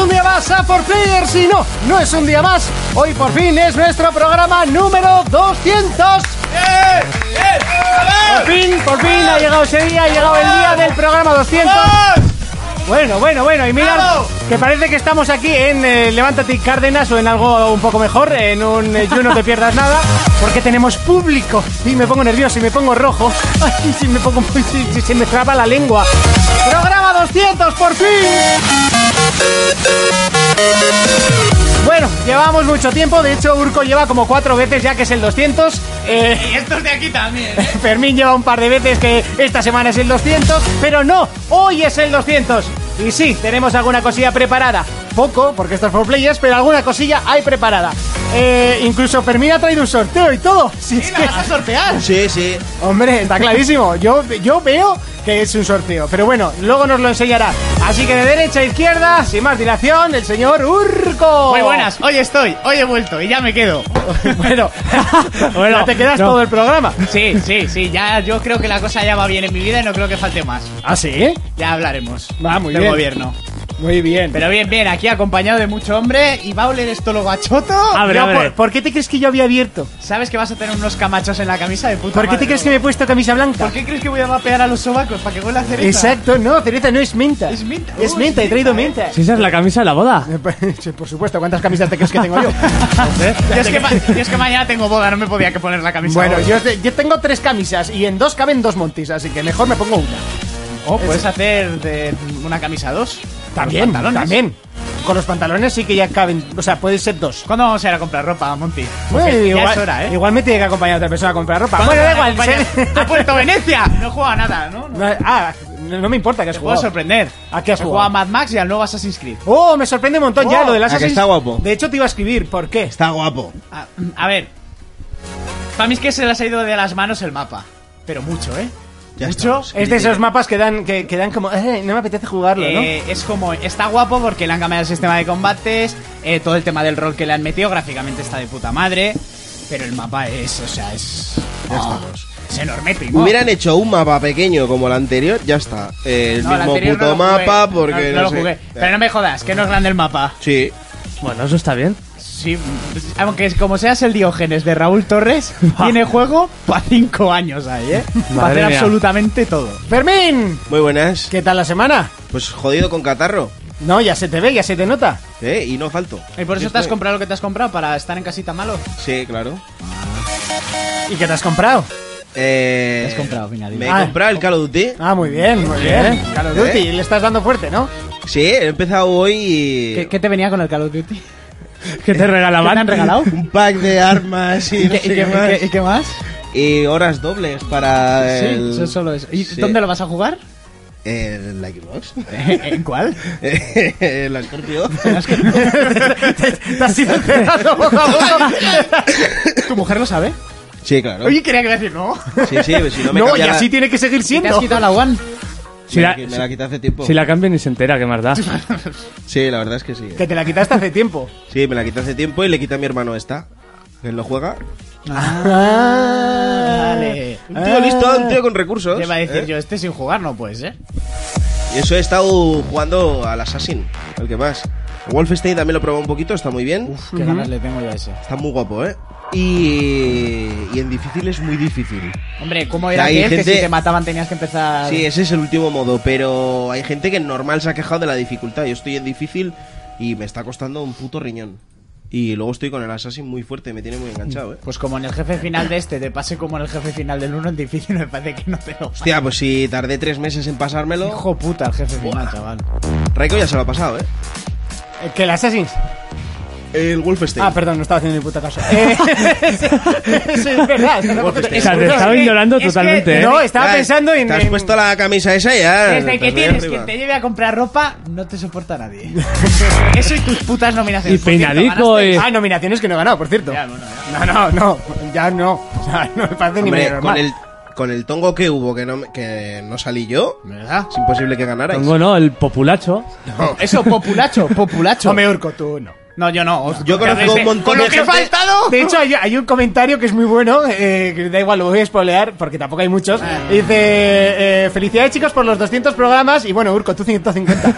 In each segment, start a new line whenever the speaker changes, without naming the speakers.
un día más a For Players y no, no es un día más. Hoy por fin es nuestro programa número 200. Por fin, por fin ha llegado ese día, ha llegado el día del programa 200. Bueno, bueno, bueno, y mirad
¡Bravo!
que parece que estamos aquí en eh, Levántate y Cárdenas o en algo un poco mejor, en un eh, You No Te Pierdas Nada, porque tenemos público. Y me pongo nervioso y me pongo rojo. Ay, si me pongo, muy- si- si se me traba la lengua. ¡Programa 200, por fin! Bueno, llevamos mucho tiempo, de hecho Urco lleva como cuatro veces ya que es el 200. Eh,
Y estos de aquí también, ¿eh?
Fermín lleva un par de veces que esta semana es el 200, pero no, hoy es el 200. Y sí, tenemos alguna cosilla preparada. Poco, porque esto es por players, pero alguna cosilla hay preparada. Eh, incluso Fermín ha traído un sorteo y todo. Si es
la
que-
vas a sortear.
Sí, sí.
Hombre, está clarísimo. Yo, yo veo que es un sorteo. Pero bueno, luego nos lo enseñará. Así que de derecha a izquierda, sin más dilación, el señor Urco.
Muy buenas, hoy estoy, hoy he vuelto y ya me quedo.
bueno,
Bueno,
ya te quedas
no.
todo el programa.
Sí, sí, sí, ya yo creo que la cosa ya va bien en mi vida y no creo que falte más.
¿Ah, sí?
Ya hablaremos
Va, muy
del
bien.
gobierno.
Muy bien.
Pero bien, bien, aquí acompañado de mucho hombre y va a oler esto lo gachoto.
Yo,
Yo,
¿por, por qué te crees que yo había abierto?
¿Sabes que vas a tener unos camachos en la camisa de puta
¿Por qué te
madre,
crees que
¿no?
me he puesto camisa blanca?
¿Por qué crees que voy a mapear a los sobacos? ¿Para que huela a cereza?
Exacto, no, cereza no es menta.
Es menta.
Es
Oh,
menta,
es
he traído
menta,
menta.
Si esa es la camisa de la boda.
Sí, Por supuesto, ¿cuántas camisas te crees que tengo yo?
Yo es, que ma- yo es que mañana tengo boda, no me podía que poner la camisa.
bueno,
hoy.
yo, yo tengo tres camisas y en dos caben dos montis, así que mejor me pongo una.
O puedes hacer de una camisa dos.
También,
Los pantalones.
también. Con los pantalones sí que ya caben, o sea, puede ser dos.
¿Cuándo vamos a ir a comprar ropa, Monty?
Bueno,
Porque ya
igual,
es hora, ¿eh?
igual me tiene que acompañar otra persona a comprar ropa.
¿Cuándo
Bueno, da
te van a
igual.
acompañar? ¡A Puerto Venecia! No juega nada, ¿no? no.
se- Ah, no no me importa que has
Te puedo
jugado.
sorprender.
¿A qué has
He
jugado?
a Mad Max y al nuevo Assassin's Creed.
Oh, me sorprende un montón ya
Oh,
lo del
¿a Ah, que
Assassin's.
está guapo?
De hecho te iba a escribir, ¿por qué?
Está guapo.
A, Ah, mm, a ver. Para mí es que se les ha ido de las manos el mapa. Pero mucho, ¿eh?
Ya
mucho.
estamos.
Es de esos mapas que dan, que, que dan como, "Eh, no me apetece jugarlo, ¿no?
Eh, es como, está guapo porque le han cambiado el sistema de combates, eh, todo el tema del rol que le han metido, gráficamente está de puta madre, pero el mapa es, o sea, es...
Ya
oh,
estamos.
es enorme, primo.
Hubieran hecho un mapa pequeño como el anterior, ya está. eh, El
No, el
mismo
anterior
puto
no lo jugué.
mapa, porque
no,
no,
no lo
sé. Eh,
jugué. Pero no me jodas, que no es grande el mapa.
Sí.
Bueno, eso está bien.
Sí, aunque es- como seas el Diógenes de Raúl Torres, tiene juego para cinco años ahí, ¿eh? Para
Madre
hacer
mía.
absolutamente todo.
Fermín,
Muy buenas.
¿qué tal la semana?
Pues jodido con catarro.
No, ya se te ve, ya se te nota.
¿Eh? Y no falto.
¿Y por eso te has comprado lo que te has comprado? ¿Para estar en casita malo?
Sí, claro.
¿Y qué te has comprado?
Eh,
Has comprado, venga, dime.
Me he
Ah.
comprado el Call of Duty.
Ah, muy bien, muy bien. Call of Duty, le estás dando fuerte, ¿no?
Sí, he empezado hoy y-
¿Qué, qué te venía con el Call of Duty? ¿Qué
¿Qué te
te
regalaban?
han regalado?
Un pack de armas y,
¿Y
no
qué,
sé
y
qué
qué-
más.
y qué- y qué más?
Y horas dobles para
Sí,
el...
eso es solo eso. ¿Y
Sí.
dónde lo vas a jugar?
El la Xbox.
¿En cuál?
el Scorpio.
Te has ido enterando poco a poco.
¿Tu mujer lo sabe?
Sí, claro.
Oye, quería que decir no.
Sí, sí, pues si no me
No, y
cambia la-
así tiene que seguir
¿Te has
siendo.
quitado la One?
Si
me,
la,
la, me la quité hace tiempo.
si la cambian y se entera, qué más da.
Sí, la verdad es que sí.
Que te la quitaste hace tiempo.
Sí, me la quité hace tiempo y le quité a mi hermano esta. Él lo juega.
Ah.
Vale.
Un tío listo, un tío con recursos.
Te Eh, va a decir
¿eh?
yo, este sin jugar no puede ser.
Y eso he estado jugando al Assassin, el que más. Wolfenstein también lo probé un poquito, está muy bien.
Uf, qué ganas le tengo yo a ese.
Está muy guapo, ¿eh? Y, y en difícil es muy difícil.
Hombre, ¿cómo era
Que hay
aquel que
gente-
si te mataban tenías que empezar...?
Sí, ese es el último modo, pero hay gente que en normal se ha quejado de la dificultad. Yo estoy en difícil y me está costando un puto riñón. Y luego estoy con el Assassin muy fuerte, me tiene muy enganchado, ¿eh?
Pues como en el jefe final de este te pase como en el jefe final del 1 en difícil, me parece que no te lo paso.
Hostia, pues si tardé tres meses en pasármelo,
Hijo puta el jefe final, chaval.
Raiko ya se lo ha pasado, ¿eh?
Eh, Que el Assassin's.
El Wolfenstein. Este
Ah, perdón, no estaba haciendo ni puta caso. Eh, sí, es verdad. es una cosa-
O sea, te estaba ignorando
es que-
totalmente, ¿eh?
No, estaba
Ya,
pensando en.
Te has
en-
puesto la camisa esa y ya.
Desde
te
que
has venido
tienes
arriba.
quien te lleve a comprar ropa, no te soporta nadie. Eso y tus putas nominaciones.
Y
Por cierto,
peinadico,
ganaste-
eh.
Ah, nominaciones que no he ganado, por cierto.
Ya, bueno, ya.
No, no, no. Ya no. O sea, no me parece ni
Hombre,
medio
con
normal.
el, con el tongo que hubo que no, me- que no salí yo,
¿Verdad?
es imposible que ganarais.
Tengo, ¿no? El Pues populacho.
Eso, populacho, populacho.
No me urco, tú no.
No, yo no. os-
Yo conozco
desde-
un montón
con
de
lo que he
gente-
faltado.
De hecho, hay, hay un comentario que es muy bueno, eh, que da igual, lo voy a spoilear porque tampoco hay muchos.
Ah.
Dice, eh, felicidades chicos por los 200 programas y bueno, Urco, tú 150.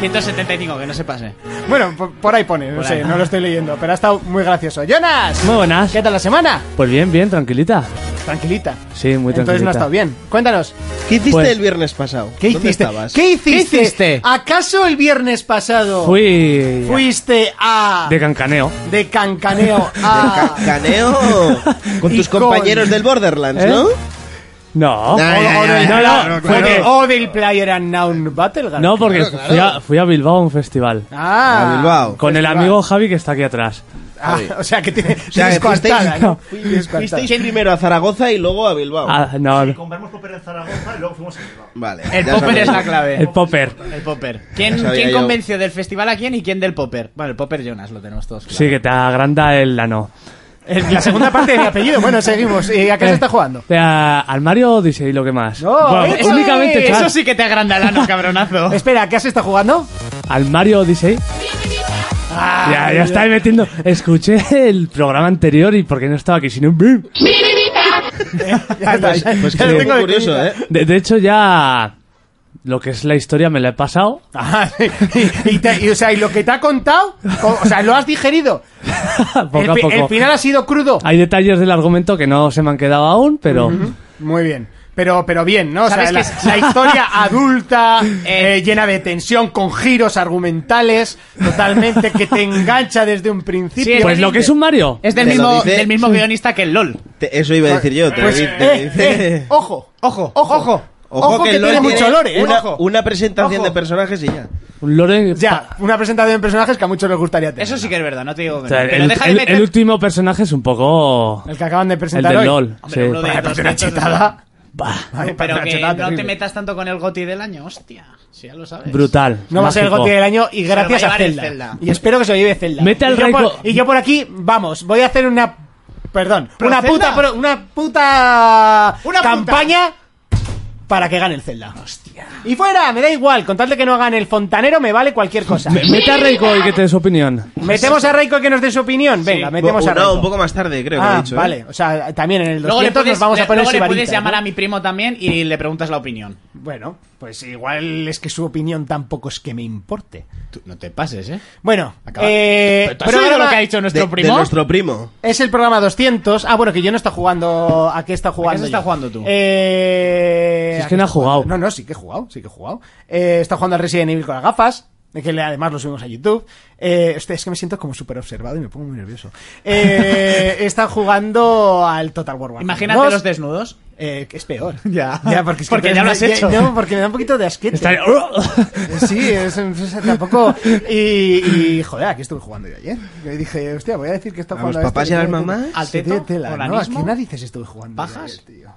175, que no se pase.
bueno, por, por ahí pone, no
Por
sé,
ahí.
no lo estoy leyendo, pero ha estado muy gracioso. Jonas,
Muy buenas.
¿qué tal la semana?
Pues bien, bien, tranquilita.
Tranquilita.
Sí, muy tranquilita.
Entonces no ha estado bien. Cuéntanos,
¿Qué hiciste
Pues-
el viernes pasado?
¿qué
¿Dónde
hiciste?
estabas?
¿Qué hiciste?
¿Qué hiciste?
¿Acaso el viernes pasado
Fui...
fuiste a...
De cancaneo.
de cancaneo a...
Ca- Caneo Oh, con
Y
tus
con-
compañeros del Borderlands,
¿Eh?
¿no?
No.
Nah,
O- o
nah, nah,
del-
no,
o
no,
de-
claro.
o del Player Unknown Battleground.
No, porque Fui, a, fui a Bilbao a un festival.
Ah,
A Bilbao.
Con el
Festival.
amigo Javi que está aquí atrás.
Ah, o sea, que tiene,
sea,
tienes
que fuisteis-
coartada, ¿no? Tienes coartada.
Fuisteis primero a Zaragoza y luego a Bilbao.
Ah, no,
Y compramos Popper en Zaragoza y luego fuimos a Bilbao.
Vale.
El
ya
popper
sabemos.
es la clave.
el popper.
El popper. ¿Quién,
Ya sabía
quién
yo.
convenció del festival a quién y quién del popper? Bueno, el popper Jonas lo tenemos todos. claro.
Sí, que te agranda el ano.
El- La segunda parte de mi apellido. Bueno, seguimos. ¿Y a qué se está jugando?
Eh, al Mario Odyssey y lo que más.
No,
Bueno,
eso-
únicamente
Eso
chat.
sí que te agranda el ano, cabronazo.
Espera, ¿a qué se está jugando?
Al Mario Odyssey. ya, ya estáis metiendo. Escuché el programa anterior y porque no estaba aquí, sino. De,
Ya está, ya-
Pues
ya
que
lo
es
tengo
muy
de-
curioso, ¿eh?
de hecho, ya. Lo que es la historia me la he pasado.
Ah, y, y te- y, o sea, y lo que te ha contado, o, o sea, lo has digerido.
poco
el,
a
fi-
poco.
el final ha sido crudo.
Hay detalles del argumento que no se me han quedado aún, pero.
Muy bien. Pero, pero bien, ¿no? O sea,
¿Sabes
la,
qué?
la historia adulta, eh, llena de tensión, con giros argumentales, totalmente que te engancha desde un principio.
Sí,
Pues lo que es un Mario.
Es del
Te lo
mismo,
dice-
del mismo guionista que el LOL.
Te- eso iba a decir yo. Te,
Pues,
te-
eh,
te-
eh, ojo, ojo, ojo, ojo, que,
el
tiene
LoL
mucho olor, ¿eh?
Una,
Ojo.
una presentación
Ojo.
de personajes y ya.
Un lore.
Ya, una presentación de personajes que a muchos les gustaría tener.
Eso sí que es verdad, no te digo que
O
no.
sea,
Pero
el,
deja de
el-
meter-
el último personaje es un poco.
El que acaban de
El
presentar
del
hoy.
LOL.
Hombre,
sí.
uno de
Vale, pero
200,
tiene una chetada.
Bah,
pues
Vale,
Pero
una
que
chetada
no te
terrible.
metas tanto con el goti del año, hostia. Si ya lo sabes.
brutal.
No va a ser el
mágico.
GOTY del año y
lo va
gracias
a
a
llevar el
Zelda.
Zelda.
Y espero que se lo lleve Zelda.
Mete al
y, yo por,
Raico-
y yo por aquí, vamos, voy a hacer una... Perdón,
¿Pro
una
Zelda?
puta, pro- una puta
Una puta.
campaña para que gane el Zelda. Hostia. Y fuera, me da igual, con tal de que no hagan el fontanero me vale cualquier cosa.
Me- Mete a Reiko y que te dé su opinión.
metemos a Raiko que nos dé su opinión. Venga, metemos
Bo-
a
no,
Raiko.
un poco más tarde, creo. que lo
Ah,
he dicho, ¿eh?
vale. O sea, también en el 200
Luego le puedes,
nos vamos a
le-
poner
luego le
sibarita,
puedes
¿no?
llamar a mi primo también y le preguntas la opinión.
Bueno, pues igual es que su opinión tampoco es que me importe.
Tú no te pases, ¿eh?
Bueno,
Acaba.
eh,
¿Pero tú has oído lo que ha dicho
De-
nuestro
de
primo?
nuestro primo.
Es el programa 200. Ah, bueno, que yo no está jugando. ¿A qué está jugando?
se está
yo?
jugando tú?
Eh,
Si es
¿a
que
qué
no ha
está jugando?
jugado.
No, no, sí que he jugado, sí que he jugado. Eh, está jugando al Resident Evil con las gafas. de Que le- además lo subimos a YouTube. Eh, hostia, es que me siento como súper observado y me pongo muy nervioso. Eh, está jugando al Total War Warhammer
Imagínate
2.
los desnudos.
Eh, que es peor.
Ya.
porque, es que-
Porque ya lo has hecho.
No, porque me da un poquito de asquete.
Está-
Sí, es, es- tampoco. Y, y, joder, aquí estuve jugando yo ayer. Yo dije, hostia, voy a decir que está
¿A los
jugando. a esto, este
papás y a las
tela, tela.
mamás?
¿Al
Sí,
teto?
tela,
¿O al
¿no? ¿A
anismo?
qué narices estuve jugando? yo
¿Bajas?
ayer, tío?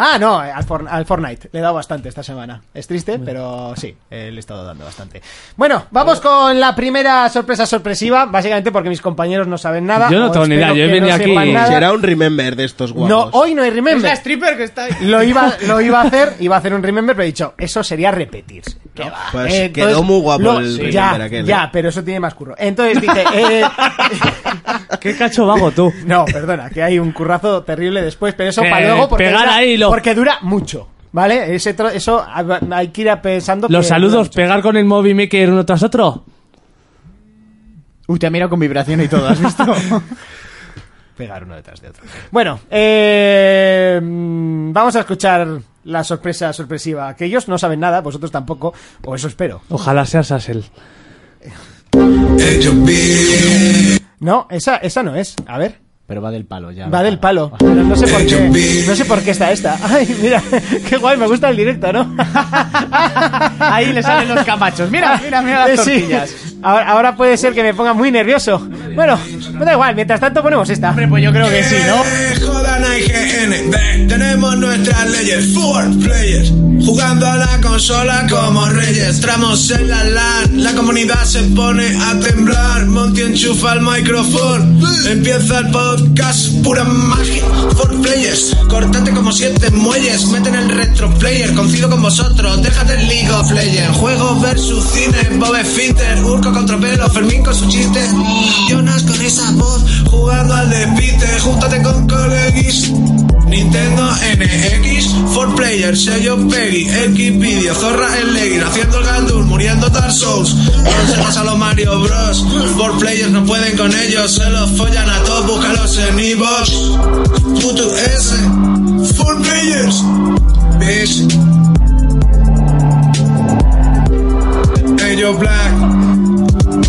Ah, no, eh, al, For- al Fortnite. Le he dado bastante esta semana. Es triste, pero sí, eh, le he estado dando bastante. Bueno, vamos con la primera sorpresa sorpresiva. Básicamente porque mis compañeros no saben nada.
Yo no
o
tengo ni
espero
idea, yo he
que
venido
no
aquí-
sepan nada.
Será un remember de estos guapos.
No, hoy no hay
Es la
Remember.
stripper que está ahí.
Lo iba, lo iba a hacer, iba a hacer un remember, pero he dicho, eso sería repetirse. Eh, ¿no?
Pues quedó muy guapo el remember
ya,
aquel,
Ya,
¿eh?
pero eso tiene más curro. Entonces dice, eh,
Qué cacho vago tú.
no, perdona, que hay un currazo terrible después, pero eso
Eh,
para luego porque,
pegar
dura,
ahí lo-
porque dura mucho. ¿Vale? Ese tro- eso hab- hay que ir pensando.
Los
que dura
saludos,
mucho.
pegar con el móvil maker uno tras otro.
Uy, te ha mirado con vibración y todo, ¿has visto?
pegar uno detrás de otro. Bueno, eh, mm, vamos a escuchar la sorpresa sorpresiva. Que ellos no saben nada, vosotros tampoco, o eso espero.
Ojalá sea Sassel.
No, esa, esa no es. A ver.
Pero va del palo ya.
Va del palo, pero no sé por qué. No sé por qué está esta. Ay, mira, qué guay, me gusta el directo, ¿no?
Ahí le salen los camachos. Mira, mira, mira las
Eh, sí.
tortillas.
Ahora, ahora puede ser que me ponga muy nervioso. Bueno, no da igual, mientras tanto ponemos esta.
Hombre, pues yo creo que sí, ¿no?
Que jodan hay que en el back. Tenemos nuestras leyes, four players. Jugando a la consola como reyes, tramos en la LAN, la comunidad se pone a temblar, Monty enchufa el micrófono, empieza el podcast, pura magia, four players, cortante como siete muelles, meten el retro player, confido con vosotros, déjate el League of Legends, juegos versus cine, Bob Fitter, Urco con tropelo, Fermín con su chiste, Jonas con esa voz, jugando al despite, júntate con colegis. Nintendo NX, 4 Player, sello Peggy, Xvideo, Zorra el Legging, haciendo el Gandur, muriendo Dark Souls, consejas a los Mario Bros. 4 Players no pueden con ellos, se los follan a todos, búscalos en Evox. Puto S, 4 Players, bitch. Ellos Black, 4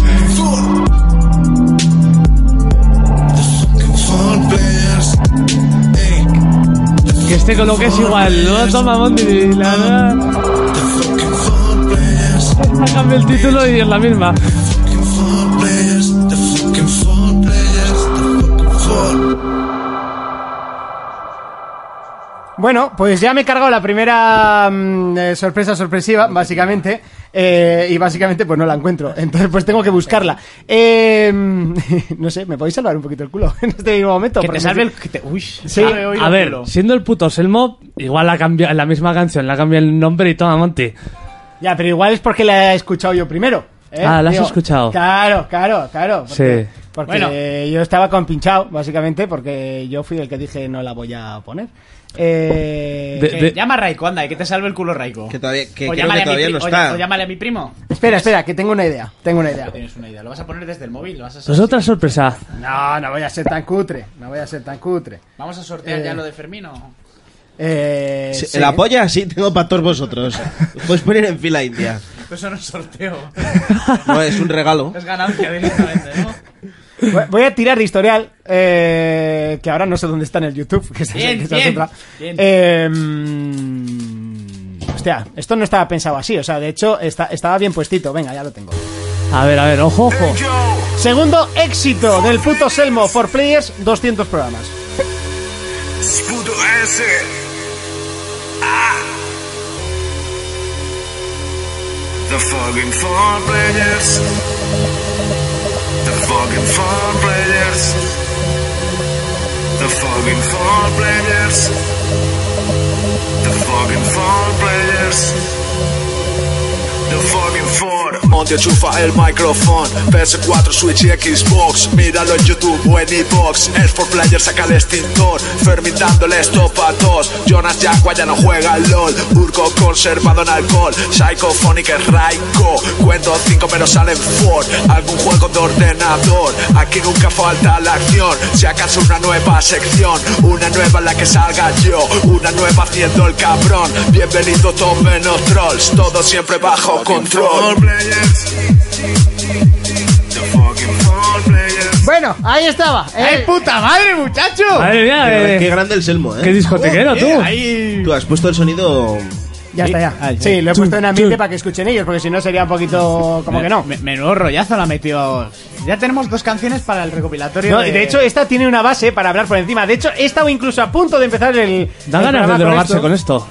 Players, ey.
Que este coloque es igual, ¿no? Toma, Monty, y la verdad,
The fucking phone players,
ha cambiado el título y es la misma.
fucking phone players, the fucking phone players, the fucking phone.
Bueno, pues ya me he cargado la primera mm, eh, sorpresa sorpresiva, básicamente. eh, y básicamente, pues no la encuentro. Entonces, pues tengo que buscarla. Eh, no sé, ¿me podéis salvar un poquito el culo en este mismo momento?
Que te
Porque
salve el.
sí-
que te- Uy,
Sí,
salve hoy
A
el
ver,
culo.
siendo el puto Selmo, igual la cambia, en la misma canción, la cambia el nombre y toma, Monty.
Ya, pero igual es porque la he escuchado yo primero. ¿eh?
Ah, la has escuchado.
Claro, claro, claro. Porque,
Sí.
porque
Bueno.
yo estaba compinchado, básicamente, porque yo fui el que dije no la voy a poner. Eh,
De-
Que llama a Raiko, anda, y que te salve el culo Raiko.
Que todavía, que creo
O
que
llámale a mi
todavía
pri-
no
o
está.
ll- O llámale a mi primo.
Espera, espera, que tengo una idea. Tengo una idea.
Tienes una idea, lo vas a poner desde el móvil, lo vas a
Pues otra sorpresa.
No, no voy a ser tan cutre. No voy a ser tan cutre.
Vamos a sortear
Eh.
ya lo de Fermino.
Eh,
Sí,
sí.
¿La polla? Sí, tengo para todos vosotros. Os Podéis poner en fila india.
Eso no es sorteo.
No, es un regalo.
es ganancia directamente, ¿no?
Voy- Voy a tirar de historial, eh, que ahora no sé dónde está en el YouTube. Que esa es-
Bien,
que esa es
bien,
otra.
bien.
Eh, mm, hostia, esto no estaba pensado así. O sea, de hecho, está- estaba bien puestito. Venga, ya lo tengo.
A ver, a ver, ojo, ojo.
Segundo éxito del puto Selmo for Players, 200 programas.
Puto S. The fucking phone players. The fucking phone players. The fucking phone players. The fucking phone players. The fucking phone. Monte enchufa el micrófono. PS4, Switch y Xbox. Míralo en YouTube o en Xbox. Es for player, saca el extintor. Fermi dándole stop a tos. Jonas Yaqua ya no juega al LOL. Urco conservado en alcohol. Psychophonic es Raiko. Cuento 5 pero salen 4. Algún juego de ordenador. Aquí nunca falta la acción. Si acaso una nueva sección. Una nueva en la que salga yo. Una nueva haciendo el cabrón. Bienvenido, todos menos trolls. Todo siempre bajo control.
Bueno, ahí estaba.
¡Ay,
eh.
puta madre, muchacho!
Madre mía,
Qué, qué
eh,
grande el Selmo, ¿eh?
qué
Oh,
discotequero tú.
Ahí.
Tú has puesto el sonido...
ya está, ya.
ahí,
sí,
ahí.
lo he puesto en ambiente
chum.
para que escuchen ellos, porque si no sería un poquito como que no.
Me- menudo rollazo la metió. Ya tenemos dos canciones para el recopilatorio.
No, y de hecho, esta tiene una base para hablar por encima. De hecho, he estado incluso a punto de empezar el.
Da
el
ganas de
programa
drogarse con esto.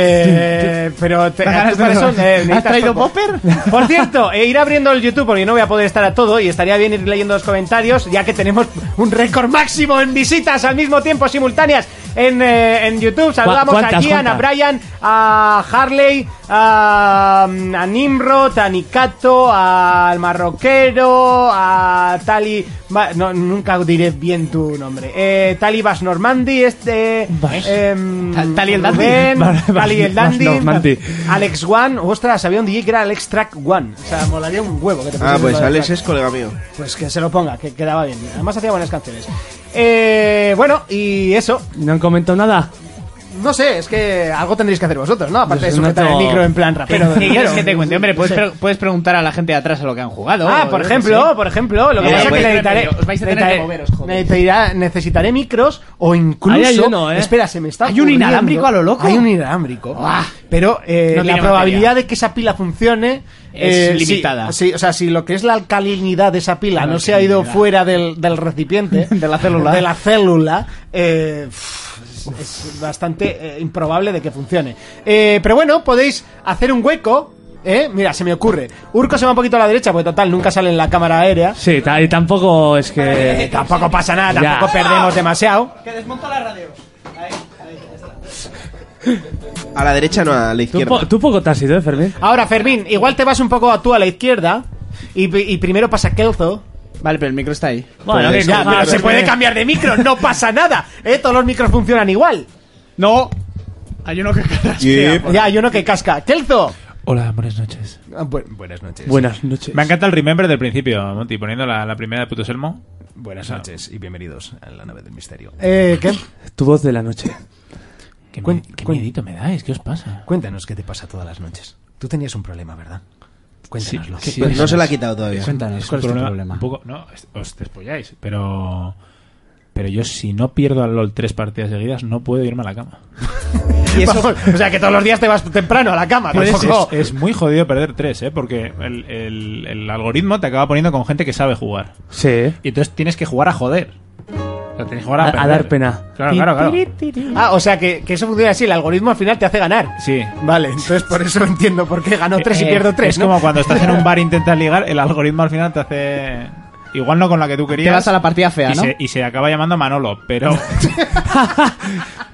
Eh, pero te,
Da ganas
tú
de
para eso,
drogarse.
eh,
¿Has
necesitas
traído
poco.
popper?
Por cierto, eh, ir abriendo el YouTube porque no voy a poder estar a todo y estaría bien ir leyendo los comentarios, ya que tenemos un récord máximo en visitas al mismo tiempo simultáneas en, eh, en YouTube. Saludamos a
cuántas,
Gian, a
cuántas?
Brian, a Harley, a, mm, a Nimrod, a Nikato, al marroquero, a Tali. Ma- No, nunca diré bien tu nombre. Eh, Tali Bas Normandi, este.
Bas-
em,
Tal- Tali el Dandy.
Rubén,
Vale, vale,
Tali el
más
Dandy.
Normandy.
Alex One. Ostras, había un DJ que era Alex Track One. O sea, molaría un huevo que te
Ah,
pusiese
pues
todo el
Alex
track.
es colega mío.
Pues que se lo ponga, que quedaba bien. Además hacía buenas canciones. Eh, bueno, y eso.
No han comentado nada.
No sé, es que algo tendréis que hacer vosotros, ¿no?
Yo
Aparte de
soy un
sujetar
otro-
el micro en plan
¿Qué,
rapero.
qué quieres
Pero-
que te cuente? Hombre, puedes,
Sí.
pre- puedes preguntar a la gente de atrás a lo que han jugado.
Ah,
o
por
yo qué
ejemplo,
sé.
por ejemplo, lo que
Eh,
pasa es que
vais a tener que
necesitaré,
moveros, vais a tener que
necesitaré-
moveros, joder.
necesitará- necesitaré micros o incluso.
Ahí hay uno, ¿eh?
Espera, se me está.
Hay un
ocurriendo-
inalámbrico a lo loco.
Hay un inalámbrico.
Buah.
Pero eh,
No
la
tiene
probabilidad
batería.
de que esa pila funcione
Es
eh, sí,
limitada.
Sí, o sea, si lo que es la alcalinidad de esa
La
pila no se ha ido
alcalinidad.
fuera del, del recipiente
De la célula.
de la célula, eh, pff, es, es bastante eh, improbable de que funcione. Eh, pero bueno, podéis hacer un hueco. ¿eh? Mira, se me ocurre. Urco se va un poquito a la derecha, porque total, nunca sale en la cámara aérea.
Sí, ta- y tampoco es
Eh,
que.
tampoco pasa
Ya.
nada, Ah, tampoco perdemos demasiado.
Que desmonto la radio. Ahí, ahí, ya está.
A la derecha no, a la
Tú,
izquierda.
po- tú poco te has ido, ¿eh, Fermín?
Ahora, Fermín, igual te vas un poco a tú a la izquierda. Y, y primero pasa Kelzo.
Vale, pero el micro está ahí.
Bueno,
Pues,
que
Ya, pero
cojas,
se puede
eh.
cambiar de micro, no pasa nada. ¿eh? Todos los micros funcionan igual.
No. Hay uno que
Yeah.
Ya, hay uno que casca. ¡Kelzo!
Hola, buenas noches.
Buenas noches.
Buenas noches.
Me encanta el remember del principio, Monty, poniendo la, la primera de Puto Selmo.
Buenas noches y bienvenidos a la nave del misterio.
Eh, ¿qué?
Tu voz de la noche.
Qué,
Cuen-
mi- qué
cuen-
miedito me dais, ¿qué os pasa?
Cuéntanos qué te pasa todas las noches. Tú tenías un problema, ¿verdad? Cuéntanoslo.
Sí, sí.
Pues no se la ha quitado todavía.
Cuéntanos,
Es
¿cuál
un
es tu
Un
problema?
poco, no, es- os despolláis, pero... Pero yo si no pierdo al LOL tres partidas seguidas, no puedo irme a la cama.
Y eso- o sea, que todos los días te vas temprano a la cama.
Es,
tampoco-
es- es muy jodido perder tres, ¿eh? Porque el, el- el algoritmo te acaba poniendo con gente que sabe jugar.
Sí.
Y entonces tienes que jugar a joder. O sea, tienes que jugar a,
A, a
perder.
dar pena.
Claro, claro, claro.
Ah, o sea, que, que eso funciona así. El algoritmo al final te hace ganar.
Sí.
Vale, entonces por eso entiendo por qué ganó tres y
Eh,
pierdo tres.
Es
¿no?
como cuando estás en un bar e intentas ligar, el algoritmo al final te hace... Igual no con la que tú querías.
Te vas a la partida fea,
y,
¿no?
se, y se acaba llamando Manolo, pero...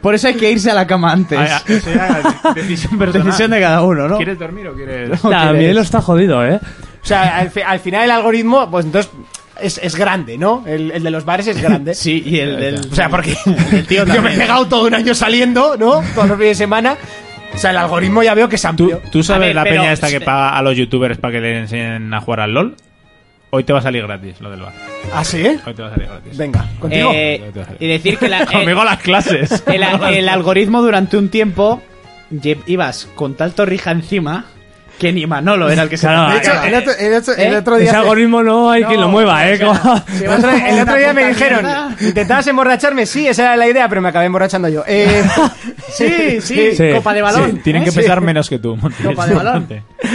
Por eso hay que irse a la cama antes.
Ah, ya, eso ya, decisión personal.
Decisión de cada uno, ¿no?
¿Quieres dormir o quieres...?
No
También
quieres.
lo está jodido, ¿eh?
O sea, al, fi- al final el algoritmo, pues entonces es, es grande, ¿no? El, el de los bares es grande.
Sí, y el del...
O sea, porque yo me he pegado todo un año saliendo, ¿no? Todos los fines de semana. O sea, el algoritmo ya veo que es
¿Tú,
amplio.
tú sabes
A ver,
la
pero-
peña esta que paga a los youtubers para que le enseñen a jugar al LOL? Hoy te va a salir gratis lo del bar.
¿Ah, sí?
Hoy te va a salir gratis.
Venga, contigo.
Eh, y decir que la, eh,
Conmigo las clases.
el, el algoritmo durante un tiempo lle- ibas con tal torrija encima que ni Manolo era el que se
Claro,
De hecho, el otro,
Ah,
el otro- el
¿Eh?
otro día...
Ese algoritmo no hay quien lo
Ah,
mueva, ¿eh? Como-
El otro, el otro día me
Una puta
dijeron,
mierda.
¿intentabas emborracharme? Sí, esa era la idea, pero me acabé emborrachando yo. Eh, sí, sí,
Sí.
copa de balón.
Sí, tienen
¿eh?
que
Sí.
pesar menos que tú, Montes.
Copa de balón.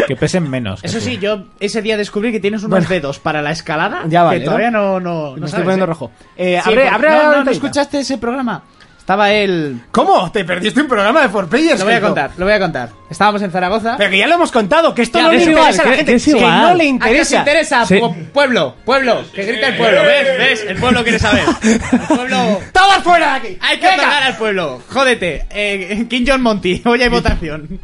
Que pesen menos. que
Eso
tú.
sí, yo ese día descubrí que tienes unos dedos para la escalada
Ya vale,
que
¿no?
todavía no, no, no
me estoy
sabes,
poniendo
¿eh?
rojo. Eh,
Sí,
abre-
por-
abre
no,
la
no, no,
ventanita.
escuchaste ese programa. Estaba él.
¿Cómo? ¿Te perdiste un programa de 4Players?
Lo voy a contar, lo voy a contar. Estábamos en Zaragoza.
Pero que ya lo hemos contado, que esto
Ya,
no
que
le
es
interesa
igual,
a la
que-
gente.
que es
que
igual.
no le
¿A qué os
interesa.
interesa?
Sí.
Pu- Pueblo, pueblo, que grita el pueblo. ¿Ves? ¿Ves? El pueblo quiere saber. El pueblo.
¡Todos fuera de aquí!
Hay que pagar al pueblo. Jódete. Eh, King John Monty, hoy hay votación.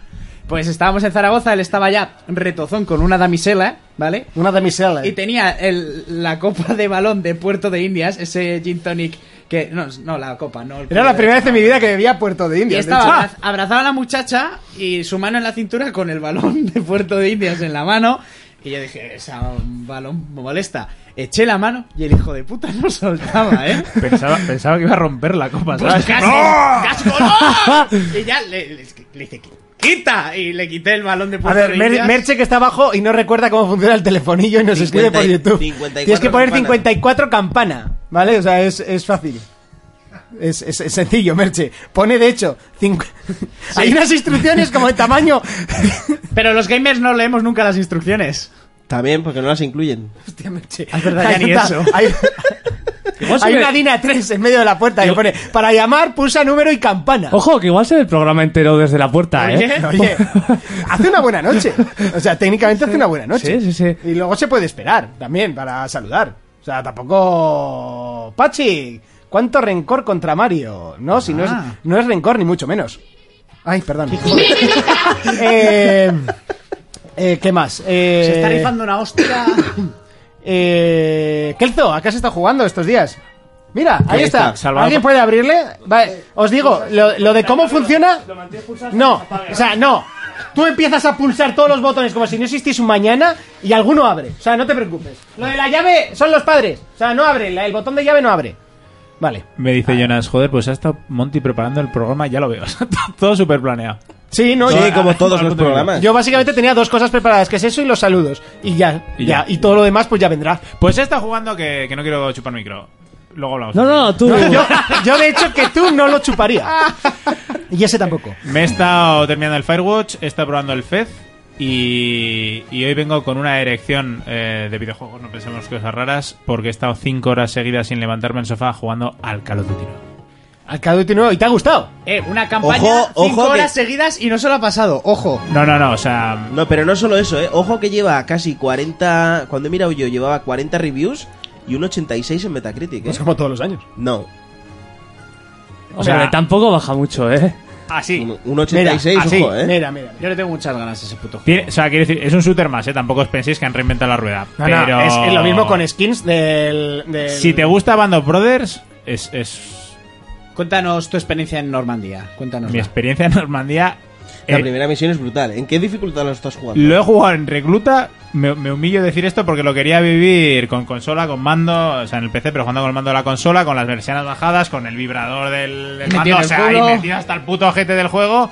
Pues estábamos en Zaragoza, él estaba ya retozón con una damisela, ¿vale?
Una damisela.
Y tenía el- la copa de balón de Puerto de Indias, ese gin tonic que... No, no la copa, no. el
Era
pueblo
la
de-
primera vez en mi vida que bebía Puerto de
Y
India.
estaba abraz- abrazada a la muchacha y su mano en la cintura con el balón de Puerto de Indias en la mano. Y yo dije, ese balón me molesta. Eché la mano y el hijo de puta no soltaba, ¿eh?
Pensaba, pensaba que iba a romper la copa,
Pues
¿sabes?
casi, casi
Ah.
Ah. ¡no! Y ya le, le- le dije, quita. Y le quité el balón de
A
Puerto
ver,
de
Mer-
Indias.
Merche que está abajo y no recuerda cómo funciona el telefonillo y nos escribe por
50
YouTube.
54
Tienes que poner
campana.
54 campana, ¿vale? O sea, es, es fácil. Es, es- es sencillo, Merche. Pone, de hecho, cincu- hay unas instrucciones como de tamaño.
Pero los gamers no leemos nunca las instrucciones.
También porque no las incluyen.
Hostia, Merche.
Es verdad, ya
Hay
ni
una-
eso.
Hay,
Igual se
hay
ve-
una DINA 3 en medio de la puerta que pone, para llamar, pulsa número y campana.
Ojo, que igual se ve el programa entero desde la puerta, ¿eh?
Oye, oye, hace una buena noche. O sea, técnicamente hace una buena noche.
Sí, sí, sí.
Y luego se puede esperar también para saludar. O sea, tampoco. ¡Pachi! ¿Cuánto rencor contra Mario? No, si no es,
Ah.
no es rencor, ni mucho menos. Ay, perdón. eh, eh, ¿Qué más? Eh,
Se está rifando una hostia.
eh, Kelzo, ¿a qué has estado jugando estos días? Mira, ahí está.
está, salvado.
¿Alguien puede abrirle? Vale, os digo, lo, lo de cómo funciona. No, o sea, no. Tú empiezas a pulsar todos los botones como si no existiese un mañana y alguno abre. O sea, no te preocupes. Lo de la llave son los padres. O sea, no abre. la- El botón de llave no abre. Vale.
Me dice Jonas, joder, pues ha estado Monty preparando el programa, ya lo veo. Todo súper planeado.
Sí, no,
Sí,
yo-
como todos los programas.
Yo básicamente tenía dos cosas preparadas, que es eso y los saludos. Y ya,
Y ya.
ya. Y todo lo demás pues ya vendrá.
Pues está jugando que, que no quiero chupar micro. Luego hablamos.
No, no, tú.
Yo, yo de hecho que tú no lo chuparía. Y ese tampoco.
Me he estado terminando el Firewatch, he estado probando el Fez y, y hoy vengo con una erección eh, de videojuegos, no pensemos cosas raras, porque he estado 5 horas seguidas sin levantarme del sofá jugando al Call of Duty.
Al Call of Duty nuevo. ¿Y te ha gustado?
Eh, una campaña
Ojo,
cinco
ojo,
horas
que-
seguidas y no se lo ha pasado, ojo.
No, no, no, o sea...
No, pero no solo eso, ¿eh? Ojo que lleva casi 40... Cuando he mirado yo, llevaba 40 reviews y un 86 en Metacritic, ¿eh?
Es como todos los años.
No,
O sea,
sea- ah,
tampoco baja mucho, ¿eh?
Así.
un, un 86,
Mira, así,
ojo, ¿eh?
Mira, mira.
Yo le tengo muchas ganas a ese puto juego.
Tiene- o sea, quiero decir, es un shooter más, ¿eh? Tampoco os penséis que han reinventado la rueda.
No, no,
pero...
es, es lo mismo con skins del. del-
Si te gusta Band of Brothers, es, es
Cuéntanos tu experiencia en Normandía. Cuéntanos.
mi experiencia en Normandía.
La
eh,
primera misión es brutal. ¿En qué dificultad lo estás jugando?
lo he jugado en recluta. Me, me humillo decir esto porque lo quería vivir con consola, con mando, o sea, en el PC, pero jugando con el mando de la consola, con las versiones bajadas, con el vibrador del, del
Metido
mando,
en
o
el
sea, y
culo.
metido hasta el puto ojete del juego.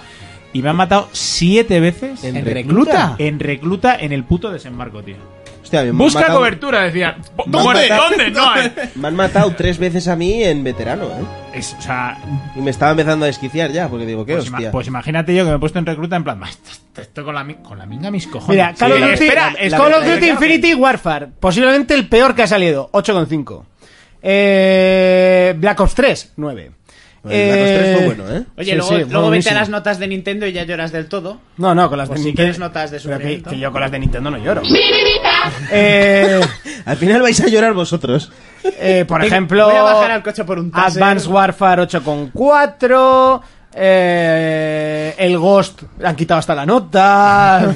Y me han matado siete veces
¿En
¿En recluta?
en recluta en el puto desembarco, tío.
Hostia, me han
Busca
matado-
cobertura, decía. "Po-
Me han
¿Dónde?
matado-
¿Dónde?
eh.
No hay".
Me han matado tres veces a mí en veterano, ¿eh?
Es- o sea,
Y me estaba empezando a desquiciar ya, porque digo, ¿qué
pues, ima-
hostia?
pues imagínate yo que me he puesto en recluta en plan, "Bah, esto, esto- esto con, la, mi- con la minga mis cojones.
Mira, Call of
Sí,
Duty,
espera,
es
es-
Call of
verdad,
Duty Infinity Warfare. Posiblemente el peor que ha salido. 8,5. Eh, Black Ops 3, 9.
Bueno, el Black Ops 3 fue bueno, ¿eh?
Oye,
Sí,
luego,
sí,
luego vete a
buenísimo.
las notas de Nintendo y ya lloras del todo.
No, no, con las
Por
de
si
Nintendo.
quieres notas de
Pero que-
Super
que yo con las de Nintendo no lloro. eh,
Al final vais a llorar vosotros.
eh, por
Venga,
ejemplo,
voy a bajar al coche por un taser.
Advanced Ah, Warfare 8,4. eh, el Ghost le han quitado hasta la nota.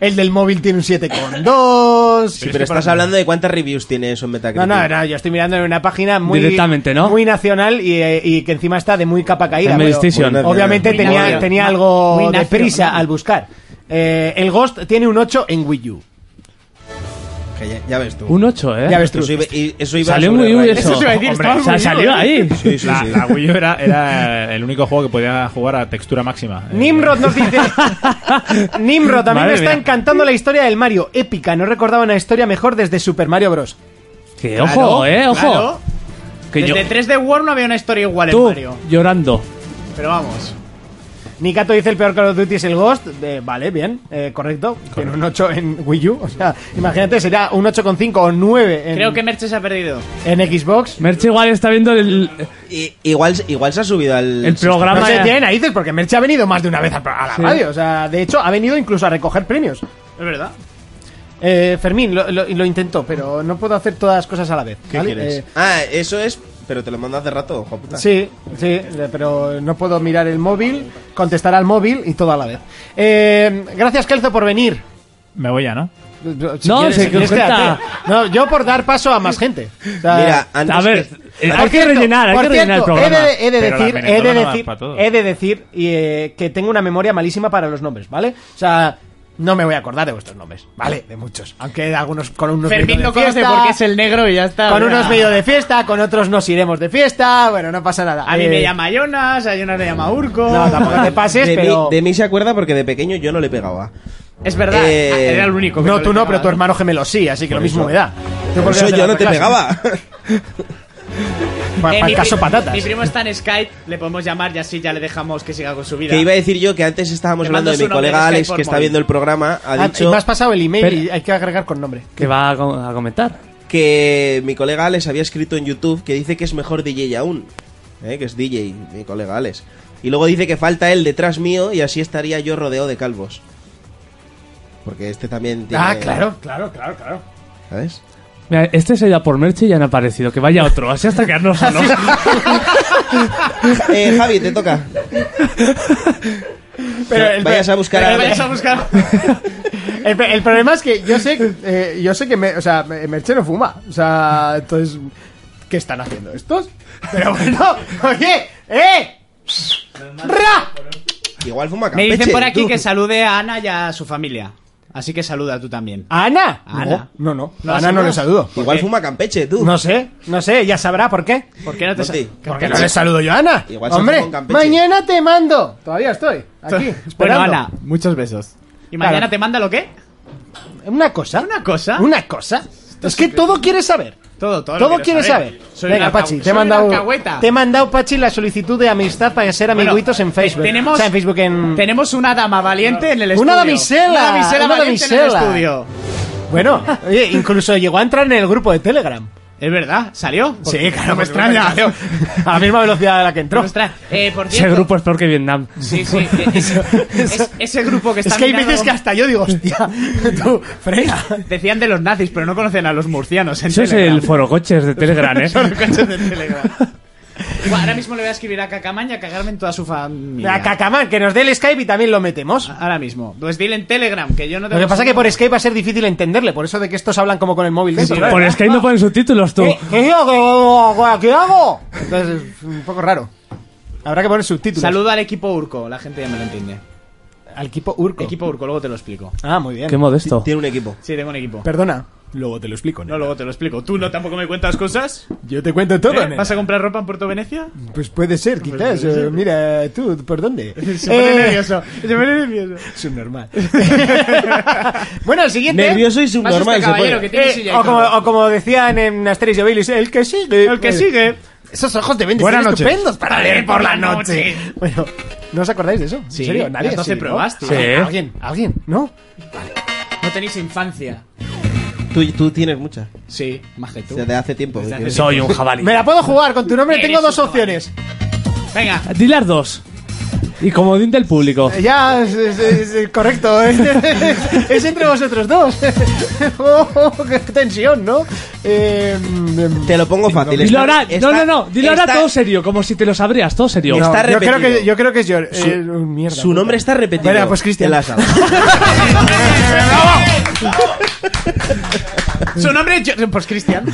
el del móvil tiene un 7,2.
Sí, pero estás hablando de cuántas reviews tiene eso en
No,
Metacritic.
no, no, yo estoy mirando en una página muy,
Directamente, ¿no?
muy nacional y, eh, y que encima está de muy capa caída.
En
pero
PlayStation.
Muy
Obviamente
nacional.
tenía,
Muy nacio-
tenía
ma-
algo
muy
de
nacio,
prisa
¿no?
al buscar. Eh, el Ghost tiene un 8 en Wii U.
Que ya, ya ves tú.
Un 8, ¿eh?
Ya ves tú.
Eso iba- y- eso iba
Salió
sobre
muy bien
raíz.
eso.
Eso se iba a decir,
Hombre,
estaba
o sea,
muy
salió
bien.
ahí.
Sí, sí,
la,
sí.
la Wii U era, era el único juego que podía jugar a textura máxima. Eh,
Nimrod nos dice... Nimrod, a mí
Madre
me está
mía.
encantando la historia del Mario. Épica, no recordaba una historia mejor desde Super Mario Bros.
Que
Claro,
ojo, ¿eh? Ojo.
claro.
Que yo...
Desde 3D World no había una historia igual en
Tú,
Mario.
llorando.
Pero vamos.
Nikato dice el peor Call of Duty es el Ghost. Eh, vale, bien, eh, correcto. Tiene un 8 en Wii U. O sea, imagínate, será un 8,5 o 9 en,
Creo que Merche se ha perdido.
en Xbox.
Merche igual está viendo el,
I- igual, igual se ha subido al.
el programa.
No se
ya.
tiene narices, porque Merche ha venido más de una vez a, a la
Sí.
radio. O sea, de hecho, ha venido incluso a recoger premios.
Es verdad.
Eh, Fermín lo, lo- lo intentó, pero no puedo hacer todas las cosas a la vez.
¿Qué
¿vale?
quieres?
Eh,
Ah, eso es. Pero te lo mando hace rato, ojo puta.
Sí, sí, eh, pero no puedo mirar el móvil, contestar al móvil y todo a la vez. Eh, gracias, Kelzo, por venir.
Me voy ya, ¿no?
Si
No,
quieres-
se
si quieres,
concreta.
quédate. No, yo por dar paso a más gente. O sea,
Mira, antes
A ver,
que-
eh,
Por
hay que
cierto,
rellenar, hay
por
que rellenar el
cierto,
programa.
He de, he de
Pero
decir,
la
he de
Venezuela no da
decir,
pa' todo.
he de decir y, eh, que tengo una memoria malísima para los nombres, ¿vale? O sea, no me voy a acordar de vuestros nombres, ¿vale? De muchos. Aunque algunos con unos
Fermín
me he ido
lo
de
conoce
fiesta,
porque es el negro y ya está.
Con
Ya.
unos medio de fiesta, con otros nos iremos de fiesta, bueno, no pasa nada.
A mí
Eh,
me llama Jonas, a Jonas le llama Urco.
No, tampoco te pases,
de,
pero...
mí, de mí se acuerda porque de pequeño yo no le pegaba.
Es verdad,
Ah,
Eh,
era el único. que
No,
le
tú no,
pegaba.
pero tu hermano gemelo sí, así que lo mismo
eso.
me da. Tú
Por
porque
eso
eres de
yo
la
no te
otra clase.
pegaba.
Pa-
Eh,
pa'
mi
el caso
pri-
patatas.
Mi primo está en Skype, le podemos llamar y así ya le dejamos que siga con su vida.
que iba a decir yo que antes estábamos
Te
hablando
mando
de
su
mi
nombre
colega
de Skype
Alex,
por
que está
móvil.
viendo el programa. Ha
Ah, y
dicho
me has pasado el email
Pero-
y hay que agregar con nombre.
Que va a, co- a comentar.
que mi colega Alex había escrito en YouTube que dice que es mejor DJ aún. ¿eh? Que es DJ, mi colega Alex. Y luego dice que falta él detrás mío y así estaría yo rodeado de calvos. Porque este también tiene.
Ah, claro, claro, claro, claro.
¿Sabes?
Mira, este se ha ido a por Merche y ya no ha aparecido. Que vaya otro, así hasta quedarnos solos.
Eh, Javi, te toca.
Pero el-
vayas a buscar
Pero
a-
vayas a buscar.
El, el problema es que yo sé, eh, yo sé que me, o sea, me- Merche no fuma. O sea, entonces, ¿qué están haciendo estos? Pero bueno, oye, ¡eh! ¡Ra!
Igual fuma
Me
campeche.
dicen por aquí
tú.
que salude a Ana y a su familia. Así que saluda tú también.
¿A Ana?
Ana.
No, no, no.
No,
A Ana
sí,
no
no.
le saludo.
Igual fuma campeche, tú.
No sé, no sé, ya sabrá por qué.
¿Por qué no te
Monty,
sal-
Porque no le saludo yo a Ana.
Igual se fue
Hombre,
con Campeche.
mañana te mando. Todavía estoy aquí,
Bueno,
esperando.
Ana,
Muchos besos.
¿y mañana
Claro.
te manda lo qué?
Una cosa.
¿Una cosa?
Una cosa. Es que todo quieres saber.
Todo, todo. lo
Todo
quiero
quieres saber.
Soy
Venga,
una
Pachi,
alcahu-
te he
soy una
mandado.
alcahueta.
Te he mandado, Pachi, la solicitud de amistad para ser
Bueno,
amiguitos en Facebook.
te- Tenemos,
O sea, en Facebook en.
tenemos una dama valiente en el estudio.
Una damisela,
Una damisela
una
valiente en el
damisela.
estudio.
Bueno, oye, incluso llegó a entrar en el grupo de Telegram.
Es Es verdad, salió.
Sí, claro,
no
me extraña.
Salió.
A la misma velocidad de la que entró.
Ostras, eh, por
Ese
cierto,
grupo es peor que Vietnam.
Sí, sí. eh, es- es- ese grupo que está
Es que hay
mirando-
veces que hasta yo digo, hostia, tú, frena.
Decían de los nazis, pero no conocen a los murcianos. En
Eso es
Telegram.
el foro coches de Telegram, ¿eh?
Son los coches de Telegram. Buah, ahora mismo le voy a escribir a Cacamaña a cagarme en toda su familia.
A Cacamán, que nos dé el Skype y también lo metemos.
Ahora mismo. Pues dile en Telegram, que yo no
Lo
tengo...
que pasa es que por Skype va a ser difícil entenderle, por eso de que estos hablan como con el móvil
Pues
dentro. ¿verdad?
Por Skype no ponen subtítulos, tú.
Eh,
¿Qué, qué hago? ¿Qué hago? Entonces, es un poco raro. Habrá que poner subtítulos.
Saludo al equipo Urco, la gente ya me lo entiende.
Al equipo Urco.
Equipo Urco, luego te lo explico.
Ah, muy bien.
Qué modesto.
Tiene un equipo.
Sí, tengo un equipo.
Perdona.
Luego te lo explico,
No, luego te lo explico. ¿Tú no tampoco me cuentas cosas?
Yo te cuento todo.
¿Eh? ¿Vas a comprar ropa en Puerto Venecia?
Pues puede ser, quizás. eh, Mira, tú, ¿por dónde?
Se pone
Eh,
nervioso. Se pone nervioso.
Subnormal. bueno, el siguiente. este
Nervioso y subnormal. se
este caballero
pone.
que tiene
Eh,
silla y
o, como,
todo.
o como decían en Asterix y Obelix, el que sigue.
El que sigue.
Esos ojos de vende
Buenas
son
noches.
estupendos para leer por la
noche.
noche. Bueno, ¿no os acordáis de eso? ¿En
Sí,
serio? ¿Nadie?
las doce
¿no?
pruebas, tío.
Sí. ¿Alguien? ¿Alguien? ¿No?
No tenéis infancia.
Tú, tú tienes mucha.
Sí, más que tú.
Desde hace tiempo.
Desde
que
hace
tienes.
Soy un jabalí.
Me la puedo jugar, con tu nombre
Eres
tengo
un
dos
caballo.
opciones.
Venga,
Di las dos. Y comodín del público.
Eh, Ya, es, es- es- es correcto. Es, es entre vosotros dos. Oh, qué tensión, ¿no? Eh, mm,
Te lo pongo fácil.
Dilo
está-
ahora.
está-
No, no, no. Dilo ahora
está-
todo serio, como si te lo sabrías, todo serio.
Está
yo, creo
repetido.
que, yo creo que es George.
Su-
Eh, un mierda,
Su
puta.
nombre está repetido.
Venga, pues, Cristian.
en la sala.
su nombre es... Jo- Pues Cristian.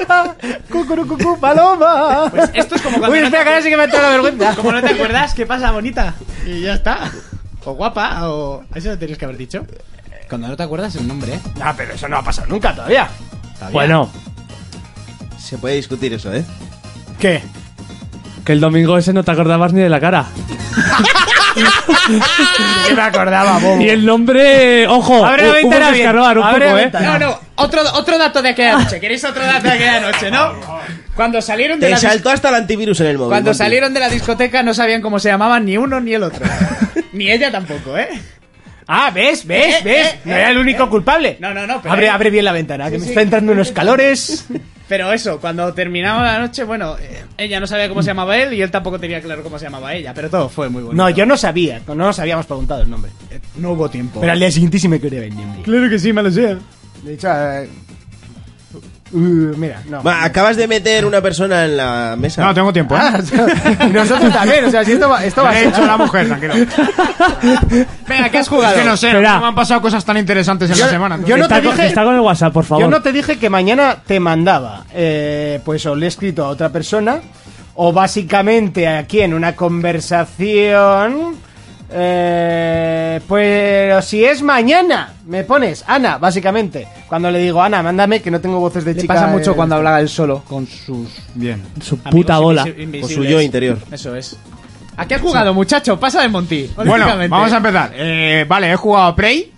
Cucurucucú, paloma.
Pues esto es como cuando no
Uy,
te
espera, que ahora sí que me ha entrado la vergüenza.
Como no te acuerdas, ¿qué pasa, bonita? Y ya está. O guapa, o... Eso lo tenías que haber dicho. Cuando no te acuerdas el nombre, ¿eh?
Ah, pero eso no ha pasado nunca todavía.
Bueno,
Se puede discutir eso, ¿eh?
¿Qué?
que el domingo ese no te acordabas ni de la cara.
Que me acordaba, bobo.
Y el nombre, ojo,
Abre la
hu- hubo
ventana
que
bien.
escarbar un
Abre
poco,
la
¿eh?
ventana.
No, no, otro, otro dato de aquella noche. ¿Queréis otro dato de aquella noche, no? Cuando salieron de
Te
la dis-
saltó hasta el antivirus en el móvil.
Cuando
Monty.
salieron de la discoteca no sabían cómo se llamaban ni uno ni el otro. ni ella tampoco, ¿eh?
Ah, ¿ves? ¿Ves?
Eh,
¿Ves?
eh,
no era el único culpable.
No, no, no, pero- eh.
Abre, abre bien la ventana, que me
sí.
está entrando unos calores.
Pero eso, cuando terminamos la noche, bueno, eh, ella no sabía cómo se llamaba él y él tampoco tenía claro cómo se llamaba ella, pero todo fue muy bonito. Eh,
No, yo no sabía. No nos habíamos preguntado el nombre.
No hubo tiempo.
Pero al día siguiente sí me quería venir.
Claro que sí, malo sea.
De hecho, eh, uh, mira, no.
Va, acabas de meter una persona en la mesa.
No, tengo tiempo. ¿eh?
Ah, y nosotros también, o sea, si esto va, esto va a
Le he
ser-
hecho a la mujer, tranquilo.
Venga, ¿qué has jugado?
Es que no sé,
Espera.
no me han pasado cosas tan interesantes en
Yo-
la semana.
yo no
está,
te
con,
dije-
está con el WhatsApp, por favor.
Yo no te dije que mañana te mandaba, eh, pues o le he escrito a otra persona, o básicamente aquí en una conversación. eh, pues si es mañana, me pones Ana, básicamente. Cuando le digo Ana, mándame que no tengo voces de
Le
chica.
pasa mucho
eh,
cuando hablaba él solo con sus
Bien.
Su puta bola.
O su yo interior.
Eso es. ¿A qué has jugado, muchacho? Pasa de Monty.
Bueno,
olímpicamente.
vamos a empezar. Eh, vale, he jugado a Prey.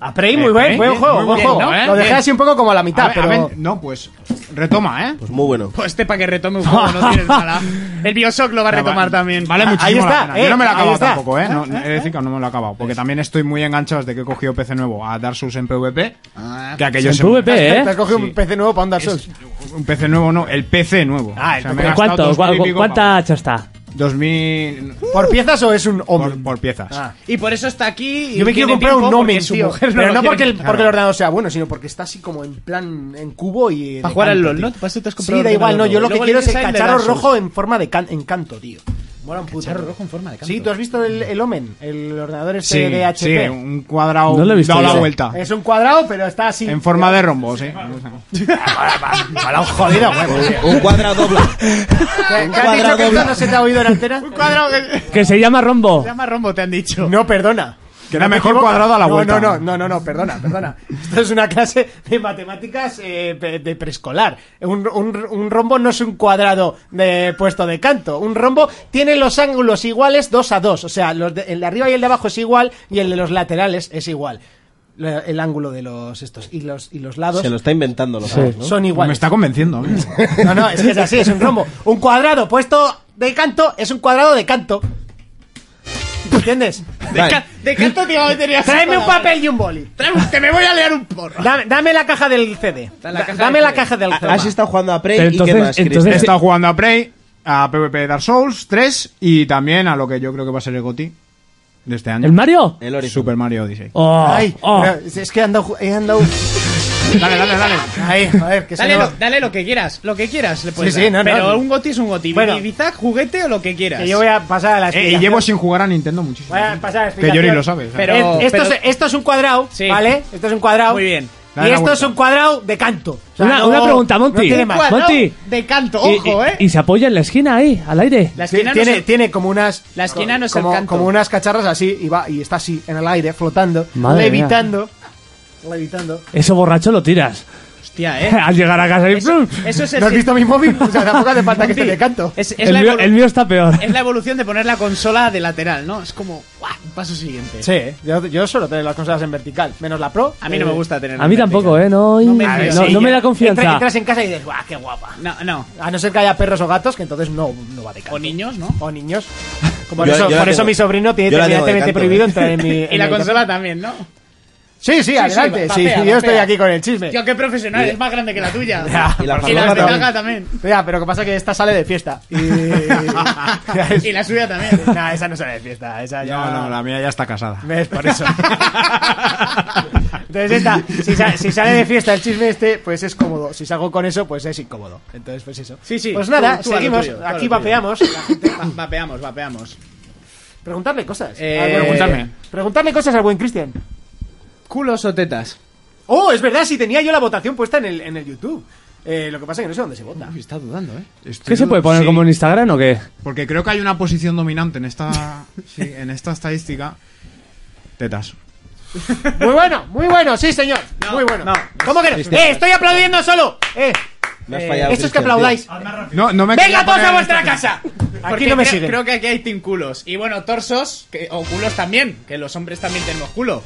A Prey,
Eh,
muy buen,
Prey,
buen
bien,
juego,
muy
buen
bien,
juego.
¿no, eh?
Lo dejé
Bien.
así un poco como a la mitad,
A ver, a
pero.
ver, no, pues retoma, ¿eh?
Pues muy bueno.
Pues este para que retome un juego, no tienes mala. El Bioshock lo va a retomar también.
Vale
Ah,
muchísimo
ahí está,
la pena. Yo
eh,
no me lo he
ahí
acabado
está.
tampoco, ¿eh? No, he de decir que no me lo he acabado. Porque también estoy muy enganchado desde que he cogido PC nuevo a Dark Souls en PvP. Que aquello
En
se-
PvP, ¿eh?
Ah, Te has cogido
Sí.
un PC nuevo para un Dark Souls.
Un PC nuevo no, el PC nuevo.
Ah, el
me he
¿Pero
gastado
¿Cuánto?
2000 y
¿Cu-
pico
¿Cuánta hacha está?
pavos. 2000
¿Por piezas o es un hombre?
por, por piezas.
Ah.
Y por eso está aquí. y
Yo me quiero
tiene
comprar un
tiempo porque
Nomen,
su
tío.
mujer lo
pero no
quiere.
porque el,
Claro.
porque el ordenador sea bueno, sino porque está así como en plan en cubo y.
Para
de
jugar al
canto,
LOL, ¿no?
tío.
Para eso te has comprado
Sí, da igual, no. Yo lo que
ordenador.
quiero es el
Luego le dices a él, le
cacharro
das
rojo en forma de can- en canto, tío. Mola un puto.
Cacharro rojo en forma de canto.
Sí, tú has visto el, el Omen, el ordenador este
Sí,
de
sí,
HP.
un cuadrado
No lo he visto
dado la
yo.
vuelta.
Es un cuadrado, pero está así.
En forma de rombo, sí.
Ah, Mola un jodido, huevo. tío.
Un cuadro doble.
¿Qué, qué has
cuadrado
dicho que esto
doblado.
no se te ha oído en antena? Oh.
Un cuadrado que.
Que se llama Rombo.
Se llama Rombo, te han dicho.
No, perdona.
Que era
No te
mejor
equivocas.
cuadrado a la
No,
vuelta.
No, no, no, no, no, perdona, perdona. Esto es una clase de matemáticas eh, pe- de preescolar. Un, un- un rombo no es un cuadrado de puesto de canto. Un rombo tiene los ángulos iguales dos a dos. O sea, los de- el de arriba y el de abajo es igual y el de los laterales es igual. La- el ángulo de los estos y los, y los lados
Se lo está inventando, lo
Sí.
sabes, ¿no?
son
Me
iguales.
está convenciendo. a mí.
No, no, es que es así, es un rombo. Un cuadrado puesto de canto es un cuadrado de canto. ¿Entiendes?
Vale.
De canto te iba a meter ya
Tráeme un
para-
papel y un boli.
Tráeme- Que me voy a leer un porro.
Dame, dame la caja del CD.
Da la
Da-
caja
dame
del
la
CD.
caja del CD.
Has estado jugando a Prey
Pero
y qué
entonces-
más, Chris?
He
entonces-
estado jugando a Prey, a PvP Dark Souls 3 y también a lo que yo creo que va a ser el GOTI de este año.
¿El Mario?
El Horizon.
Super Mario Odyssey.
Oh,
Ay,
oh.
pero es es que he andado. He andado...
Dale, dale, dale.
Ay, joder, que se
Dale
me va-
lo, dale lo que quieras, lo que quieras le puedes
Sí, sí,
dar.
no, no.
Pero un goti es un goti.
Bueno.
Bueno. juguete o lo que quieras.
Que yo voy a pasar a la
Eh, y
explicación.
llevo sin jugar a Nintendo muchísimo.
Voy a pasar a la
Que yo ni
explicación.
lo sabes.
Pero-
Eh, esto,
pero-
es, esto es un cuadrado,
Sí.
¿vale? Esto es un cuadrado.
Muy bien.
Dale
y
la
esto
vuelta.
es un cuadrado de canto. O sea,
Una-
no-
una pregunta, Monty.
no tiene
Un
más.
Cuadrado
Monty.
de canto,
Y-
ojo,
y,
eh.
y se apoya en la esquina ahí, al aire.
la esquina
tiene,
no se-
tiene como unas
La esquina no es el
como,
canto.
como unas cacharras así y va y está así en el aire flotando
Madre
levitando levitando
Eso borracho lo tiras.
Hostia, eh.
al llegar a casa y
Eso,
¡plum!
eso es el-
¿No has visto mi móvil? O sea, tampoco hace falta que
Sí.
esté de canto.
Es, es
el,
la
mío,
evolu-
el mío está peor.
es la evolución de poner la consola de lateral, ¿no? Es como, ¡guau! Un paso siguiente.
Sí, yo, yo suelo tener las consolas en vertical, menos la Pro. eh,
A mí no me gusta tener.
A mí
la
tampoco,
vertical.
¿eh? No,
No me
no-
fío.
no
Sí,
me
ya.
da confianza.
Entra- entras en casa y dices, ¡guau, qué guapa!
No, no.
A no ser que haya perros o gatos, que entonces no, no va de canto.
O niños, ¿no?
O niños. Por
Yo-
eso,
yo la
por eso
tengo-
mi sobrino tiene
yo la tengo de
terminantemente
canto,
prohibido
¿eh?
entrar en mi...
Y
en
la
mi-
consola también, ¿no?
Sí, sí, adelante.
va-
Sí,
vapea,
yo estoy
vapea.
aquí con el chisme.
Tío, qué profesional, es más grande que la tuya.
Ya.
Y la
y
farmacia
la de
también.
Gaga también.
Mira, pero que pasa que esta sale de fiesta. Y...
Eh, Y la suya también.
Nah, esa no sale de fiesta. Esa ya...
No, no, la mía ya está casada.
¿Ves? Por eso. Entonces esta, si, sa- si sale de fiesta el chisme este, pues es cómodo. Si salgo con eso, pues es incómodo. Entonces, pues eso.
Sí, sí.
Pues nada,
Tú- tú a lo
seguimos.
tuyo, tú a lo
Aquí
tuyo.
vapeamos.
La gente- va- Vapeamos, vapeamos.
Preguntarle cosas.
Eh,
Al buen
preguntarme.
Cristian. Preguntarle cosas al buen Cristian.
¿Culos o tetas?
Oh, es verdad, si tenía yo la votación puesta en el, en el YouTube. Eh, lo que pasa es que no sé dónde se vota.
Uy, está dudando, ¿eh?
¿Qué se puede poner
Sí,
como en Instagram o qué?
Porque creo que hay una posición dominante en esta, sí, en esta estadística. Tetas.
Muy bueno, muy bueno, sí, señor. muy bueno.
no.
¿Cómo que no? ¡Eh, estoy aplaudiendo solo! ¡Eh!
Me has
eh,
fallado,
eso es que
Cristian, tío.
aplaudáis.
No, no me
¡Venga
quería
todos
poner
a
en
vuestra
esta-
casa! Aquí
Porque
no me
creo,
siguen.
creo que aquí hay team culos. Y bueno, torsos que- o culos también, que los hombres también tenemos culo.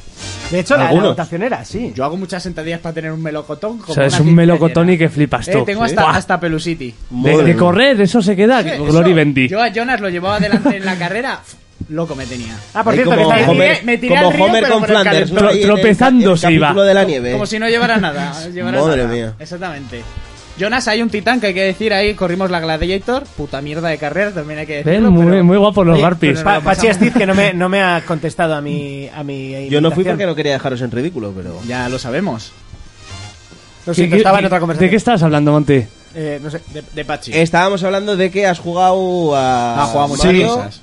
De hecho, la, la
Algunos.
votación era así.
Yo hago muchas sentadillas para tener un melocotón. Como
O sea, es
una
un
cinta
melocotón
llena.
y que flipas
Eh,
tú.
tengo hasta, hasta Pelusity.
De,
Madre
de
mía.
correr, eso se queda.
Eh, eso,
Glory Bendy.
Yo a Jonas lo llevaba adelante en la carrera. Loco me tenía.
Ah, por
Ahí
cierto,
como
que está
Me
Homer,
tiré- me tiré
como
al río,
Homer
pero
con
por el
Flanders.
calentón.
¿no? Ahí en el ca-
Tropezando
el
se iba.
capítulo de la nieve.
Como si no llevara nada. llevara
Madre
nada.
mía.
Exactamente. Jonas, hay un titán que hay que decir ahí. Corrimos la Gladiator. Puta mierda de carrera, también hay que decirlo.
Ven, muy,
pero-
muy guapos los
Oye,
barpis.
pero no-
Pa- Pachi Astiz, que no me, no me ha contestado a mi, a mi
Yo no fui porque
invitación.
no quería dejaros en ridículo, pero.
Ya lo sabemos.
Lo
¿Qué-
siento,
qué-
estaba en otra
¿De qué
conversación.
estás hablando, Monty?
Eh, no sé.
De, de Pachi.
Estábamos hablando de que has jugado a.
Ah,
Ha jugado muchas
Mario.
cosas.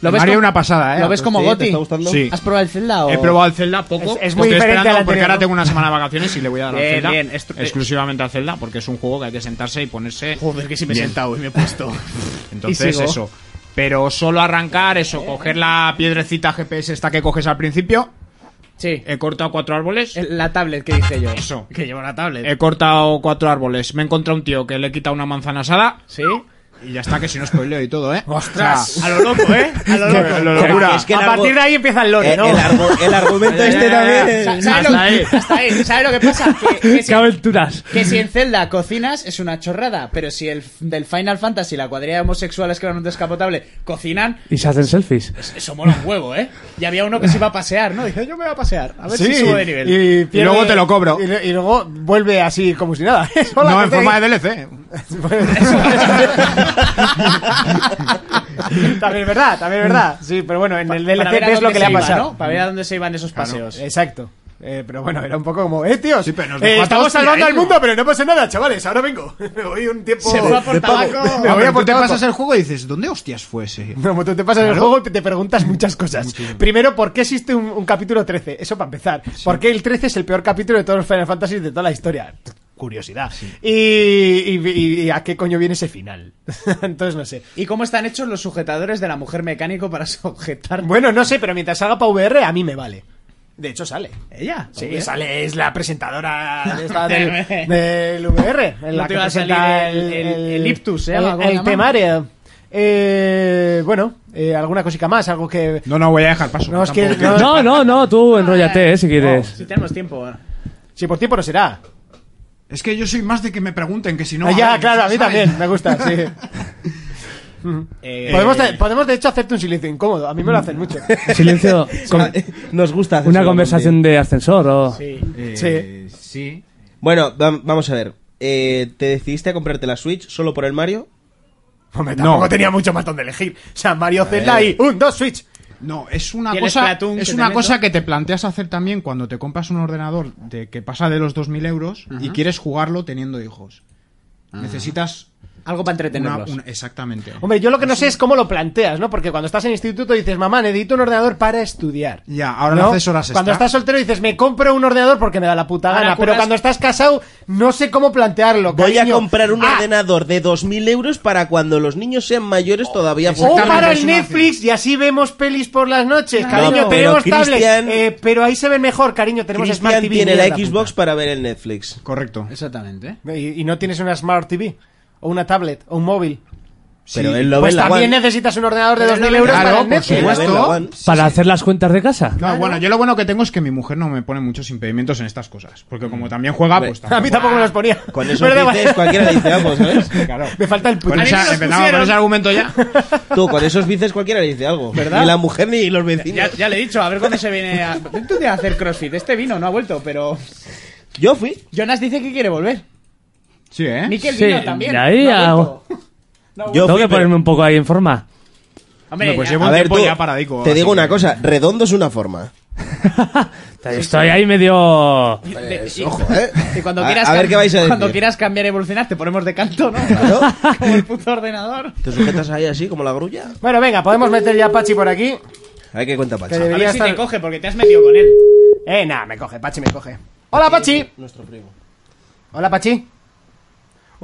Lo
ves
Mario
como-
una pasada, ¿eh?
lo ves como
Sí, ¿Te
Goti?
está gustando?
Sí.
¿Has probado el Zelda o...?
He probado el Zelda poco.
Es- es muy
estoy
diferente
esperando
al anterior,
porque ahora
¿no?
tengo una semana de vacaciones y le voy a dar
Bien,
al Zelda.
bien, estru-
exclusivamente al Zelda porque es un juego que hay que sentarse y ponerse.
Joder, que si me he
Bien.
sentado y me he puesto.
Entonces,
Y sigo.
eso. Pero solo arrancar,
Eh.
eso, coger la piedrecita GPS esta que coges al principio.
sí.
He cortado cuatro árboles.
El- La tablet que dije yo.
Eso.
Que llevo la tablet.
He cortado cuatro árboles. Me he encontrado un tío que le he quitado una manzana asada.
¿Sí?
Y ya está, que si no spoileo y todo, ¿eh?
¡Ostras! A lo loco, ¿eh? A lo loco.
lo locura.
Es que el
a
argu-
partir de ahí empieza el
eh,
lore,
el,
¿no?
argu- el argumento este también. es-
¿Sabes lo,
Hasta ahí.
hasta ahí. ¿Sabes lo que pasa? Que, que si,
¡Qué aventuras!
que si en Zelda cocinas es una chorrada, pero si el del Final Fantasy, la cuadrilla de homosexuales que van en un descapotable, cocinan,
Y se hacen selfies.
eso mola un huevo, ¿eh? Y había uno que se iba a pasear, ¿no? Dice, yo me voy a pasear, a ver si subo de nivel.
Y luego te lo cobro.
Y, y luego vuelve así como si nada. ¿eh? Hola,
No, en
estoy
forma
aquí.
de DLC.
también es verdad, también es verdad. Sí, pero bueno, en el
Para
DLC
ver a
ves lo
dónde
que le ha
se iba,
pasado.
¿no? Para ver a dónde se iban esos paseos.
Exacto. Eh, pero bueno, era un poco como, eh, tíos,
Sí, pero nos
eh,
dejó a
estamos
todos
salvando al
tiraísimo.
mundo, pero no pasa nada, chavales, ahora vengo. Me voy un tiempo...
Se fue a por
de pavo.
tabaco.
Me voy a por
te
tabaco.
pasas el juego y dices, ¿dónde hostias fue ese?
No, tú te pasas el juego y te- te preguntas muchas cosas. Primero, ¿por qué existe un, un capítulo 13? Eso para empezar. ¿Por qué el 13 es el peor capítulo de todos los Final Fantasy de toda la historia? Curiosidad. Y, y- y- y a qué coño viene ese final? Entonces no sé.
¿Y cómo están hechos los sujetadores de la mujer mecánico para sujetar?
Bueno, no sé, pero mientras salga para VR a mí me vale. De hecho sale.
ella.
Sí, ¿eh?
Hombre.
sale, es la
Ah,
presentadora de esta del, del VR. En
No
la
te
que
va a
presenta
salir el- el- el ictus, ¿eh?
El,
¿Cómo se
el
llama?
temario. Eh, bueno, eh, alguna cosica más, algo que...
No, no, voy a dejar paso.
No, es que-
tampoco.
no,
No, no, no, tú enrollate, eh, si quieres.
Si tenemos tiempo. ¿eh?
Si por tiempo no será.
Es que yo soy más de que me pregunten que si no...
Ah, ya,
hablan,
claro, a mí
¿sabes?
también, me gusta, sí.
Eh,
Podemos, de, podemos, de hecho, hacerte un silencio incómodo. A mí me lo hacen mucho.
Silencio. con-
Nos gusta. hacer
una
solamente-
conversación de ascensor o.
sí.
Eh, sí.
Bueno, vam- vamos a ver. Eh, ¿Te decidiste a comprarte la Switch solo por el Mario?
Hombre, Pues tampoco tenía mucho más donde elegir. O sea, Mario Zelda y un, dos, Switch.
No, es una
Y el
cosa,
Splatoon
es
que te
una
meto.
cosa que te planteas hacer también cuando te compras un ordenador de que pasa de los 2.000 euros y quieres jugarlo teniendo hijos.
Ah.
Necesitas
Algo para
una,
entretenerlos.
una- exactamente.
Hombre, yo lo que no sé es cómo lo planteas, ¿no? Porque cuando estás en instituto dices, mamá, necesito un ordenador para estudiar.
Ya, ahora
¿No?
no haces horas
Cuando
extra.
estás soltero dices, me compro un ordenador porque me da la puta
Ahora
gana. Pero
curras-
cuando estás casado, no sé cómo plantearlo.
Voy a
cariño.
comprar un
Ah,
ordenador de 2.000 euros para cuando los niños sean mayores todavía.
Oh,
O
puedan-
para
es
el
una
Netflix y así vemos pelis por las noches.
No,
Cariño,
pero
tenemos tablets.
Cristian-
eh, pero ahí se ven mejor, cariño. Tenemos Smart
Cristian
TV.
tiene la
mierda,
Xbox para ver el Netflix.
Correcto.
Exactamente.
puta. Y, y no tienes una Smart TV. O una tablet. O un móvil.
Pero él lo
pues
ve en la
también
One.
necesitas un ordenador de
Pero
2.000
no
euros
Claro,
para el
por
Netflix.
Él la ve en la One.
Para hacer las cuentas de casa.
No, bueno, yo lo bueno que tengo es que mi mujer no me pone muchos impedimentos en estas cosas. Porque como también juega,
Mm. Hombre,
pues
A mí tampoco me los ponía.
Con eso
Pero da igual.
dices, cualquiera dice "Ah, ¿eh?". algo, pues, ¿sabes?
Claro.
Me falta el puto.
Con esa-
A mí me los
empezamos con
pusieron.
ese argumento ya.
Tú, con esos dices cualquiera le dice algo.
¿Verdad?
Ni la mujer ni los
Ya,
vecinos.
ya le he dicho, a ver cuándo se viene a... Tú te vas a hacer crossfit. Este vino, no ha vuelto, pero...
Yo fui.
Jonas dice que quiere volver.
Sí, ¿eh?
Miquel
Sí,
vino también.
y ahí
no ha
hago-
vuelto. No ha vuelto.
Yo
Tengo
fui, pero-
que ponerme un poco ahí en forma.
Hombre,
pues
ya-
llevo-
A
un
ver,
tiempo
tú,
ya paradico,
te
así
digo una
que-
cosa, redondo es una forma.
Estoy ahí medio.
de-
Pues,
y-
ojo, ¿eh?
Y cuando
A-
quieras,
a ver qué vais a decir.
cuando quieras cambiar y evolucionar, te ponemos de canto, ¿no? Como el puto ordenador.
¿Te sujetas ahí así como la grulla?
Bueno, venga, podemos meter ya a Pachi por aquí.
A ver qué cuenta
Que
Pacha.
A
debería
ver si
estar...
te coge, porque te has metido con él.
Eh, nada, me coge, Pachi me coge. Hola, Pachi.
Nuestro primo.
Hola, Pachi.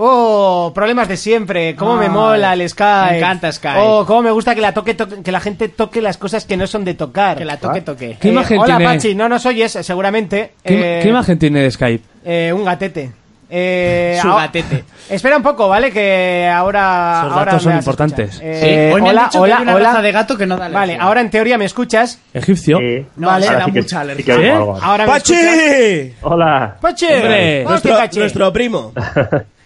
Oh, problemas de siempre. Cómo me mola el Skype.
Ah, me encanta Skype.
Oh, cómo me gusta que la toque, toque- que la gente toque las cosas que no son de tocar. Eh,
Que la
Ah.
toque, toque.
¿Qué imagen
hola,
tiene?
Pachi. No nos oyes, seguramente.
¿Qué,
Eh,
qué imagen tiene de Skype?
eh, un gatete. Eh,
Su
ah-
gatete.
Espera un poco, ¿vale? Que ahora.
Esos
ahora
datos
me
son
vas a escuchar.
importantes.
Eh,
Hoy me han
hola,
dicho que
hola,
hay una
hola.
raza de gato que no da
Vale,
alergia.
ahora en teoría me escuchas.
¿Egipcio?
No,
Vale.
se
Ahora
da
sí
mucha alergia.
¿Sí?
Ahora me
¡Pachi!
escuchas.
Hola.
¡Pachi!
Hombre.
Hostia,
Nuestro,
Pachi.
nuestro primo.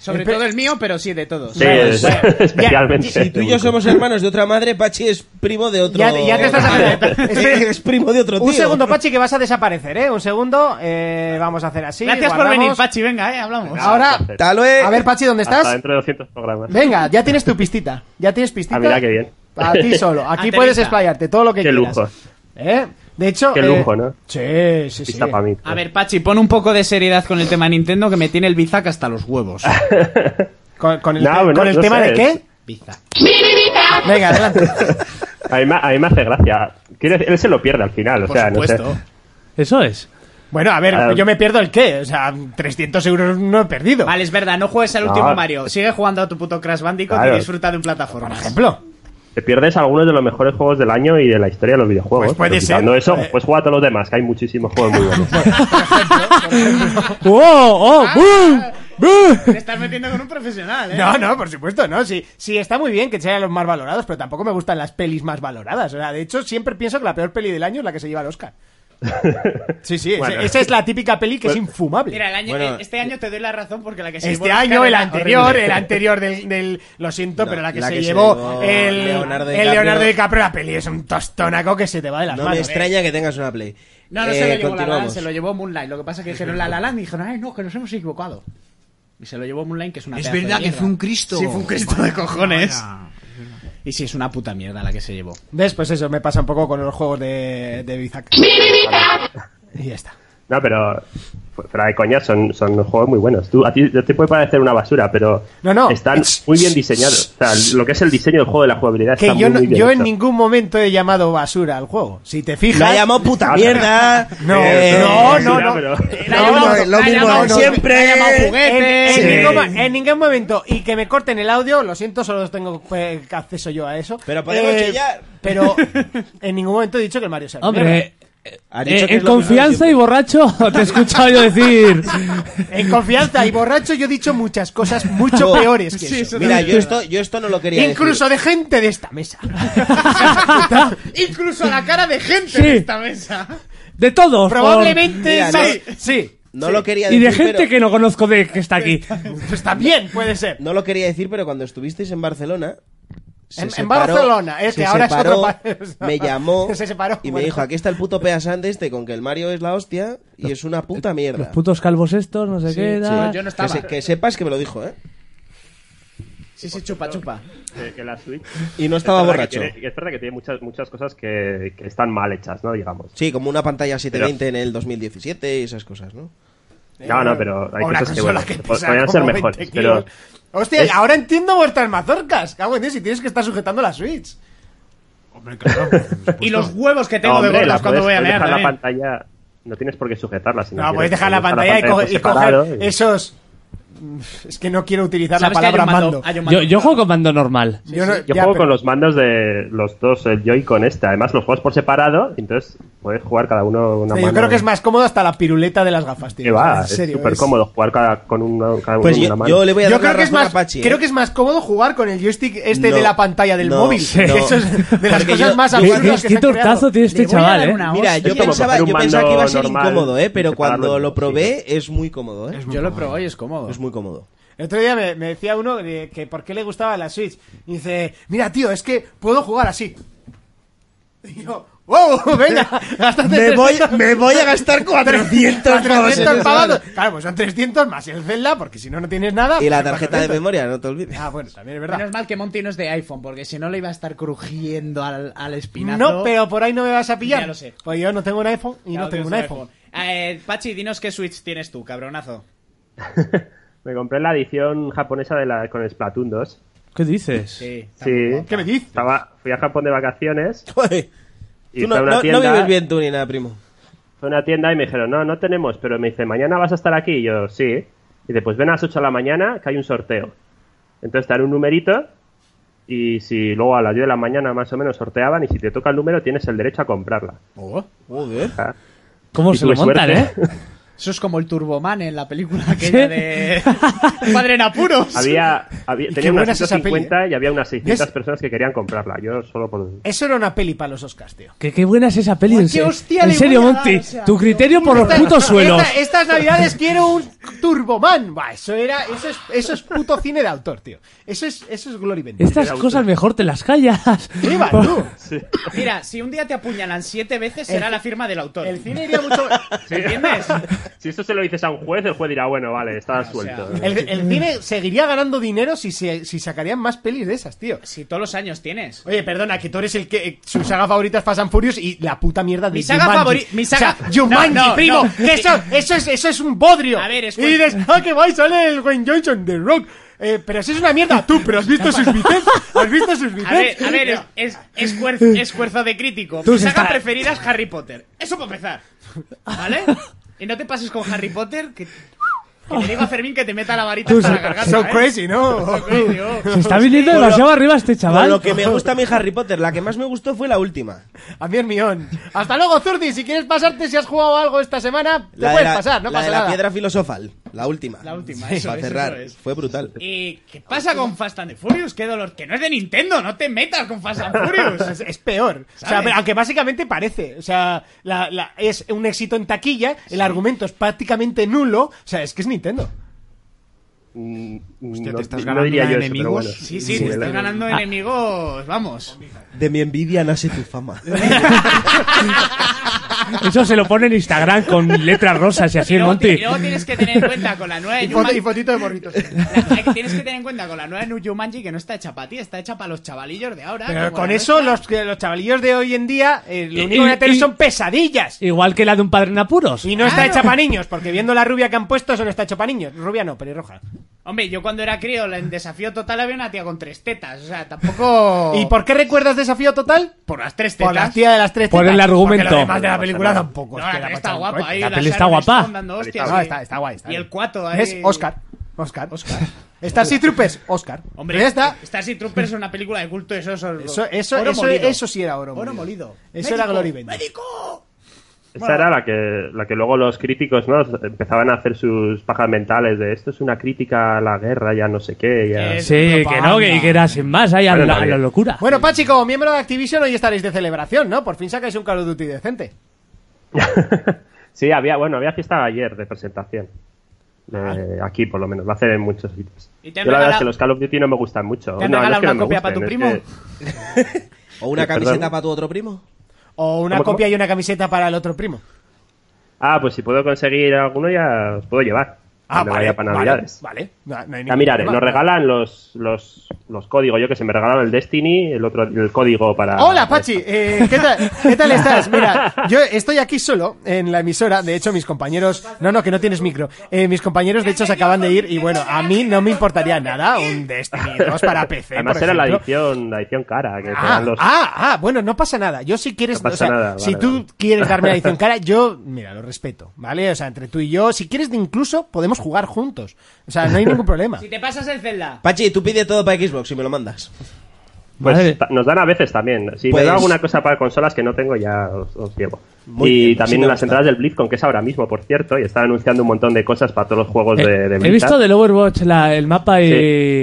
Sobre todo el mío, pero sí de todos.
Sí,
Bueno,
es-
bueno, ya-
especialmente.
Si tú y yo somos hermanos de otra madre, Pachi es primo de otro.
Ya, ya te estás
Es,
Espera,
es primo de otro tío.
Un segundo, Pachi, que vas a desaparecer, ¿eh? Un segundo, eh, vamos a hacer así.
Gracias por
guardamos.
venir, Pachi. Venga, eh, hablamos.
Ahora,
Hasta luego.
a ver, Pachi, ¿dónde
Hasta
estás?
dentro de 200 programas.
Venga, ya tienes tu pistita. Ya tienes pistita.
Ah, mira, qué bien.
A ti solo. Aquí
Aterriza.
puedes explayarte todo lo que
Qué
quieras.
lujo.
¿Eh? De hecho.
Qué
eh,
lujo, ¿no?
Sí, sí, sí.
Pista para mí.
A ver, Pachi, pon un poco de seriedad con el tema Nintendo que me tiene el Bizac hasta los huevos.
¿Con, con el,
No,
con
no,
el
no
tema
sé.
de qué?
Bizac.
Venga, adelante.
A mí, me- a mí me hace gracia. Quiero decir, él se lo pierde al final, o sea, no sé.
Eso es.
Bueno, a ver,
Ah.
yo me pierdo el qué. O sea, 300 euros no he perdido.
Vale, es verdad, no juegues al último
No.
Mario. Sigue jugando a tu puto Crash Bandicoot
Claro.
y disfruta de un plataforma.
Ejemplo.
Te pierdes algunos de los mejores juegos del año y de la historia de los videojuegos.
Pues puede
Pero quitando
ser.
eso, pues juega a todos los demás, que hay muchísimos juegos muy buenos.
¡Oh! ¡Oh! ¡Bum! ¡Bum!
Te estás metiendo con un profesional, ¿eh?
No, no, por supuesto, no. Sí, sí, está muy bien que sean los más valorados, pero tampoco me gustan las pelis más valoradas. O sea, de hecho, siempre pienso que la peor peli del año es la que se lleva el Oscar. Sí, sí,
Bueno.
esa es la típica peli que es infumable.
Mira, el año-
Bueno.
este año te doy la razón porque la que se llevó
este
la
año,
cara
el
era
anterior,
horrible.
el anterior del, del- Lo siento,
No,
pero la que
la
se
que se
llevó
llevó
el
Leonardo
Leonardo, el
DiCaprio.
Leonardo DiCaprio, la peli es un tostonaco que se te va de las
No me
manos.
extraña que tengas una play.
No, no
Eh,
se lo llevó la La Land,
continuamos.
se lo llevó Moonlight. Lo que pasa es que dijeron la La Land y dijeron, ay, no, que nos hemos equivocado. Y se lo llevó Moonlight, que es una
Es
pedazo de
verdad que
mierda.
fue un Cristo.
Sí, fue un Cristo de cojones. Y sí, es una puta mierda la que se llevó.
¿Ves? Pues eso me pasa un poco con los juegos de, de Bizac. y ya está.
No, pero fuera de coña, son, son juegos muy buenos. Tú, a ti te puede parecer una basura, pero
No, no.
están muy bien diseñados. O sea, lo que es el diseño del juego de la jugabilidad
Que
está
yo,
muy,
no-
muy bien
yo en
hecho.
ningún momento he llamado basura al juego. Si te fijas.
La llamó puta mierda.
No,
Eh,
no,
sí,
no, no.
pero-
No,
La llamó-
no, es lo
la
mismo
llamó-
de siempre.
la llamó
juguete.
En, en
Sí.
ningún, mo- en ningún momento. Y que me corten el audio, lo siento, solo tengo eh, acceso yo a eso. Eh,
Pero podemos chillar.
Pero en ningún momento he dicho que el Mario sea. una mierda.
Hombre,
Ha dicho
eh,
que
en
es lo mismo de
confianza
siempre.
y borracho te he escuchado yo decir.
En confianza y borracho yo he dicho muchas cosas mucho
Oh.
peores que eso.
Mira, yo esto, yo esto no lo quería
Incluso de gente de esta mesa.
Incluso la cara de gente
Sí.
de esta mesa.
De todos.
Probablemente
Mira,
sí.
no-
Sí.
decir. No lo quería
por- Y
decir.
de gente
pero,
que no conozco de que está aquí.
Pues también puede ser.
No lo quería decir, pero cuando estuvisteis en Barcelona,
En- en Barcelona, eh, que
se
ahora es otro
separó,
país.
Me llamó
Se separó,
y me
bueno.
dijo, aquí está el puto Pea Sande este con que el Mario es la hostia y es una puta mierda.
Putos calvos estos, no sé
Sí,
qué.
sí.
da.
Yo no
Que,
estaba.
se- que sepas que me lo dijo, ¿eh?
Sí, sí, chupa, chupa.
Que, que la Switch.
Y no estaba
es verdad
borracho.
que tiene- es verdad que tiene muchas, muchas cosas que, que están mal hechas, ¿no? Digamos.
Sí, como una pantalla 720 en el 2017 y esas cosas, ¿no?
Eh,
No, no, pero hay
O una
cosas que,
consola
bueno,
que
pod-
pesa
podrían
como
ser
20
mejores.
kilos.
Pero
Hostia,
Es-
ahora entiendo vuestras mazorcas. Cago en Dios, si tienes que estar sujetando la Switch.
Hombre, claro. por supuesto.
Y los huevos que tengo
no,
de
hombre, la
gordas cuando
puedes-
voy a
puedes
mear
dejar la
también.
pantalla. No tienes por qué sujetarla. Si
No,
quieres,
podéis dejar la
puedes
pantalla y,
por
coge- y
separado
coger
y-
esos... Es que no quiero utilizar la
¿Sabes que hay
palabra
un mando?
mando.
hay un mando.
Yo, yo juego con mando normal.
Yo, no-
Yo
ya,
juego
pero-
con los mandos de los dos, el Joy con esta. Además, los juegos por separado, entonces puedes jugar cada uno una
Sí, yo
mano.
creo que es más cómodo hasta la piruleta de las gafas, tío.
Que va,
en serio,
es súper
es-
cómodo jugar cada, con una, cada
Pues
uno
yo,
una mano.
yo le voy a
Yo
dar la
creo que, es
razón
más,
a Pachi. ¿eh?
creo que es más cómodo jugar con el joystick este
No,
de la pantalla del
no,
móvil.
sí.
Eso es de las
Porque
cosas
yo-
más
yo-
absurdas
¿Qué,
que se
qué
han creado.
tortazo tiene este
Le voy a dar
chaval, eh?
una
Mira,
hostia.
yo
Es como
pensaba,
coger un
yo pensaba
mando
que iba a ser
normal
incómodo, ¿eh?
y
Pero
separarlo
cuando
en
lo
dos,
probé es muy cómodo, ¿eh?
Yo lo probé y es cómodo.
Es muy cómodo.
El otro día me, me decía uno de que por qué le gustaba la Switch. Y dice, mira, tío, es que puedo jugar así. Y yo, wow, venga, gástate
Me voy,
300.
me voy a gastar 400 pavos en
300
eso.
pavados. Claro, pues son 300 más el Zelda, porque si no, no tienes nada.
Y la
pues,
tarjeta de
400.
memoria, no te olvides.
Ah, bueno, también es verdad.
Menos mal que Monty no es de iPhone, porque si no le iba a estar crujiendo al, al espinazo.
No, pero por ahí no me vas a pillar.
Ya lo sé.
Pues yo no tengo un iPhone y
Ya
no
lo
tengo un
tienes
iPhone.
Eh, Pachi, dinos qué Switch tienes tú, cabronazo.
Me compré la edición japonesa de la, con Splatoon 2.
¿Qué dices?
Sí. está muy
Sí.
guapa.
¿Qué me dices?
Estaba, fui a Japón de vacaciones
Joder,
y
tú
fue a
no,
una
no- no
tienda.
vives bien tú ni nada, primo.
Fue a una tienda y me dijeron, no, no tenemos, pero me dice, mañana vas a estar aquí. Y yo, sí. Y dice, pues ven a las 8 de la mañana que hay un sorteo. Entonces te dan un numerito y si luego a las 10 de la mañana más o menos sorteaban y si te toca el número tienes el derecho a comprarla.
Oh,
Ah.
Joder.
¿Cómo
Y
se lo
tuve
montan, eh?
suerte.
Eso es como el Turboman en la película aquella de... Padre en apuros.
había, había-
Y qué
tenía
buena
unas
es esa ¿eh?
150 y había unas 600
Es-
personas que querían comprarla. Yo solo por...
Eso era una peli para los Oscars, tío.
Qué, qué buena es esa peli.
Oye,
en se-
hostia,
en
le
serio,
voy a dar,
Monty.
o sea,
tu
tío.
criterio por los
Esta-
putos suelos.
esta- estas navidades quiero un Turboman. Buah, eso era, eso es, eso es puto cine de autor, tío. Eso es, eso es Glory Bendit.
Estas cosas mejor te las callas.
¿Qué va, tú?
Mira, si un día te apuñalan siete veces, será la firma del autor.
El cine iría mucho.
¿Entiendes?
Si esto se lo dices a un juez, el juez dirá, bueno, vale, está suelto.
El, el cine seguiría ganando dinero si, se- si sacarían más pelis de esas, tío.
Si todos los años tienes.
Oye, perdona, que tú eres el que. eh, su saga favorita es Fast and Furious y la puta mierda de
Mi saga
Jumanji.
favori- mi saga-
O sea, Jumanji,
No, no,
primo.
no.
que eso, eso, es, eso es un bodrio.
A ver, es
Y dices, ah, que guay, sale el Wayne Johnson de Rock. Eh, pero si es una mierda. Tú, pero has visto sus bíceps. Has visto sus bíceps.
A ver, a ver, es, es, es cuer- es cuerzo de crítico.
Tú
Mi
sí
saga
estás-
preferida es Harry Potter. Eso para empezar. ¿Vale? Y no te pases con Harry Potter, que, que le digo a Fermín que te meta la varita
Tú
hasta
sí-
la garganta.
So
¿eh?
crazy, ¿no?
So crazy, oh.
Se está viniendo
Con lo-
demasiado arriba este chaval.
Con lo que me gusta a mi Harry Potter, la que más me gustó fue la última.
A mí Hermión. Hasta luego, Zurdi. Si quieres pasarte, si has jugado algo esta semana, te
La de
puedes
la-
pasar, no
la
pasa
de la
nada.
piedra filosofal, la última.
La última,
Sí,
eso
Para
es,
cerrar,
eso es.
fue brutal.
¿Y qué pasa con Fast and the Furious? ¡Qué dolor! ¡Que no es de Nintendo! ¡No te metas con Fast and
Es,
Furious!
es peor. O sea,
¿Sabes?
pero aunque básicamente parece. O sea, la- la- es un éxito en taquilla, el argumento es prácticamente nulo. O sea, es que es Nintendo.
Mm,
Hostia,
no,
te estás
no
ganando
diría yo eso,
enemigos.
pero bueno.
Sí, sí, te estás
Ah.
ganando enemigos. Vamos.
De mi envidia nace tu fama.
Eso se lo pone en Instagram con letras rosas y así,
Y luego ti-
Monty.
y luego tienes que tener en cuenta con la nueva
Y,
Jumanji-
foto- y fotito de morritos.
la- hay que- tienes que tener en cuenta con la nueva New Jumanji que no está hecha para ti, está hecha para los chavalillos de ahora.
Pero
como
con
la
eso,
nuestra.
los, que- los chavalillos de hoy en día, eh, lo
Y-
único que van a tener
y-
son pesadillas.
Igual que la de un padre en apuros.
Y no está
Claro.
hecha para niños, porque viendo la rubia que han puesto, eso no está hecho para niños. Rubia no, pelirroja.
Hombre, yo cuando era crío en desafío total había una tía con tres tetas, o sea, tampoco...
¿Y por qué recuerdas Desafío Total?
Por las tres tetas?
Por la tía de las tres
Por
tetas.
el argumento.
Porque lo demás de la película tampoco.
No,
es
la
que la
peli está
pacharon
guapa.
cohetes.
ahí
La
la
peli está
Sharon
guapa.
Stone dando hostias
No,
y-
está, está guay.
Y
Está bien.
el cuato ahí...
¿Ves? Oscar. Oscar. Oscar. Starship Troopers. Oscar.
Hombre,
Pero ya está.
Starship Troopers es una película de culto, eso es oro-
Eso, eso,
oro
eso,
molido.
eso sí era oro.
Oro molido.
Eso era
Médico,
Glory Bendit.
¡Médico!
Esta era la que, la que luego los críticos ¿no? empezaban a hacer sus pajas mentales de esto es una crítica a la guerra, ya no sé qué. Ya...
Es-
Sí, que no, que, que era sin más, ahí a
Bueno,
la,
está
a la
bien.
locura.
Bueno, Pachi, como miembro de Activision, hoy estaréis de celebración, ¿no? Por fin sacáis un Call of Duty decente.
sí, había, bueno, había fiesta ayer de presentación. Eh,
Ah.
aquí, por lo menos, lo hacen en muchos sitios.
¿Y te
Yo
han
la verdad es
regalado-
que los Call of Duty no me gustan mucho.
¿Te han
No, no es
regalado
que no
una
me
copia para tu
gusten,
primo?
es que-
¿O una
Eh, perdón.
camiseta para tu otro primo?
O una
¿Cómo,
copia y una camiseta para el otro primo.
Ah, pues si puedo conseguir alguno ya os puedo llevar.
Ah,
Cuando vaya para Navidades.
Vale, vale. No, no hay
Ya
ningún
miraré,
problema.
nos regalan los, los, los códigos. Yo que se me regalaron el Destiny, el otro el código para.
Hola, Pachi. eh, ¿qué, tal, qué tal estás? Mira, yo estoy aquí solo en la emisora. De hecho, mis compañeros. No, no, que no tienes micro. Eh, mis compañeros, de hecho, se acaban de ir. Y bueno, a mí no me importaría nada un Destiny 2 para PC.
Además
por
era la
ejemplo.
edición, la edición cara, que
Ah,
eran los
ah, ah, bueno, no pasa nada. Yo si quieres,
No pasa
o sea,
nada,
si
vale,
tú
vale.
quieres darme la edición cara, yo, mira, lo respeto, ¿vale? O sea, entre tú y yo, si quieres incluso podemos jugar juntos. O sea, no hay ningún problema.
Si te pasas el Zelda.
Pachi, tú pide todo para Xbox y me lo mandas.
Pues
Madre.
ta- nos dan a veces también. Si
Pues-
me da alguna cosa para consolas que no tengo, ya os, os llevo.
Muy
y
pues
bien, sí
también
me
las
gusta.
entradas del BlizzCon, que es ahora mismo, por cierto, y está anunciando un montón de cosas para todos los juegos
Eh,
de, de
He
Blizzard.
visto del Overwatch la- el mapa y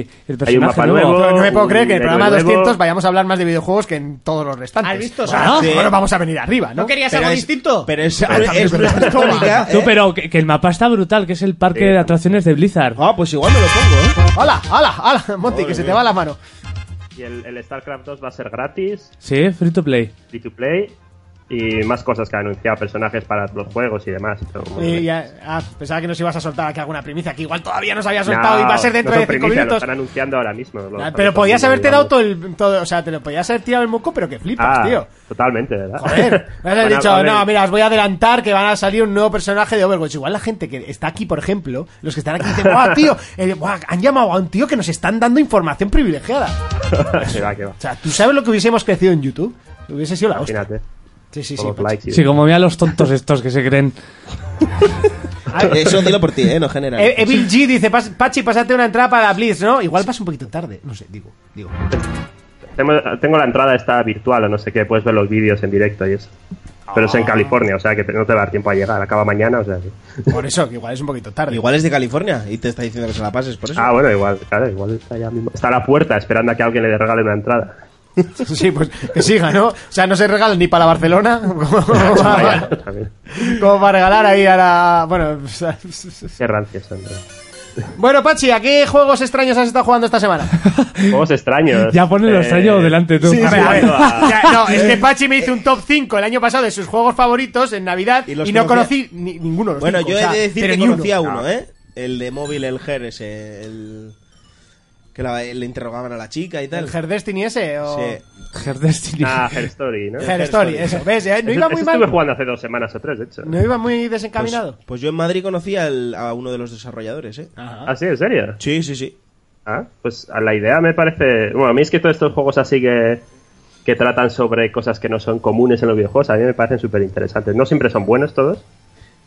Sí.
el personaje
Hay un mapa
nuevo.
nuevo.
Pero no me puedo
un
creer que en el
héroe
programa
nuevo.
200 vayamos a hablar más de videojuegos que en todos los restantes.
¿Has visto?
O sea,
Bueno,
ahora vamos a venir arriba, ¿no?
¿No querías
Pero
algo
es-
distinto?
Pero es,
Ah, también
es
es
nuestra
verdad.
tónica,
Tú,
¿eh?
pero que, que el mapa está brutal, que es el parque
Sí.
de atracciones de Blizzard.
Ah, pues igual me lo pongo, ¿eh?
¡Hala, hala, hala! Monty, que se te va la mano.
Y el, el StarCraft 2 va a ser gratis,
Sí, free to play.
free to play, y más cosas que ha anunciado, personajes para los juegos y demás. y todo. Muy
Eh,
bien.
ya- ah, pensaba que nos ibas a soltar aquí alguna primicia, que igual todavía nos había
No,
soltado y va a ser dentro
no son
de cinco
primicias, Lo
minutos.
están anunciando ahora mismo. lo
Ah,
están
Pero podías
anunciando,
haberte dado
digamos.
todo el. todo- o sea, te lo podías haber tirado el moco, pero que flipas,
Ah,
tío.
totalmente, ¿verdad?
Joder, me has
Bueno,
dicho,
a ver,
no, mira, os voy a adelantar que van a salir un nuevo personaje de Overwatch. Igual la gente que está aquí, por ejemplo, los que están aquí dicen, ¡guau, tío! eh, buah, han llamado a un tío que nos están dando información privilegiada.
que va, que va.
O sea, ¿tú sabes lo que hubiésemos crecido en YouTube? Hubiese sido la hostia.
Imagínate.
Sí, sí, sí.
todos los likes y-
Sí, como mira los tontos estos que se creen.
Eso dilo por ti, ¿eh? No general.
Eh, Evil G dice, "Pas- Pachi, pásate una entrada para Blitz, ¿no? Igual vas un poquito tarde. No sé, digo, digo.
Tengo, tengo la entrada esta virtual o no sé qué, puedes ver los vídeos en directo y eso. Pero
Ah.
es en California, o sea que te- no te va a dar tiempo a llegar, acaba mañana, o sea que-
Por eso, que igual es un poquito tarde.
Igual es de California y te está diciendo que se la pases por eso.
Ah, bueno, igual, claro, igual está ya mismo. Está a la puerta esperando a que alguien le regale una entrada.
Sí, pues que siga, ¿no? O sea, no se regalan ni para la Barcelona. como
Vaya,
para-
también.
Como para regalar ahí a la. Bueno. o sea,
Qué rancios son. ¿no?
Bueno, Pachi, ¿a qué juegos extraños has estado jugando esta semana?
Juegos extraños.
Ya ponen los
Eh,
extraños delante tú.
sí,
A ver,
Bueno, a-
o sea, no, es que Pachi me hizo un top 5 el año pasado de sus juegos favoritos en Navidad
Y
y,
los
no
conocía.
conocí ni- ninguno de los
Bueno,
cinco,
yo
o sea,
he de decir
pero
que
ni uno.
conocía uno, ¿eh? El de móvil, el GER, ese. El... Que la- le interrogaban a la chica y tal.
¿El Her Destiny ese? O...
Sí.
Her Destiny.
Ah, Her Story, ¿no?
Her Story, eso. ¿Ves? Eh, No
Ese-
iba
ese
muy
estuve
mal.
jugando hace dos semanas o tres, de hecho.
No iba muy
Pues,
desencaminado.
pues yo en Madrid conocía al- a uno de los desarrolladores, ¿eh?
¿Ah, sí? ¿En serio?
Sí, sí, sí.
Ah, pues a la idea me parece... Bueno, a mí es que todos estos juegos así que, que tratan sobre cosas que no son comunes en los videojuegos, a mí me parecen súper interesantes. No siempre son buenos todos.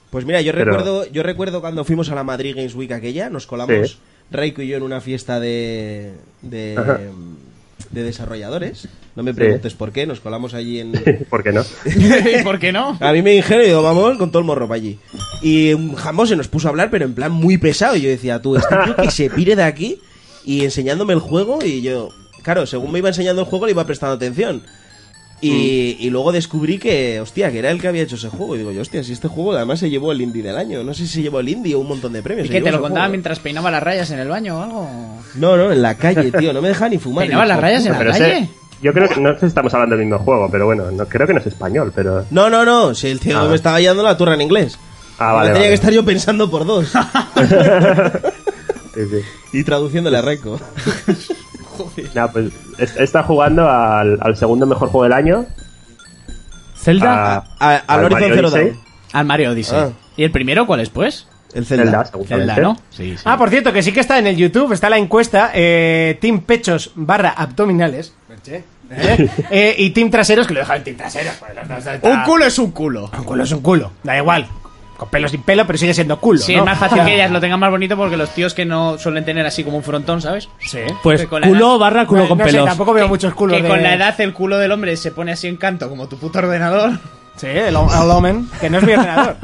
Pues mira, yo
Pero-
recuerdo, yo recuerdo cuando fuimos a la Madrid Games Week aquella, nos colamos
Sí.
Reiko y yo en una fiesta de de,
Ajá.
de desarrolladores. No me preguntes por qué, nos colamos allí en.
¿Por qué no?
¿Y por qué no?
A mí me dijeron, y digo, vamos con todo el morro para allí. Y un jambo se nos puso a hablar, pero en plan muy pesado. Y yo decía, tú, este tío que se pire de aquí y enseñándome el juego. Y yo, claro, según me iba enseñando el juego, le iba prestando atención. Y, y luego descubrí que, hostia, que era el que había hecho ese juego. Y digo, yo, hostia, si este juego además se llevó el indie del año. No sé si se llevó el indie o un montón de premios.
¿Y
se
que
llevó
te lo
ese
contaba
juego.
mientras peinaba las rayas en el baño o algo?
No, no, en la calle, tío. No me dejaba ni fumar.
¿Peinaba
Y
las
yo,
rayas en la
Pero
calle?
ese- yo creo que no sé si estamos hablando del mismo juego, pero bueno, no, creo que no es español, pero...
No, no, no. Si el tío
Ah.
me estaba hallando la turra en inglés.
Ah,
Me
vale,
Tenía
vale.
que estar yo pensando por dos.
Sí, sí.
y traduciéndole a Reiko.
Nah, pues es- está jugando al, al segundo mejor juego del año.
Zelda.
a-
Ah, a- al Horizon
Mario
Zero
Odyssey.
Dawn.
Al Mario Odyssey.
Ah.
¿Y el primero cuál es, pues?
El Zelda.
Zelda, seguramente.
Zelda, ¿no? Sí, sí.
Ah, por cierto, que sí que está en el YouTube, está la encuesta, eh, Team Pechos barra abdominales. ¿eh? Eh, y Team Traseros, que lo dejan en Team Traseros. pues, no, no, no, no.
Un culo es un culo.
Un culo es un culo, da igual. Con pelo sin pelo, pero sigue siendo culo.
Sí,
¿no?
es más fácil que ellas lo tengan más bonito porque los tíos que no suelen tener así como un frontón, ¿sabes?
Sí.
pues
que con la
culo
edad- Pues,
barra culo
No,
con
Pues no sé,
pelos.
tampoco veo muchos culos
que
de-
con la edad el culo del hombre se pone así en canto como tu puto ordenador.
Sí, el, o- el Omen, que no es mi ordenador.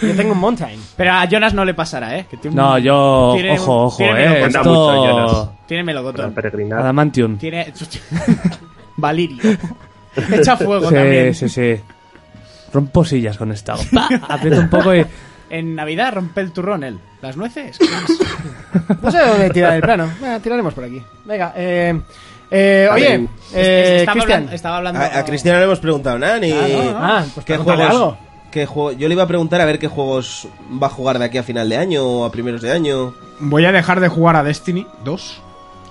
Yo tengo un Mountain.
Pero a Jonas no le pasará, ¿eh? Que tiene un-
No, yo.
Tiene un-
ojo, ojo,
tiene
eh.
melocotón.
Cuenta mucho, Jonas.
Esto.
Tiene
Para
melocotón.
peregrinar.
Adamantium.
Tiene... Valirio. Echa fuego
Sí,
también.
sí, sí. Rompo sillas con esta. Pa, Aprieto un poco y.
En Navidad rompe el turrón él. Las nueces.
No sé dónde tirar el plano. Venga, tiraremos por aquí. Venga, eh, eh,
A ver.
oye, eh,
Este, estaba,
Cristian.
hablando, estaba hablando.
Ah,
A, a Cristiano no le hemos preguntado nada, ni.
Ah, pues
¿Qué
pregúntale
juegos?
algo.
qué juego- Yo le iba a preguntar a ver qué juegos va a jugar de aquí a final de año o a primeros de año.
Voy a dejar de jugar a Destiny 2.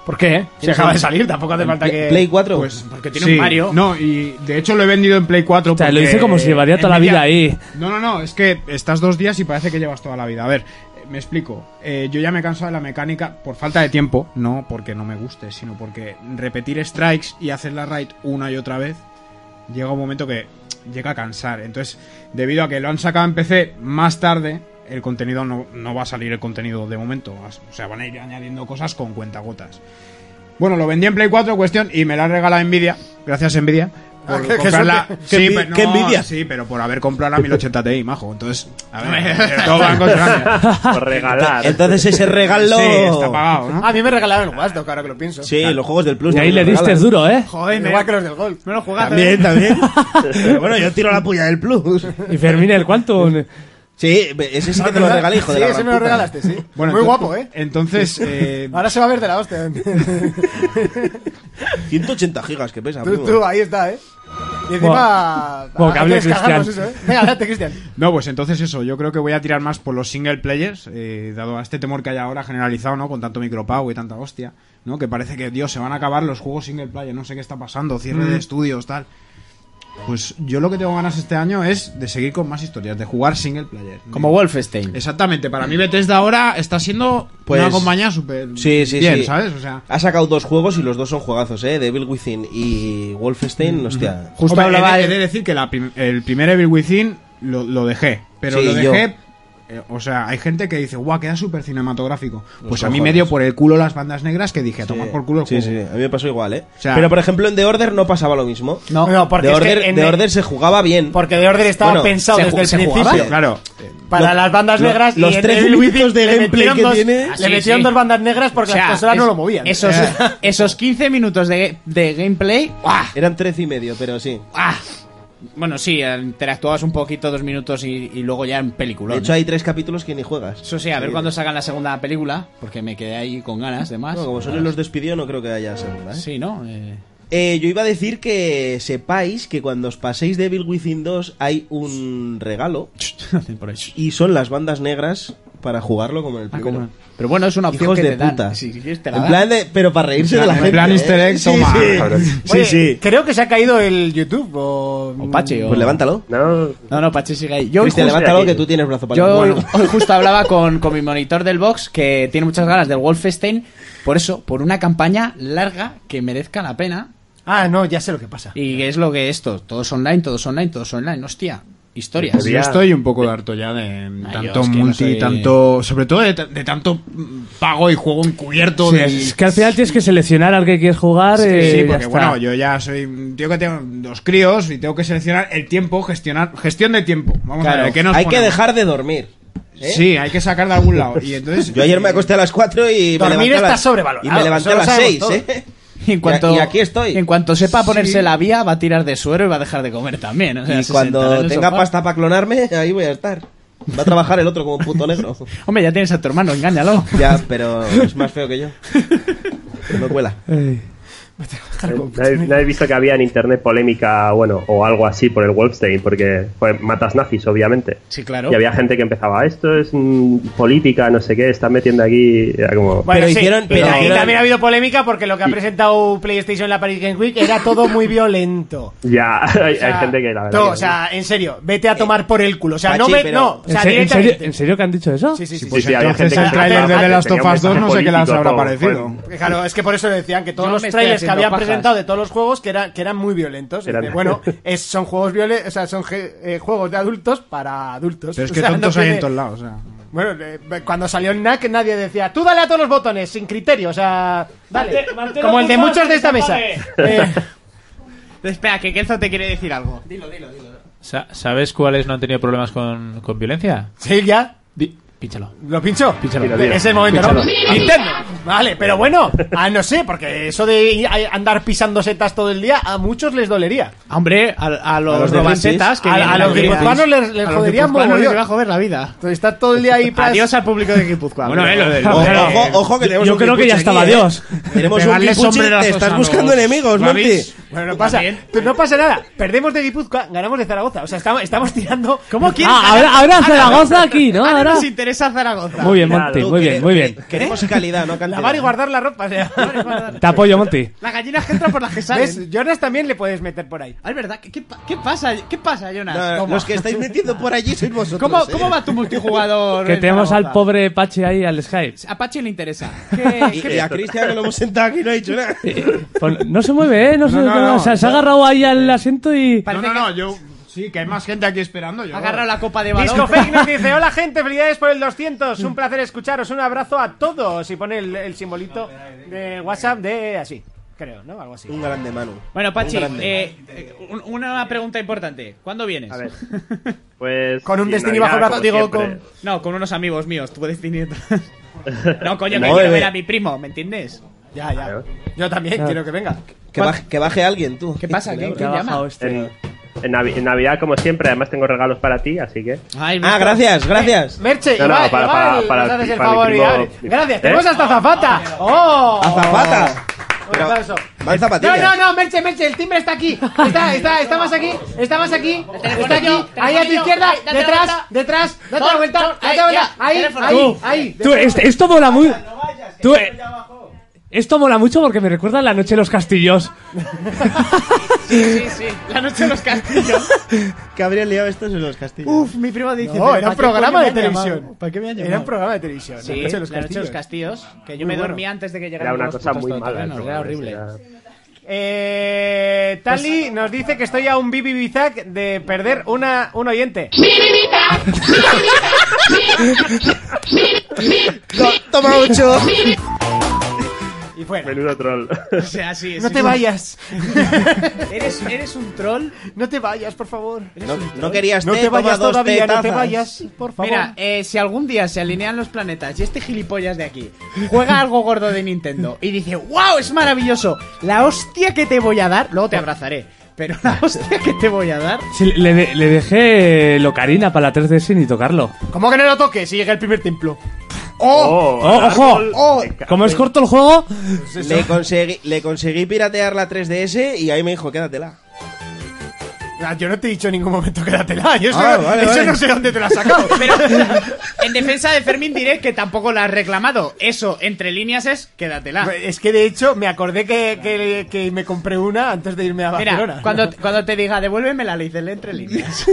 ¿Por qué? Se acaba de salir, tampoco hace falta
Play,
que...
Play 4.
Pues
porque tiene un Mario.
No, y de hecho lo he vendido en Play 4.
sea, lo
porque-
hice como si llevaría toda la
Nvidia-
vida ahí.
Eh, No, no, no, es que estás dos días y parece que llevas toda la vida. A ver, eh, me explico. Eh, yo ya me he cansado de la mecánica por falta de tiempo, no porque no me guste, sino porque repetir strikes y hacer la raid una y otra vez llega un momento que llega a cansar. Entonces, debido a que lo han sacado en PC más tarde, el contenido no, no va a salir el contenido de momento. O sea, van a ir añadiendo cosas con cuentagotas. Bueno, lo vendí en Play 4, cuestión, y me la regala Nvidia. Gracias, Nvidia. Por
Ah, qué- qué
comprarla.
suerte.
Sí, pues
Qué envi-
pero-
qué envidia.
Sí, pero por haber comprado la 1080 Ti, majo. Entonces, a ver, eh, todo va en contra.
Por regalar.
Entonces ese regalo.
Sí, está pagado, ¿no?
Ah, A mí me regalaron el Watchdog, ahora que lo pienso.
Sí, los juegos del Plus.
Y ahí
también
le
lo
diste
regalan.
duro, ¿eh?
Joder, Igual que los del Gold. No lo jugaste. Ah,
También, también. Pero bueno, yo tiro la puya del Plus.
Y Fermín, ¿el cuánto?
Sí, ese sí que te lo regalé, hijo
Ah, Sí,
de la
ese
gran
me lo
puta.
regalaste, sí.
Bueno,
Muy
entonces-
guapo, ¿eh?
Entonces, eh,
Ahora se va a ver de la hostia.
180 gigas que pesa,
tú,
primo.
tú, ahí está, ¿eh? Y encima...
Bueno, que hable
hay descargarnos
Cristian.
eso, ¿eh? Venga, adelante, Cristian.
No, pues entonces eso, yo creo que voy a tirar más por los single players, eh, dado a este temor que hay ahora generalizado, ¿no? Con tanto micropago y tanta hostia, ¿no? Que parece que, Dios, se van a acabar los juegos single player, no sé qué está pasando, cierre
Mm.
de estudios, tal. Pues yo lo que tengo ganas este año es de seguir con más historias, de jugar single player.
Como Wolfenstein.
Exactamente, para mí Bethesda ahora está siendo
Pues-
una compañía súper
Sí, sí,
bien,
sí.
¿sabes? O sea,
Ha sacado dos juegos y los dos son juegazos, ¿eh? Devil Within y Wolfenstein, hostia.
Mm, Justo
Hombre, he de- he de
decir que la prim- el primer Evil Within lo, lo dejé, pero
Sí,
lo
yo.
dejé. eh, O sea, hay gente que dice, guau, queda súper cinematográfico.
Los
pues a mí
cojones.
me dio por el culo las bandas negras que dije, a tomar por culo el
Sí,
juego.
sí, a mí me pasó igual, ¿eh?
O sea-
Pero por ejemplo en The Order no pasaba lo mismo.
No, no, porque
The
es que
Order,
en
The
el-
Order se jugaba bien.
Porque The Order estaba
Bueno,
pensado
se
desde
ju-
el
se jugaba.
principio
Sí,
Claro.
para
Lo-
las bandas
lo-
negras.
los
y en
tres
Evil Within
minutos
le
de gameplay
metieron
que
dos-
tiene-
Le
Sí,
metieron
sí.
dos bandas negras porque
O sea,
las consolas no
es-
lo movían. Eh.
Esos, esos 15 minutos de, de gameplay. ¡guau!
Eran 13 y medio, pero sí.
¡guau! Bueno, sí, eh, interactuabas un poquito, dos minutos y, y luego ya en película.
De hecho hay tres capítulos que ni juegas.
Eso sí, a ver cuándo sacan la segunda película, porque me quedé ahí con ganas de más. Ah.
No, como Sony los despidió no creo que haya segunda, ¿eh?
Sí, ¿no? Eh,
Eh, yo iba a decir que sepáis que cuando os paséis Devil Within 2 hay un regalo
por ahí.
y son las bandas negras para jugarlo como en el
Ah,
primero.
como- Pero bueno, es una opción
Hijos
que
de
te dan.
puta.
Si quieres te la
En
dan. este-
plan de, pero para reírse de la
En
gente.
plan
¿eh?
easter egg, toma.
Oye,
Sí, sí.
Creo que se ha caído el YouTube o.
O Pache, o-
Pues levántalo.
No,
No, no, Pache sigue ahí. Yo, hoy
Cristian,
justo-
levántalo
aquí.
que tú tienes brazo para
yo hoy-
Bueno,
hoy justo hablaba con, con mi monitor del box que tiene muchas ganas del Wolfenstein. Por eso, por una campaña larga que merezca la pena.
Ah, no, ya sé lo que pasa.
Y que es lo que esto. Todos online, todos online, todos online. Hostia, historias.
Yo estoy un poco de harto ya de mm,
Ay, yo
tanto
es que no
multi,
soy-
tanto. Sobre todo de, ta- de tanto mm, pago y juego encubierto. de...
es que al final tienes que seleccionar al que quieres jugar.
Sí,
eh,
sí,
ya
porque
está.
bueno, yo ya soy un tío que tengo dos críos y tengo que seleccionar el tiempo, gestionar, gestión de tiempo. Vamos a
Claro,
ver, ¿qué nos
hay que
ponemos?
dejar de dormir. ¿eh?
Sí, hay que sacar de algún lado. Y entonces,
Yo ayer me acosté a las 4 y me
Dormir
levanté a
está
las-
sobrevalorado,
Y me
eso
levanté a
lo
las
sabemos
6,
todos.
¿eh?
Y en cuanto,
y aquí estoy.
En cuanto sepa ponerse la vía, va a tirar de suero y va a dejar de comer también. o sea,
Y
se sentará en
cuando
el
tenga
sofá.
pasta para clonarme, ahí voy a estar. Va a trabajar el otro como un puto negro.
Hombre, ya tienes a tu hermano, engáñalo.
Ya, pero es más feo que yo. Pero no cuela.
Eh,
no he, no he visto que había en internet polémica, bueno, o algo así por el Wolfstein, porque joder, matas nazis, obviamente.
Sí, claro.
Y había gente que empezaba, esto es mm, política, no sé qué, están metiendo aquí. Era como.
Bueno,
Pero
sí,
hicieron-
pero
pero
ahí
hicieron-
también ha habido polémica porque lo que ha presentado PlayStation en la Paris Game Week era todo muy violento.
Ya, hay,
O sea,
hay gente que la verdad.
todo,
que-
o sea, en serio, vete a tomar por el culo. O sea,
Pachi,
no me.
pero- pues
No, o sea,
¿en, se- en serio,
directamente.
¿En serio que han dicho eso?
Sí, sí, sí. sí.
Sí, sí, había
entonces
gente
el
que
tráiler de
que
The Last
tenía
of
un
Us 2 no sé qué les
mensaje
habrá
político,
parecido.
joder.
Porque, Claro, es que por eso decían que todos
Yo
los
me estoy
trailers que
haciendo
habían
pajas.
presentado de todos los juegos que eran, que eran muy violentos. Y
Eran-
dice, bueno, es- son juegos violen- o sea, son ge- eh, juegos de adultos para adultos.
Pero es
O
que
sea, no
tontos hay en
tiene-
todos lados. O sea.
Bueno, eh, cuando salió el NAC nadie decía, tú dale a todos los botones, sin criterio, o sea, dale. Como el de muchos de esta mesa. Eh,
Espera, que Kelzo te quiere decir algo. Dilo, dilo, dilo.
¿Sabes cuáles no han tenido problemas con, violencia?
sí, ya.
Di-
Pínchalo.
¿Lo pincho?
Pínchalo.
Es el momento, ¿no?
Pínchalo.
Nintendo. Vale, pero bueno, ah, no sé, porque eso de ir- a- andar pisando setas todo el día a muchos les dolería.
Hombre, a, a los,
A los de Greenpeace.
robasetas que
A-
vienen
a los
aquí,
guipuzcoanos les- les
a los
jodería
guipuzcoanos
mogollón.
les va a joder la vida.
Entonces estás todo el día ahí plas-
Adiós al público de Guipúzcoa.
Bueno,
hombre.
eh, lo del.
Ojo,
eh,
ojo, ojo, que
yo-
tenemos
yo
un
creo que
quipuche
ya estaba
aquí, ¿eh?
Dios.
Tenemos un
Pegarle
quipuche,
sombrazos
te estás
a
buscando
los-
enemigos,
¿Lo
Monty.
habéis?
Bueno, no pasa, no pasa nada. Perdemos de Guipúzcoa, ganamos de Zaragoza. O sea, estamos, estamos tirando.
¿Cómo quieres?
Ah, ahora, ahora Zaragoza aquí, ¿no?
Ahora
Ahora.
nos interesa Zaragoza.
Muy bien,
Claro,
Monty,
Tú,
muy bien,
quere-
muy bien.
quere- Queremos calidad, eh, no cantidad.
Lavar y guardar la ropa. o sea.
Te apoyo, Monty.
Las gallinas que entran por las que
¿Ves?
salen.
Jonas también le puedes meter por ahí.
Ah, Es verdad, ¿qué, qué, pa- qué pasa, ¿qué pasa, Jonas?
No,
¿Cómo?
los que estáis metiendo por allí sois vosotros.
¿Cómo,
eh.
¿Cómo va tu multijugador?
Que
en
tenemos al
Zaragoza?
pobre Pache ahí al Skype.
A Pachi le interesa. ¿Qué-
Y,
qué-
y a Cristian que lo hemos sentado aquí no ha dicho nada.
Pon- No se mueve, ¿eh? No se,
No, no,
no,
no.
se, se ha agarrado ahí al asiento y...
No,
parece
no, no,
que-
yo. Sí, que hay más gente aquí esperando. Yo.
Ha agarrado la copa de balón.
Disco Fake nos dice: Hola gente, felicidades por el 200. Un placer escucharos. Un abrazo a todos. Y pone el, el simbolito de WhatsApp de así, creo, ¿no? Algo así.
Un grande Manu.
Bueno, Pachi,
Un grande.
eh, eh, un- una pregunta importante. ¿Cuándo vienes?
A ver. Pues.
Con un
y
Destiny
Navidad,
bajo el brazo,
como
digo,
siempre.
No, con unos amigos míos. Tú puedes venir. no, coño, que
No,
quiero
bebé.
ver a mi primo, ¿me entiendes?
Ya, ya. Yo también quiero que venga.
Que, baje, que baje alguien, tú.
¿Qué pasa? ¿Quién,
Que ha
quién
bajado
llama?
este.
En, en Navi- en Navidad, como siempre, además tengo regalos para ti, así que.
Ay,
Ah,
macho.
gracias, gracias.
Eh, Merche,
No, no,
igual,
para-
igual,
para- para
nos
el-
haces el
para el
favor.
primo-
Iván. Gracias,
¿Eh?
tenemos hasta Zapata. ¡Oh!
¡A Zapata!
Un aplauso.
Va en
No,
zapatillas.
no, no, Merche, Merche, el timbre está aquí. Está, está, está más aquí, está más aquí, está aquí. Ahí a tu izquierda, detrás, detrás, date la vuelta, date la vuelta. Ahí, ahí, ahí.
Tú, est-
este,
esto mola muy... Tú, eh, esto mola mucho porque me recuerda a la noche de los castillos.
Sí, sí. La noche de los castillos.
Que habrían liado estos en los castillos.
Uf, mi primo dice.
No, era un programa de televisión.
¿Para qué me han llamado?
Era un programa de televisión.
Sí, la noche de los, castillos. Que yo me dormí antes de que llegara
Era una cosa muy mala. el programa
Era
ese,
horrible.
era-
Eh, Tali nos dice que estoy a un bibi bizac de perder una, un oyente.
To- Toma ocho.
Y fuera.
Menudo troll.
O sea, sí.
No
sí.
te vayas.
Eres, eres un troll.
No te vayas, por favor.
No, no querías
No
té,
te vayas
toma dos té,
todavía, no te
tazas.
vayas, por favor.
Mira, eh, si algún día se alinean los planetas y este gilipollas de aquí juega algo gordo de Nintendo y dice, wow, es maravilloso, la hostia que te voy a dar, luego te abrazaré, pero la hostia que te voy a dar...
Sí, le, de- le dejé Locarina para la 3D sin ni tocarlo.
¿Cómo que no lo toques si llega el primer templo?
¡Oh!
¡Oh, ojo!
árbol.
¡Oh!
Me cago
Como es
eh,
en-
corto el juego,
Le conseguí, le conseguí piratear la 3DS y ahí me dijo, quédatela.
Ah, Yo no te he dicho en ningún momento quédatela. Yo eso,
Ah,
no,
vale,
eso
vale.
no sé dónde te la has sacado.
Pero o sea, en defensa de Fermín diré que tampoco la has reclamado. Eso, entre líneas, es quédatela.
Pues Es que de hecho me acordé que, que- que me compré una antes de irme a Barcelona.
Mira, cuando, cuando te diga devuélvemela, le dices, "Le entre líneas.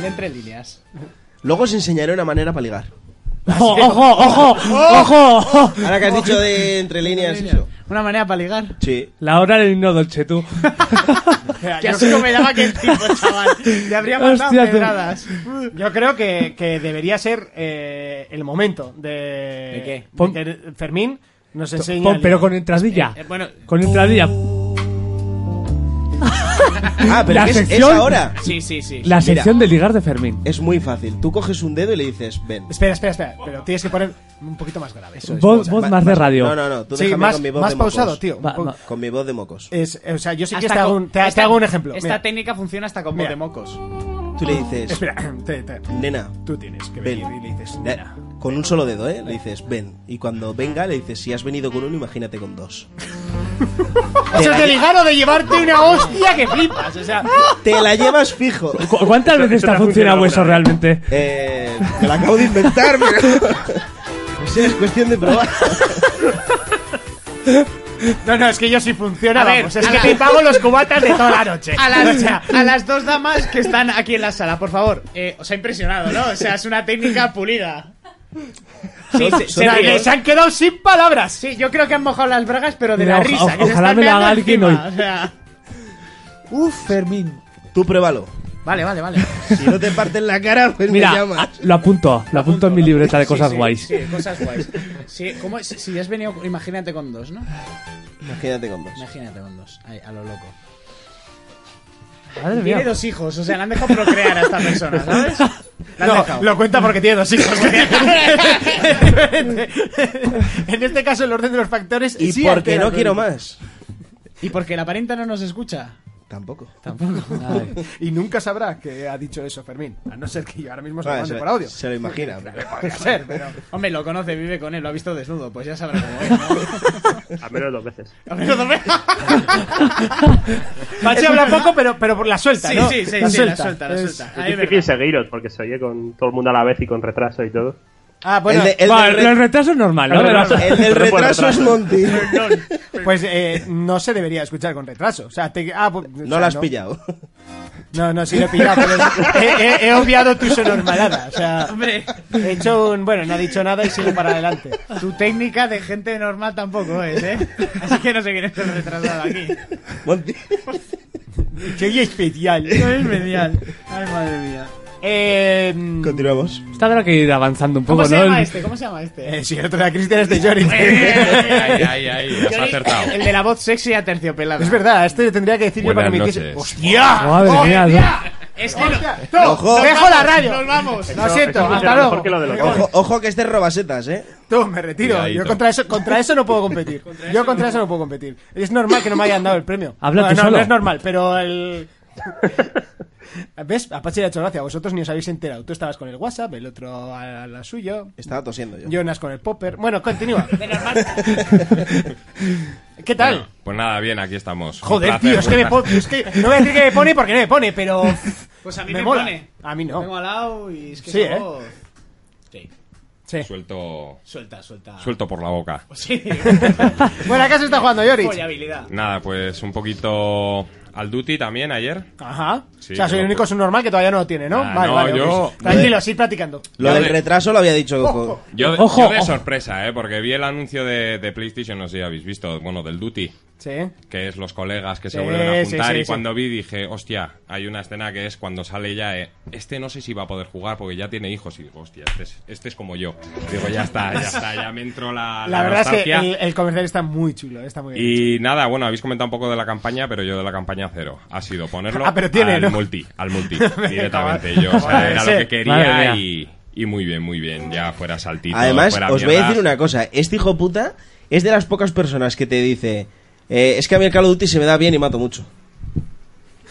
Le entre líneas.
Luego os enseñaré una manera para ligar.
¡Ojo, ojo, ojo! ¡Ojo!
Ahora que has dicho de entre líneas eso.
Una manera para ligar.
Sí.
La hora del himno dolce, tú.
Que así no me daba que el tipo, chaval. Le habría mandado
Hostia, tú.
pedradas.
Yo creo que, que debería ser eh, el momento de, ¿De
qué?
que Fermín nos enseñe.
Pon-
a
pero
ligar.
con entradilla.
Eh, bueno,
Con entradilla.
Ah, pero
La
que es, es
sección-
ahora.
sí, sí, sí.
La sección de ligar de Fermín.
Es muy fácil. Tú coges un dedo y le dices, ven.
Espera, espera, espera. Pero tienes que poner un poquito más grave. Eso es.
Voz, voz
Va-
más de radio.
No, no, no. Tú
Sí,
déjame
más,
con mi voz
más
de mocos.
pausado, tío.
Va,
Un po-
va.
Con mi voz de mocos.
Es, o sea, yo sí que
Hasta
te hago,
con-
un, te, te
esta-
hago un ejemplo.
Esta
Mira,
técnica funciona hasta con voz
Mira.
de mocos.
Tú le dices,
Espera, te- te-
nena,
tú tienes que
ven.
venir y le dices.
Da- Con un solo dedo, ¿eh? Le dices, ven. Y cuando venga, le dices, si has venido con uno, imagínate con dos.
O sea, de ligar o de llevarte una hostia que flipas. O sea,
Te la llevas fijo.
¿Cu- ¿Cuántas
Eso-
veces
eso
te ha
no ha
funcionado
funcionado
eso
alguna
realmente?
Eh, me la acabo de inventar, pero... O sea, es cuestión de probar.
no, no, es que yo sí funciona.
A ver,
vamos, es
a
que
la-
te pago los cubatas de toda la noche.
A
O
las,
sea,
a las dos damas que están aquí en la sala, por favor. Eh, os ha impresionado, ¿no? O sea, es una técnica pulida. Sí, se, se
se,
ríe.
se han quedado sin palabras.
Sí, yo creo que han mojado las bragas, pero de
Mira,
la
oja-
risa. que se
ojalá
están
me la haga
meando
alguien
encima,
hoy.
o sea.
Uf, Fermín. Tú pruébalo.
Vale, vale, vale.
Si no te parten la cara, pues me
Mira,
llamas.
ah,
lo apunto. Lo apunto en mi libreta de cosas
Sí, sí,
guays.
Sí, cosas guays. Sí, ¿cómo es? Si has venido, imagínate con dos, ¿no?
Imagínate con dos.
Imagínate con dos, ahí, a lo loco.
Madre
Tiene
mía.
dos hijos, o sea, le han dejado procrear a esta persona, ¿sabes? La han
No,
dejado.
lo cuenta porque tiene dos hijos. en este caso, el orden de los factores.
Y
sí
porque
altera
no
el
quiero
producto.
más.
Y porque la parenta no nos escucha.
Tampoco.
Y nunca sabrá que ha dicho eso Fermín. A no ser que yo ahora mismo se lo
Ah,
mande
se-
por audio.
se lo imagina.
Podría ser, pero.
Hombre, lo conoce, vive con él, lo ha visto desnudo, pues ya sabrá cómo es. ¿no?
Al menos dos veces.
A menos dos veces.
Pachi habla poco, pero, pero por la suelta,
Sí,
¿no?
sí, sí,
La
sí,
suelta.
la suelta, la
Es-
suelta.
Es
Ahí,
difícil
verdad.
seguiros porque se oye con todo el mundo a la vez y con retraso y todo.
Ah, bueno.
el, de- el
Bueno,
del
el
re-
retraso es normal, ¿no?
El retraso.
el del
Pero por
retraso es
retraso.
Monty.
Pues eh, no se debería escuchar con retraso. O sea, te- ah, pues, o
No
sea,
lo has pillado.
No, no, sí lo he pillado, pero he, he- he obviado tu sonormalada. O sea,
Hombre,
he hecho un. Bueno, no ha dicho nada y sigo para adelante.
tu técnica de gente normal tampoco es, ¿eh? Así que no se quiere ser retrasado aquí.
Monty.
Soy especial.
No es medial. Ay, madre mía.
Eh,
Continuamos.
Está claro que ir avanzando un
¿Cómo
poco,
se
¿no?
llama
El-
este? ¿Cómo se llama este?
eh, si el otro era Cristian, este Jory.
Ahí, ahí, ahí, has
Johnny,
acertado.
El de la voz sexy a terciopelada.
Es verdad, este tendría que decir yo para
Buenas
que me hiciese.
noches.
¡Hostia!
Madre mía,
Es que no-
Ojo,
¡Dejo la radio!
Nos vamos.
Lo siento,
Eso
hasta
funciona mejor que
luego.
lo de los
ojo, ojo que este es robasetas, ¿eh?
Tú, me retiro. Yo
Cuidadito.
contra eso, contra eso no puedo competir. Yo contra eso no puedo competir. Es normal que no me hayan dado el premio.
Habla
Bueno,
tú
no,
solo.
no es normal, pero el. ¿Ves? Apache le ha hecho gracia. Vosotros ni os habéis enterado. Tú estabas con el WhatsApp, el otro a la suyo.
Estaba tosiendo yo.
Jonas con el popper. Bueno, continúa. ¿Qué tal?
Bueno, pues nada, bien, aquí estamos. Un
Joder,
placer,
tío, es que me
buenas-
pone. Es que no voy a decir que me pone porque no me pone, pero.
Pues a mí me,
mola.
pone.
A mí
Vengo
no.
al lado y es que
Sí,
esa
¿eh?
voz- Sí.
Sí.
Suelto,
Suelta, suelta.
suelto por la boca.
Sí.
Bueno, acá se está jugando Yorick.
Follabilidad.
Nada, pues un poquito al duty también ayer.
Ajá.
Sí,
o sea, soy el
pero-
único subnormal que todavía no lo tiene, ¿no?
Ah,
vale,
no,
vale. ok.
yo-
Tranquilo, sí practicando.
Lo
Yo
del
de-
retraso lo había dicho. con-
Yo, de-
Ojo,
yo de
ojo.
sorpresa, ¿eh? Porque vi el anuncio de, de PlayStation, no sé si habéis visto, bueno, del Duty,
Sí.
que es los colegas que se
Sí,
vuelven a
sí,
juntar.
sí,
y
sí.
cuando vi dije, hostia, hay una escena que es cuando sale ya, eh, este no sé si va a poder jugar porque ya tiene hijos. Y digo, hostia, este es, este es como yo. Digo, ya está, ya está, ya me entró la,
La
la
verdad es que
nostalgia.
el, el comercial está muy chulo, eh, está muy bien.
Y nada, bueno, habéis comentado un poco de la campaña, pero yo de la campaña cero. Ha sido ponerlo
Ah, pero tiene,
al
¿no?
multi, al multi, directamente. Yo, o sea, era lo que
Madre
quería
mía.
y, y muy bien, muy bien. Ya fuera saltito,
Además,
fuera
os voy a
mierdas.
decir una cosa. Este hijo puta es de las pocas personas que te dice: eh, Es que a mí el Call of Duty se me da bien y mato mucho.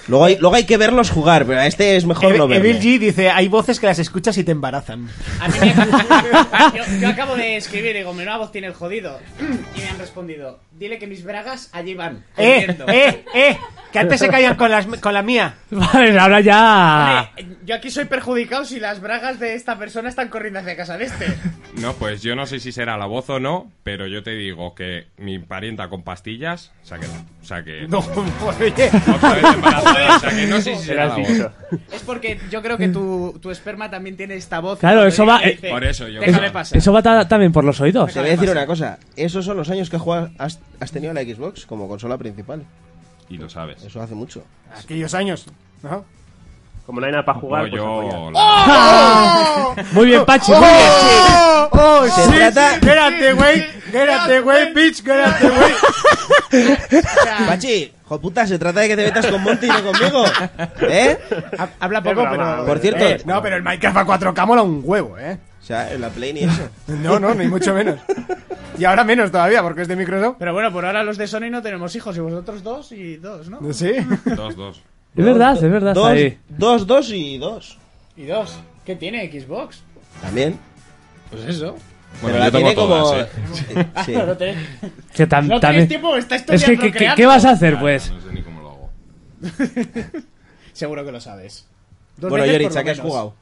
Luego hay, luego hay que verlos jugar, pero a este es mejor no
Ev-
verlo.
Evil G dice, hay voces que las escuchas y te embarazan.
A mí me- yo, yo acabo de escribir y digo, menuda voz tiene el jodido. Y me han respondido, dile que mis bragas allí van.
¡Eh,
corriendo".
eh, eh! Que antes se caían con, las, con la mía.
Vale, ahora ya.
Hombre, Yo aquí soy perjudicado si las bragas de esta persona están corriendo hacia casa de este.
No, pues yo no sé si será la voz o no, pero yo te digo que mi parienta con pastillas, o sea que, o sea que,
No, oye.
otra vez embarazada, o sea que no sé si será la voz.
Es porque yo creo que tu, tu esperma también tiene esta voz.
Claro,
cuando
eso
llega
va-
y
eh,
dice,
por eso yo-
Déjame
eso-
pasar.
Eso va ta- también por los oídos.
Te voy a decir una cosa: esos son los años que has, jugado- has, has tenido la Xbox como consola principal.
Y lo sabes.
Eso hace mucho.
Aquellos años, ¿no?
Como no hay nada para jugar,
No,
pues a follar.
yo...
Muy bien, Pachi, muy bien.
¡Oh! ¡Oh,
Se
sí,
trata-
sí, Get out the way, get out the way, bitch, get out the way.
Pachi, hijo puta, se trata de que te metas con Monty y no conmigo. ¿Eh?
Habla poco, pero...
Por cierto,
Eh, no, pero el Minecraft a 4K mola un huevo, ¿eh?
o sea, en la Play ni eso.
No, no, ni mucho menos. Y ahora menos todavía, porque es de Microsoft.
Pero bueno, por ahora los de Sony no tenemos hijos y vosotros dos y dos, ¿no?
Sí.
Dos, dos.
Es verdad, es verdad.
Dos,
ahí.
dos, dos y dos.
Y dos. ¿Qué tiene Xbox?
También.
Pues eso.
pero
Bueno,
la
yo tengo
tiene como.
todas, ¿eh?
Sí.
No tenéis,
Que tam-
no tenéis
también-
tiempo, está estudiando
Es que, que- que- ¿qué vas a hacer, pues?
No sé ni cómo lo hago.
Seguro que lo sabes. Dos
Bueno,
veces
Yoricha,
este por lo
¿qué has
menos.
jugado?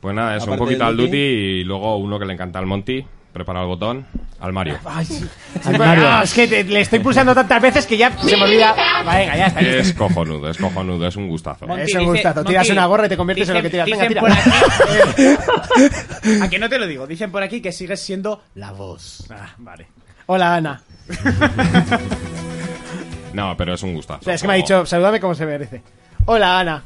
Pues nada, eso, un
Aparte
poquito
del
al duty
Duty.
y luego uno que le encanta al Monty, prepara el botón, al Mario.
Al Mario.
Ah, es que te- le estoy pulsando tantas veces que ya se me olvida. Va, venga, ya está. listo.
Es cojonudo, es cojonudo, es un gustazo.
Monty,
Es un
dice-
gustazo.
Monty,
Tiras una gorra y te conviertes en lo que tiras. Venga,
dicen
tira.
por aquí- Eh, a que no te lo digo, dicen por aquí que sigues siendo la voz.
Hola, Ana.
No, pero es un
O
gustazo.
sea, es que me ha dicho, salúdame como se merece. Hola, Ana.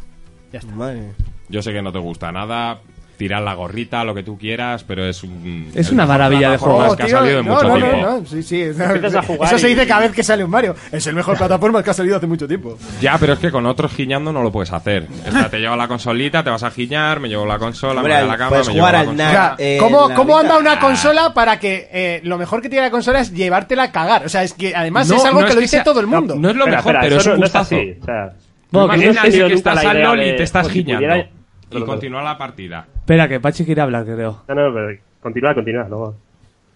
Madre.
Yo sé que no te gusta nada, tirar la gorrita, lo que tú quieras, pero es un...
Es
el
una
mejor
maravilla de
plataformas
juego.
que ha salido en
No,
mucho
no,
tiempo.
no,
no, sí, sí. es-
Empiezas a jugar
Eso se
y-
dice cada vez que sale un Mario. Es el mejor plataforma que ha salido hace mucho tiempo.
Ya, pero es que con otros giñando no lo puedes hacer. Esta te lleva la consolita, te vas a giñar, me llevo la consola,
Hombre,
me voy a la cama,
puedes
me llevo
jugar
la
al
consola.
Knack, eh,
¿Cómo,
la
cómo
Vita.
anda una consola para que eh, lo mejor que tiene la consola es llevártela a cagar? O sea, es que además
No,
es algo
no
que
es
lo
que
dice
sea-
todo el mundo.
no es lo Espera, mejor, espera, pero eso es un no- no es gustazo. así,
O sea,
Bueno,
No
que
imaginas
no es-
que
nunca
estás
la
al
idea
LOL y
de-
te estás
pues si
giñando.
pudiera-
Y continúa la partida.
Espera, que Pachi quiere hablar, creo.
No, no, pero continúa, continúa, luego.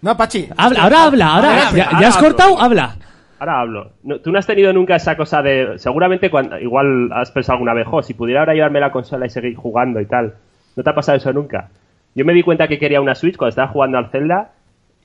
No, Pachi.
Habla, ahora habla, ahora.
Ahora habla,
¿Ya, ya
ahora
has
hablo.
cortado? Habla.
Ahora hablo. No, Tú no has tenido nunca esa cosa de. Seguramente cuando, igual has pensado alguna vez, jo, si pudiera ahora llevarme la consola y seguir jugando y tal. No te ha pasado eso nunca. Yo me di cuenta que quería una Switch cuando estaba jugando al Zelda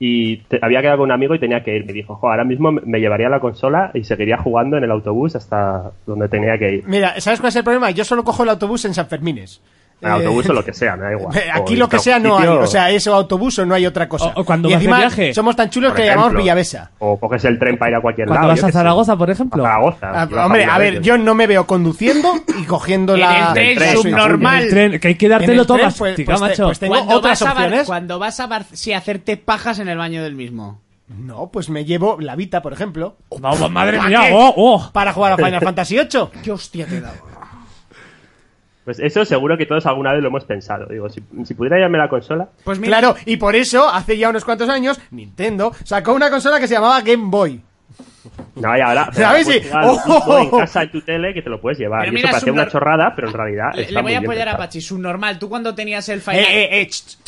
y te- había quedado con un amigo y tenía que ir. Me dijo, jo, ahora mismo me- me llevaría la consola y seguiría jugando en el autobús hasta donde tenía que ir.
Mira, ¿sabes cuál es el problema? Yo solo cojo el autobús en San Fermines.
En Ah, autobús o lo que sea, me da igual.
Eh, Aquí
O
lo que
en
sea no hay,
sitio-
o sea, eso autobús o no hay otra cosa.
O- o cuando
y
vas de
encima
viaje.
somos tan chulos
Por
que llamamos
ejemplo.
Villavesa.
O coges el tren para ir a cualquier
Cuando
lado.
vas
yo
a
qué sé.
Zaragoza, por ejemplo.
A Zaragoza.
Ah,
yo vas
hombre, a ver,
Villaverde.
yo no me veo conduciendo y cogiendo la.
En el tren
la Switch.
subnormal.
El tren, que hay que dártelo
En el
todo
tren,
más,
pues-
tica,
pues te-
macho.
pues tengo
Cuando
otras
vas a Bar-
opciones.
Cuando vas a Bar- sí, hacerte pajas en el baño del mismo. Oh,
No, pues me llevo la Vita, por ejemplo.
Vamos, madre
¿Para
mía,
qué?
oh, oh.
Para jugar a Final Fantasy VIII. ¿Qué hostia te he dado?
Pues eso seguro que todos alguna vez lo hemos pensado. Digo, si, si pudiera llevarme la consola.
Pues mira,
Claro, y por eso, hace ya unos cuantos años, Nintendo sacó una consola que se llamaba Game Boy.
No, y ahora.
¿Sabes?
pues,
Sí.
claro,
¡Oh!
tú pones en casa en tu tele que te lo puedes llevar.
Pero
y
mira,
eso
es
parece
un
una
nor-
chorrada, pero en realidad.
le,
está
le voy a
muy bien
apoyar a
pensado.
Pachi. Subnormal, tú cuando tenías el Final...
Eh, eh, eh, ch, ch.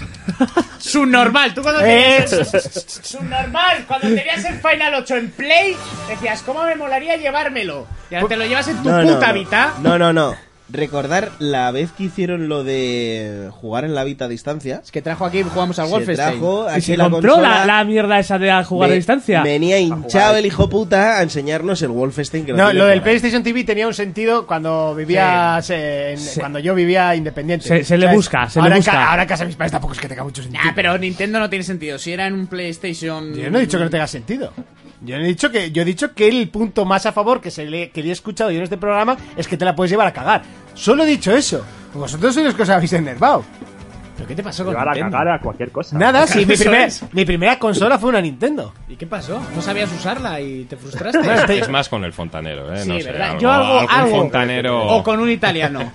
Subnormal, tú cuando
Eh,
tenías... Subnormal, cuando tenías el Final 8 en Play, decías, ¿cómo me molaría llevármelo? Y ahora te lo llevas en tu
No, no,
puta
no.
Vita.
No, no, no. Recordar la vez que hicieron lo de jugar en la Vita a distancia.
Es que trajo aquí, jugamos al
Se
Wolfenstein.
trajo
Y
aquí
se
la
compró la,
consola,
la mierda esa de a jugar
ve-
a distancia.
Venía hinchado el hijo puta a enseñarnos el Wolfenstein. Que
No,
tiene
lo del
por ahí.
PlayStation TV tenía un sentido cuando vivías en-
Sí.
cuando yo vivía independiente.
Se- se le
¿Sabes?
busca, se le
ahora en
busca.
ca- ahora en casa de mis padres tampoco es que tenga mucho sentido.
Nah, pero Nintendo no tiene sentido. Si era en un PlayStation...
Yo no he dicho que no tenga sentido. Yo no he dicho que yo he dicho que el punto más a favor que se le que le he escuchado yo en este programa es que te la puedes llevar a cagar. Solo he dicho eso. Vosotros sois los que os habéis enervado. ¿Pero qué te pasó con
Llevar a
Nintendo?
cagar a cualquier cosa.
Nada, sí, mi,
Eso
primer-
es.
mi primera consola fue una Nintendo.
¿Y qué pasó? No sabías usarla y te frustraste.
Es más con el fontanero, ¿eh?
Sí,
no sé,
¿verdad?
algo-
Yo algo-
algún
algo.
fontanero...
O con un italiano.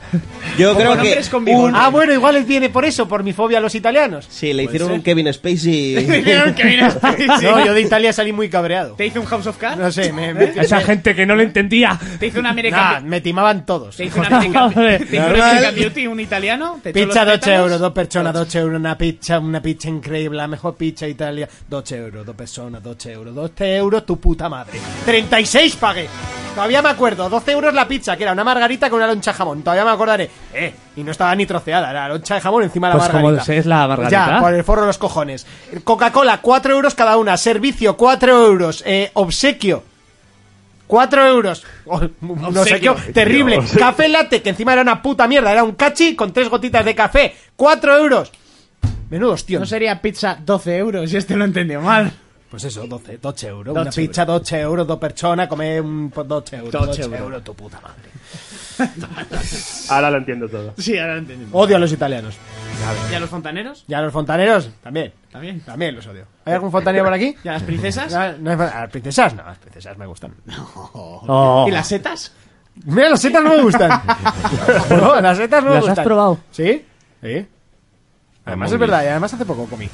Yo
o
creo
con
que.
hombres con bigote.
un-
Ah, bueno, igual él viene por eso, por mi fobia a los italianos.
Sí, le hicieron un Kevin Spacey.
Que viene Spacey.
No, yo de Italia salí muy cabreado.
¿Te hizo un House of Cards?
No sé, me, me-
Esa gente que no le entendía.
¿Te hizo un
Nah,
American,
me timaban todos.
¿Te hizo un American,
Joder.
¿Te hizo un
Normal.
American Beauty un italiano? ¿Te echó
Pizza
los
12
tétanos?
euros, dos personas, 12 euros, una pizza, una pizza increíble, la mejor pizza de Italia. 12 euros, dos personas, 12 euros, 12 euros, tu puta madre. 36 pagué. Todavía me acuerdo, 12 euros la pizza, que era una margarita con una loncha de jamón. Todavía me acordaré. Eh, y no estaba ni troceada, era loncha de jamón encima de la
Pues como
Ah, margarita.
es la margarita.
Ya, por el forro de los cojones. Coca-Cola, 4 euros cada una. Servicio, 4 euros. Eh, obsequio. 4 euros. Oh, un obsequio terrible. Café latte, que encima era una puta mierda. Era un cachi con tres gotitas de café. 4 euros. Menudo tío.
No sería pizza 12 euros, si este lo entendió mal.
Pues eso, 12, 12 euros.
12
una pizza, 12 euros, dos personas, comer un, pues 12 euros. 12,
12
euros.
euros.
tu puta madre.
Ahora lo entiendo todo.
Sí, ahora lo entendemos.
Odio a los italianos.
¿Y a los fontaneros?
Y a los fontaneros también.
También.
También los odio. ¿Hay algún fontanero por aquí?
¿Y a las princesas?
Ya, no hay- a las princesas, no, las princesas me gustan.
Oh.
¿Y las setas?
Mira, las setas no me gustan. No, las setas no me
¿Las has
gustan.
probado?
¿Sí? Sí.
Ah,
Además es verdad, y además hace poco comí.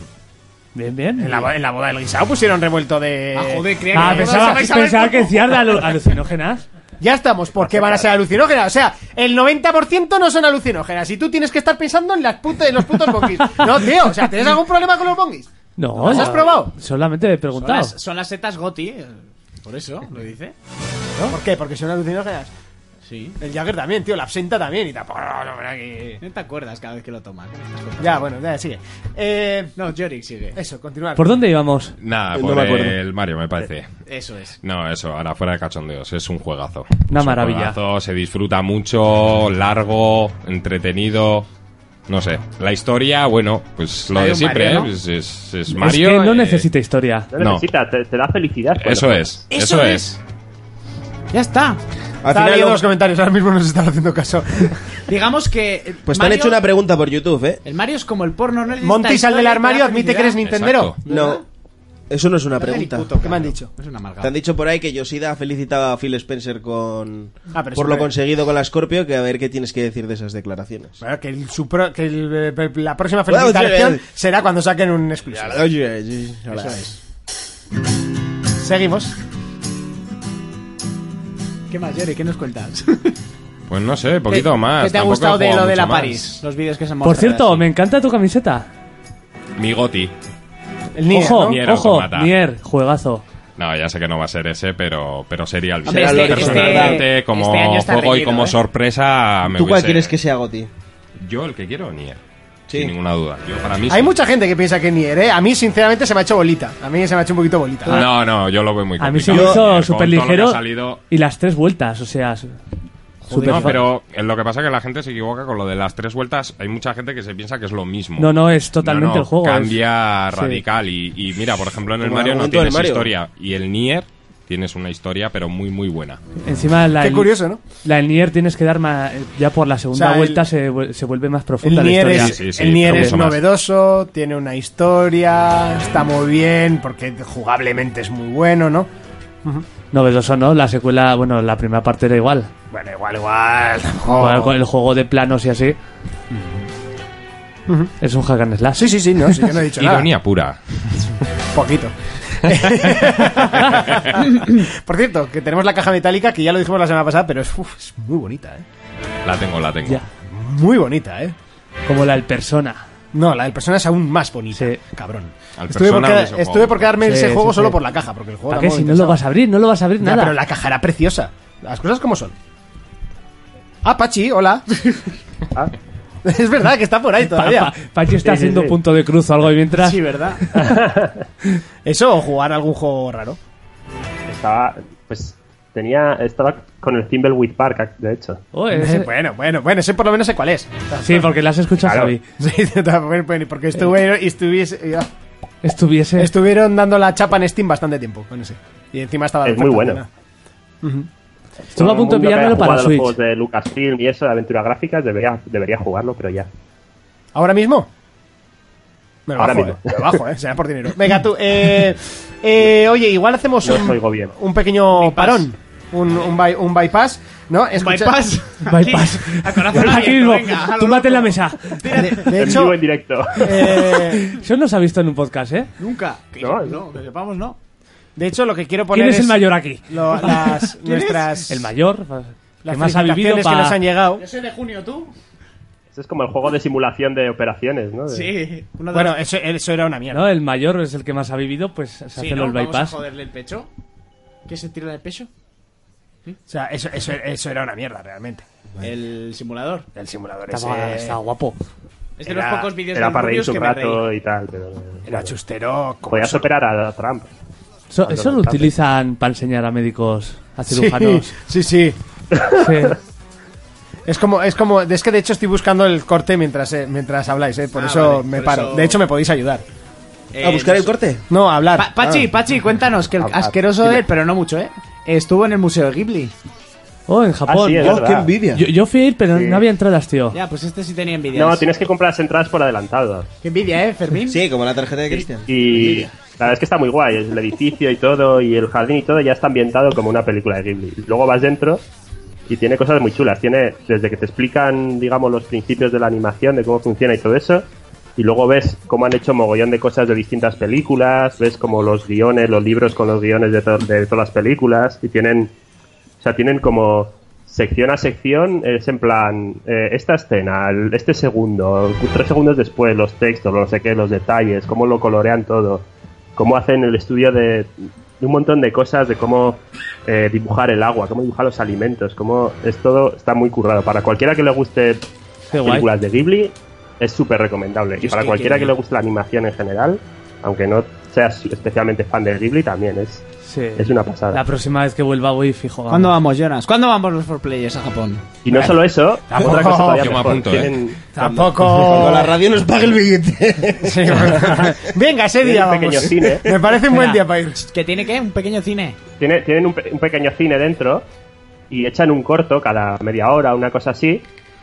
Bien, bien.
En la, bo- en la boda del guisado pues. pusieron revuelto de...
Ah, joder, creía
Ah,
que...
pensaba,
¿Sabéis saber
pensaba que
cómo?
decían de alu- alucinógenas.
Ya estamos, porque van a ser alucinógenas. O sea, el 90% no son alucinógenas y tú tienes que estar pensando en, las put- en los putos bonguis. No, tío, o sea, ¿tienes algún problema con los bonguis?
No,
¿Las
yo-
has probado?
Solamente he
Son
preguntado.
las, son las setas goti, eh, por eso lo dice.
¿Por qué? Porque son alucinógenas.
Sí.
El Jagger también, tío, la absenta también y tampoco... no, no, verá que-
No te acuerdas cada vez que lo tomas.
Ya, bueno, ya, sigue. Eh,
No, Yorick sigue.
eso, continuar.
¿Por dónde íbamos?
Nada,
No
por
me acuerdo.
el Mario, me parece.
Eso es.
No, eso, ahora fuera de cachondeos, es un juegazo.
Una
Es un
maravilla.
juegazo, se disfruta mucho, largo, entretenido. No sé, la historia, bueno, pues lo
Hay
de
un
siempre,
Mario,
¿eh?
¿no?
Es, es- es Mario.
es que no
eh,
necesita historia.
No,
No.
necesitas, te, te da felicidad. cuando
Eso
juegas.
es, eso es.
Ya está.
Al
Estaba
final
leyendo
lo-
los comentarios, ahora mismo nos están haciendo caso.
Digamos que. eh,
Pues te
Mario-
han hecho una pregunta por YouTube, ¿eh?
El Mario es como el porno, ¿no?
Monty, sal del armario, admite que eres
Nintendero.
No. Eso no es una pregunta.
¿Qué me han dicho? Es una
Te han dicho por ahí que Yoshida ha felicitado a Phil Spencer con por
Ah, pero siempre-
lo conseguido con la Scorpio, que a ver qué tienes que decir de esas declaraciones.
Bueno, que, el supro- que el, eh, la próxima
Bueno,
felicitación
sí,
será cuando saquen un exclusivo.
Oye, eh. sí, hola.
Seguimos.
¿Qué más, Jerry? ¿Qué nos cuentas?
Pues no sé, poquito
¿Qué-
más.
¿Qué te ha
tampoco
gustado
he
de
jugado
lo de
mucho
la
más.
París? Los vídeos que se han
Por
mostrado.
cierto, me encanta tu camiseta.
Mi goti.
El
Nier,
ojo,
¿no? Nier
ojo,
Automata.
Nier, juegazo.
No, ya sé que no va a ser ese, pero, pero sería el
Hombre,
Será
este-
el personalmente,
este-
como
este año está
juego y
reñido,
como
¿eh?
sorpresa Ah, me
¿Tú cuál
hubiese-
quieres que sea Goti?
Yo el que quiero, Nier. Sin ninguna duda. Yo para mí
Hay
sí.
mucha gente que piensa que Nier, ¿eh? A mí, sinceramente, se me ha hecho bolita. A mí se me ha hecho un poquito bolita.
No, no, yo lo veo muy
A mí se
complicado.
me hizo
Nier, con
súper
todo lo que ha
ligero
salido-
y las tres vueltas, o sea, s- súper
no,
fa-
pero eh, lo que pasa es que la gente se equivoca con lo de las tres vueltas. Hay mucha gente que se piensa que es lo mismo.
No, no, es totalmente el juego,
Cambia
es- sí.
radical. Y, y mira, por ejemplo, en el
Como el
Mario no
argumento del
tienes
Mario.
historia. Y el Nier tienes una historia, pero muy, muy buena.
Encima la
Qué
del-
curioso, ¿no?
La del Nier tienes que dar más, ya por la segunda
O sea, el-
vuelta se, vu- se vuelve más
El
profunda la
Nier
historia.
es, el Nier es novedoso, tiene una historia, está muy bien, porque jugablemente es muy bueno, ¿no?
Novedoso, ¿no? La secuela, bueno, la primera parte era igual.
Bueno, igual, igual.
Con el- con el juego de planos y así. Es un hack and slash.
Sí, sí, sí, no, sí, yo no he dicho nada.
Ironía pura.
Poquito. Por cierto, que tenemos la caja metálica, que ya lo dijimos la semana pasada, pero es, uf, es muy bonita, ¿eh?
La tengo, la tengo.
Muy bonita, ¿eh?
Como la del Persona.
No, la del Persona es aún más bonita. Cabrón.
Al
Estuve por,
Persona
queda-
hubiese
estuve por
jugado.
quedarme
Sí,
ese
sí,
juego
sí.
solo por la caja, porque el juego
¿Para
da
qué?
muy
Si no lo
interesado.
vas a abrir, no lo vas a abrir
Ya,
nada.
pero la caja era preciosa. Las cosas como son. Ah, Pachi, hola. es verdad que está por ahí
Pa-
todavía.
pa- Pachi está
Sí, sí,
haciendo
sí.
punto de cruz o algo y mientras.
Sí, verdad. Eso o jugar algún juego raro.
Estaba, pues, tenía, estaba con el Thimbleweed Park, de hecho.
Bueno, bueno, bueno, ese por lo menos sé cuál es.
Oh, eh, Sí, porque las escuchas,
Claro.
Javi. Eh.
Sí, también, bueno, porque estuvieron, y estuviese-
Estuviese.
estuvieron dando la chapa en Steam bastante tiempo con ese. Y encima estaba...
Es muy bueno.
Estuve a punto de pillármelo para
los
Switch.
juegos de Lucasfilm y eso, de aventura gráficas, debería, debería jugarlo, pero ya.
¿Ahora mismo? Me lo
Ahora
bajo,
mismo.
eh. Me lo bajo, eh. Será por dinero. Venga, tú. Eh, eh, oye, igual hacemos
No
un,
os oigo bien.
un pequeño parón. Un, un, by- un bypass, ¿no? Escucha-
bypass?
Bypass. Aquí mismo. Túmbate en la mesa.
De, de
en
hecho,
vivo, en directo.
eh,
Eso no se ha visto en un podcast, ¿eh?
Nunca. Que-
No,
No, que sepamos, no.
de hecho, lo que quiero poner
¿Quién es el mayor aquí?
lo- las,
¿Quién es?
nuestras,
El mayor.
las
que más ha vivido
felicitaciones
pa-
que nos han llegado.
Yo soy de junio, ¿tú?
Eso Este es como el juego de simulación de operaciones, ¿no? De-
Sí. Uno de
Bueno,
los-
eso, eso era una mierda.
No, el mayor es el que más ha vivido, pues se
Sí,
hace
¿no?
el
Vamos a
bypass.
joderle el pecho. ¿Qué se tira del pecho?
O sea, eso, eso, eso era una mierda, realmente.
El simulador.
El simulador
Estaba,
ese
estaba guapo.
Es de los
Era-
pocos vídeos de
Pues, eh, Era para
Rubius
reírse un
que me reí.
rato y tal, pero... eh,
era chustero. como
Podías
eso.
operar a a Trump.
Eso, eso lo utilizan para enseñar a médicos, a cirujanos.
Sí, sí.
Sí.
Es como, es como, es que de hecho estoy buscando el corte mientras, eh, mientras habláis, eh, por
Ah,
eso
vale,
me
por
paro.
eso-
De hecho, me podéis ayudar.
Eh,
¿A buscar el
no sé.
corte?
No, a hablar. Ah.
Pa- Pachi, Pachi, cuéntanos que el
Ah,
asqueroso
dime.
él, pero no mucho, ¿eh? Estuvo en el Museo de Ghibli.
Oh, en Japón.
sí, es
Yo-
verdad.
¡Qué envidia!
yo, yo fui a ir, pero no había entradas, tío.
Ya, pues este sí tenía envidia.
No, tienes que comprar las entradas por adelantado.
Qué envidia, ¿eh, Fermín?
Sí, como la tarjeta de Cristian.
Y la verdad es que está muy guay, el edificio y todo, y el jardín y todo ya está ambientado como una película de Ghibli. Luego vas dentro y tiene cosas muy chulas. Tiene, desde que te explican, digamos, los principios de la animación, de cómo funciona y todo eso, y luego ves cómo han hecho mogollón de cosas de distintas películas, ves como los guiones, los libros con los guiones de, to- de todas las películas, y tienen, o sea, tienen como sección a sección, es en plan, eh, esta escena, el- este segundo, tres segundos después, los textos, los no sé qué, los detalles, cómo lo colorean todo, cómo hacen el estudio de, de un montón de cosas, de cómo eh, dibujar el agua, cómo dibujar los alimentos, cómo es todo, está muy currado. Para cualquiera que le guste
Qué guay.
películas de Ghibli es súper recomendable. Y para cualquiera que le guste la animación en general, aunque no seas especialmente fan de Ghibli, también es,
Sí.
es una pasada.
La próxima vez que vuelva voy fijo. vamos.
¿Cuándo vamos, Jonas? ¿Cuándo vamos los 4Players a Japón?
Y no solo eso,
Tampoco.
otra cosa todavía
Yo me
mejor.
apunto,
Tienen-
Cuando la
¿eh? Tampoco.
radio nos pague el billete.
Sí, bueno. Venga, ese día
Un
vamos.
pequeño
¿eh?
cine.
Me parece un buen día para ir.
¿Que tiene qué? ¿Un pequeño cine?
tiene- tienen un, pe- un pequeño cine dentro y echan un corto cada media hora, una cosa así.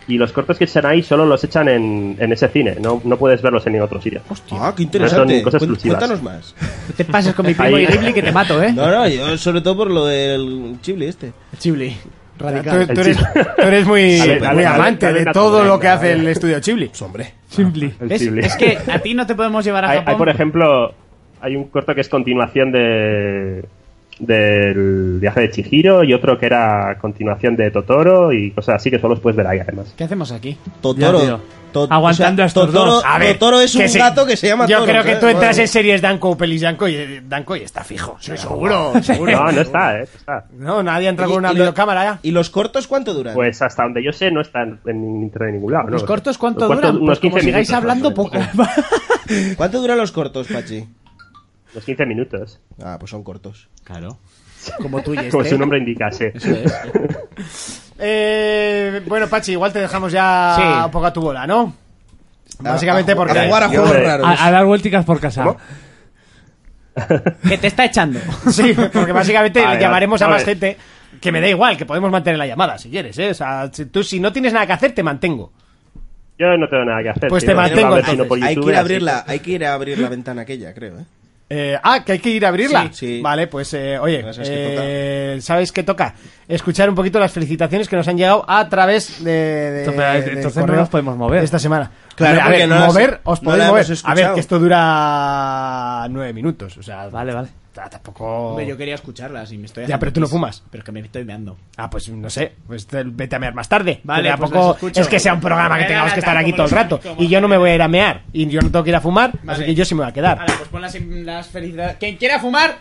Y los cortos que echan ahí solo los echan en, en ese cine, no, no puedes verlos en ningún otro sitio.
Ah, qué interesante.
No son cosas
Cuen-
exclusivas.
Cuéntanos más.
te pases con mi primo y Ghibli que te mato, ¿eh?
No, no, yo sobre todo por lo del chibli este.
Chibli.
Radical.
Tú, tú eres, tú eres muy,
A ver, a
muy
ver,
amante
a ver,
de
venga,
todo
venga,
lo que
venga,
hace
venga.
el estudio Chibli.
Hombre.
Chibli.
El
¿Ves?
Ghibli.
Es que a ti no te podemos llevar a
Hay,
Japón.
hay, por ejemplo, hay un corto que es continuación de del viaje de Chihiro y otro que era continuación de Totoro y cosas así que solo los puedes ver ahí además.
¿Qué hacemos aquí?
Totoro. To-
Aguantando
o sea,
a estos
Totoro,
dos. A ver,
Totoro es un
que sí.
gato que se llama
Yo
Toro,
creo que
¿sabes?
tú entras
Bueno.
en series Danco, pelis Danco y, Danco y está fijo. Soy seguro, seguro.
No, no está, eh. Está.
No, nadie entra con una
y lo-
videocámara ya.
¿Y los cortos cuánto duran?
Pues hasta donde yo sé no están en internet de ningún lado. ¿no?
¿Los cortos cuánto
Los cortos,
duran?
Unos
Pues como
15
sigáis
minutos.
hablando poco.
¿Cuánto duran los cortos, Pachi?
Los 15 minutos.
Ah, pues son cortos.
Claro. Como tú y
Como
este.
su nombre indicase.
¿eh?
Eh, bueno, Pachi, igual te dejamos ya
Sí.
un poco a tu bola, ¿no? Básicamente
a ju-
porque...
a jugar a juegos
Hombre.
raros. A- a dar vuelticas por casa.
Que te está echando.
Sí, porque básicamente
Vale,
llamaremos a
vale.
más gente que me da igual, que podemos mantener la llamada si quieres, ¿eh? O sea, si tú si no tienes nada que hacer, te mantengo.
Yo no tengo nada que hacer.
Pues
tío.
te mantengo,
Quiero ver si no
entonces.
por
Hay que,
YouTube,
ir a
así
abrir
que-
la, hay que ir a abrir la ventana aquella, creo, ¿eh?
Eh, ah, que hay que ir a abrirla.
Sí, sí.
Vale, pues eh, oye,
Ya sabes que
eh, ¿sabéis qué toca? Escuchar un poquito las felicitaciones que nos han llegado a través de... de-
Entonces,
de
entonces no
Eh, correo
nos podemos mover.
de Esta semana.
Claro,
Hombre, a
porque
ver,
no las-
mover, os
no
podéis
la
mover.
hemos
A ver,
escuchado.
que esto dura nueve minutos, o sea...
Vale, vale.
Tampoco...
Hombre, yo quería escucharlas y me estoy
Ya,
haciendo
pero tú no
pis.
fumas.
Pero es que me estoy meando.
Ah, pues no sé, pues te- vete a mear más tarde.
Vale,
Vale,
pues
tampoco
las escucho.
es que sea un programa que
Venga,
tengamos que
lata,
estar aquí
como
todo el
los-
rato.
como
Y yo no me voy a ir a mear. Y yo no tengo que ir a fumar, así que yo sí me voy a quedar.
Vale, pues pon las, las felicidades. Quien quiera fumar,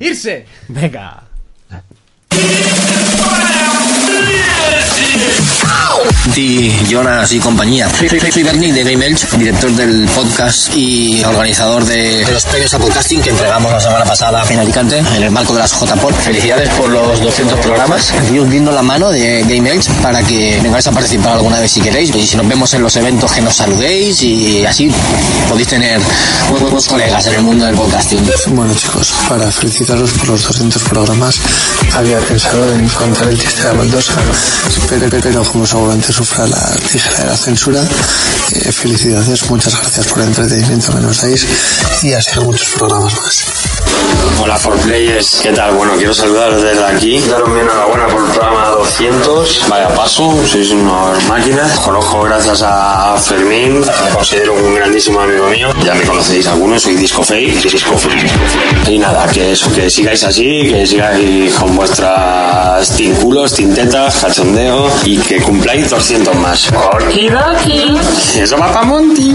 irse.
Venga.
Di, Jonas y compañía. Soy, soy, soy, soy Bernie de Game Elch, director del podcast y organizador de de los premios a podcasting que entregamos la semana pasada en Alicante, en el marco de las JPOD. Felicidades por los 200 programas. Aquí os brindo la mano de Game Elch para que vengáis a participar alguna vez si queréis. Y si nos vemos en los eventos, que nos saludéis y así podéis tener nuevos colegas en el mundo del podcasting.
Bueno chicos, para felicitaros por los 200 programas había pensado en contar el chiste de la baldosa, pero, pero como seguramente sufra la ligera de la censura, eh, felicidades, muchas gracias por el entretenimiento que nos dais y hacer muchos programas más.
Hola Forplayers, ¿qué tal? Bueno, quiero saludaros desde aquí. Daros mi enhorabuena por el programa 200. Vaya paso, sois unas máquinas. Os Conozco gracias a Fermín, me considero un grandísimo amigo mío. Ya me conocéis algunos, soy Disco Fake, Disco Fake. Y nada, que eso, que sigáis así, que sigáis con vuestras tinculos, tintetas, cachondeo y que cumpláis 200 más. Eso va para Monty.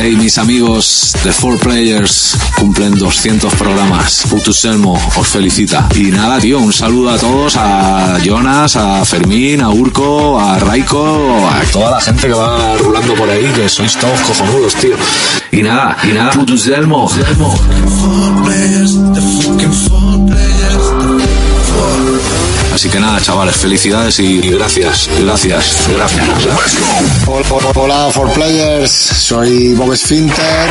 Hey mis amigos de 4Players, cumplen 200 programas. Putuselmo os felicita. Y nada, tío, un saludo a todos, a Jonas, a Fermín, a Urco, a Raiko, a toda la gente que va rulando por ahí, que sois todos cojonudos, tío. Y nada, y nada, Putuselmo. Así que nada, chavales, felicidades y y gracias, gracias, gracias.
Hola, hola for players, soy Bob Sfinter.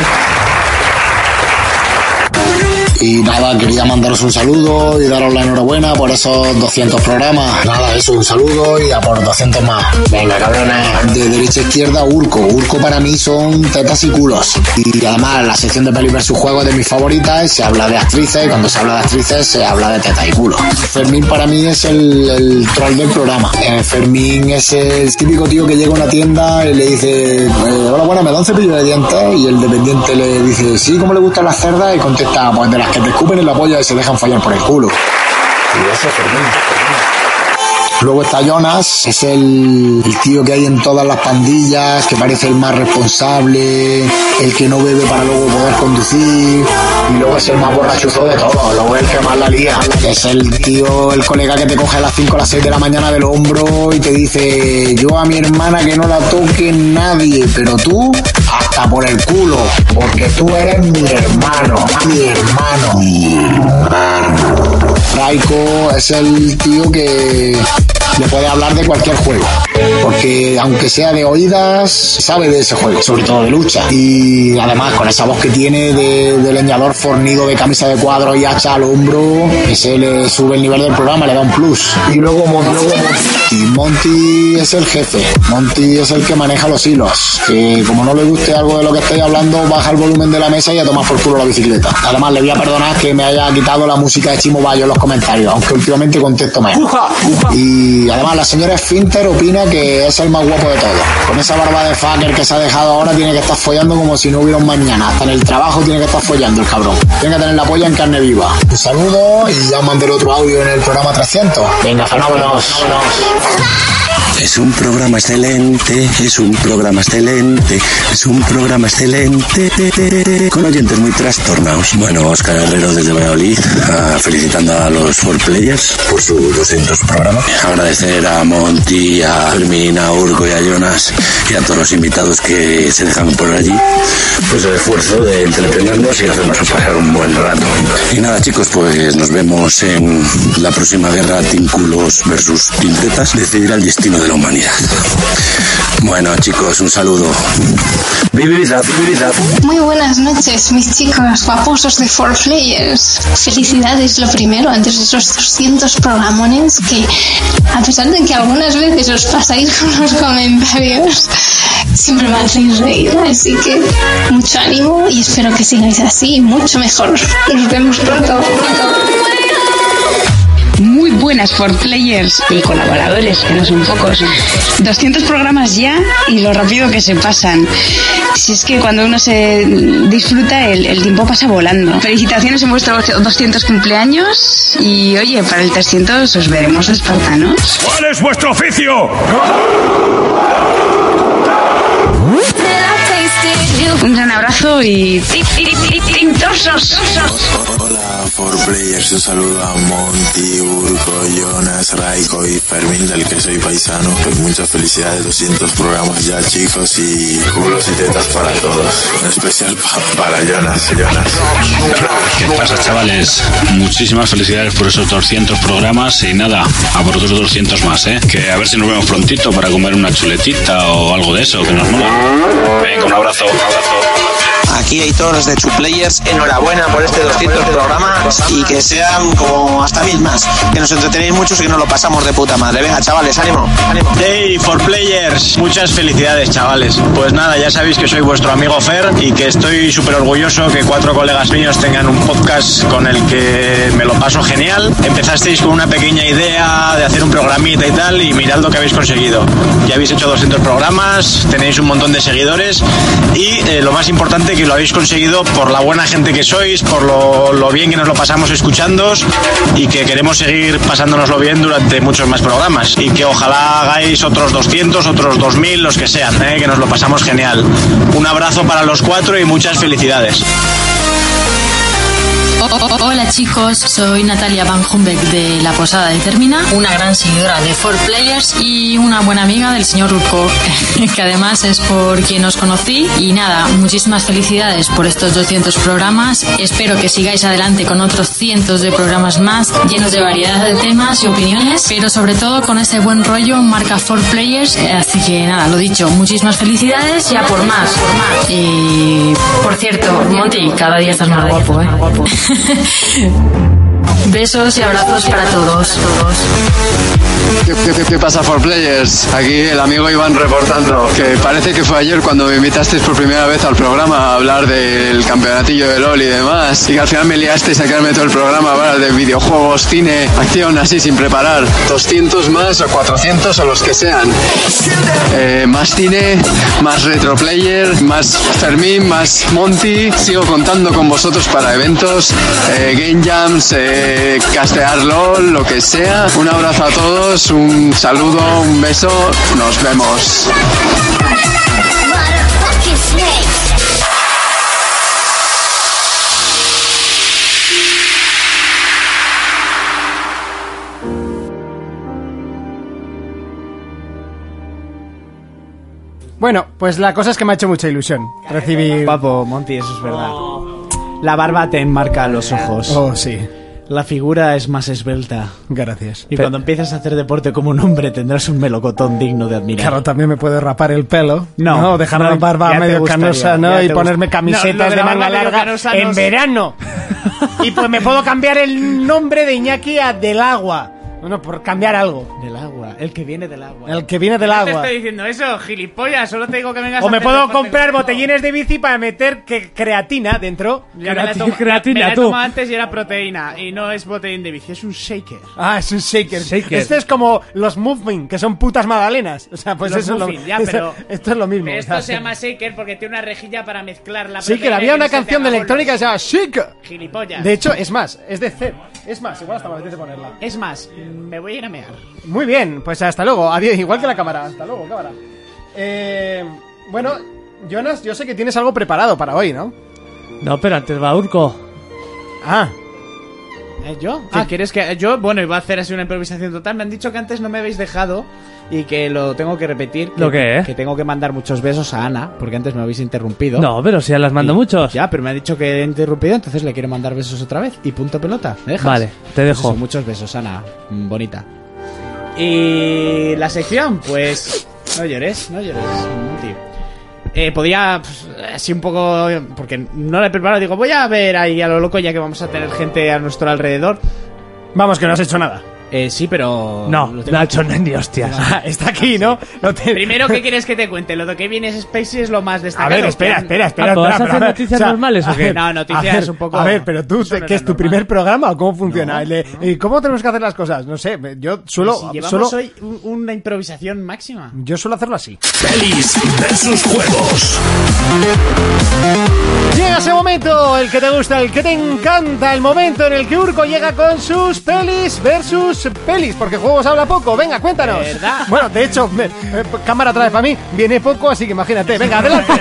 Y nada, quería mandaros un saludo y daros la enhorabuena por esos 200 programas. Nada, eso, un saludo y a por 200 más. Venga, cabrones. De derecha a izquierda, Urco. Urco para mí son tetas y culos. Y además, la sección de peli versus juegos es de mis favoritas. Se habla de actrices y cuando se habla de actrices se habla de tetas y culos. Fermín para mí es el, el troll del programa. Eh, Fermín es el típico tío que llega a una tienda y le dice, eh, hola, bueno, me da un cepillo de dientes. Y el dependiente le dice, sí, ¿cómo le gustan las cerdas? Y contesta, pues de las que te escupen en la polla y se dejan fallar por el culo. Luego está Jonas, es el, el tío que hay en todas las pandillas, que parece el más responsable, el que no bebe para luego poder conducir. Y luego es el más borrachuzo de todos, luego es el que más la lía. Es el tío, el colega que te coge a las 5 o las 6 de la mañana del hombro y te dice, yo a mi hermana que no la toque nadie, pero tú hasta por el culo, porque tú eres mi hermano, mi hermano. Raiko es el tío que le puede hablar de cualquier juego. Porque aunque sea de oídas, sabe de ese juego, sobre todo de lucha. Y además con esa voz que tiene de, de leñador fornido de camisa de cuadro y hacha al hombro, ese le sube el nivel del programa, le da un plus. Y luego Mon- luego Monty. Y Monty es el jefe. Monty es el que maneja los hilos. Que como no le guste algo de lo que estáis hablando, baja el volumen de la mesa y a tomar por culo la bicicleta. Además, le voy a perdonar que me haya quitado la música de Chimo Bayo en los comentarios, aunque últimamente contesto menos. Y además, la señora Finter opina que es el más guapo de todos. Con esa barba de fucker que se ha dejado ahora, tiene que estar follando como si no hubiera un mañana. Hasta en el trabajo tiene que estar follando el cabrón. Tiene que tener la polla en carne viva. Un saludo y ya os mandé el otro audio en el programa 300. Venga, fenómenos.
Es un programa excelente, es un programa excelente, es un programa excelente, con oyentes muy trastornados. Bueno, Oscar Herrero desde Valladolid, ah, felicitando a los 4 Players por su 200 programa. Agradecer a Monty, a Fermín, a Urco y a Jonas y a todos los invitados que se dejan por allí, pues el esfuerzo de entretenernos y hacernos pasar un buen rato. Y nada, chicos, pues nos vemos en la próxima guerra Tinculos versus Tintetas, decidirá el destino de la humanidad. Bueno, chicos, un saludo. Vividad, vividad.
Muy buenas noches, mis chicos guaposos de 4 Players. Felicidades, lo primero, antes de esos 200 programones que, a pesar de que algunas veces os pasáis con los comentarios, siempre me hacéis reír. Así que mucho ánimo y espero que sigáis así, mucho mejor. Nos vemos pronto.
Muy buenas for players y colaboradores, que no son pocos. 200 programas ya y lo rápido que se pasan. Si es que cuando uno se disfruta, el, el tiempo pasa volando. Felicitaciones en vuestro 200 cumpleaños y oye, para el 300 os veremos de espartanos.
¿Cuál es vuestro oficio?
Un gran abrazo y... torsos!
Hola, For Players, un saludo a Monty, Urco, Jonas, Raico y Fermín, del que soy paisano. Pues muchas felicidades, 200 programas ya, chicos, y culos y tetas para todos. En especial pa- para Jonas, Jonas.
¿Qué pasa, chavales? Muchísimas felicidades por esos 200 programas y nada, a por otros 200 más, ¿eh? Que a ver si nos vemos prontito para comer una chuletita o algo de eso, que nos mola. Venga, un abrazo, un abrazo.
Aquí hay todos de Two Players, enhorabuena por este 200 programas y que sean como hasta mil más. Que nos entretenéis mucho y que nos lo pasamos de puta madre. Venga, chavales, ánimo, ánimo.
Hey, for players, muchas felicidades, chavales. Pues nada, ya sabéis que soy vuestro amigo Fer y que estoy súper orgulloso que cuatro colegas míos tengan un podcast con el que me lo paso genial. Empezasteis con una pequeña idea de hacer un programita y tal, y mirad lo que habéis conseguido. Ya habéis hecho 200 programas, tenéis un montón de seguidores, y eh, lo más importante que lo habéis conseguido por la buena gente que sois, por lo, lo bien que nos lo pasamos escuchándoos y que queremos seguir pasándonoslo bien durante muchos más programas y que ojalá hagáis otros 200, otros 2000, los que sean, ¿eh? que nos lo pasamos genial. Un abrazo para los cuatro y muchas felicidades.
Hola chicos, soy Natalia Van Humbeck de La Posada de Termina, una gran seguidora de 4Players y una buena amiga del señor Urco, que además es por quien os conocí. Y nada, muchísimas felicidades por estos 200 programas. Espero que sigáis adelante con otros cientos de programas más, llenos de variedad de temas y opiniones, pero sobre todo con ese buen rollo marca 4Players. Así que nada, lo dicho, muchísimas felicidades y a por más. Y por cierto, Monty, cada día estás más guapo, ¿eh? Besos y abrazos para todos.
¿Qué, qué- qué pasa, For Players? Aquí el amigo Iván reportando que parece que fue ayer cuando me invitasteis por primera vez al programa a hablar del campeonatillo de LOL y demás. Y que al final me liasteis a quedarme todo el programa a hablar de videojuegos, cine, acción, así sin preparar. 200 más o 400 o los que sean. Eh, más cine, más retro player, más Fermín, más Monty. Sigo contando con vosotros para eventos, eh, game jams, eh, castear LOL, lo que sea. Un abrazo a todos, un saludo, un beso. Nos vemos.
Bueno, pues la cosa es que me ha hecho mucha ilusión recibir... Papo, Monty, eso es verdad.
La barba te enmarca los ojos.
Oh, sí.
La figura es más esbelta. Gracias. Y
Pe-
cuando empieces a hacer deporte como un hombre, tendrás un melocotón digno de admirar.
Claro, también me puedo rapar el pelo.
No.
dejar
No,
la barba
ya te
medio
gustaría,
canosa,
ya
¿no? Y
te
ponerme
gust-
camisetas
No, lo de
de,
la
manga
barba medio
larga
canosa no
en
sé.
verano. y pues me puedo cambiar el nombre de Iñaki a Del Agua. Bueno, por cambiar algo.
Del agua. El que viene del agua. Este
El que viene del
No
agua.
diciendo eso, gilipollas. Solo te digo que vengas
O me puedo comprar botellines de bici para meter que- creatina dentro.
Ya me la he tomado- me la he tomado antes y era proteína. Y no es botellín de bici, es un shaker.
Ah, es un shaker.
Shaker.
Este es como los Movement, que son putas magdalenas. O sea, pues
Los
eso es lo-
muffin, ya,
eso-
pero-
Esto es lo mismo. o sea,
Esto se llama shaker porque tiene una rejilla para mezclar la
Shaker, había una canción de electrónica que se llama Shaker.
Gilipollas.
De hecho, es más, es de Zed. Es más, igual hasta me apetece ponerla.
Es más, me voy a ir a mear.
Muy bien, pues hasta luego. Adiós, igual que la cámara. Hasta luego, cámara. Eh, bueno, Jonas, yo sé que tienes algo preparado para hoy, ¿no?
No, pero antes va Urco.
Ah.
¿Yo? Ah, ¿quieres que yo? Bueno, iba a hacer así una improvisación total. Me han dicho que antes no me habéis dejado y que lo tengo que repetir.
¿Lo qué, eh?
Que tengo que mandar muchos besos a Ana, porque antes me habéis interrumpido.
No, pero si ya las mando
Y-
muchos.
Ya, pero me ha dicho que he interrumpido, entonces le quiero mandar besos otra vez. Y punto pelota. ¿Me dejas?
Vale, te dejo.
Pues eso, muchos besos, Ana. Mm, Bonita. Y la sección, pues... No llores, no llores. Monty. Eh, podía, pues, así un poco, porque no la he preparado, digo, voy a ver ahí a lo loco ya que vamos a tener gente a nuestro alrededor.
Vamos, que no has hecho nada.
Eh, sí, pero...
No,
lo
no
tengo-
ha hecho ni hostias.
Está aquí, ¿no? No te-
Primero, ¿qué quieres que te cuente? Lo de que viene Spacey es lo más
A
destacado.
ver, espera,
Que-
espera, espera.
Ah, ¿pero
espera,
vas a
pero
hacer
ver,
noticias normales o
a
qué?
ver,
No, noticias
a ver,
un poco-
A ver, pero tú, ¿qué es tu primer programa o cómo funciona? El de- ¿Y cómo tenemos que hacer las cosas? No sé, me- yo suelo.
Pues Si llevamos
suelo-
hoy un- una improvisación máxima.
Yo suelo hacerlo así.
Feliz versus juegos.
Llega ese momento, el que te gusta, el que te encanta, el momento en el que Urco llega con sus pelis versus pelis, porque juegos habla poco. Venga, cuéntanos.
¿Verdad?
Bueno, de hecho, me- eh, cámara atrás para mí, viene poco, así que imagínate. Venga, adelante.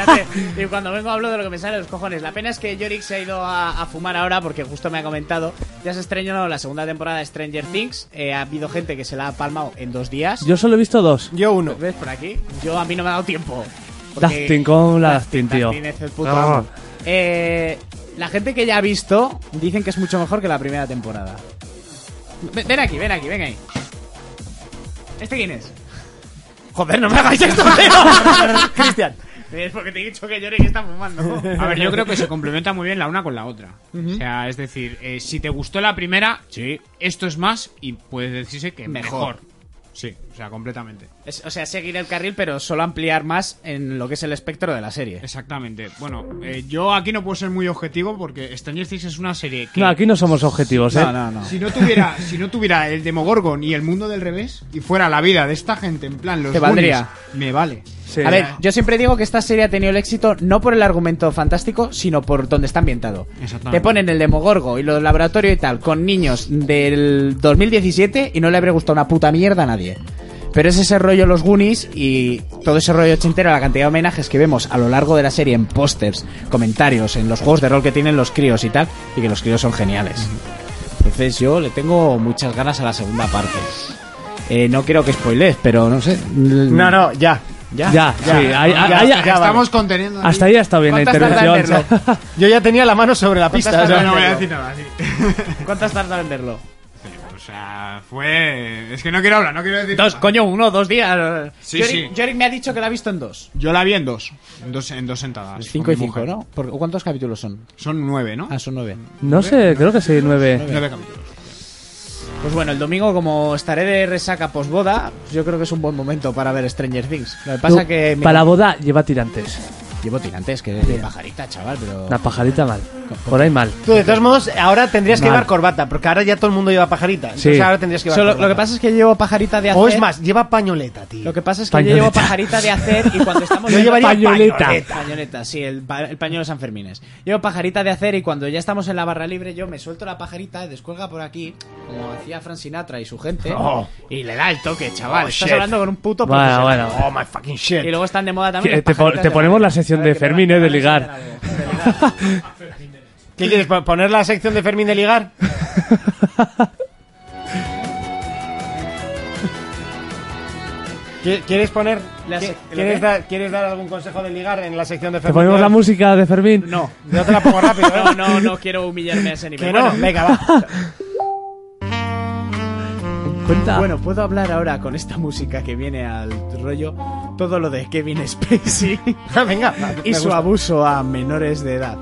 Y cuando vengo hablo de lo que me sale de los cojones. La pena es que Yorick se ha ido a, a fumar ahora porque justo me ha comentado. Ya se ha estrenado la segunda temporada de Stranger Things. Eh, ha habido gente que se la ha palmado en dos días.
Yo solo he visto dos.
Yo uno.
¿Ves por aquí? Yo a mí no me ha dado tiempo. Porque-
Dustin con Dustin, tío.
Dustin es el puto
Ah.
amo. Eh, la gente que ya ha visto dicen que es mucho mejor que la primera temporada. Ven, ven aquí, ven aquí, ven ahí. ¿Este quién es?
Joder, no me hagáis esto, tío. Cristian.
Es porque te he dicho que Yorick está fumando.
A ver, yo creo que se complementa muy bien la una con la otra. O sea, es decir, eh, si te gustó la primera, sí. esto es más y puedes decirse que mejor.
Mejor.
Sí, o sea, completamente.
Es- o sea, seguir el carril, pero solo ampliar más en lo que es el espectro de la serie.
Exactamente. Bueno, eh, yo aquí no puedo ser muy objetivo porque Stranger Things es una serie que
No, aquí no somos objetivos, ¿eh?
Si no tuviera, si no tuviera el Demogorgon y el mundo del revés y fuera la vida de esta gente en plan los
Te valdría.
Goonies, me vale.
A ver, yo siempre digo que esta serie ha tenido el éxito no por el argumento fantástico, sino por donde está ambientado.
Exactamente.
Te ponen el demogorgo y los laboratorios y tal con niños del 2017 y no le habría gustado una puta mierda a nadie. Pero es ese rollo los Goonies y todo ese rollo ochentero, la cantidad de homenajes que vemos a lo largo de la serie en pósters, comentarios, en los juegos de rol que tienen los críos y tal, y que los críos son geniales. Entonces yo le tengo muchas ganas a la segunda parte. Eh, no quiero que spoilees, pero no sé.
No, no, ya.
Ya,
Ya, sí, ahí- ahí- ahí-
Estamos conteniendo.
Hasta ahí ha estado bien la
¿Cuántas tardas en
intervención.
Yo ya tenía la mano sobre la pista.
¿Cuántas
o sea,
tardas en
No voy a
verlo?
decir nada, sí.
¿Cuántas tardas en verlo?
O sea, fue. Es que no quiero hablar, no quiero decir.
Dos, coño, uno, dos días.
Sí,
Yorick,
sí.
Yorick me ha dicho que la ha visto en dos.
Yo la vi en dos. En dos, en dos sentadas.
Pues Cinco
con
y
mi
cinco,
mujer.
¿no? Por- ¿Cuántos capítulos son?
Son nueve, ¿no?
Ah, son nueve.
No sé, creo que sí, nueve.
Nueve capítulos.
Pues bueno, el domingo, como estaré de resaca posboda, pues yo creo que es un buen momento para ver Stranger Things. Lo que pasa
Tú,
que. me-
Para la boda lleva tirantes.
Llevo tirantes, que pajarita, chaval, pero.
La pajarita mal. Por ahí mal.
Tú, de todos modos, ahora tendrías que
Mal.
llevar corbata, porque ahora ya todo el mundo lleva pajarita. Entonces
Sí.
ahora tendrías que llevar
Solo-
corbata.
lo que pasa es que llevo pajarita de hacer.
O es más, lleva pañoleta, tío.
Lo que pasa es que yo llevo pajarita de hacer y cuando estamos
Yo
en-
llevaría pañoleta.
Pañoleta, sí, el, pa- el pañuelo de San Fermines. Llevo pajarita de hacer y cuando ya estamos en la barra libre yo me suelto la pajarita y descuelga por aquí, como hacía Frank Sinatra y su gente,
Oh.
y le da el toque, chaval.
Oh,
Estás
shit.
hablando con un puto
Bueno,
profesional.
bueno.
Oh, my fucking shit.
Y luego están de moda también
Que
las
Te, pon-
pajaritas
te
de
ponemos la
madera.
sección
A ver,
de
que te
Fermín,
van-
¿eh? De
te van a
ligar.
enseñar algo.
¿Qué quieres, po- poner la sección de Fermín de ligar? ¿Qui- ¿Quieres poner...
La
qui-
sec-
¿Quieres
¿lo qué?
dar, ¿Quieres dar algún consejo de ligar en la sección de
¿Te
Fermín?
ponemos
de
la
ligar?
música de Fermín?
No.
Yo te la pongo rápido, ¿eh?
No, no, no quiero humillarme a ese nivel.
Que no,
Bueno,
venga, va.
Cuenta.
Bueno, puedo hablar ahora con esta música que viene al rollo todo lo de Kevin Spacey Ah,
Venga,
y
me
su
gusta.
abuso a menores de edad.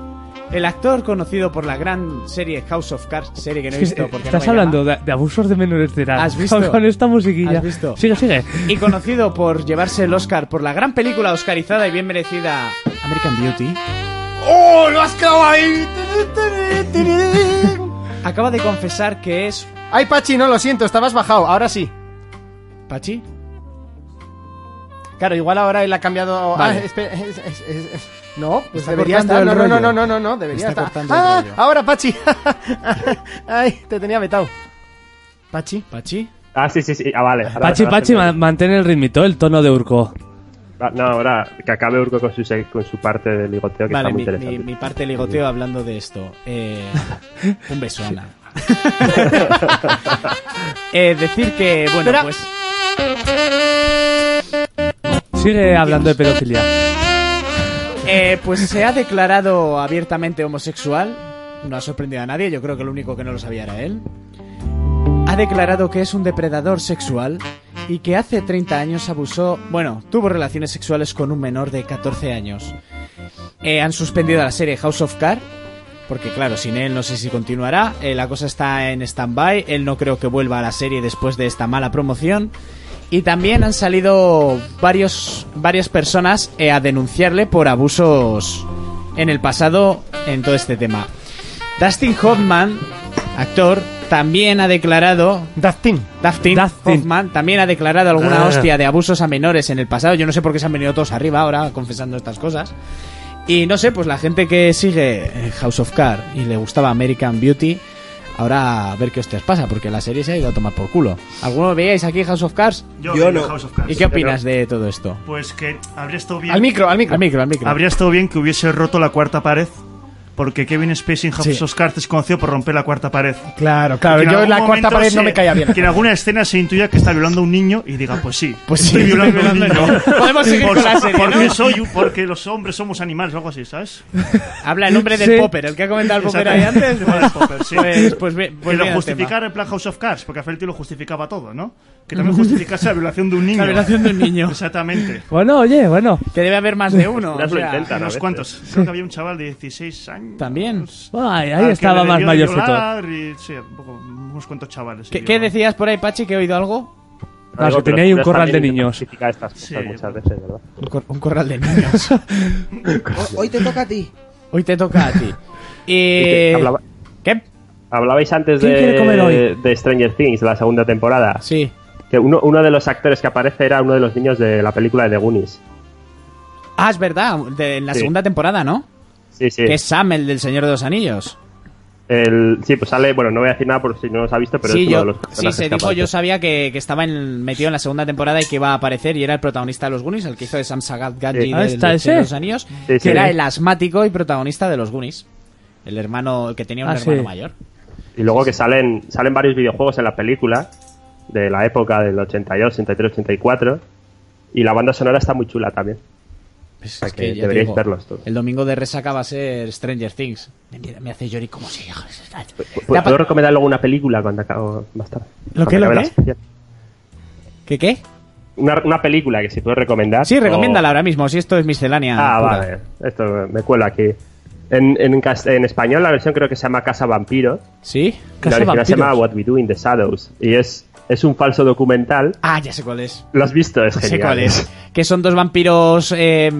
El actor conocido por la gran serie House of Cards, serie que no he
Es que,
visto
eh,
porque no
Estás
me llama.
hablando de, de abusos de menores de edad.
¿Has visto?
Con esta musiquilla.
¿Has visto?
Sigue, sigue.
y conocido por llevarse el Oscar por la gran película oscarizada y bien merecida American Beauty.
¡Oh, lo has clavado ahí!
Acaba de confesar que es
Ay, Pachi, no, lo siento, estabas bajado, ahora sí.
¿Pachi?
Claro, igual ahora él ha cambiado...
Vale.
Ah, espera, es- es- es- es- No, pues
Está
debería
cortando
estar...
el
No, no,
rollo.
no, no, no, no, debería
Está
estar...
cortando el
¡Ah,
rollo.
ahora Pachi! Ay, te tenía vetado. ¿Pachi?
¿Pachi?
Ah, sí, sí, sí. Ah, vale. Ahora-
Pachi,
ahora
Pachi,
se me-
ma- mantén el ritmito, el tono de Urco.
Ah, No, ahora que acabe Urco con su, se- con su parte de ligoteo que
Vale,
está muy
mi,
interesante.
mi- mi parte ligoteo hablando de esto. Eh, un beso, Ana. Eh, decir que, bueno,
Espera.
pues...
Sigue hablando de pedofilia.
Eh, pues se ha declarado abiertamente homosexual. No ha sorprendido a nadie, yo creo que lo único que no lo sabía era él. Ha declarado que es un depredador sexual y que hace 30 años abusó, bueno, tuvo relaciones sexuales con un menor de 14 años. Eh, han suspendido la serie House of Cards porque claro, sin él no sé si continuará. Eh, la cosa está en stand-by. Él no creo que vuelva a la serie después de esta mala promoción. Y también han salido varios, varias personas eh, a denunciarle por abusos en el pasado en todo este tema. Dustin Hoffman, actor, también ha declarado...
Dustin.
Dustin, Hoffman también ha declarado alguna
Ah.
hostia de abusos a menores en el pasado. Yo no sé por qué se han venido todos arriba ahora confesando estas cosas. Y no sé, pues la gente que sigue eh, House of Cards y le gustaba American Beauty, ahora a ver qué hostias pasa, porque la serie se ha ido a tomar por culo. ¿Alguno veíais aquí House of Cards?
Yo Yo veía no. House of Cards.
¿Y qué opinas de todo esto?
Pues que habría estado bien.
Al micro, al micro. Al micro, al micro.
Habría estado bien que hubiese roto la cuarta pared. Porque Kevin Spacey en House
Sí.
of Cards es conocido por romper la cuarta pared.
Claro, claro,
Que en
yo
algún
la
momento
cuarta pared no me caía bien.
Que en alguna escena se intuya que está violando a un niño y diga, pues sí,
Pues
estoy
sí,
violando a un
estoy
niño.
violando a un niño. Podemos seguir
Por-
con la serie,
Porque,
¿no?
soy, un- porque los hombres somos animales o algo así, ¿sabes?
Habla el hombre del
Sí.
Popper, el que ha comentado el Popper ahí
Exacto.
antes.
Igual el Popper, sí.
Pues, pues bien, pues
Pero
bien el
justificar en plan House of Cards, porque a Felty lo justificaba todo, ¿no? Que también justificase la violación de un niño.
La violación de un niño.
Exactamente.
Bueno, oye, bueno.
Que debe haber más de uno. o sea,
unos cuantos. Creo que había un chaval de 16 años.
También.
Ay,
al
ahí
que
estaba
le
más
debió
mayorcito.
violar y, sí, un poco- unos cuantos chavales.
¿Qué, qué decías por ahí, Pachi, que he oído algo?
Ah, que tenía ahí un corral de niños.
Estas cosas muchas veces, ¿verdad?
Un, cor- un corral de niños.
Hoy te toca a ti.
Hoy te toca a ti.
Y
Eh,
que hablaba-
¿Qué?
Hablabais antes
¿Quién quiere comer
de,
hoy?
de Stranger Things, la segunda temporada.
Sí.
Que uno, uno de los actores que aparece era uno de los niños de la película de The Goonies.
Ah, es verdad, de, en la
Sí.
segunda temporada, ¿no?
Sí, sí.
Que es Sam, el del Señor de los Anillos.
El, sí, pues sale, bueno, no voy a decir nada por si no os ha visto, pero es
sí,
uno
yo,
de los
sí,
personajes
se
que
dijo,
aparece.
yo sabía que, que estaba en- metido en la segunda temporada y que iba a aparecer y era el protagonista de los Goonies, el que hizo de Sam Sagat Gadji
Sí.
del
Ah, ¿está
del
ese?
Señor de los Anillos,
Sí,
que
sí.
era el asmático y protagonista de los Goonies. El hermano, el que tenía un
Ah, sí.
hermano mayor.
Y luego que salen, salen varios videojuegos en la película de la época del 82, 83, 84. Y la banda sonora está muy chula también.
Pues
O sea
es
que
ya
deberíais
digo,
verlos todos.
El domingo de resaca va a ser Stranger Things. Me, mira- me hace llorar como si...
Pu- ¿Puedo, recomendar luego una película cuando acabo más tarde?
¿Lo
que
qué, lo qué? ¿Qué qué?
Una, una película que si puedes recomendar.
Sí,
o-
recomiéndala ahora mismo, si esto es miscelánea.
Oh. Ah,
pura.
vale. Esto me cuelo aquí. En, en, cas- en español la versión creo que se llama Casa Vampiro.
Sí.
La
Casa
original se
Vampiros.
llama What We Do in the Shadows. Y es, es un falso documental.
Ah, ya sé cuál es.
¿Lo has visto? Es genial.
Sé cuál es. Que son dos vampiros eh,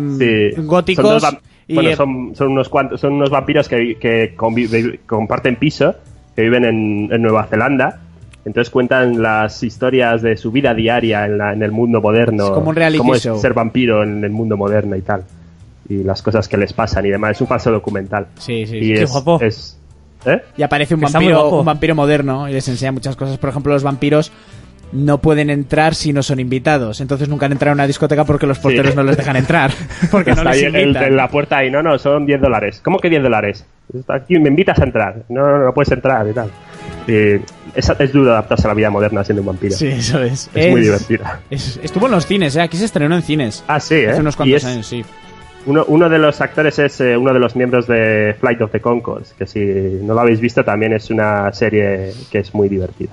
Son
góticos.
dos vam-
y,
bueno,
eh,
son, son unos cuantos, son unos vampiros que, vi- que convive- comparten piso, que viven en, en Nueva Zelanda. Entonces cuentan las historias de su vida diaria en, la- en el mundo moderno.
Es como un reality
cómo es
show.
ser vampiro en el mundo moderno y tal. Y las cosas que les pasan y demás. Es un falso documental.
Sí, sí,
Y
sí. Qué
es-
guapo.
es- ¿eh?
y aparece un
que está muy
vampiro,
guapo.
un vampiro moderno y les enseña muchas cosas. Por ejemplo, los vampiros no pueden entrar si no son invitados. Entonces nunca han entrado a una discoteca porque los porteros no les dejan entrar. Porque no
Está
les
ahí el-
invitan.
en la puerta ahí, no, no, son 10 dólares. ¿Cómo que 10 dólares? Está Aquí me invitas a entrar. No, no, no puedes entrar y tal. Eh, es, es duro adaptarse a la vida moderna siendo un vampiro.
Sí, eso es.
Es, muy
Es-
divertido.
Es- estuvo en los cines, ¿eh? Aquí se estrenó en cines.
Ah, sí, ¿eh?
Hace unos
Y
cuantos
es-
años, sí.
Uno, uno de los actores es eh, uno de los miembros de Flight of the Conchords, que si no lo habéis visto también es una serie que es muy divertida.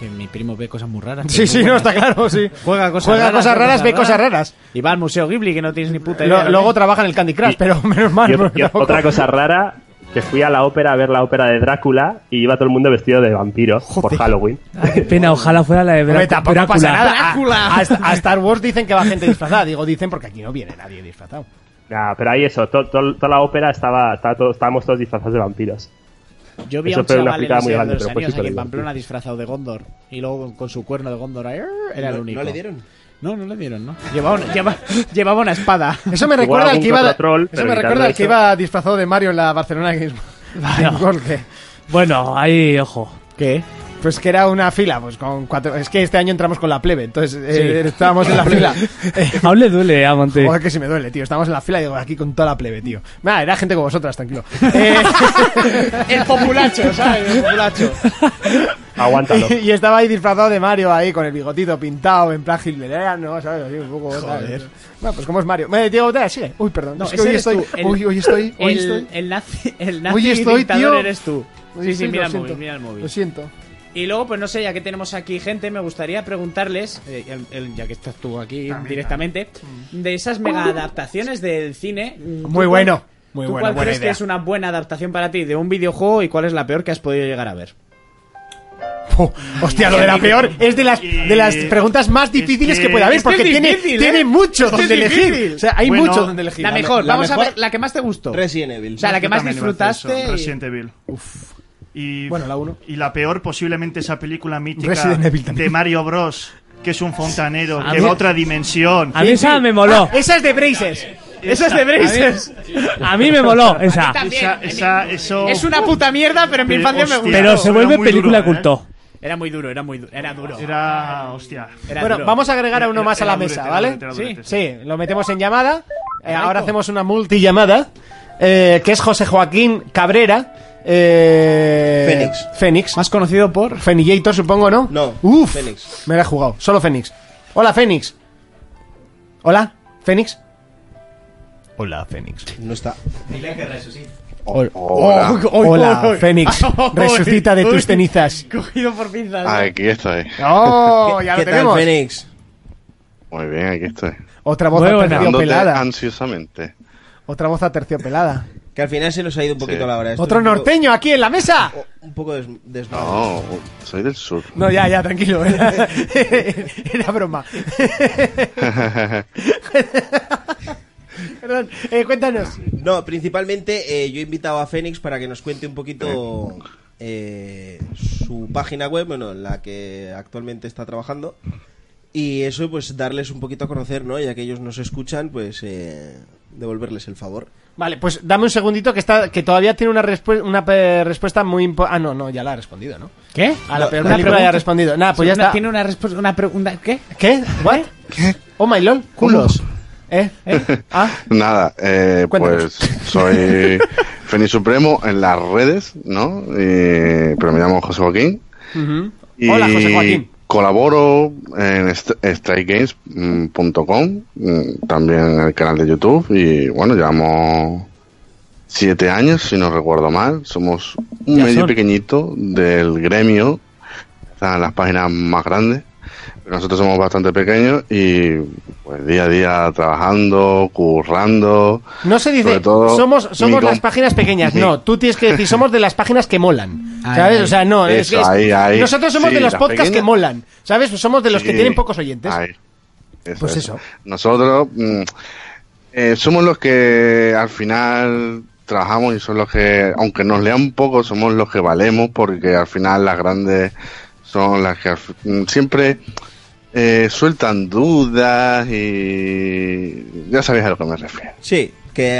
que mi primo ve cosas muy raras.
Sí,
muy
sí, no,
buenas.
está claro, sí.
Juega cosas
Juega
raras.
cosas raras, ve cosas raras.
Y va al Museo Ghibli, que no tienes ni puta
Lo-
idea.
luego trabaja en el Candy Crush, pero menos mal.
Y ot-
porque
y ot-
tampoco-
otra cosa rara, que fui a la ópera a ver la ópera de Drácula y iba todo el mundo vestido de vampiro por Halloween.
Qué pena, ojalá fuera la de
Hombre,
Drácula.
tampoco pasa
Drácula.
nada. A, a- a Star Wars dicen que va gente disfrazada. Digo, dicen porque aquí no viene nadie disfrazado.
Nah, pero ahí eso, to- to- toda la ópera estaba, estaba todo- estábamos todos disfrazados de vampiros.
Yo vi a
eso
un
fue una
chaval en
fricada
el
muy
Señor
grande,
de los Anillos
pero fue
aquí en
superdivertido.
Pamplona disfrazado de Gondor. Y luego con su cuerno de Gondor ¡arr! era
¿No-
el único.
no le dieron?
No, no le dieron, ¿no? Llevaba una, lleva- llevaba una espada.
Eso me recuerda al que iba, eso me recuerda al que iba disfrazado de Mario en la Barcelona Games.
Bueno.
Gol, que-
Bueno, ahí, ojo.
¿Qué? Pues que era una fila, pues con cuatro. Es que este año entramos con la plebe, entonces eh,
Sí.
estábamos en la fila.
Aún le duele a Monte.
Joder, que si me duele, tío. Estábamos en la fila y digo, aquí con toda la plebe, tío. Nada, era gente como vosotras, tranquilo. Eh,
El populacho, ¿sabes? El populacho.
Aguántalo.
y estaba ahí disfrazado de Mario ahí, con el bigotito pintado, en plan gilbeleano, ¿sabes? Así un poco. ¿sabes? Bueno, pues como es Mario. Eh, Diego, dale, sigue. Uy, perdón.
No,
es que
ese
hoy
eres
estoy,
tú. El-
hoy, hoy estoy. Hoy
el,
estoy.
El nazi, el nazi
Hoy estoy,
dictador
tío.
eres tú.
Hoy
Sí, sí,
estoy,
mira
lo
el móvil,
siento.
mira el móvil.
Lo siento.
Y luego, pues no sé, ya que tenemos aquí gente, me gustaría preguntarles, eh, el- el- ya que estás tú aquí directamente, de esas mega adaptaciones del cine. mm,
Mm. Muy
¿tú
bueno,
cuál-
muy
¿tú
bueno,
¿Cuál
buena
crees
idea.
que es una buena adaptación para ti de un videojuego y cuál es la peor que has podido llegar a ver?
Hostia, lo de la peor es de las, de las preguntas más difíciles que, puede haber,
Es que es
porque tiene,
difícil, ¿eh?
tiene mucho
Es que es
donde elegir.
difícil.
O sea, hay
Bueno,
mucho donde elegir.
La mejor, vamos a ver, la que más te gustó.
Resident Evil.
O sea, la que
Yo
más
también iba a hacer eso,
disfrutaste. y-
Resident Evil. Y,
Bueno, la uno.
Y la peor posiblemente esa película mítica
Resident Evil también.
de Mario Bros. Que es un fontanero,
A
que
mí-
va a otra dimensión. Ah,
A mí esa me moló.
Ah, Esa es de Braces.
Esa es de Braces.
A mí me moló esa.
Esa, esa- eso...
Es una puta mierda, pero en mi
Pero,
infancia me
hostia,
gustó.
Pero se
era
vuelve
muy duro,
película
¿eh?
culto.
Era muy duro, era muy duro. Era duro.
Era, hostia.
Era
Bueno,
duro.
vamos a agregar a uno
Era-
más a la
era
mesa,
durete,
¿vale?
era
Sí,
durete,
sí, lo metemos en llamada. Eh, ahora
Maico.
hacemos una multillamada, eh, que es José Joaquín Cabrera. Eh,
Fénix.
Fénix.
Más conocido por...
Fenillator, supongo, ¿no?
No,
Uf,
Fénix.
me la he jugado. Solo Fénix. Hola, Fénix. Hola, Fénix. Hola, Fénix.
No está.
Hol-
Hola.
Oh, Hola,
Hola.
Fénix. Resucita de tus cenizas.
Cogido por pinzas.
Aquí estoy.
¡Oh! Ya lo
¿Qué
tenemos.
tal, Fénix?
Muy bien, aquí estoy.
Otra voz
Muy buena. Esperándote
aterciopelada.
ansiosamente.
Otra voz aterciopelada.
Que al final se nos ha ido un poquito
Sí.
la hora. Esto
Otro
es un poco-
norteño aquí en la mesa.
Un poco des desmadre.
No, soy del sur.
No, ya, ya, tranquilo. Era, era broma. Perdón, eh, cuéntanos.
No, principalmente eh, yo he invitado a Fénix para que nos cuente un poquito eh, su página web, bueno, la que actualmente está trabajando. Y eso, pues darles un poquito a conocer, ¿no? Ya que ellos nos escuchan, pues eh, devolverles el favor.
Vale, pues dame un segundito que está que todavía tiene una, respu- una eh, respuesta muy importante. Ah, no, no, ya la ha respondido, ¿no?
¿Qué?
A la
No,
peor
una
película
pregunta.
ya ha respondido. Nada, pues ya
Una-
está.
Tiene una respuesta, una pregunta. ¿Qué? ¿Eh?
¿Qué? ¿What? ¿Qué? Oh my lol, culos. ¿Eh? ¿Eh? Ah,
Nada, eh, pues
Cuéntanos.
soy Feni Supremo en las redes, ¿no? Y- pero me llamo José Joaquín.
ujú.
Y
Hola, José Joaquín.
Colaboro en est- strikegames.com, mm, también en el canal de YouTube. Y bueno, llevamos siete años, si no recuerdo mal. Somos un
Ya
medio
son.
pequeñito del gremio. Están las páginas más grandes. pero Nosotros somos bastante pequeños y pues día a día trabajando, currando.
No se dice,
Sobre todo,
somos,
mi
somos
com-
las páginas pequeñas.
Sí.
No, tú tienes que decir, somos de las páginas que molan.
Ah,
Ahí,
¿Sabes?
ahí.
O sea, no, es
Eso,
que es-
ahí, ahí.
nosotros somos
Sí,
de los
las
podcasts que
pequeñas-
molan. ¿Sabes? Pues somos de los que
Sí.
tienen pocos oyentes.
Ahí. Eso,
Pues
eso.
eso.
Nosotros mm, eh, somos los que al final trabajamos y son los que, aunque nos lean poco, somos los que valemos porque al final las grandes son las que al fi- mm, siempre eh, sueltan dudas y ya sabéis a lo que me refiero.
Sí, que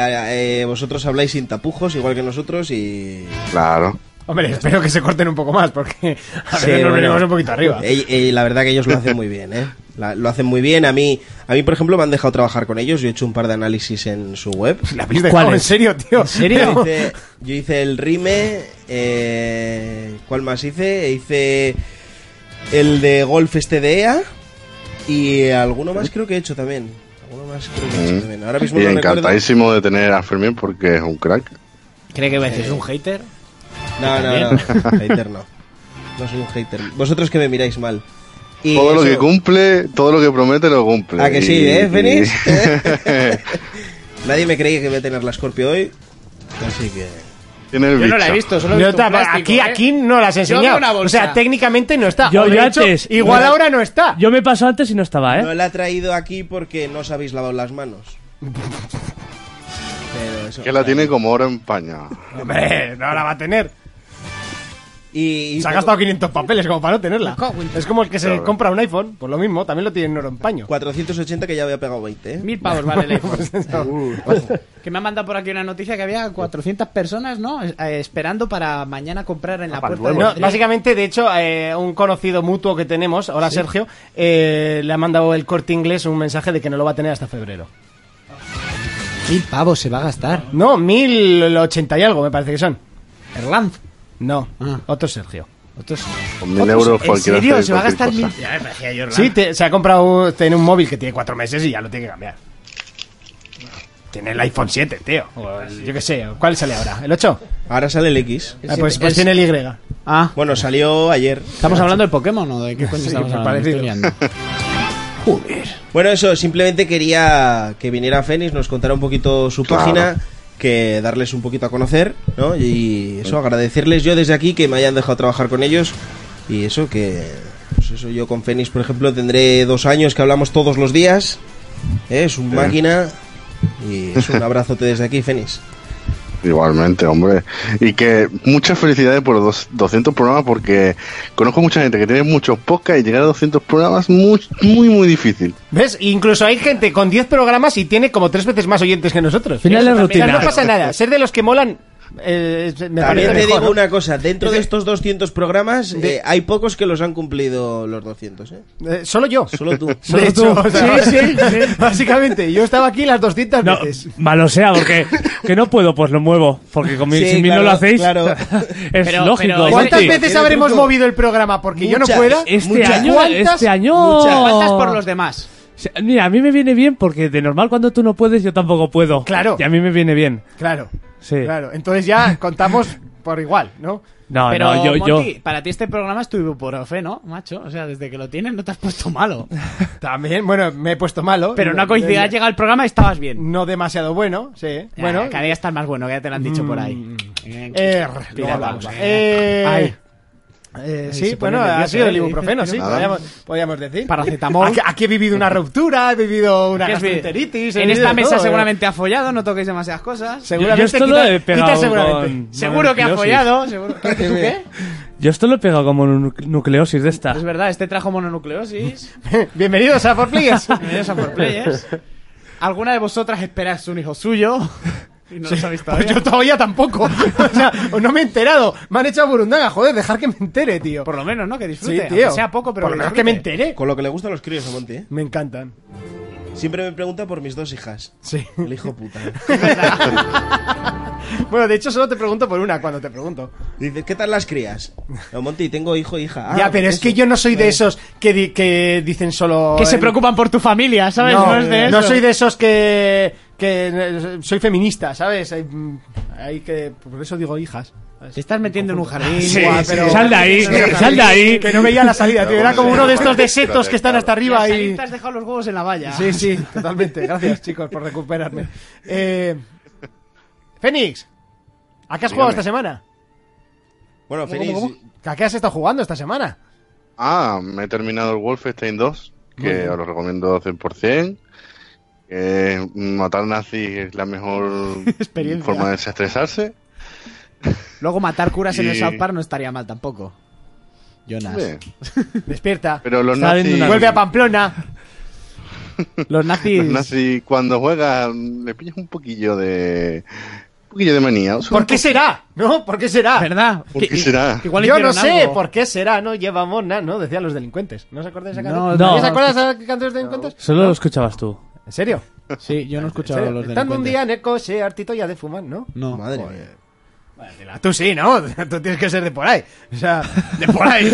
eh, vosotros habláis sin tapujos, igual que nosotros, y...
Claro.
Hombre, espero que se corten un poco más porque a
Sí,
veces nos
bueno.
venimos un poquito arriba.
Eh, eh, la verdad que ellos lo hacen muy bien, ¿eh? La- lo hacen muy bien. A mí, a mí, por ejemplo, me han dejado trabajar con ellos. Yo he hecho un par de análisis en su web.
¿La habéis dejado? ¿En serio, tío? ¿En
Yo hice, yo hice el Rime. eh, ¿Cuál más hice? Hice el de Golf este de EA. Y alguno más creo que he hecho también. Alguno más creo que he hecho también. Ahora mismo
Mm. y
no
encantadísimo de tener a Fermín porque es un crack.
¿Cree que va a decir, es un hater?
recuerdo. No, no, no. Hater no. No soy un hater. Vosotros que me miráis mal. Y
todo lo
eso-
que cumple, todo lo que promete lo cumple.
¿A que sí,
Y-
eh, Fenix?
y-
Nadie me creía que voy a tener la Scorpio hoy. Así que.
Tiene
Yo no la he visto, solo he visto un plástico, aquí,
¿eh?
aquí no las he
Yo
enseñado.
veo una
o
bolsa.
sea, técnicamente no está.
Yo,
O de
yo
hecho,
antes.
Igual
Yo-
ahora no está.
Yo me paso antes y no estaba, ¿eh?
No la he traído aquí porque no os habéis lavado las manos. Pero eso.
Que la tiene como oro en paña.
Hombre, no la va a tener.
Y,
se ha gastado 500 papeles como para no tenerla. Es como el que se
Claro.
compra un iPhone, por lo mismo, también lo tiene en oro en paño.
480 que ya había pagado 20, ¿eh?
Mil pavos vale el iPhone.
Pues eso.
Uh,
Que me han mandado por aquí una noticia que había 400 personas, ¿no? Es- eh, esperando para mañana comprar en la puerta de
No,
Madrid.
básicamente, de hecho, eh, un conocido mutuo que tenemos, ahora
Sí.
Sergio, eh, le ha mandado el corte inglés un mensaje de que no lo va a tener hasta febrero.
Mil pavos se va a gastar.
No, mil ochenta y algo, me parece que son.
¿Erlanz?
No,
Ah.
otro Sergio. Otro Sergio.
Con mil
Otro-
euros
¿en
cualquiera
serio?
hace
¿Se va a
cualquier
gastar mil? pues,
cosa.
Ya me parecía yo, Sí, te- se ha comprado un- tiene un móvil que tiene cuatro meses y ya lo tiene que cambiar. Tiene el iPhone 7, tío. O el- yo qué sé, ¿cuál sale ahora? ¿El 8?
Ahora sale el X.
Ah, pues, pues tiene el Y.
Ah.
Bueno, salió ayer.
¿Estamos hablando de Pokémon o de qué coño
Sí,
estamos
me
hablando?
parece.
Estoy liando.
Bueno, eso, simplemente quería que viniera Fénix, nos contara un poquito su
Claro.
página, que darles un poquito a conocer, ¿no? Y eso, agradecerles yo desde aquí que me hayan dejado trabajar con ellos. Y eso, que. Pues eso, yo con Fénix, por ejemplo, tendré dos años que hablamos todos los días. ¿eh? Es un
Sí.
máquina. Y es un abrazote desde aquí, Fénix.
Igualmente, hombre. Y que muchas felicidades por los dos- 200 programas porque conozco mucha gente que tiene muchos podcasts y llegar a 200 programas muy, muy, muy difícil.
¿Ves? Incluso hay gente con 10 programas y tiene como tres veces más oyentes que nosotros.
Final de
Eso también.
rutina.
No pasa nada. Ser de los que molan. eh, me
También
parece
te
mejor,
digo
¿no?
una cosa: dentro de estos 200 programas, eh, hay pocos que los han cumplido los 200, ¿eh?
Eh, solo yo.
Solo tú.
De hecho, o sea,
Sí, sí,
Básicamente, yo estaba aquí las 200
No,
veces.
malo sea, porque que no puedo, pues lo muevo. Porque con mi, si
Sí,
mí no
claro,
lo hacéis,
claro.
es
Pero-
lógico.
pero ¿Cuántas
Santi.
veces habremos movido el programa? Porque yo
Muchas.
no pueda.
Este
Muchas.
año,
¿Cuántas?
este año.
¿Cuántas por los demás?
O sea, Mira, a mí me viene bien porque de normal cuando tú no puedes, yo tampoco puedo. Claro. Y a mí me viene bien.
Claro.
Sí.
Claro. Entonces ya contamos por igual, ¿no?
No,
Pero,
no, yo,
Monty,
yo.
para ti este programa es tu ibuprofeno, ¿no, macho? O sea, desde que lo tienes no te has puesto malo.
También, bueno, me he puesto malo.
Pero una coincidencia, llega el programa y estabas bien.
No demasiado bueno, sí.
Ya,
bueno.
cada día estás más bueno, que ya te lo han dicho por ahí.
Eh, luego
Tira
hablamos.
pausa.
Eh,
Ay.
eh,
Eh,
sí,
se
bueno,
pone
ha
nervioso,
sido
eh,
el
le
ibuprofeno,
dice,
sí,
nada.
podríamos, podríamos decir.
Paracetamol.
Aquí, aquí he vivido una ruptura, he vivido una
¿Qué has vivido?
gastroenteritis. he
En
vivido
esta
de
mesa
todo, eh.
seguramente ha follado, no toquéis demasiadas cosas.
Seguramente Yo esto lo quita- he pegado quita seguramente. con
Seguro que ha
mononucleosis.
follado. seguro- ¿Qué- ¿Tú qué?
Yo esto lo he pegado como nu- nucleosis de esta.
Es verdad, este trajo mononucleosis.
Bienvenidos a For Players.
Bienvenidos a For Players. ¿Alguna de vosotras esperas un hijo suyo? Y no lo sabéis
Pues
todavía.
yo todavía tampoco. O sea, no me he enterado. Me han hecho burundanga, joder, dejar que me entere, tío.
Por lo menos, ¿no? Que
Sí,
disfrute.
tío.
aunque sea poco, pero
Por lo menos que
disfrute.
me entere.
Con lo que le gustan los críos a Monty, ¿eh?
Me encantan.
Siempre me pregunta por mis dos hijas.
Sí.
El hijo puta.
Bueno, de hecho, solo te pregunto por una cuando te pregunto.
Dice, ¿qué tal las crías? No, Monty, tengo hijo e hija. Ah,
ya, pero es
eso.
que yo no soy de esos que, di- que dicen solo.
Que se
en-
preocupan por tu familia, ¿sabes? No,
No,
es de
no
eso.
soy de esos que. que eh, soy feminista, ¿sabes? Hay, mm, hay que. Por eso digo hijas.
Te estás metiendo en un jardín.
Sí,
Buah,
sí, sal de ahí, sal de ahí.
Que no veía la salida, tío. Era como uno de estos de setos que están hasta arriba
Y...
y.
has dejado los huevos en la valla.
Sí, sí, totalmente. Gracias, chicos, por recuperarme. Eh, Fénix, ¿a qué has jugado
Dígame.
esta semana?
Bueno,
¿Cómo, Fénix, cómo,
¿A qué has estado jugando esta semana?
Ah, me he terminado el Wolfenstein 2,
Muy
que
bien.
os lo recomiendo 100%. Que matar nazis es la mejor
Experiencia.
forma de desestresarse.
Luego matar curas en el
Y-
South Park no estaría mal tampoco. Jonas.
Hombre,
Despierta.
Pero los
Estaba viendo
nazis,
una-
Vuelve a Pamplona.
Los nazis.
los nazis cuando juegan le pillas un poquillo de... Un poquillo de manía.
¿Por qué será? ¿No? ¿Por qué será?
¿Verdad?
¿Por qué será?
Yo no sé por qué será, no llevamos nada, ¿no? Decían los delincuentes. ¿No os acordáis de esa
No,
canción?
no.
¿Nadie se acuerda de esa canción de los delincuentes?
Solo lo escuchabas tú.
¿En serio?
Sí, yo no he escuchado
¿En serio?
los
Estando un
delincuentes.
día en el coche, hartito ya de fumar, ¿no?
No.
Madre
mía. Tú sí, ¿no? Tú tienes que ser de por ahí. O sea, de por ahí.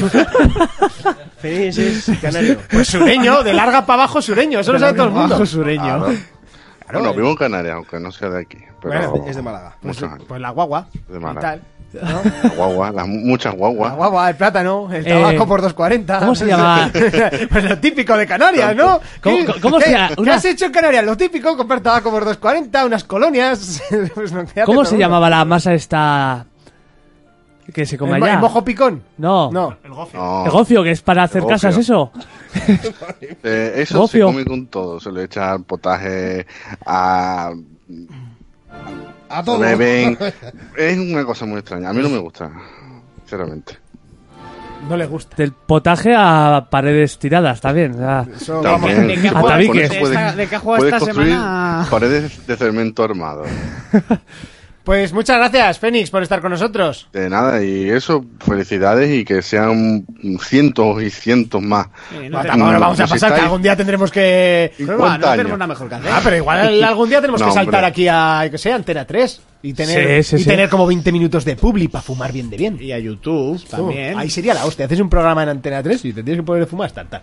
Fénix es canario.
Pues sureño, de larga para abajo sureño, eso lo
De
sabe todo el
larga
mundo.
pa' abajo
sureño.
Ah, Bueno, vivo en Canarias, aunque no sea de aquí. Pero
Bueno,
es de Málaga.
Muchos años.
Pues la guagua.
De
y
Málaga.
tal.
La guagua, las mu- muchas guaguas.
Guagua, el plátano, el tabaco
Eh,
por 2.40.
¿cómo se llama?
pues lo típico de Canarias, ¿no?
¿Cómo-
¿Qué-
cómo- cómo
qué-
se llama?
¿Qué
Una-
has hecho en Canarias? Lo típico, comprar tabaco por 2.40, unas colonias. pues no, quédate
¿Cómo
con
se
uno.
llamaba la masa esta que se come
¿El, mo-
allá?
el mojo picón?
No.
No.
El gofio.
¿El gofio, que es para hacer
Gofio.
casas eso?
Eh, eso
Gofio.
se come con todo. Se lo echa al potaje a.
A
se
todo.
beben. Es una cosa muy extraña. A mí no me gusta, sinceramente.
No le gusta.
Del potaje a paredes tiradas, está bien. ah.
Eso, vamos, También. ¿de qué
a
juega-
tabiques.
con eso puedes-
¿De qué ha jugado
Puedes
esta
construir
semana?
paredes de cemento armado.
Pues muchas gracias, Fénix, por estar con nosotros.
De nada, y eso, felicidades y que sean cientos y cientos más.
No, Pues tampoco lo vamos a
Si
pasar, que
estáis-
algún día tendremos que...
Pero va, no 50 tenemos años. nada
mejor que hacer. Ah, pero igual algún día tenemos
No,
que saltar
hombre.
aquí a, yo que sé, Antena 3. Y tener,
Sí, sí,
y
sí.
tener como 20 minutos de publi para fumar bien de bien. Y a YouTube
también.
Ahí sería la hostia. Haces un programa en Antena 3 y te tienes que poner a fumar hasta tal.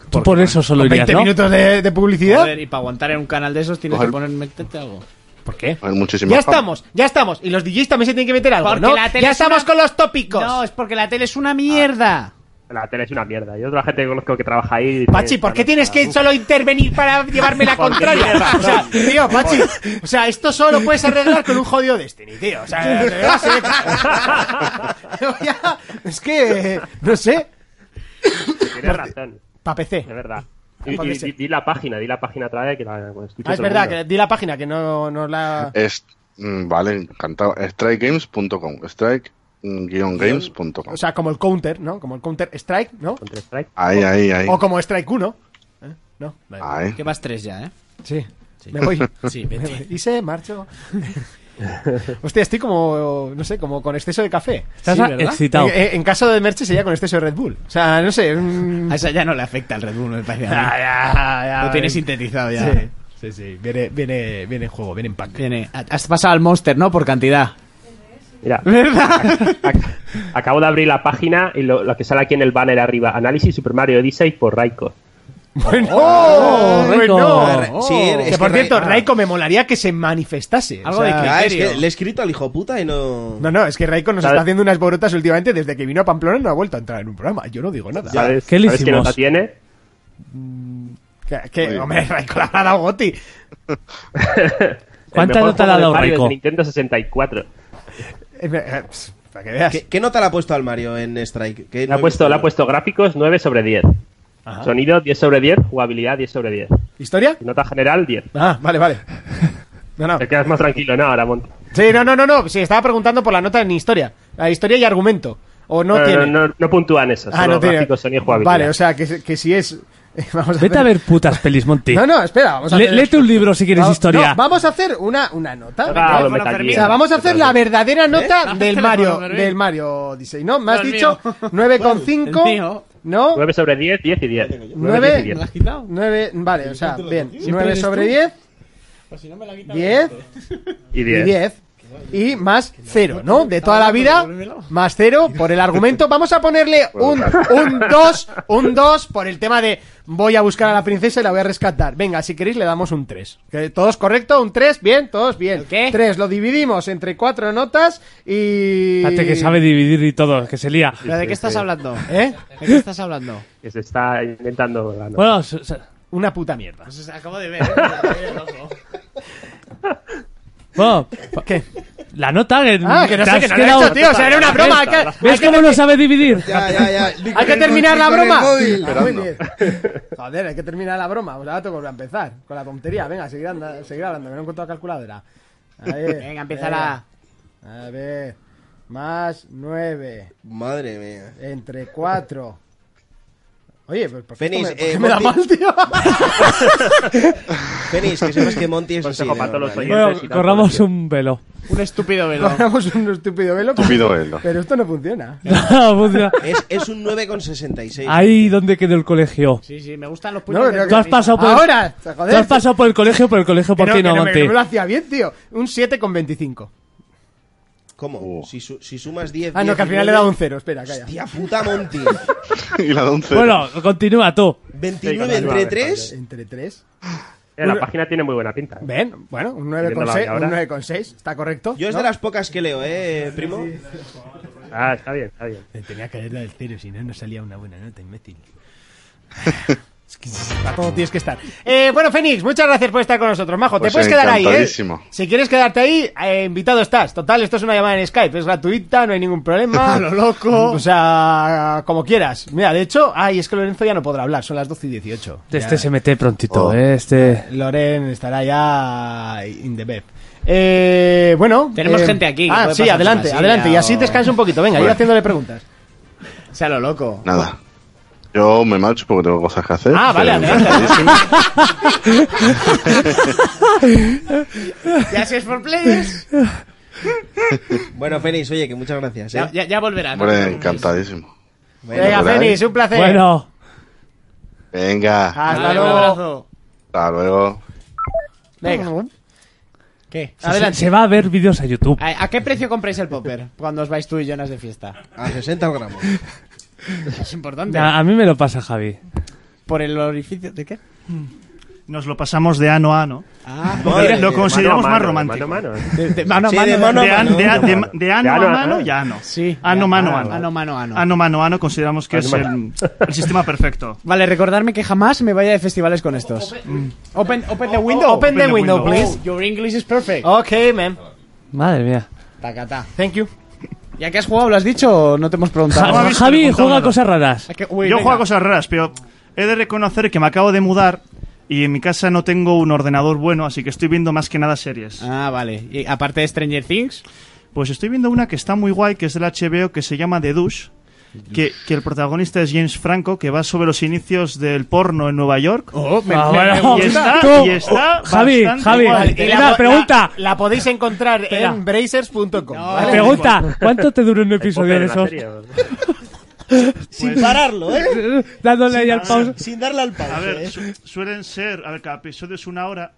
Pues
Tú por eso solo
Con
irías,
20
¿no?
minutos de, de publicidad.
Joder, y para aguantar en un canal de esos tienes
Coger-
que poner meterte algo.
¿Por qué?
Hay muchísimas
Ya
fam-
estamos, ya estamos. Y los DJs también se tienen que meter algo,
Porque
¿no?
la tele
Ya
es una-
estamos con los tópicos.
No, es porque la tele es una mierda.
La tele es una mierda. Yo otra gente que conozco que trabaja ahí. dice,
Pachi, ¿por qué tienes que solo intervenir para llevarme la
Porque
contraria?
tienes razón.
O sea, tío, Pachi, o sea, esto solo lo puedes arreglar con un jodido Destiny, tío. O sea, de verdad, sí. Ya, es que, eh, no sé,
Tienes razón.
para PC.
De verdad.
Ah,
Y,
porque
y-
se-
di, di la página, di la página otra vez que la pues, escucha
Ah, es
todo el
verdad,
mundo.
que di la página que no, no la...
Es, mm, vale, encantado. Strikegames.com. Strike-games.com.
O sea, como el counter, ¿no? Como el counter strike, ¿no?
Ahí, ahí, ahí.
O como strike 1. ¿eh? No.
Ahí.
Que vas tres ya, ¿eh?
Sí. Me voy.
Sí, vete.
Y se marcho. Hostia, estoy como, no sé, como con exceso de café.
Estás Sí, ¿verdad? excitado.
En, en- en caso de Merche sería con exceso de Red Bull. O sea, no sé. A
esa ya no le afecta el Red Bull, me parece. a mí.
Ah, ya, ya.
Lo tiene sintetizado ya.
Sí, sí, sí. Viene, viene, viene en juego, viene en pack.
Viene. Has pasado al Monster, ¿no? Por cantidad.
Mira,
¿Verdad?
acabo de abrir la página y lo, lo que sale aquí en el banner arriba: Análisis Super Mario Odyssey por Raiko.
¡Oh!
Raiko.
bueno. Oh.
Sí, es
Que,
que
por
Ra-
ah.
cierto, Raiko me molaría que se manifestase. O sea,
Ah, es que le he escrito al hijo puta y no.
No, no, es que Raiko nos
¿Sabes?
está haciendo unas borotas últimamente desde que vino a Pamplona no ha vuelto a entrar en un programa. Yo no digo nada.
¿Sabes,
¿Qué le
sabes
hicimos?
nota tiene?
Que, que, hombre, Raiko le habrá dado goti.
El
¿Cuánta
mejor
nota
juego
le ha
de
dado
Mario
Raiko?
de Nintendo 64.
Eh, Para que veas.
¿Qué, qué nota le ha puesto al Mario en Strike? ¿Qué
Le ha, puesto, le ha puesto gráficos 9 sobre 10.
Ah.
Ajá.
Sonido 10 sobre 10. Jugabilidad 10 sobre 10.
¿Historia?
Nota general 10.
Ah, vale, vale. No, no.
Te quedas más tranquilo, ¿no? Ahora, Monty.
Sí, no, no, no, no. Sí, estaba preguntando por la nota en historia. La historia y argumento. O no,
No, no,
tiene.
eh, no, no puntúan eso.
Ah,
solo
no tiene.
gráficos, sonido y jugabilidad.
Vale, o sea, que, que si es. Vamos a
Vete a
hacer-
ver putas pelis, Monty.
No, no, espera, vamos a
Le-
hacer-
Léete un libro si quieres
Va-
historia.
no, vamos a hacer una, una nota.
Ah,
¿vale?
lo meto aquí.
o sea, vamos a hacer la verdadera nota
Haz el Ah,
del
teléfono,
Mario
Fermín.
del Mario Odyssey, ¿no? Me has
No, el
dicho
mío. El
9,5.
mío.
¿no?
9 sobre 10, 10 y 10. 9, 10 y 10.
9, 9, vale, o sea, bien, 9 sobre 10,
Pues
10
Y
y
10.
10 y más 0, ¿no? De toda la vida, más 0 por el argumento. Vamos a ponerle un 2, un 2 por el tema de voy a buscar a la princesa y la voy a rescatar. Venga, si queréis le damos un 3. ¿Todos correcto? ¿Un 3? Bien, todos bien. ¿Qué? 3, lo dividimos entre 4 notas y...
Fíjate que sabe dividir y todo, que se lía.
¿Pero de qué estás hablando?
¿Eh?
¿De qué estás hablando?
Que se está intentando. la nota.
Bueno,
Una puta mierda.
Pues acabo de ver. ¿eh?
Bueno, ¿Qué? La nota que.
Ah, que no
te
sé,
has
que no lo he
quedado-
hecho, tío, o sea, era una broma, que- hay
¿Ves
que
cómo no sabe dividir?
Hay que terminar la broma. Ah,
Esperando.
Joder, hay que terminar la broma. Pues ahora tengo que volver a empezar con la tontería. Venga, seguir, anda- seguir hablando, que no encuentro la calculadora. A ver,
Venga, empiézala.
venga. A ver, más 9
Madre mía.
entre 4. Oye, pues por qué
Fénix,
esto me, por
eh,
qué me da
Monty-
mal, tío.
Fénix, que sepas que Monty es así. ¿eh?
Consejo para
no,
todos los
vale.
Bueno, corramos un velo.
Un estúpido velo.
Corramos un estúpido velo. pero-
Estúpido velo.
Pero esto no funciona.
No, funciona.
Es, es un 9,66.
Ahí donde quedó el colegio.
Sí, sí, me gustan los
No,
puños.
creo
de
que-
Tú has pasado por.
Ahora,
Tú
joder.
has pasado por el colegio, por el colegio,
Que
¿por
no,
qué
que
no,
no, que
Monty?
no me lo hacía bien, tío. Un 7 con 25.
¿Cómo? Si, su- si sumas 10.
Ah, no, que al final le he dado un 0. Espera, calla.
Eh, Hostia puta, Monty.
y la de un cero.
Bueno, continúa tú.
29 entre 3.
Entre 3.
Eh, la página tiene muy buena pinta. ¿eh?
Ven, bueno, un
Viéndola
9,6,
ahora.
un 9,6, está correcto.
Yo es
¿no?
de las pocas que leo, ¿eh, primo?
Ah, está bien, está bien.
Eh, Tenía que leer la del cero, si no, no salía una buena nota, imbécil.
Para todo tienes que estar. Eh, bueno, Fénix, muchas gracias por estar con nosotros. Majo,
Pues
te puedes quedar ahí, ¿eh?
encantadísimo.
Si quieres quedarte ahí, eh, invitado estás. Total, esto es una llamada en Skype, es gratuita, no hay ningún problema.
A lo loco.
O sea, como quieras. Mira, de hecho, ay, es que Lorenzo ya no podrá hablar, son las 12 y 18. Ya-
Este se mete prontito,
Oh.
¿eh? Este...
Loren estará ya in the bed. Eh, bueno,
Tenemos
eh,
gente aquí que
Ah,
puede
sí,
pasar
adelante,
una
adelante.
silla
Y así
o-
descansa un poquito. Venga, ir
Bueno.
haciéndole preguntas.
O sea, lo loco.
Nada. Yo me marcho porque tengo cosas que hacer.
Ah, vale,
pero-
ya si es for players.
Bueno, Félix, oye, que muchas gracias, ¿eh?
Ya, ya, ya volverá. ¿no?
Hombre, encantadísimo.
Venga,
¿verdad?
Fénix, un placer.
Bueno.
Venga.
Hasta
Vale, un
luego.
abrazo.
Hasta luego.
Venga.
¿Qué?
Se-
Adelante.
Se va a ver vídeos a YouTube.
¿A, a qué precio compráis el popper cuando os vais tú y Jonas de fiesta?
A 60 gramos.
Es importante.
A, a mí me lo pasa Javi.
¿Por el orificio de qué?
Nos lo pasamos de ano a ano.
Ah,
Lo-
Madre,
lo
de
consideramos
mano a
más
mano,
romántico.
de mano ¿eh? a mano.
De, de mano a
Sí,
mano.
de mano a mano.
de-
De-
mano.
de ano a mano y ano.
Sí.
Ano,
Ya,
mano, ano.
Ano, mano, ano.
Ano mano ano consideramos que
Ano,
es
mano.
el, el sistema perfecto.
Vale, recordarme que jamás me vaya de festivales con estos. Open, open the window.
Open the window, please.
Oh, your English is perfect.
Ok, man.
Madre mía.
Tacata.
Thank you.
¿Ya que has jugado, lo has dicho o no te hemos preguntado?
Ja- Javi juega cosas raras.
Ah, que- uy,
Yo
venga.
juego a cosas raras, pero he de reconocer que me acabo de mudar y en mi casa no tengo un ordenador bueno, así que estoy viendo más que nada series.
Ah, vale. Y aparte de Stranger Things,
Pues estoy viendo una que está muy guay, que es del HBO, que se llama The Douche. Que, que el protagonista es James Franco, que va sobre los inicios del porno en Nueva York.
Oh,
me-
Ah,
me-
bueno.
y está,
Tú,
y está
Javi,
bastante
Javi,
guay.
Y
una
po-
pregunta.
La, la podéis encontrar en brazers.com. ¿vale?
Pregunta, ¿cuánto te dura un episodio de
Popper en la
esos?
serie, ¿verdad?
Pues,
Sin
pararlo, ¿eh?
Dándole ahí al pausa.
Sin darle al pause.
A ver,
¿eh?
su- suelen ser, a ver, cada episodio es una hora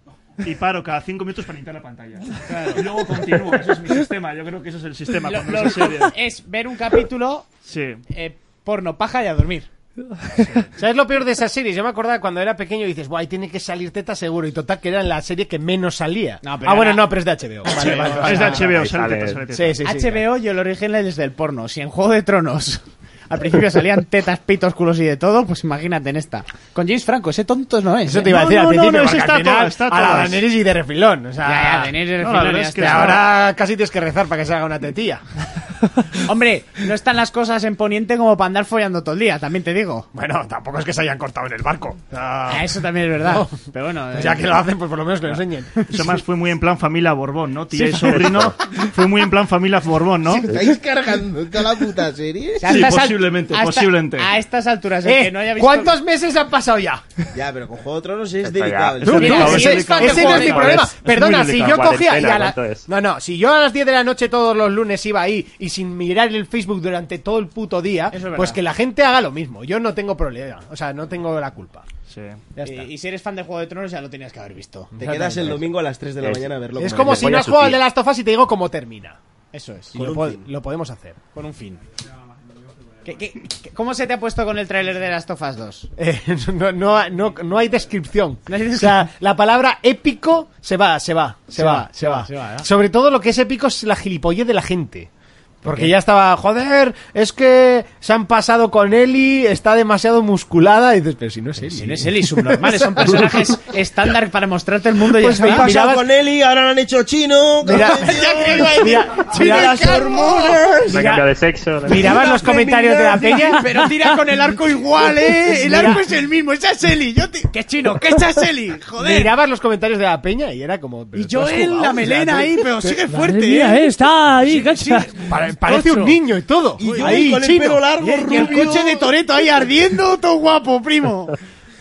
y paro cada cinco minutos para limpiar la pantalla. Claro, y luego continúo, eso es mi sistema, yo creo que eso es el sistema.
lo-
cuando
lo-
ves la serie.
es ver un capítulo
Sí.
eh, porno paja y a dormir.
¿Sabes lo peor de esas series? Yo me acordaba cuando era pequeño y dices, guay, tiene que salir teta seguro. Y total, que era la serie que menos salía.
No, pero
ah, bueno,
era-
no, pero es de HBO. Vale, vale, vale.
Es de HBO, sale
sale.
teta, sale teta.
Sí, sí, sí.
HBO y el origen es del porno. Si en Juego de Tronos al principio salían tetas, pitos, culos y de todo, pues imagínate en esta. Con James Franco, ese tonto no es.
Eso
¿eh?
te iba a
No, no,
decir al
no,
principio.
no,
porque
está
al final,
todo, está
a la
todo.
Daenerys y de refilón. O sea,
Ya, ya, venir de
No, la
refilón y
verdad
ya
es que
está.
ahora casi tienes que rezar para que se haga una tetilla.
Hombre, no están las cosas en Poniente como para andar follando todo el día, también te digo.
Bueno, tampoco es que se hayan cortado en el barco. Ah,
Ah, Eso también es verdad.
No.
Pero bueno, eh,
ya que lo hacen, pues por lo menos que lo enseñen.
Eso más fue muy en plan familia Borbón, ¿no? Tía y sobrino. Fue muy en plan familia Borbón, ¿no?
¿Estáis cargando toda la puta serie?
a
Sí,
estas al-
posiblemente,
a esta-
posiblemente.
A estas alturas, el
Eh,
que no haya visto.
¿Cuántos meses han pasado ya?
Ya, pero con Juego de Tronos es
Esto ya-
delicado.
esto
ya-
No,
Claro,
si
es
es fan
delicado.
ese no es mi
Delicado,
problema.
es- es muy
Perdona, si
delicado.
yo cogía y
Cuarentena,
a la-
¿cuánto es?
No, no, si yo a las 10 de la noche todos los lunes iba ahí y sin mirar el Facebook durante todo el puto día,
Eso es verdad.
pues que la gente haga lo mismo. Yo no tengo problema, o sea, no tengo la culpa.
Sí.
Ya está.
Y, y si eres fan de Juego de Tronos, ya lo tenías que haber visto.
Te quedas el domingo a las 3 de la
Es-
mañana a verlo.
es
con
como
el-
si no has
su
jugado al
tía.
de las tofas y te digo cómo termina.
Eso es.
Lo,
un
po-
fin.
lo podemos hacer.
Con un fin. ¿Qué- qué- qué- cómo se te ha puesto con el tráiler de Last of Us 2?
Eh, no, no, no, no hay descripción.
No hay
O sea, la palabra épico se va, se va, se,
Se
va,
va,
se va.
se va, ¿eh?
Sobre todo lo que es épico es la gilipollez de la gente. Porque ya estaba, joder, es que se han pasado con Eli, está demasiado musculada. Y dices, pero si no es Eli.
Si no es Eli, subnormales, son personajes estándar para mostrarte el mundo y
Pues
ya
me he
está.
pasado
Mirabas-
con Eli, ahora lo han hecho chino.
Mira-
coño.
Ya creo que iba a decir,
Mira-
chino
mira las
calvo.
hormonas.
Me cambio de sexo. de-
Mirabas los comentarios de la peña.
Pero tira con el arco igual, ¿eh? El
Mira.
arco es el mismo. Esa es Eli. Yo te... ¿Qué chino? ¿Qué esa es Eli? Joder.
Mirabas los comentarios de la peña y era como. pero
y
tú
yo
has
en
jugado,
la
o sea,
melena
tú-
ahí, pero sigue
Madre
fuerte,
mía,
¿eh?
eh, está ahí, gacha.
Pare- Parece un niño y todo.
Y yo
ahí,
con el
chino.
pelo largo,
Y el, y el
rubio.
coche de Toreto ahí ardiendo, todo guapo, primo.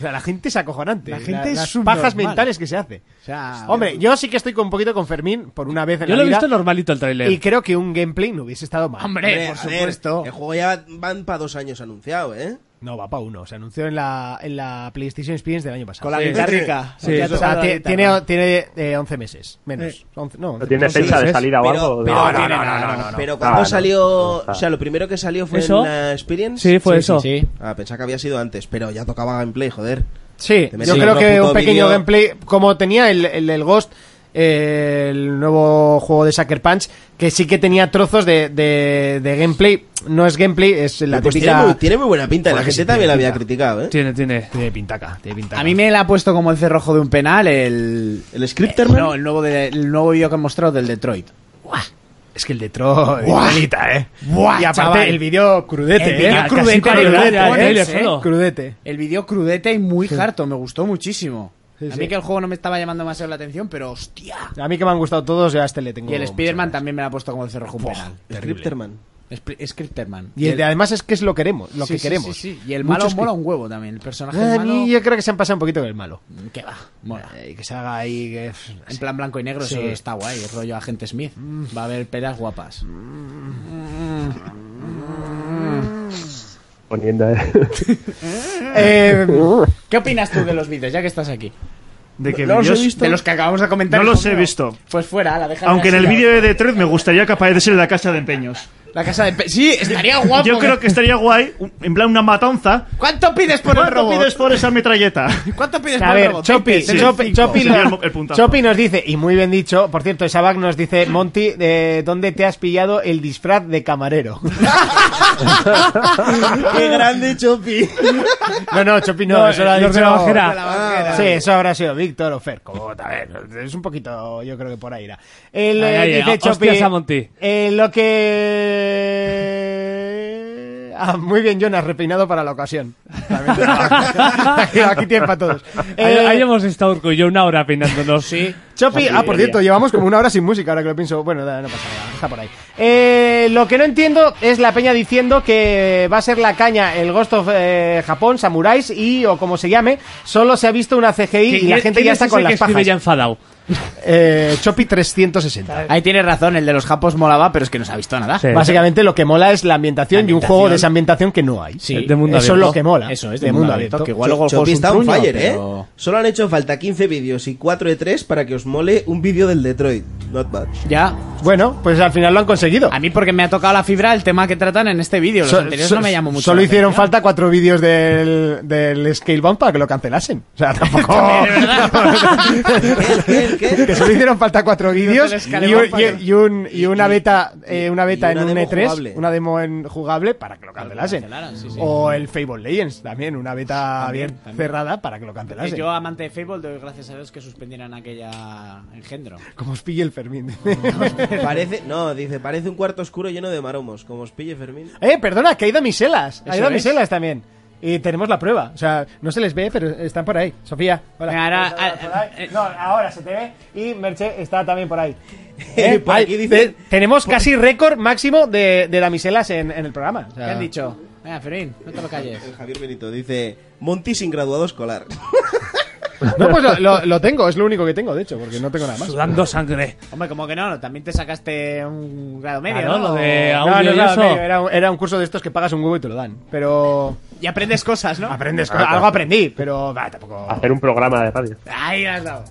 O
O sea, la gente es acojonante.
La gente es
las
subnormal.
pajas mentales que se hace.
Ah,
sea,
Hombre, yo sí que estoy con un poquito con Fermín por una vez en
Yo
la
lo he
vida.
visto normalito el tráiler.
y creo que un gameplay no hubiese estado mal.
Hombre, por
a ver,
supuesto.
el juego ya van para dos años anunciado, ¿eh?
No, va para uno. Se anunció en la, en la PlayStation Experience del año pasado.
Con la guitarra.
Guitarrica.
Sí.
O sea,
Guitarra.
ti- tiene, tiene eh, 11 meses. Menos. 11, no, 11,
¿No tiene
11
fecha de
meses.
salida o algo?
pero-
No,
no, no,
no, no,
no,
no,
no,
no.
Pero cuando
Ah, no.
salió,
Está.
o sea, lo primero que salió fue
¿Eso?
en la Experience.
Sí, fue eso.
Ah, pensaba que había sido antes, pero ya tocaba gameplay, joder.
Sí,
Te metes
yo
en
creo
otro
que
puto
un pequeño
vídeo.
gameplay, como tenía el, el del Ghost, eh, el nuevo juego de Sucker Punch, que sí que tenía trozos de, de- de gameplay. No es gameplay, es la
Pues
típica...
tiene, muy, tiene muy buena pinta, la
Porque sí,
gente también la
tiene
había
pinta.
criticado, ¿eh?
Tiene, tiene.
Tiene pintaca, tiene pintaca.
A mí me la ha puesto como el cerrojo de un penal el.
¿El Scripterman?
Eh, no, el nuevo, de- el nuevo vídeo que han mostrado del Detroit.
Es que el Detroit...
Buah.
Pelita, ¿eh?
Buah,
y aparte,
chaval.
el vídeo crudete,
El vídeo
¿eh?
crudete,
Casi
crudete,
crudete,
ya,
¿eh?
ya,
Sí,
solo.
crudete.
El vídeo crudete y muy
Sí.
harto, me gustó muchísimo. a mí
sí.
que el juego no me estaba llamando demasiado la atención, pero hostia.
A mí que me han gustado todos, ya a este le tengo...
Y el
mucho.
Spider-Man también me la ha puesto como el cerrojo un penal.
terrible. Scripterman.
Sp- Scripterman.
Y el de- además es que es lo queremos, lo
Sí,
que
sí,
queremos.
sí, sí. Y el
Mucho
malo
es que-
mola un huevo también. El personaje
Ah, a
malo.
mí yo creo que se han pasado un poquito con el malo.
Que va, mola.
que se haga ahí.
en plan blanco y negro,
Sí.
eso está guay. Es rollo Agente Smith. Va a haber peras guapas.
Poniendo, eh.
Eh, ¿Qué opinas tú de los vídeos, ya que estás aquí?
¿De qué
No los he
vídeos?
visto. De los que acabamos de comentar.
No los he
Bueno,
visto.
Pues fuera, la dejamos.
Aunque en el
así, ¿eh?
vídeo de Detroit me gustaría que apareciese la casa de empeños.
La casa de... pe- Sí, estaría guapo.
Yo creo que estaría guay, un- en plan una matanza.
¿Cuánto pides por el
¿Cuánto
robot?
pides por esa metralleta?
¿Cuánto pides
A
por el
ver,
robot?
Chopi,
Sí,
Chopi,
cinco.
Chopi,
Sería
nos,
el- el puntazo.
Chopi nos dice, y muy bien dicho, por cierto, Sabak nos dice, Monty, eh, ¿dónde te has pillado el disfraz de camarero?
Qué grande Chopi.
No, no, Chopi no,
No,
eso lo ha
eh, los
dicho...
de la bajera. Los de
Ah, Sí, eso habrá sido Víctor o Fer, como también, es un poquito, yo creo que por ahí irá. El,
Ay,
eh,
ay, ay,
dice Chopi,
hostias a Monty.
eh, lo que... Ah, muy bien, Jonas, repeinado para la ocasión. También te digo. Aquí tiene para todos.
Ahí,
Eh,
ahí hemos estado Urco y yo una hora peinándonos.
sí.
Chopi, ah, por cierto, llevamos como una hora sin música, ahora que lo pienso. Bueno, nada, no pasa nada, está por ahí. Eh, lo que no entiendo es la peña diciendo que va a ser la caña el Ghost of eh, Japón, Samuráis y, o como se llame, solo se ha visto una CGI y la gente ya está con las pajas.
ya enfadado?
Eh, Chopi 360.
Ahí tienes razón, el de los japos molaba, pero es que no se ha visto nada.
Básicamente lo que mola es la ambientación, y un juego de esa ambientación que no hay.
Sí.
De mundo Eso es abierto. lo que mola.
Eso es, de, mundo, abierto. Que igual luego el juego
Chopi
es
está
un
on
truño,
fire,
pero-
¿eh? Solo han hecho falta 15 vídeos y 4 de 3 para que os mole un vídeo del Detroit. Not bad.
Ya.
Bueno, pues al final lo han conseguido.
A mí porque me ha tocado la fibra el tema que tratan en este vídeo. Los
So-
anteriores
so-
no me llamó mucho.
Solo
la
hicieron
atención.
falta cuatro vídeos del, del Scalebound para que lo cancelasen. O sea, tampoco. que solo hicieron falta cuatro vídeos
del
y, un-
Scalebound para-
y- y un- y una beta, eh, una beta
y una
en un
demo
E3,
jugable.
una demo en jugable para que lo cancelasen.
cancelaran, sí, sí.
O el Fable Legends también, una beta bien
también. Eh,
cerrada para que lo cancelasen.
Yo, amante de Fable, doy gracias a Dios que suspendieran aquella engendro.
Como os pille el Fermín.
Parece, no, dice, parece un cuarto oscuro lleno de maromos, como os pille Fermín.
Eh, perdona, que ha ido a Miselas. Ha
Eso
ido a
es.
Miselas también. Y tenemos la prueba. O sea, no se les ve, pero están por ahí. Sofía, hola.
Venga, ahora-
Hola, hola, hola.
eh, eh.
no, ahora se te ve. Y Merche está también por ahí.
Eh, por
Ay,
aquí dicen-
te- tenemos casi récord máximo de, de damiselas en, en el programa. O sea,
¿Qué han dicho? Venga, Fermín, no te lo calles.
El Javier Benito dice, Monty sin graduado escolar.
No, pues lo, lo- lo tengo, es lo único que tengo, de hecho, porque no tengo nada más.
Sudando sangre.
Hombre, como que no, también te sacaste un grado medio,
Claro,
¿no?
lo de
Ah, No,
audio
no,
y
no,
eso.
no, era, un- era un curso de estos que pagas un huevo y te lo dan. Pero
Y aprendes cosas, ¿no?
aprendes, co- algo aprendí, pero bah, tampoco.
Hacer un programa de radio.
Ahí lo has dado.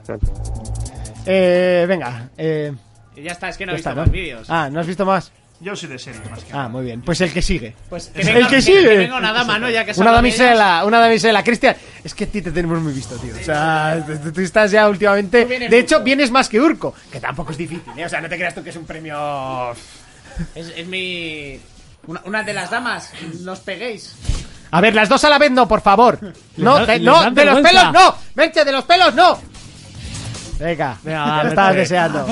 Eh, venga, eh,
Y ya está, es que no
ya
he visto
está,
más vídeos.
Ah, no has visto más.
Yo soy de serie, más que
Ah, muy bien. Pues el que sigue.
Pues que
El
venga,
que sigue.
venga una dama, ¿no? Ya que se
Una
habla de ellas.
damisela, una damisela. Cristian, es que a ti te tenemos muy visto, tío. O sea, tú- tú estás ya últimamente.
vienes
De hecho,
mucho.
vienes más que Urco, que tampoco es difícil, ¿eh? O sea, no te creas tú que es un premio.
Es, es mi... Una, una de las damas, nos peguéis.
A ver, las dos a la vez no, por favor. No,
da-
te-
les
no,
dan
de los
vergüenza.
pelos no. Merche, de los pelos no. Venga,
Venga, va,
te lo estabas
vete.
deseando.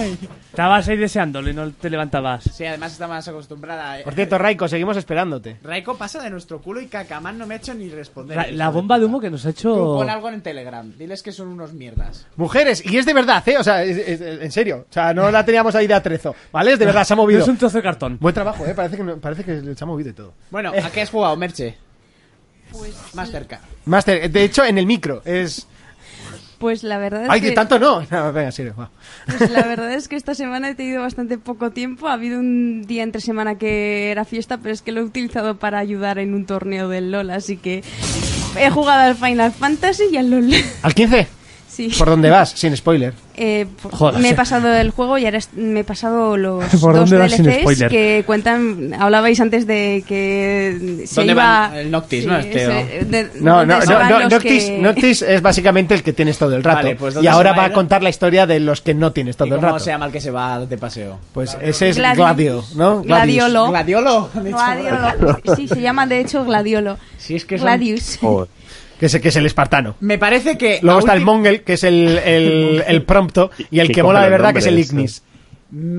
Estabas ahí deseándolo y no te levantabas.
Sí, además está más acostumbrada.
Por cierto, Raiko, seguimos esperándote.
Raiko pasa de nuestro culo y Cacamán no me ha hecho ni responder.
La, la bomba de humo que nos ha
Tú
hecho.
pon algo en Telegram. Diles que son unos mierdas.
Mujeres, y es de verdad, ¿eh? O sea, es- es- es- en serio. O sea, no la teníamos ahí de atrezo, ¿vale? Es de verdad, se ha
No
movido.
es un trozo de cartón.
Buen trabajo, ¿eh? Parece que, no- parece que se ha movido y todo.
Bueno, ¿a qué has jugado, Merche? Más cerca.
Master, de hecho, en el micro es...
Pues la verdad
Ah,
es
Ay,
que...
que tanto no. No, venga, serio. va.
Pues la verdad es que esta semana he tenido bastante poco tiempo. Ha habido un día entre semana que era fiesta, pero es que lo he utilizado para ayudar en un torneo del LOL, así que he jugado al Final Fantasy y al LOL.
¿Al 15?
Sí.
¿Por dónde vas? Sin spoiler.
Eh,
pues
por-
Joder.
me he pasado el juego y ahora est- me he pasado los
¿Por
dos
dónde vas sin
DLCs
spoiler?
que cuentan. Hablabais antes de que se
¿Dónde
iba.
van? El Noctis, ¿no? Este,
ese-
¿no?
Ah, de-
No,
¿dónde
no,
se
no,
van
no,
los
Noctis,
que-
Noctis es básicamente el que tienes todo el rato.
Vale, pues
y
¿dónde
ahora
se va
va a
él?
contar la historia de los que no tienes todo el
¿Cómo
rato.
se llama el que se va de paseo?
Pues ese es
Gladi-
Gladio, ¿no? Gladius.
Gladiolo.
Gladiolo.
Gladiolo. Sí, se llama de hecho Gladiolo.
Sí, es que son-
Gladius.
Que es, que es el espartano.
Me parece que.
Luego
Eh, a
está el
ulti-
Mongel, que es el, el, el prompto, y el
que
que mola de
coge los
verdad, que es el
nombres,
Ignis.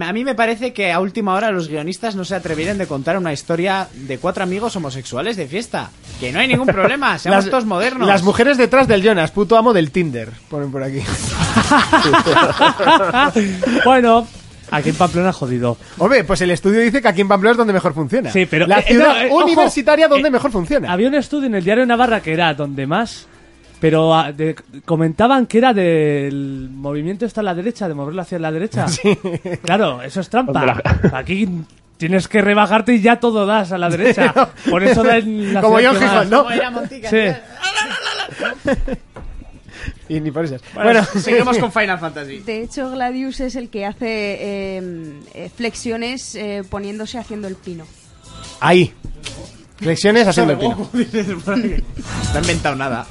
A mí me parece que a última hora los guionistas no se atrevieron de contar una historia de cuatro amigos homosexuales de fiesta. Que no hay ningún problema, seamos
Las-
todos modernos.
Las mujeres detrás del Jonas, puto amo del Tinder. Ponen por aquí.
Ah, bueno, aquí en Pamplona jodido.
Hombre, pues el estudio dice que aquí en Pamplona es donde mejor funciona.
Sí, pero-
La
eh,
ciudad
no, eh, ojo,
universitaria donde mejor funciona.
Había un estudio en el diario de Navarra que era donde más, pero ah, de- comentaban que era del movimiento está a la derecha, de moverlo hacia la derecha. Claro, eso es trampa. Aquí tienes que rebajarte y ya todo das a la derecha. Por eso da en la
Como
ciudad
John
que más.
Gijón, ¿no?
Sí.
Y ni por esas.
Bueno,
Bueno,
seguimos con Final Fantasy.
De hecho, Gladius es el que hace eh, eh, flexiones eh, poniéndose haciendo el pino.
Ahí. Flexiones haciendo el
Son
pino.
Goku, dices, por ahí. no he inventado nada.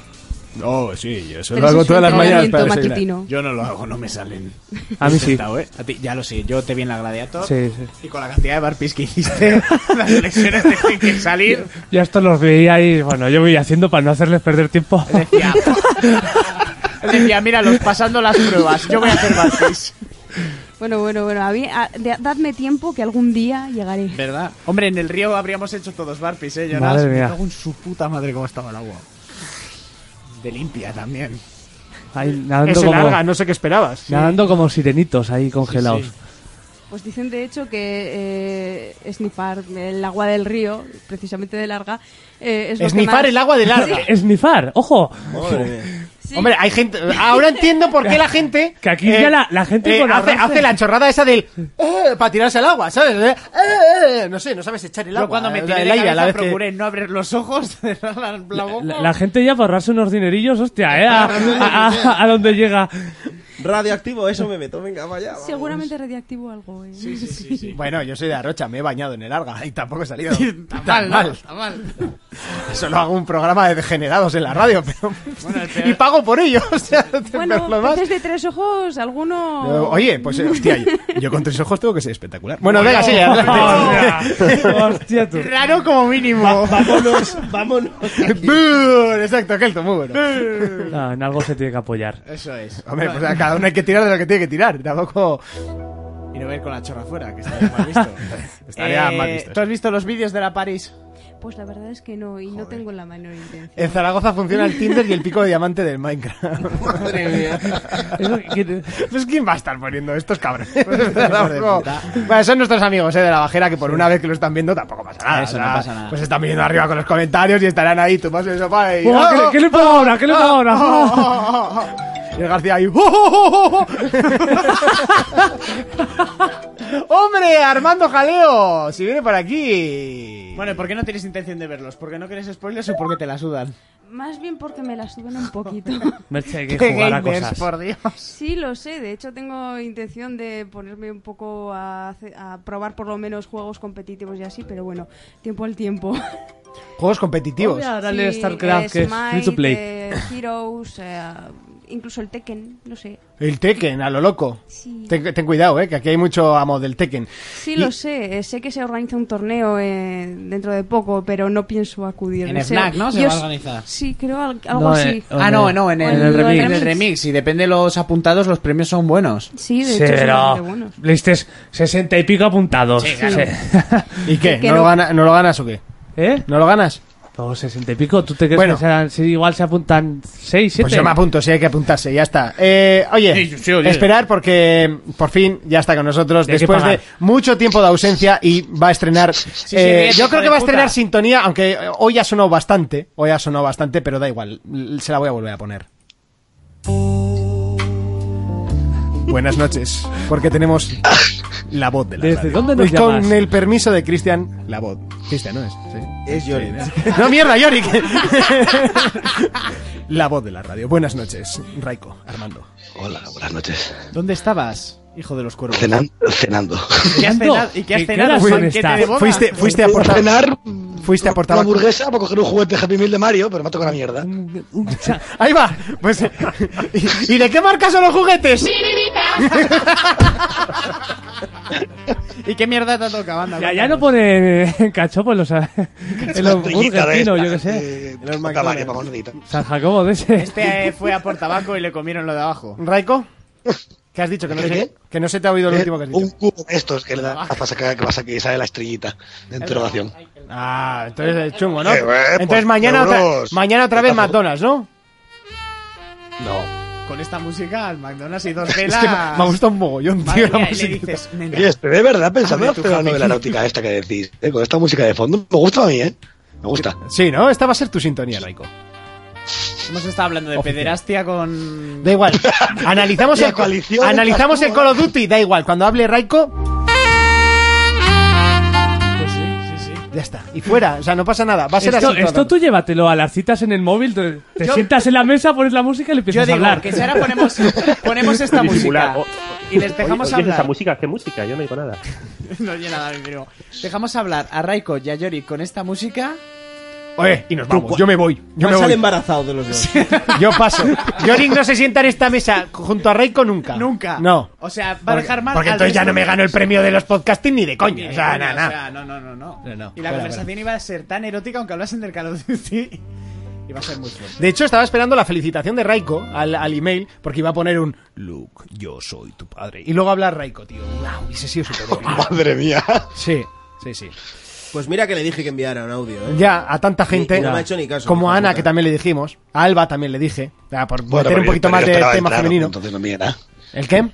No, sí, eso
Pero
lo hago
es
todas las mañanas
entrenamiento
para desayunar.
matutino. Yo no lo hago, no me salen.
A mí sí.
Intentado, ¿eh? A ti, ya lo sé, yo te vi en la Gladiator.
Sí, sí.
Y con la cantidad de barpis que hiciste, las flexiones tenían que salir.
Yo esto los veía y bueno, yo voy haciendo para no hacerles perder tiempo.
Decía, míralos, pasando las pruebas, yo voy a hacer barpis.
Bueno, bueno, bueno. a mí- a- de- dadme tiempo que algún día llegaré.
¿Verdad? Hombre, en el río habríamos hecho todos barpis, ¿eh? Jonas?
Madre mía.
Me cago en su puta madre cómo estaba el agua. De limpia también.
Ahí nadando
Es el
como,
alga, no sé qué esperabas.
nadando como sirenitos ahí congelados.
Pues dicen de hecho que eh, snifar el agua del río, precisamente de larga, eh, es lo que más- Sí.
Esnifar, ojo.
Hombre, hay gente. Ahora entiendo por qué la gente. eh,
Que aquí ya la- la gente con
hace,
arroce.
hace la chorrada esa del. eh, para tirarse al agua, ¿sabes? Eh, eh, eh, no sé, no sabes echar el agua.
Yo cuando me
eh,
tiré
el
de
aire a la
cabeza
vez que-
procuré no abrir los ojos, cerrar la, la boca.
La, la gente ya para ahorrarse unos dinerillos, hostia, ¿eh? A, a- a- a donde llega.
Radioactivo, eso me meto, venga, vaya. vamos.
Seguramente radiactivo algo. eh.
Bueno, yo soy de Arrocha, me he bañado en el Arga y tampoco he salido
mal,
tan,
¿no?
mal.
Está mal.
Solo hago un programa de degenerados en la radio, pero...
peor-
y pago por ello. o sea, pero lo
Bueno,
más-
peces de tres ojos, alguno...
Oh.
Pero, Oye, pues eh, hostia, yo, yo con tres ojos tengo que ser espectacular. Bueno, venga, sí, adelante.
Hostia, tú.
Raro como mínimo.
vámonos, vámonos.
¡Bum! Exacto, Kelto, muy bueno.
No, en algo se tiene que apoyar.
Eso es.
Hombre, pues a cada uno hay que tirar de lo que tiene que tirar. Tampoco...
Y no ver con la chorra fuera, que estaría mal visto.
Estaría
Eh,
mal visto.
¿Tú has visto los vídeos de la París?
Pues la verdad es que no, y no tengo la menor intención.
En Zaragoza funciona el Tinder y el pico de diamante del Minecraft. Madre mía. Pues quién va a estar poniendo estos cabrones.
Pues
Tampoco- bueno, son nuestros amigos eh, de la bajera que por una vez que lo están viendo tampoco pasa nada.
Eso,
o sea,
no pasa nada.
Pues están viendo arriba con los comentarios y estarán ahí tú vas en el sofá y.
Buah, ¿qué le- qué le pongo ahora? ¿Qué le pongo ahora?
oh, oh, oh, oh. Y el García ahí. ¡oh, oh, oh, oh! ¡Hombre! ¡Armando Jaleo! Si viene por aquí.
Bueno, ¿y ¿por qué no tienes intención de verlos? ¿Porque no quieres spoilers o porque te la sudan?
Más bien porque me la suben un poquito.
Merche, hay
Qué
que jugar a
gamers,
cosas.
por Dios.
Sí, lo sé. De hecho, tengo intención de ponerme un poco a, hace- a probar por lo menos juegos competitivos y así, pero bueno, tiempo al tiempo.
Juegos competitivos.
Hombre, dale StarCraft,
eh,
que es
Smite,
free to play.
eh, Heroes, eh, incluso el Tekken, no sé.
El Tekken, a lo loco.
Sí.
Ten, ten cuidado, eh, que aquí hay mucho amo del Tekken.
Sí,
Y-
lo sé. eh, Sé que se organiza un torneo eh, dentro de poco, pero no pienso acudir.
En
No
el
sé,
Fnac, ¿no? Se va
yo
a
s-
organizar.
Sí, creo al- algo
No,
así.
eh, ah, no, no, en
O
el, remix. En el remix. Y depende de los apuntados, los premios son buenos.
Sí, de
Sí,
hecho, son bastante
pero
buenos.
le diste 60 y pico apuntados.
Sí, claro.
¿Y qué?
Que
¿No,
no-
Lo gana- ¿No lo ganas o qué?
¿Eh?
¿No lo ganas?
No, 60 y pico. ¿Tú te crees
Bueno.
que serán- si igual se apuntan 6, 7?
Pues yo me apunto, si hay que apuntarse, ya está. Eh, oye,
Sí, sí, oye.
esperar porque mm, por fin ya está con nosotros
Y hay que
después
pagar.
de mucho tiempo de ausencia y va a estrenar.
sí,
eh,
ríete,
yo
hijo
creo que
de
va a
puta.
estrenar sintonía, aunque eh, hoy ha sonado bastante. Hoy ha sonado bastante, pero da igual, l- se la voy a volver a poner. Buenas noches, porque tenemos la voz de la
¿Desde
radio.
dónde nos
Pues Con
llamas?
el permiso de Cristian, la voz. Cristian, ¿no es? Sí.
Es Yorick.
No, mierda, Yorick. la voz de la radio. Buenas noches, Raiko, Armando.
Hola, buenas noches.
¿Dónde estabas, hijo de los cuervos?
Cenan- cenando.
¿Qué has cenado? ¿Y qué has cenado? Juan? ¿Qué te devoras?
Fuiste, fuiste a por
cenar,
Fuiste a por
una
tabaco.
hamburguesa para coger un juguete Happy Meal de Mario, pero me ha tocado la mierda.
Ahí va. Pues, ¿Y de qué marca son los
Eh,
juguetes?
¿Y qué mierda te ha tocado? Anda,
Ya, ya no pone en cachopo en los, en los
Tortillita
burgers,
de
tío,
esta,
yo qué sé.
Eh,
de- Puta madre, para monedita.
San Jacobo de ese.
Este eh, fue a por tabaco y le comieron lo de abajo.
¿Raiko? ¿Qué has dicho? Que no,
¿Qué,
se,
qué?
que no se te ha oído lo
Eh,
último que has dicho.
Un cubo de estos que le da para sacar que pasa que sale la estrellita de interrogación.
Ah, entonces es chungo, ¿no?
Eh, eh,
Entonces
pues,
mañana otra,
euros.
mañana otra vez McDonald's, ¿no?
No.
Con esta música, al McDonald's y dos
Es
velas.
que me, me ha gustado un mogollón,
Madre
tío, la
mía, y le
musiquita.
dices, nena,
Oye, este, de verdad pensando en
Abre tu
hacer una
Happy
novela
Meal.
náutica esta que decís, eh, con esta música de fondo. Me gusta a mí, ¿eh? Me gusta.
Sí, ¿no? Esta va a ser tu sintonía, Raiko.
Hemos estado hablando de pederastia con.
Da igual. Analizamos
La
el,
coalición
analizamos
de
el Call of Duty, da igual. Cuando hable Raiko,
Pues sí, sí, sí.
ya está. Y fuera, o sea, no pasa nada. Va a ser
Esto,
así. todo el
esto tú llévatelo a las citas en el móvil, te, te
Yo-
sientas en la mesa, pones la música y le empiezas
Yo digo
a hablar.
que si ahora ponemos, ponemos esta música
Disimular. O-
y les dejamos
Oye, oye, esa
hablar.
música? ¿Qué música? Yo no digo nada.
No oye nada, mi primo. Dejamos hablar a Raiko y a Yori con esta música.
tiempo. Oye, y nos vamos.
Tú,
Yo me voy. Yo
¿cuál
me
sale
voy.
embarazado de los dos.
Yo paso. Yorick no se sienta en esta mesa junto a Raiko nunca. Nunca. No.
O sea, va a
Porque,
dejar mal.
porque
al
entonces ya
resto
no me
de
gano el premio de los podcasting ni de coña.
Ni
o
de
sea,
coña,
nada,
o
nada.
sea, no, no, no, no. Y
no.
la
Fuera,
conversación iba a ser tan erótica, aunque hablasen del Call of Duty. Iba a ser muy fuerte.
De hecho, estaba esperando la felicitación de Raiko al, al email porque iba a poner un Luke, yo soy tu padre. Y luego habla Raiko, tío. Wow, hubiese sido súper
Madre mía.
Sí, sí, sí.
Pues mira que le dije que enviara un audio, ¿eh?
Ya, a tanta gente.
Y no me ha hecho ni caso,
como
hijo
a
de
Ana,
puta.
que también le dijimos. A Alba también le dije. ya, por
Bueno,
meter
pero
un
yo-
poquito
pero
más
yo
de
esperaba
tema
entrar,
femenino.
Entonces no envié nada.
¿El qué?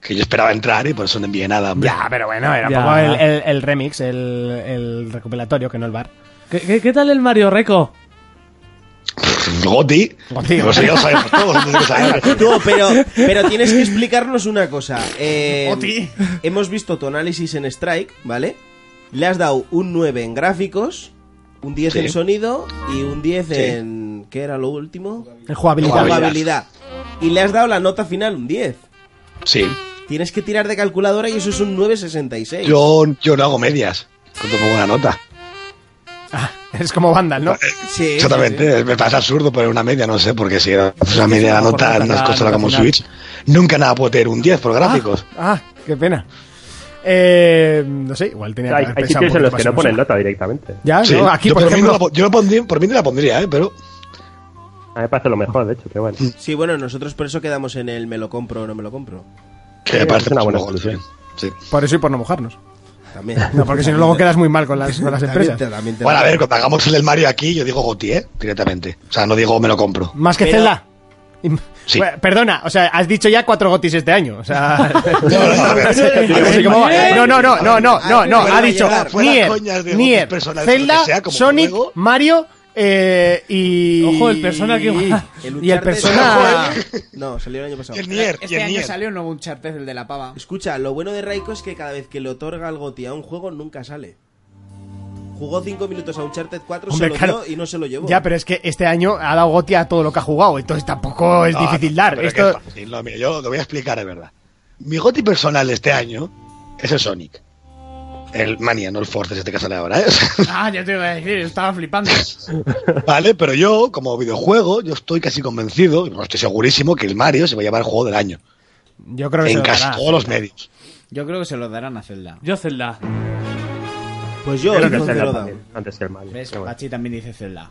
Que yo esperaba entrar y por eso no envié nada. hombre.
Ya, pero bueno, era
Ya.
un poco el, el- el remix, el, el recopilatorio, que no el bar.
¿Qué, qué, qué tal el Mario Reco?
Goti.
Goti.
Pues ya lo sabemos todos. antes de que salga.
No, pero, pero tienes que explicarnos una cosa. Eh, hemos visto tu análisis en Strike, ¿vale? Le has dado un 9 en gráficos, un 10
Sí.
en sonido y un 10
Sí.
en... ¿Qué era lo último?
En jugabilidad.
Jugabilidad. Y le has dado la nota final, un 10.
Sí.
Tienes que tirar de calculadora y eso es un 9,66.
Yo, yo no hago medias. Cuando pongo una nota.
Es como Vandal, ¿no?
Sí,
Eh, Exactamente, me parece absurdo poner una media, no sé, porque si haces una media de la
Por nota,
nota no es
claro,
cosa como un
claro.
Switch, nunca nada puede tener un 10 por gráficos.
Ah, qué pena. Eh, no sé, igual tenía que
Hay-
haber
hay
pensado
sitios
un
en los
poquito
que no
más
ponen
eso.
Nota directamente.
Ya,
Sí,
¿no? Aquí,
yo,
por
por mí no
ejemplo,
la po- yo la pondría- por mí no la pondría, ¿eh? pero
A mí me parece lo mejor, de hecho, pero bueno.
Sí, bueno, nosotros por eso quedamos en el me lo compro o no me lo compro.
que me
Sí,
parece
es una buena
mejor,
solución.
sí.
por eso y por no mojarnos.
También.
No, porque si no, luego quedas muy mal con las, con las
También
empresas.
te- también te-
Bueno, a ver, cuando hagamos el del Mario aquí, yo digo Goti, ¿eh? Directamente. O sea, no digo me lo compro.
Más que
Pero-
Zelda. Y- Bueno, Perdona, o sea, has dicho ya cuatro gotis este año. O sea, Así como va. no, no, no, no, no,
Ah,
no, no, ha dicho Nier, Nier, Zelda, Sonic, Mario eh, y.
Ojo, el Persona que-
Y el
Uncharted- ¿eh?
Persona.
No, salió el año pasado.
este año salió un nuevo Uncharted, el de la pava.
Escucha, lo bueno de Raiko es que cada vez que le otorga el goti a un juego nunca sale. Jugó 5 minutos a Uncharted 4,
Hombre,
se lo
claro.
dio y no se lo llevó.
Ya, pero es que este año ha dado goti a todo lo que ha jugado, entonces tampoco Oh, es
No,
difícil
no,
dar.
pero
Esto.
que es fácil, no, mira, yo lo voy a explicar de verdad. Mi goti personal de este año es el Sonic. El Mania, no el Forces este que sale ahora, ¿eh? O sea,
Ah, ya te iba a decir, estaba flipando.
Vale, pero yo, como videojuego, yo estoy casi convencido, no estoy segurísimo, que el Mario se va a llevar el juego del año.
Yo creo que se
en
lo
casi
dará.
todos los medios.
Yo creo que se lo darán a Zelda.
Yo Zelda.
Pues yo,
Creo
yo
que es
se
el
lo he
también,
dado.
antes que el Mario.
¿Ves? Pachi también dice Zelda.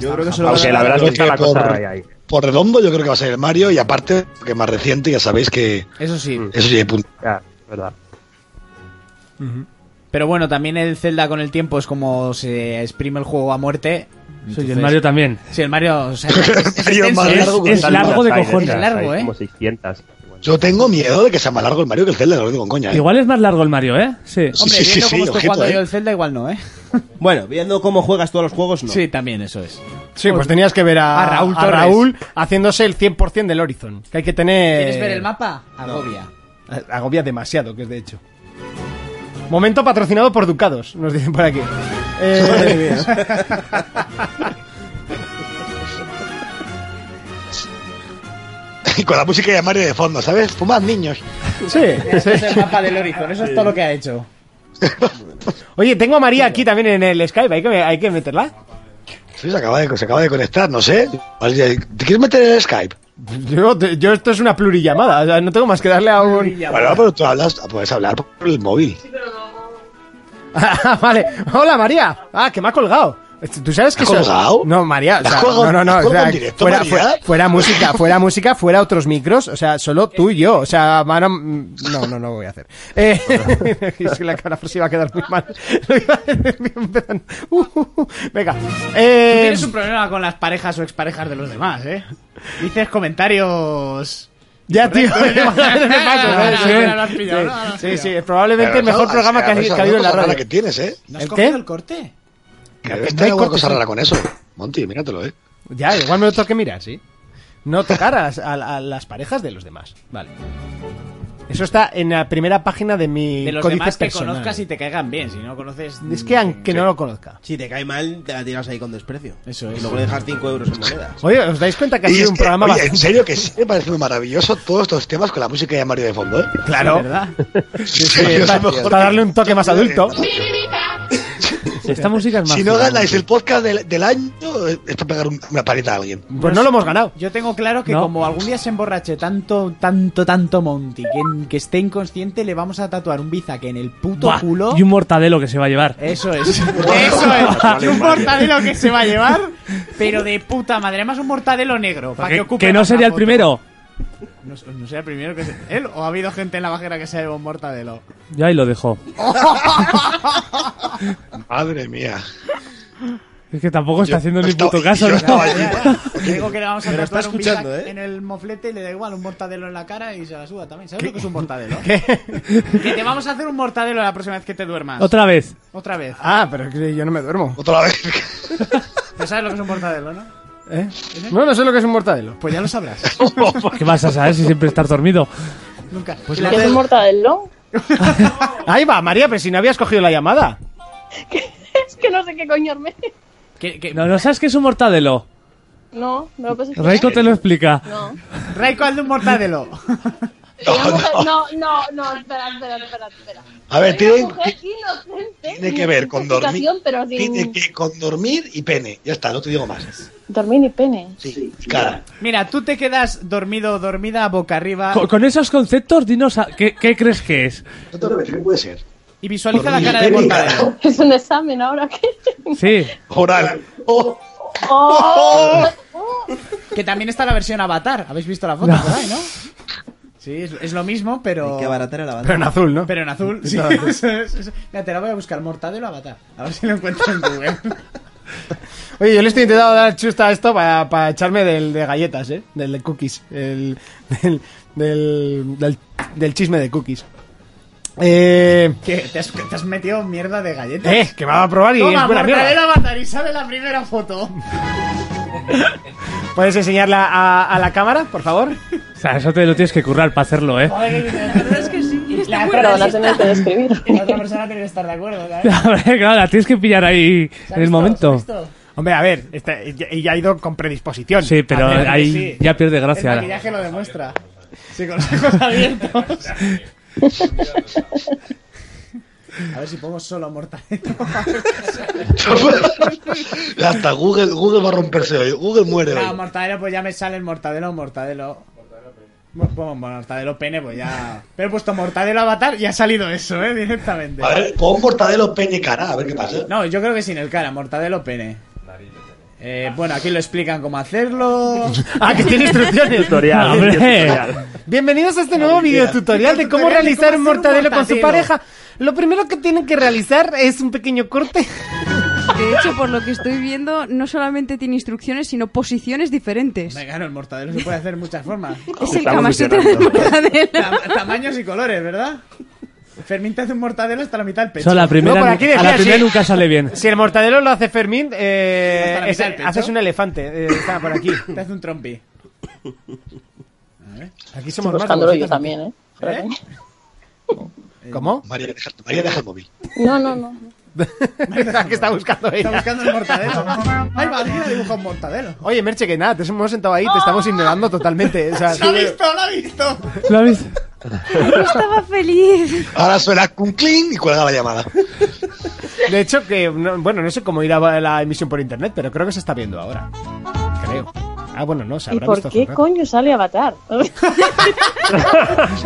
Yo creo que se lo
Aunque
dará
la verdad
Raiko.
es que por, por redondo yo creo que va a ser el Mario y aparte, que es más reciente, ya sabéis que
Eso sí.
eso sí punto.
verdad.
Pero bueno, también el Zelda con el tiempo es como se exprime el juego a muerte.
Sí, y el Mario también.
Sí, el Mario. o sea, es, es
Mario
extenso,
más
¿eh?
largo que
Es-
el
es largo de
Zelda.
cojones. Es largo,
Hay
¿eh?
como 600.
Yo tengo miedo de que sea más largo el Mario que el Zelda, no lo digo en coña. ¿eh?
Igual es más largo el Mario, ¿eh? Sí.
Sí,
Hombre,
sí, sí,
viendo cómo
sí,
estoy
ojito,
jugando
¿eh?
yo el Zelda, igual no, ¿eh?
Bueno, viendo cómo juegas tú a los juegos, no.
Sí, también, eso es.
Sí, pues tenías que ver a,
A Raúl
a
Torres.
Raúl haciéndose el 100% del Horizon. Que hay que tener.
¿Quieres ver el mapa? Agobia.
Agobia demasiado, que es de hecho. Momento patrocinado por Ducados, nos dicen por aquí. Eh,
Y con la música de Mario de fondo, ¿sabes? Fumad niños.
Sí,
Este es el mapa del Horizon, eso es todo lo que ha hecho.
Oye, tengo a María aquí también en el Skype, hay que, hay que meterla.
Sí, se acaba, de, se acaba de conectar, no sé. Vale, ¿Te quieres meter en el Skype?
Yo, yo esto es una plurillamada, o sea, no tengo más que darle a un...
Bueno, pero tú hablas, Ah, puedes hablar por el móvil.
Ah, vale. Hola, María. Ah, que me ha colgado. ¿Tú sabes que
¿Te ha
eso es-
colgado?
No, María. o
¿Te has
sea,
colgado-
no, no,
te
no.
has
o sea,
colgado en directo,
fuera,
María?
fuera- fuera música, fuera música, fuera otros micros. O sea, solo tú y yo. O sea, mano. mm, No, no, no lo voy a hacer. Eh, es que la cara sí va a quedar muy mal. Lo iba a hacer bien, pero no. Uh, uh, uh. Venga.
Tú
Eh,
tienes un problema con las parejas o exparejas de los demás, ¿eh? Dices comentarios...
Ya, tío.
Correcto,
¿qué
¿eh?
pasa?
Ah, ahora lo
Sí,
has pillado,
sí,
ahora lo has
Sí,
pillado.
sí, es probablemente el mejor programa que ha que ha habido en la radio.
que tienes, ¿eh?
¿No
¿El
has
qué?
cogido el corte?
Que
no
ves, tiene
hay
alguna
cortes,
cosa
¿no?
rara con eso. Monty, míratelo, ¿eh?
Ya, igual me lo tengo que mirar, sí. No tocar a las, a- a las parejas de los demás. Vale. Eso está en la primera página de mi
De los
códice
demás que
personal.
conozcas y te caigan bien, si no conoces...
Es que aunque no lo conozca.
Si te cae mal, te la tiras ahí con desprecio.
Eso
Y luego le dejas 5 euros en moneda.
Oye, ¿os dais cuenta que ha
Y
sido
es
un
que,
programa
oye,
bastante-
en serio que sí me parece muy maravilloso todos estos temas con la música de Mario de fondo, ¿eh?
Claro.
¿Verdad?
Sí,
Sí,
sí, es
para,
lo mejor
para
que-
darle un toque más adulto.
Esta música es más.
Si no
ciudadana.
ganáis el podcast del, del año, eh, es para pegar un- una paleta a alguien.
Pues no lo hemos ganado.
Yo tengo claro que
No.
como algún día se emborrache tanto, tanto, tanto Monty, que, que esté inconsciente, le vamos a tatuar un bizaque en el puto
Buah,
culo.
Y un mortadelo que se va a llevar.
Eso es. Eso es. Y un mortadelo que se va a llevar, pero de puta madre. Además, un mortadelo negro. Para que,
Que,
ocupe
que no
más la
sería el
foto.
primero.
No, no sea el primero que se... ¿Él o ha habido gente en la bajera que se ha llevado un mortadelo?
Yo ahí lo dejo.
Madre mía.
Es que tampoco está haciendo ni
estaba-
puto caso.
yo
¿no?
estaba allí.
eh, Digo que le vamos a
Pero
tatuar
está
un
escuchando,
bizac
¿eh?
en el moflete y le da igual un mortadelo en la cara y se la suda también. ¿Sabes lo que es un mortadelo? Que te vamos a hacer un mortadelo la próxima vez que te duermas.
Otra vez.
Otra vez.
Ah, pero es que yo no me duermo.
Otra vez.
Pero Pues sabes lo que es un mortadelo, ¿no?
¿Eh? No, no sé lo que es un mortadelo.
Pues ya lo sabrás.
Oh,
¿Qué vas a saber si siempre estás dormido?
Nunca.
Pues
¿Es un mortadelo?
Ahí va, María, pero si no habías cogido la llamada.
Es que no sé qué coño me...
No, no sabes que es un mortadelo.
No, no lo puedes explicar.
Raiko te lo explica.
No.
Raiko, hazle un mortadelo.
No, no, no, no, espera, espera, espera, espera.
A ver,
Soy
tiene,
una mujer inocente,
tiene que ver con dormir.
justificación, Pero sin
Tiene que con dormir y pene. Ya está, no te digo más.
dormir ni pene.
Sí, y cara.
Mira, tú te quedas dormido o dormida boca arriba
Con, con esos conceptos, dinos a- ¿qué, qué crees que es.
No te revés, ¿qué puede ser?
y visualiza la
dormir,
cara de
pene y
mortadelo.
Es un examen ahora que...
Sí.
Oral. Oh,
¡Oh!
Que también está la versión Avatar. ¿Habéis visto la foto por ahí, no? Sí, es, es lo mismo, pero.
Hay que abaratar el avatar.
Pero en azul, ¿no?
Pero en azul, sí.
Está bien.
Eso es, eso es. Mira, te la voy a buscar, Mortadelo Avatar. A ver si lo encuentro en Google.
Oye, yo le estoy intentando dar chusta a esto para, para echarme del de galletas, ¿eh? Del de cookies. El- del, del, del, del chisme de cookies. Eh,
¿Qué? ¿Te has, te has metido mierda de galletas?
eh, que me va a probar y
Toma,
es buena mierda.
Mortadelo Avatar y sale la primera foto.
¿Puedes enseñarla a, a la cámara, por favor?
O sea, eso te lo tienes que currar para hacerlo, ¿eh?
la verdad es que sí.
Está muy Pero las tenéis que describir.
La otra persona tiene que estar de acuerdo, ¿sabes?
A ver, claro, la tienes que pillar ahí en el momento.
Hombre, a ver, esta- ya, ya ha ido con predisposición.
Sí, pero
A ver,
ahí
sí.
ya pierde
El
gracia. ahora.
maquillaje lo demuestra. Sí, con los ojos abiertos. A ver si pongo solo mortadelo.
ya está, Google, Google va a romperse hoy. Google muere
No,
hoy.
mortadelo, pues ya me sale el mortadelo, mortadelo. Bueno, pongo mortadelo pene, pues ya. Pero he puesto mortadelo avatar y ha salido eso, eh, directamente.
A ver, pon mortadelo pene y cara, a ver qué pasa.
No, yo creo que sin el cara, mortadelo pene. Eh, bueno, aquí lo explican cómo hacerlo.
Ah, que tiene instrucciones.
Tutorial,
Ah, Hombre.
tutorial.
Bienvenidos a este nuevo video tutorial de cómo
Tutorial de
realizar
cómo
un
hacer un
mortadelo con su
mortadelo.
pareja. Lo primero que tienen que realizar es un pequeño corte.
De hecho, por lo que estoy viendo, no solamente tiene instrucciones, sino posiciones diferentes.
Venga, no, el mortadelo se puede hacer de muchas formas.
Es el Kama Sutra del
Tam- tamaños y colores, ¿verdad? Fermín te hace un mortadelo hasta la mitad del pecho.
Eso, a la
No, por
primera,
aquí
a
decía,
la primera
sí.
nunca sale bien.
Si el mortadelo lo hace Fermín, eh,
Hasta la mitad
es-
del pecho.
haces un elefante. eh, está por aquí.
Te hace un trompi.
Aquí
Estoy
somos más de
buscándolo yo
vosotros.
también, ¿eh?
¿Eh?
¿Cómo?
María, deja, María, deja el móvil.
No, no, no.
que está buscando ella.
Está buscando el mortadelo. Ay, va, alguien ha dibujado un mortadelo.
Oye, Merche, que nada, te hemos sentado ahí, te estamos ignorando totalmente. O sea,
¡Lo ha visto, lo ha visto!
¿Lo has visto?
Estaba feliz.
Ahora suena cunclin y cuelga la llamada.
De hecho, que no- bueno, no sé cómo irá la emisión por internet, pero creo que se está viendo ahora. Creo. Ah, bueno, no, se
¿Y
habrá
por
visto
qué
hace rato.
coño sale Avatar?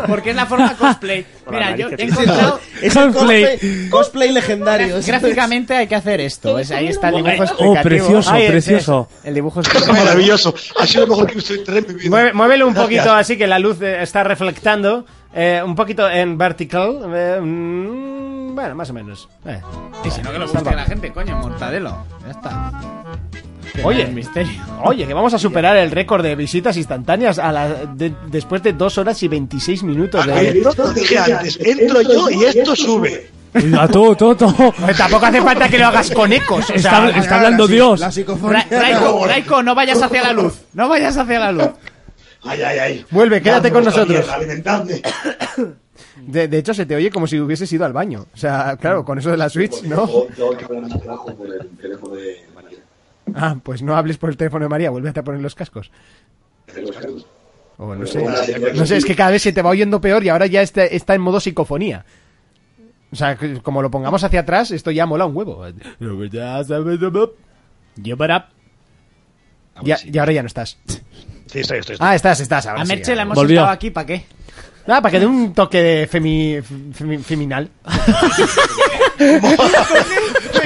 Porque es la forma cosplay. Mira, yo he encontrado.
Es el
cosplay.
Cosplay legendario.
Gra- Gráficamente hay que hacer esto. Es- ahí está el dibujo
Oh,
explicativo.
precioso,
Ay, es-
precioso.
es- El dibujo
Maravilloso. Ha sido lo mejor que usted trae en mi vida.
Mueve- muévelo un
Gracias.
poquito así que la luz eh, está reflectando. eh, un poquito en vertical. eh, mm, bueno, más o menos. Eh,
Y si no, que lo
está
busque
mal.
la gente, coño, mortadelo. Ya está. Que
Oye.
no es misterio.
Oye, que vamos a superar el récord de visitas instantáneas a la, de- después de 2 horas y 26 minutos. De,
Ay, yo te dije antes, entro yo y esto sube.
A todo, todo, todo.
Pues tampoco hace falta que lo hagas con ecos. o sea,
Está, está hablando Dios.
Ra- Raiko, Raiko, no vayas hacia la luz. No vayas hacia la luz.
Ay, ay, ay.
Vuelve,
Dadme
quédate con
vuestra
nosotros.
mierda, alimentadme.
De, de hecho, se te oye como si hubieses ido al baño. O sea, claro, con eso de la Switch, ¿no? Ah, pues no hables por el teléfono de María, vuélvete a poner los cascos. O Oh, no sé. No sé, es que cada vez se te va oyendo peor y ahora ya está, está en modo psicofonía. O sea, Ah, que como lo pongamos hacia atrás, esto ya mola un huevo. Ya, y ahora ya no estás.
Sí, estoy, estoy, estoy.
Ah, estás, estás. Ahora
A
sí,
Merche
ya.
la hemos
Volvió.
estado aquí, ¿para qué?
Nada, para que dé un toque de femi, femi- feminal.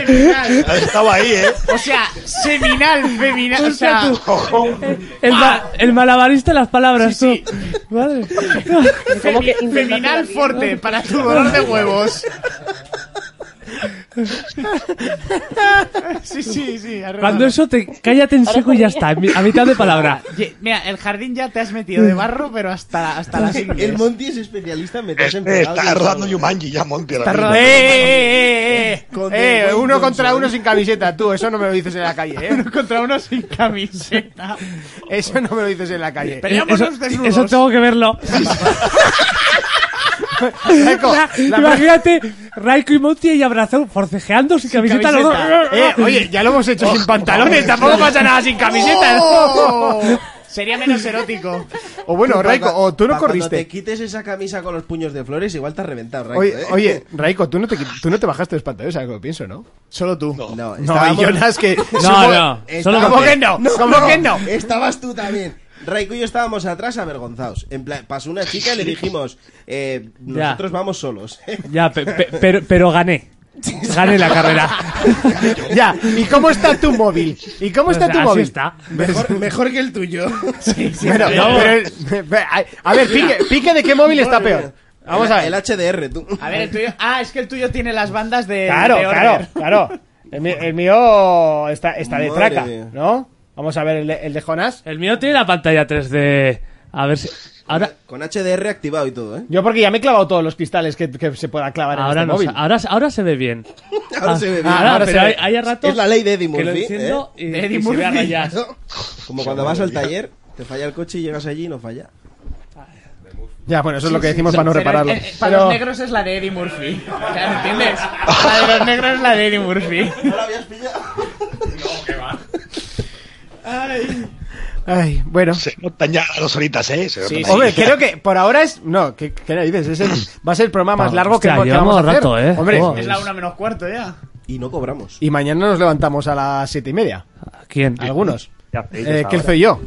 Estaba ahí, ¿eh?
O sea, seminal, feminal. O sea,
El, ma- el malabarista de las palabras, tú. Madre.
femi- feminal forte para tu dolor de huevos. Sí, sí, sí. arreglado.
Cuando eso te cállate en seco y ya está, en mi- a mitad de palabra.
Ye- Mira, el jardín ya te has metido de barro, pero hasta, hasta las ingles.
El Monty es especialista en meterse en
Eh,
fregados
está
y
rodando
todo.
Yumanji ya, Monty. ahora
Está
mismo.
rodando. ¡Eh, eh, eh, eh!
Con
Eh,
The Wind
uno
Johnson.
contra uno sin camiseta, tú, eso no me lo dices en la calle, ¿eh?
Uno contra uno sin camiseta.
Eso no me lo dices en la calle. Eh,
Peleámonos
Eso-
desnudos.
Eso tengo que verlo.
Raiko,
Ra-
la-
Imagínate, Raiko y Monty y abrazado, forcejeando sin camiseta. los dos. Oh,
Eh, oye, ya lo hemos hecho sin pantalones, tampoco pasa nada sin camiseta.
¡Oh! Sería menos erótico.
O bueno,
Pa-
Raiko,
pa-
o tú no
pa- Cuando
corriste.
te quites esa camisa con los puños de flores, igual te has reventado, Raiko.
Oye,
¿eh?
oye, Raiko, tú no te, qui- tú no te bajaste los pantalones, algo que pienso, ¿no?
Solo tú.
No,
No, y
estábamos-
Jonas que...
No, no. Solo
¿Cómo que no? ¿Cómo que no?
Estabas tú también. Raiko y yo estábamos atrás avergonzados. En plan, pasó una chica y le dijimos, eh,
Ya.
nosotros vamos solos.
Ya, pe- pe- pero, pero gané. Gané la carrera.
Ya, ¿y cómo está tu móvil? ¿Y cómo está
O sea,
tu
así
móvil?
está.
mejor, mejor que el tuyo.
Bueno,
no.
pero- pero- a ver, pique, pique de qué móvil está peor. Vamos
El-
a ver.
El HDR, tú.
A ver, el tuyo. Ah, es que el tuyo tiene las bandas de.
Claro,
de
claro,
Order.
claro. El, mi- el mío está, está de
Madre
traca,
mía.
¿no? Vamos a ver el de, el de Jonás.
El mío tiene la pantalla 3D. A ver si. Ahora,
Con HDR activado y todo, ¿eh?
Yo porque ya me he clavado todos los cristales que, que se pueda clavar en
ahora,
este
no,
móvil.
ahora, ahora se ve bien.
Ahora se ve bien.
Ahora,
ahora
Ah, pero
se ve.
hay, hay a ratos
Es la ley de Eddie
que lo
Murphy, ¿eh?
enciendo y,
De Eddie
y se ve a
Murphy.
rayas.
Como cuando vas al taller, te falla el coche y llegas allí y no falla.
Ya, bueno, eso es lo que decimos para no
Pero,
repararlo.
eh, eh, para
Pero,
los negros es la de Eddie Murphy. Claro, ¿entiendes? La de los negros es la de Eddie Murphy.
¿No la habías pillado?
ay, bueno.
Se notan ya las horitas, ¿eh? Se notan ahí.
Hombre, creo que por ahora es... No, ¿qué, qué le dices? Es el- va a ser el programa más
Vamos,
largo que,
hostia,
hemos- que vamos a hacer.
llevamos rato, ¿eh?
Hombre,
Joder.
Es la una menos cuarto ya.
Y no cobramos.
y mañana nos levantamos a las siete y media.
¿Quién?
Algunos.
¿Qué hacéis
Eh,
ahora?
Kelzo y yo.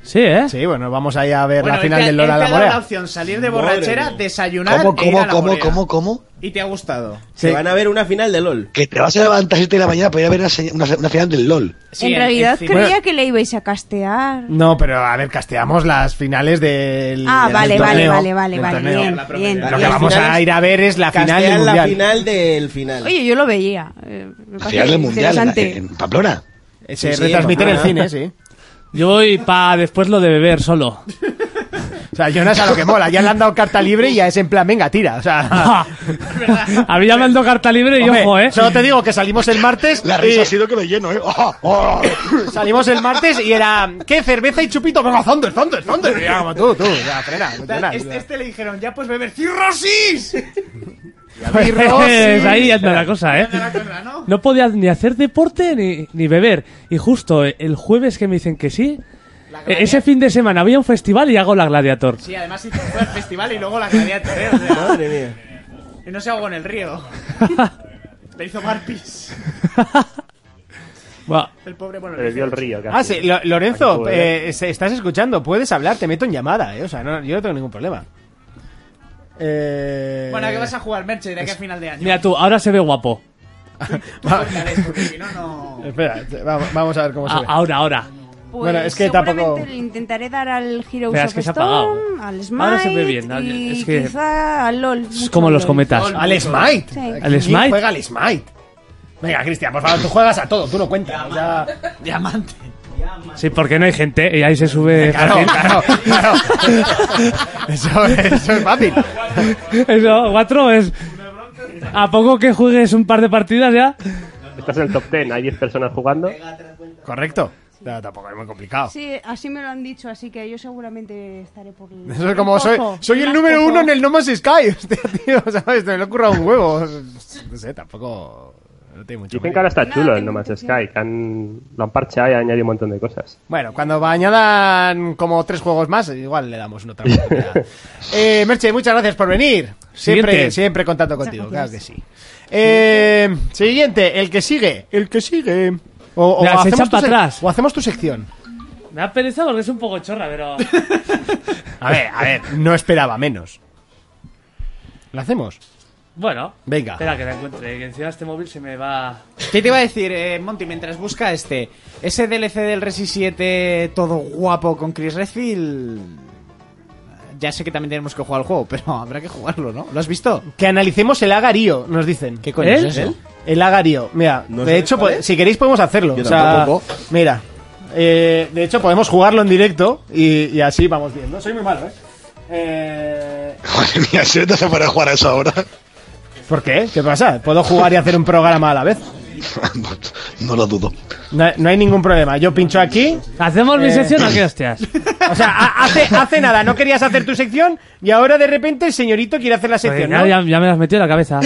Sí, ¿eh?
Sí, bueno, vamos ahí a ver la
él
final
te-
del
él te
Lola
ha
la
dado la
Morea.
opción salir de
Madre
borrachera,
mía.
desayunar
¿Cómo,
e ir a
cómo,
la
cómo,
Morea.
cómo, cómo?
Y te ha gustado.
Se van a ver una final de LOL.
Que te vas a levantar a 7 de la mañana para ir a ver una, se- una- una final del LOL.
Sí,
en realidad
encima.
creía que le ibais a castear.
No, pero a ver, casteamos las finales del.
Ah,
del
vale, vale,
torneo,
vale, vale,
del
vale.
torneo.
Bien,
La propia
bien.
idea.
Lo
bien.
que
Las
vamos a
finales-
ir a ver es la final del
Castean la
mundial.
final del final.
Oye, yo lo veía. eh, me
La
parece
final del mundial en,
interesante.
en Pamplona.
Se
Sí, sí,
retransmite en el
papá.
cine, sí.
Yo voy para después lo de beber solo.
O sea, Jonas a lo que mola. Ya le han dado carta libre y ya es en plan, venga, tira. O sea,
A mí ya me han dado carta libre y
Ah. hombre,
ojo, ¿eh?
solo te digo que salimos el martes.
La risa
y-
ha sido que me lleno, ¿eh? ¡Oh, oh!
Salimos el martes y era, ¿qué? Cerveza y chupito. Venga, Thunder, Thunder, Thunder. Y ya, como tú, tú, ya, frena. ¿Eh?
Este, este le dijeron, ya pues beber cirrosis.
Pues ahí anda la cosa, ¿eh? No podías ni hacer deporte ni, ni beber. Y justo eh, el jueves que me dicen que sí, eh,
gladiator.
ese fin de semana había un festival y hago la gladiator.
Sí, además hizo fue al festival y luego la gladiator, ¿eh? O sea,
Madre mía.
Y no se ahogó en el río. Le hizo Marpis. El pobre, bueno,
Le dio el río.
Ah, sí, Lo-
Acabo
Lorenzo,
de ver.
eh, se- estás escuchando, puedes hablar, te meto en llamada, ¿eh? O sea, no- yo no tengo ningún problema. Eh...
Bueno, ¿a qué vas a jugar, Merche, de aquí a final de año?
Mira tú, ahora se ve guapo.
Ah. Espera, te- vamos, vamos a ver cómo se
A-
ve.
ahora, ahora.
Pues
Bueno, es que
seguramente
tampoco-
le intentaré dar al Heroes
Espera, es
of
que se ha
Storm,
apagado.
al Smite
Ahora se ve bien, ¿no?
y
Es que-
quizá al LOL.
Es
mucho
como
al
los
LOL.
cometas.
Al Smite.
Sí.
Aquí
Al Smite.
Juega al Smite. Venga, Cristian, por favor, tú juegas a todo, tú no cuentas. o sea-
Diamante.
Sí, porque no hay gente y ahí se sube.
Claro,
fácil.
claro, claro. Eso, eso es fácil.
Eso, cuatro es. ¿A poco que juegues un par de partidas ya?
Estás en el top 10, hay 10 personas jugando.
Correcto. No, tampoco es muy complicado.
Sí, así me lo han dicho, así que yo seguramente estaré por el...
Eso es como soy,
Ojo,
soy el
más
número
ojo.
uno en el No Man's Sky. Hostia, tío, ¿sabes? Me lo he currado un huevo. No sé, tampoco. No tiene mucho
Dicen
mérito.
que ahora está chulo el No Man's Sky, que han, lo han parchado y han añadido un montón de cosas.
Bueno, cuando añadan como tres juegos más, igual le damos una otra oportunidad. eh, Merche, muchas gracias por venir. Siempre,
Siguiente.
siempre contando contigo,
Muchas
claro que sí. Eh, siguiente, el que sigue. El que sigue. O, o
Mira, se
hacemos
echan
tu
para
sec-
atrás.
o hacemos tu sección.
Me ha pereza porque es un poco chorra, pero.
A ver, a ver, no esperaba menos. ¿Lo hacemos?
Bueno.
Venga.
Espera que la encuentre, que encima este móvil se me va.
¿Qué te iba a decir, eh, Monty, mientras busca este? Ese DLC del Resi 7 todo guapo con Chris Redfield... Ya sé que también tenemos que jugar al juego, pero habrá que jugarlo, ¿no? ¿Lo has visto?
Que analicemos el agarío, nos dicen. ¿Qué
coño ¿El? es eso?
El agarío. Mira, de
sabes
hecho,
cuál
po-
es?
si queréis podemos hacerlo.
Yo
O sea,
tampoco.
Mira, eh, de hecho podemos jugarlo en directo y, y así vamos viendo. Soy muy malo, ¿eh?
Madre mía, si ahorita se para jugar a eso ahora.
¿Por qué? ¿Qué pasa? ¿Puedo jugar y hacer un programa a la vez?
No lo dudo.
No, hay- no hay ningún problema. Yo pincho aquí.
¿Hacemos mi
Eh.
sección o qué hostias?
O sea, ha- hace, hace nada no querías hacer tu sección y ahora de repente el señorito quiere hacer la
Pues
sección,
ya,
¿no?
ya- ya me las has metido en la cabeza.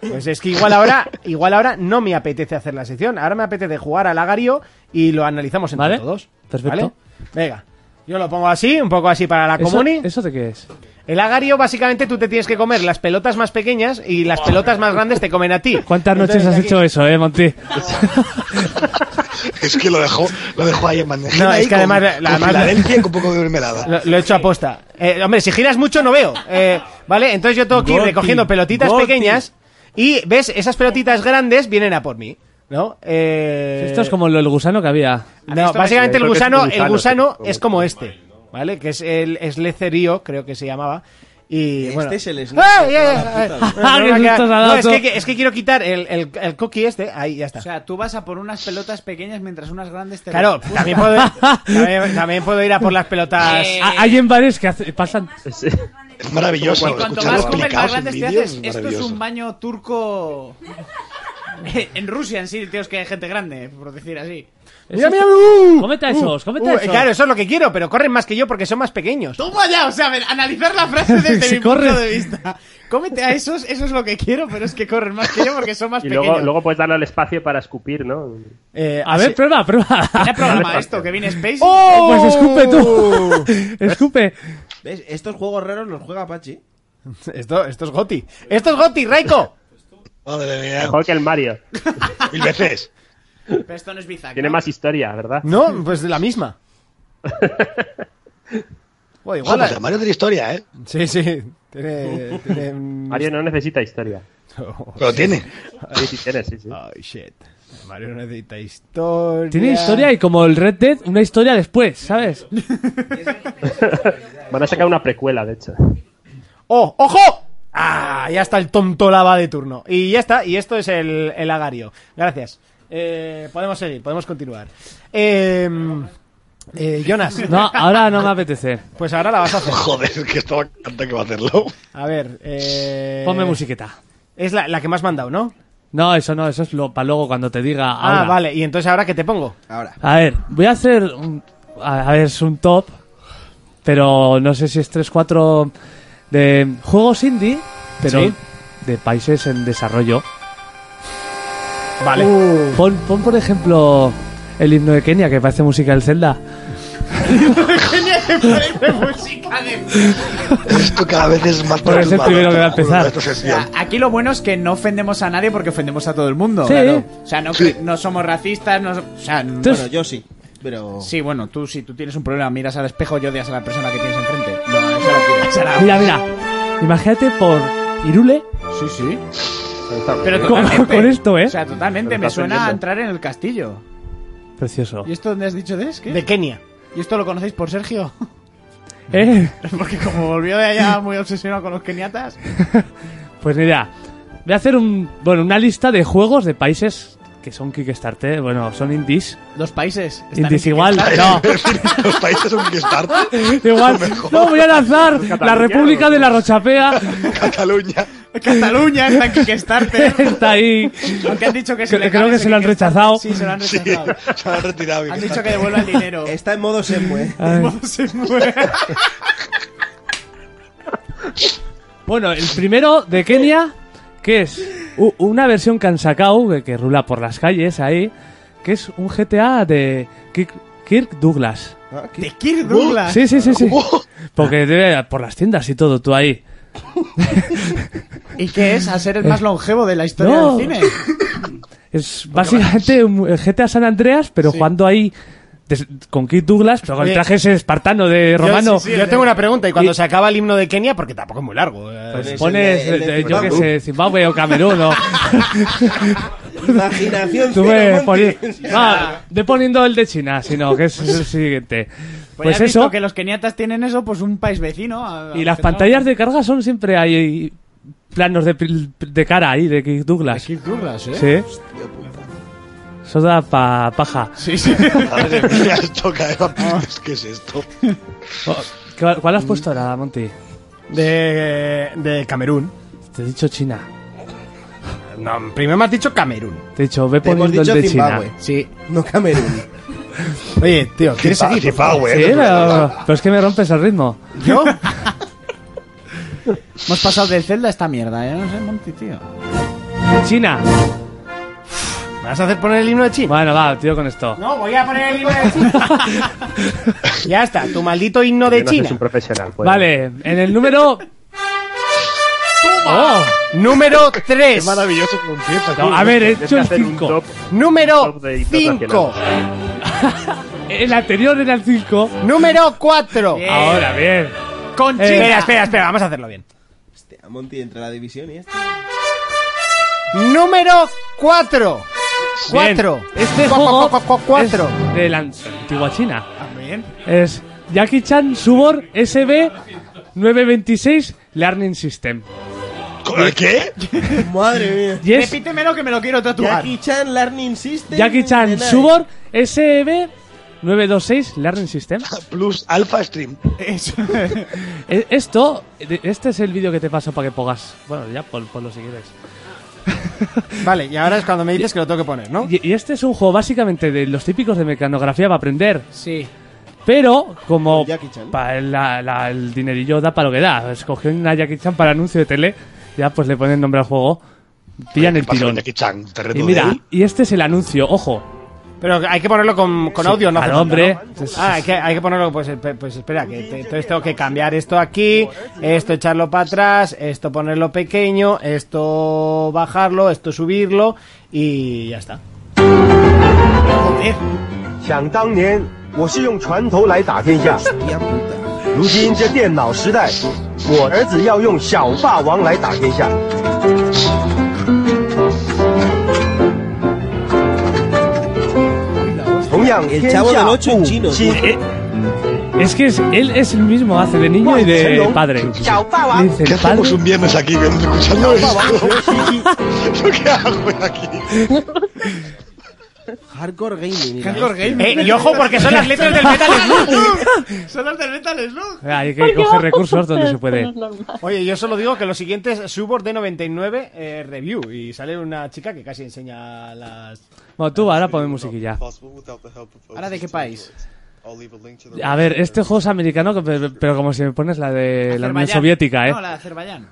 Pues es que igual ahora, igual ahora no me apetece hacer la sección. Ahora me apetece jugar al agario y lo analizamos entre
¿Vale?
todos.
Perfecto.
¿Vale? Venga. Yo lo pongo así, un poco así para la
¿Eso,
comuni.
¿Eso de qué es?
El agario, básicamente, tú te tienes que comer las pelotas más pequeñas y las pelotas más grandes te comen a ti.
¿Cuántas noches has hecho eso, eh, Monty?
Es que lo dejó, lo dejó ahí en bandeja.
No,
ahí
es que
con-
además la- la-
con
además la-
Filadelfia y con un poco de mermelada.
Lo, lo he hecho aposta. Eh, hombre, si giras mucho no veo. Eh, ¿Vale? Entonces yo tengo que ir
Goti,
recogiendo pelotitas
Goti.
pequeñas y, ¿ves? Esas pelotitas grandes vienen a por mí. ¿No? Eh,
Esto es como lo- el gusano que había.
No, básicamente el
Creo que es un
gusano, el
gusano,
gusano
sí.
es como este, ¿vale? Que es el Slecerío, creo que se llamaba. Y bueno.
Este es el Slicer,
¡Ay, ay,
toda la
ay! No,
puta
vida.
no, no,
Qué sustos ha
no,
dado
es
tú.
que- que- es que quiero quitar el, el- el cookie este. Ahí, ya está.
O sea, tú vas a por unas pelotas pequeñas mientras unas grandes te...
Claro,
reputan.
también puedo, también, eh, también puedo ir a por las pelotas.
Eh.
Ah, Hay en bares que hace- pasan.
Es maravilloso.
Y cuanto
escucharlo
más comes,
explicados
más
en
grandes te
vídeos,
haces. Esto es
maravilloso.
un baño turco... en Rusia, en sí, tío, es que hay gente grande, por decir así.
Mira, mira, uh,
Cómete a
uh,
esos, cómete a
uh,
esos.
Claro, eso es lo que quiero, pero corren más que yo porque son más pequeños.
Toma ya, o sea, a ver, analizar la frase desde mi punto de vista. Cómete a esos, eso es lo que quiero, pero es que corren más que yo porque son más
Y
pequeños.
luego, luego puedes darle el espacio para escupir, ¿no?
A ver, prueba, prueba.
¿Qué programa esto? ¿Que viene Space?
Pues escupe tú. escupe.
¿Ves? Estos juegos raros los juega Apache.
Esto, esto es Goti. Esto es Goti, Raiko.
Madre mía.
Mejor que el Mario.
Mil veces.
Pero esto no es Bizak.
Tiene
¿no?
más historia, ¿verdad?
No, pues la misma. Joder,
Joder,
igual
pues el Mario tiene historia, ¿eh?
Sí, sí. Tiene, tiene un-
Mario no necesita historia.
Pero tiene.
Sí, sí, tiene, sí, sí.
Oh, shit. Mario necesita historia.
Tiene historia y como el Red Dead, una historia después, ¿sabes?
Van a sacar una precuela, de hecho.
¡Oh, ojo! Ah, ya está el tonto lava de turno. Y ya está, y esto es el, el agario. Gracias. Eh, podemos seguir, podemos continuar. Eh,
em,
eh, Jonas.
No, ahora no me apetece.
Pues ahora la vas a hacer.
Joder, que estaba canta que va a hacerlo.
A ver, eh...
Ponme musiqueta.
Es la, la que me has mandado, ¿no?
No, eso no, eso es lo, para luego cuando te diga.
Ah,
ahora.
vale. ¿Y entonces ahora qué te pongo? Ahora.
A ver, voy a hacer. un- a a ver, es un top. Pero no sé si es 3-4 de juegos indie. Pero
Sí.
de países en desarrollo. Uh.
Vale.
Pon, pon, por ejemplo, el himno de Kenia, que parece música del Zelda.
Genial, que parece música de-
Esto cada vez es más
Porque es el
perturbador.
primero que va a empezar.
Esto es
O sea, aquí lo bueno es que no ofendemos a nadie porque ofendemos a todo el mundo.
Sí.
claro. O sea, no, no somos racistas, no, o sea,
Entonces-
yo sí. Pero... Sí, bueno, tú si tú tienes un problema, miras al espejo y odias a la persona que tienes enfrente. No, eso lo quiero. Esa la-
Mira, mira. Imagínate por Irule.
Sí, sí. este.
Pero
Pero
con,
totalmente.
con esto, ¿eh?
O sea, totalmente,
Pero
me
está
suena a
aprendiendo.
entrar en el castillo.
Precioso.
¿Y esto dónde has dicho de es? ¿Qué?
De Kenia.
¿Y esto lo conocéis por Sergio?
¿Eh?
Porque como volvió de allá muy obsesionado con los keniatas.
Pues mira, voy a hacer un, bueno, una lista de juegos de países que son Kickstarter, bueno, son indies.
Los países. están
Indies
en
igual, no.
Los países son Kickstarter.
Igual,
Mejor.
no, voy a lanzar la
Cataluña,
República de la Rochapea.
Cataluña.
Cataluña está en Kickstarter.
Está ahí.
Aunque han dicho que se le
Creo
cae
que
ese
se lo han
Kickstarter.
rechazado.
Sí, se lo han rechazado.
Se han retirado.
Han dicho que devuelva el dinero.
Está en modo Semue.
Ay.
Se muere.
Bueno, el primero de Kenia, que es u- una versión que han sacado, que, que rula por las calles ahí, que es un GTA de Kirk, Kirk Douglas.
Ah,
De Kirk Douglas.
Sí, sí, sí, sí. Porque debe por las tiendas y todo, tú ahí.
¿Y qué es? A ser el más longevo de la historia
Eh, No. pues
del cine.
Es básicamente un eh, GTA San Andreas, pero jugando ahí des- con Kirk Douglas, pero con el
Oye.
traje ese espartano de
Yo-
Eh, romano.
sí, sí, yo tengo una pregunta. Y cuando
Y-
se acaba el himno de Kenia, porque tampoco es muy largo. eh,
Pues
es
pones,
el de- el de
eh, yo qué sé,
Zimbabue.
Zimbabue o Camerún o...
Imaginación
Tú
cero,
me
Monty.
poni- Va, de poniendo el de China, sino que es el siguiente.
Pues,
Pues
has visto
eso,
que los keniatas tienen eso, pues un país vecino. a-
y las
a-
pantallas de carga son siempre ahí planos de, pil- de cara ahí de Kirk Douglas.
Kirk Douglas,
Sí.
¿eh?
Eso da pa paja.
Sí, sí.
Madre mía, esto cae. ¿Qué es esto?
¿Cuál cuál has puesto ahora, Monty?
De, de Camerún.
Te he dicho China.
No, primero me has dicho Camerún.
Te he dicho, ve
Te hemos
poniendo el
dicho
de
Zimbabue.
China.
Sí. No Camerún. Oye, tío, ¿quieres
Zimbabue,
seguir? por favor?
Zimbabue,
Sí, pero, pero es que me rompes el ritmo.
¿Yo?
Hemos pasado del Zelda a esta mierda, ¿eh? No sé, Monty, tío.
China.
¿Me vas a hacer poner el himno de China?
Bueno, va, tío, con esto.
No, voy a poner el himno de China. ya está, tu maldito himno de
Yo no soy
China.
un profesional. pues.
Vale, en el número... ¡Oh!
Número 3.
maravilloso comienzo.
No, a ver, he hecho el
hacer un
5.
top.
Número
de himnos
5.
El anterior era el 5.
Número 4.
Ahora, bien.
Con
Eh,
Espera, espera, espera, vamos a hacerlo bien.
A Monty entra la división y esto.
Número 4.
Bien.
4.
Este juego
4.
es de la antigua China. Es Jackie Chan Subor SB 926 Learning System.
¿Qué?
Madre mía.
Y es
Repítemelo que me lo quiero tatuar.
Jackie Chan Learning System.
Jackie
de
Chan
nada.
Subor SB 926 Learning System.
Ah, Plus Alpha Stream.
Eso.
E- Esto, de- este es el vídeo que te paso para que pongas. Bueno, ya pon- ponlo si quieres.
Vale, y ahora es cuando me dices que lo tengo que poner, ¿no?
Y, y este es un juego básicamente de los típicos de mecanografía para aprender.
Sí.
Pero, como
Jackie Chan.
pa- la- la- el dinerillo da para lo que da, escogió una Jackie Chan para anuncio de tele, ya pues le ponen nombre al juego, pillan el
Pasa con
tirón.
Jackie Chan, te reto
Y
de
mira,
él.
y este es el anuncio, ojo.
Pero hay que ponerlo con, con
Sí,
audio, ¿no? hace
al
falta,
hombre.
¿no? Ah, hay que, hay que ponerlo, pues, espe- pues espera, que te- entonces tengo que cambiar esto aquí, esto echarlo para atrás, esto ponerlo pequeño, esto bajarlo, esto subirlo y ya está. Joder.
想当年，我是用船头来打天下。如今这电脑时代，我儿子要用小霸王来打天下。同样，天下
Chavo del 8 en
不
chino.
亲。
Eh, Es que es, él es el mismo, hace de niño y de padre. Le dice,
¿Qué
"Padre,
hacemos un viernes aquí viendo- escuchando esto? ¿Yo qué hago aquí?
Hardcore Gaming.
Hardcore gaming.
Eh, y ojo porque son las letras del Metal Slug.
Son las del Metal Slug.
Ah, Hay que coger recursos donde se puede.
Oye, yo solo digo que lo siguiente es Subor de 99 eh, review y sale una chica que casi enseña las
Bueno, tú ahora ponme musiquilla.
¿Ahora de qué país?
A ver, este juego es americano, pero, pero como si me pones la de la Unión
Azerbaiyán.
Soviética, ¿eh?
No, la de Azerbaiyán.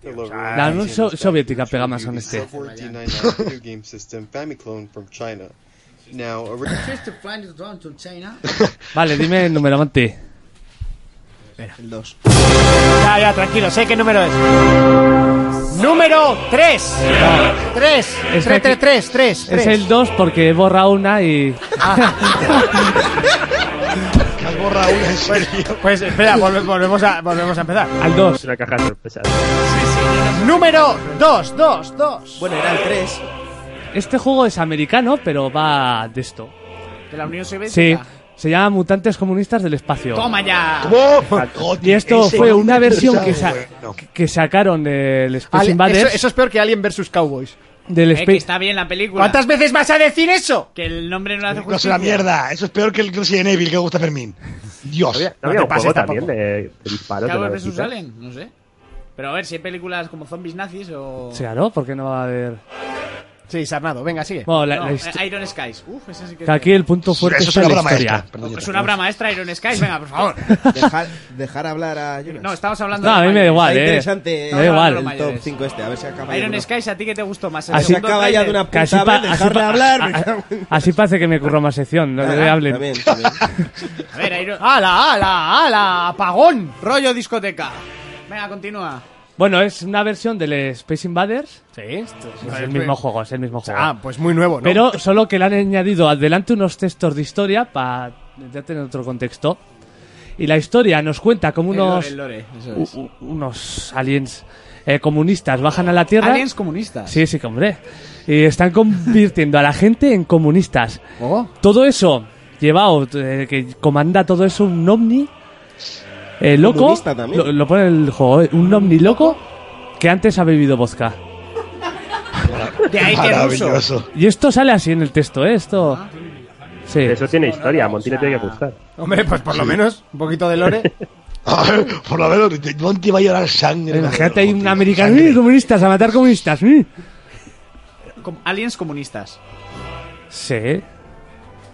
tío. O sea,
La Unión So- Soviética pega más con este.
video game system Famiclone from China. Now,
First flight is down to China.
Vale, dime el número, Monty.
El 2.
Ya, ya, tranquilo, sé qué número es. Número 3. 3.
Es
3,
aquí-
3, 3, 3.
Es el 2 porque he borrado una y.
Ah. Pues espera, volve- volvemos, a, volvemos a empezar.
Al 2.
Una caja de sorpresas.
Número 2, 2, 2.
Bueno, era el 3.
Este juego es americano, pero va de esto.
De la Unión
Sí,
Soviética.
se llama Mutantes Comunistas del Espacio.
¡Toma ya!
Y esto
Ese
fue
hombre
una versión
sabe,
que, sa-
bueno.
que sacaron del Space
Ale-
Invaders.
eso, eso es peor que Alien vs. Cowboys.
Del
Eh, que
Space...
está bien la película.
¿Cuántas veces vas a decir eso?
Que el nombre no le hace
No es
justicia.
la mierda. Eso es peor que el Resident Evil que gusta Fermín. Dios.
No había un juego también de, de disparos. de
Cowboy
la
vs.
bajita.
Allen, no sé. Pero a ver, si hay películas como zombies nazis o...
Sí, claro, ¿por qué no va a haber...?
Sí, Sarnado, venga, sigue.
Bueno, la-
No,
la hist-
eh, Iron Skies. Uf, esa sí que...
que aquí el punto fuerte
Eso es
está
una
la
obra
historia.
maestra, perdón,
Es una obra maestra Iron Skies, venga, por favor.
Dejar, dejar hablar a Jonas.
No, estamos hablando
No,
de
a mí me da
mayores.
igual,
Está
eh.
interesante
Me da
el
igual.
top 5 este, a ver si acaba ya de
Iron
una-
Skies, ¿a ti qué te gustó más? ¿El
Así
segundo
acaba ya de
tráiler?
una
Casi
puta
pa-
vez,
así,
dejarle
pa-
hablar,
a-
me cago
así parece que me curro más sección, no le
Ah,
hablen.
también, también.
A ver, Iron...
¡Hala, hala, hala! ¡Apagón!
Rollo discoteca. Venga, continúa.
Bueno, es una versión del Space Invaders.
Sí,
Es el mismo juego, es el mismo juego.
Ah, pues muy nuevo, ¿no?
Pero solo que le han añadido adelante unos textos de historia para ya tener otro contexto. Y la historia nos cuenta como
El lore,
unos
el lore, eso es.
u- u- unos aliens eh, comunistas bajan a la Tierra.
Aliens comunistas.
Sí, sí, hombre. Y están convirtiendo a la gente en comunistas. Todo eso llevado, eh, que comanda todo eso un ovni eh, loco.
Comunista también.
Lo, lo pone el juego, eh, un ovni loco que antes ha bebido vodka.
De ahí que ruso.
Y esto sale así en el texto, ¿eh? Esto. Sí.
Eso tiene historia, a Monty le tiene que gustar.
Hombre, pues por lo menos, un poquito de lore.
A ver, por lo menos, te- Monty va a llorar sangre.
Imagínate, hay un americano. ¡Eh, comunistas! ¡A matar comunistas! ¡eh!
Com- aliens comunistas.
Sí.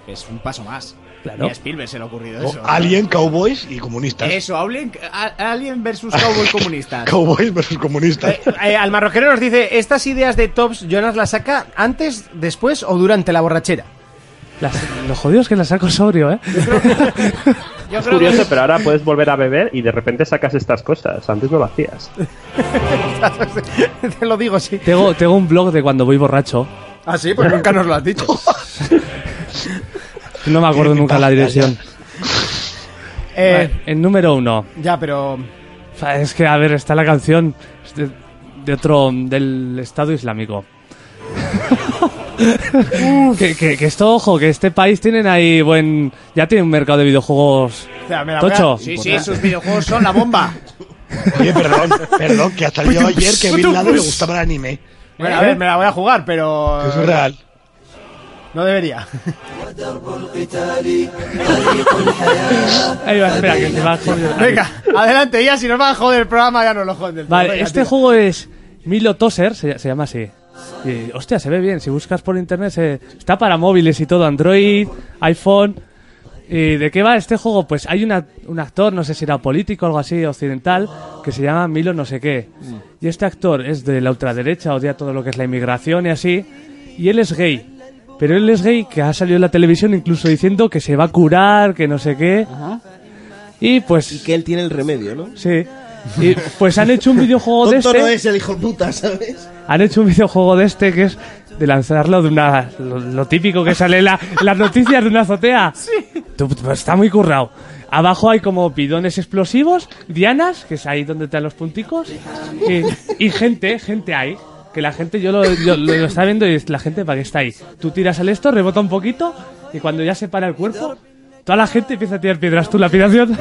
Es un paso más.
Claro. Oh,
Y a Spielberg se le ha ocurrido
O
eso.
Alien, cowboys y
Eh,
comunistas.
Eso, Alien, a- Alien versus Cowboy comunistas.
Cowboys versus comunistas.
Eh, al marroquero nos dice, ¿estas ideas de Tops Jonas las saca antes, después o durante la borrachera?
Las- lo jodido es que la saco sobrio, ¿eh?
Es curioso, pero ahora puedes volver a beber y de repente sacas estas cosas. Antes no lo hacías.
Te lo digo, sí.
Tengo, tengo un blog de cuando voy borracho.
Ah, sí, pues nunca nos lo has dicho.
No me acuerdo
Tiene
nunca la
pintaza,
dirección.
Eh,
Vale, el número uno.
ya, pero...
O sea, Es que, a ver, está la canción es de, de otro. del Estado Islámico. que, que- que esto, ojo, que este país tienen ahí buen. ya tiene un mercado de videojuegos.
o sea, me la voy a-
Tocho.
Sí, sí, sus videojuegos son la bomba.
Oye, perdón, perdón, que hasta
Pues
yo ayer que vi lado le gustaba el anime.
Bueno, a ver, me la voy a jugar, pero...
Es real.
No debería.
Ahí va, espera, que te va a joder.
Venga, adelante ya, si nos van a joder el programa ya nos lo joden. del todo.
Vale,
Venga,
este
tira.
juego es Milo Toser, se, se llama así. Y, hostia, se ve bien. Si buscas por internet, se- está para móviles y todo, Android, iPhone. ¿Y de qué va este juego? Pues hay una- un actor, no sé si era político o algo así, occidental, que se llama Milo no sé qué.
Mm.
Y este actor es de la ultraderecha, odia todo lo que es la inmigración y así. Y él es gay. Pero él es gay que ha salido en la televisión incluso diciendo que se va a curar, que no sé qué. Y pues...
Y que él tiene el remedio, ¿no?
Sí. Y pues han hecho un videojuego de
Tonto
este.
no es el hijo puta, ¿sabes?
Han hecho un videojuego de este que es de lanzarlo de una. Lo, lo típico que sale en la- en las noticias de una azotea. Sí. está muy currado. Abajo hay como bidones explosivos, dianas, que es ahí donde te dan los punticos. Y, y gente, gente ahí. Que la gente, yo lo, yo lo- lo estaba viendo y es la gente para que está ahí. Tú tiras al esto, rebota un poquito y cuando ya se para el cuerpo, toda la gente empieza a tirar piedras. Tú, lapidación.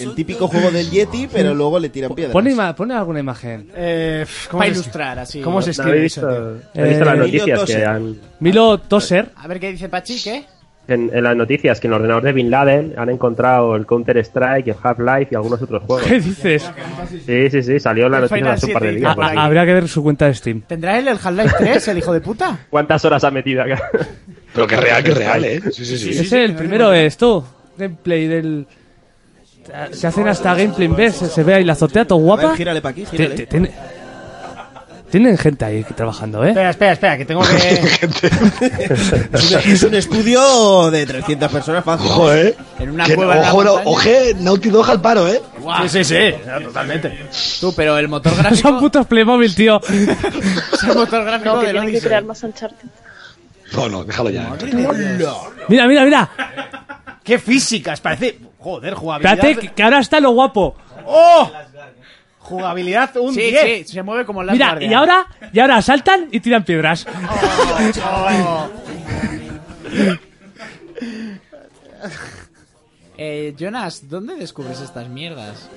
El típico juego del Yeti, pero luego le tiran piedras.
Pone, ima- pone alguna imagen.
Eh, pf, ¿cómo
Para
se-
ilustrar, así.
¿Cómo se
¿No
escribe
habéis
eso, tío?
visto- habéis visto las
Eh,
noticias
Toser.
que han-
Milo Toser.
A ver qué dice Pachi, ¿qué?
en, en las noticias que en el ordenador de Bin Laden han encontrado el Counter Strike, el Half Life y algunos otros juegos.
¿Qué dices?
Sí, sí, sí, salió en las
El
noticias
Final
hace un par de
7 y todo
días. pues por ahí.
ahí.
Habría que ver su cuenta de Steam.
¿Tendrá él el Half-Life 3, el hijo de puta?
¿Cuántas horas ha metido acá?
Pero que real, que real, ¿eh? Sí, sí, sí.
Ese es el primero, esto. Gameplay del. Se hacen hasta gameplay en vez, se, se ve ahí la azotea todo guapa.
A ver, gírale pa' aquí, gírale.
Te- te- tiene- Tienen gente ahí trabajando, ¿eh?
Espera, espera, espera, que tengo que.
Es un- es un estudio de 300 personas fácil.
Ojo, eh.
En
Que- ojo, no, oje, Naughty Dog al paro, eh.
Sí, sí, sí, totalmente. Tú, pero el motor gráfico.
Son putos Playmobil, tío.
es el motor gráfico
No, que
del
tienen que
Odyssey.
crear más Uncharted.
No, no, déjalo ya.
Mira, mira, mira.
¡Qué físicas! Parece. Joder, jugabilidad.
Espérate, que- que ahora está lo guapo.
¡Oh! Jugabilidad un
Sí,
10.
sí, se mueve como la
Mira, y ahora, y ahora saltan y tiran piedras.
Oh, Eh, Jonas, ¿dónde descubres estas mierdas?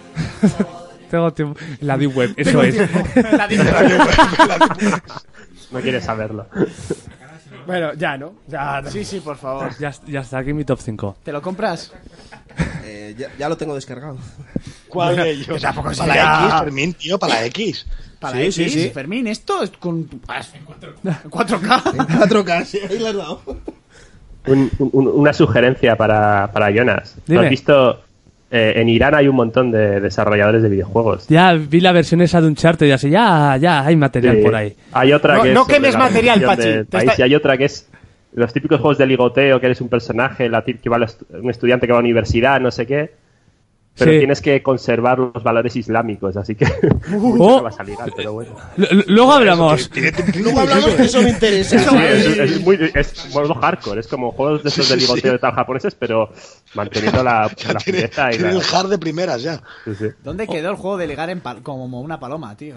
Tengo tiempo. La Deep Web, eso
Tengo
es.
tiempo. La Deep Web.
No quieres saberlo.
Bueno, ya, ¿no? Ya, no.
Sí, sí, por favor.
Ya, ya está aquí mi top 5.
¿Te lo compras?
Eh, ya, ya lo tengo descargado.
¿Cuál
Bueno,
de ellos?
que tampoco
Para
sería-
la X, Fermín, tío, para la X.
Para
Sí,
X,
sí, sí.
Fermín, esto es con
Pues,
4K.
4K, sí, ahí la has dado.
Un- un- una sugerencia para, para Jonas. ¿No
Dime.
has visto? eh, en Irán hay un montón de desarrolladores de videojuegos.
Ya vi la versión esa de un charter y así, ya, ya, hay material
Sí.
por ahí.
Hay otra
No-
que
no
es sobre
quemes
la
material,
revolución
Pachi.
del
Te
país,
está-
y hay otra que es los típicos juegos de ligoteo, que eres un personaje, la ti- que va al estu- un estudiante que va a la universidad, no sé qué. Pero
Sí.
tienes que conservar los valores islámicos, así que mucho
Oh.
no vas a ligar, pero bueno.
L- l- luego hablamos.
Luego hablamos que eso me interesa.
Sí, es, es muy es modo hardcore, es como juegos de esos de
Sí, sí, sí.
ligoteo de tal japoneses, pero manteniendo la, la pureza y
Tiene
la...
el hard de primeras ya.
sí, sí.
¿Dónde
Oh.
quedó el juego de ligar en pal- como una paloma, tío?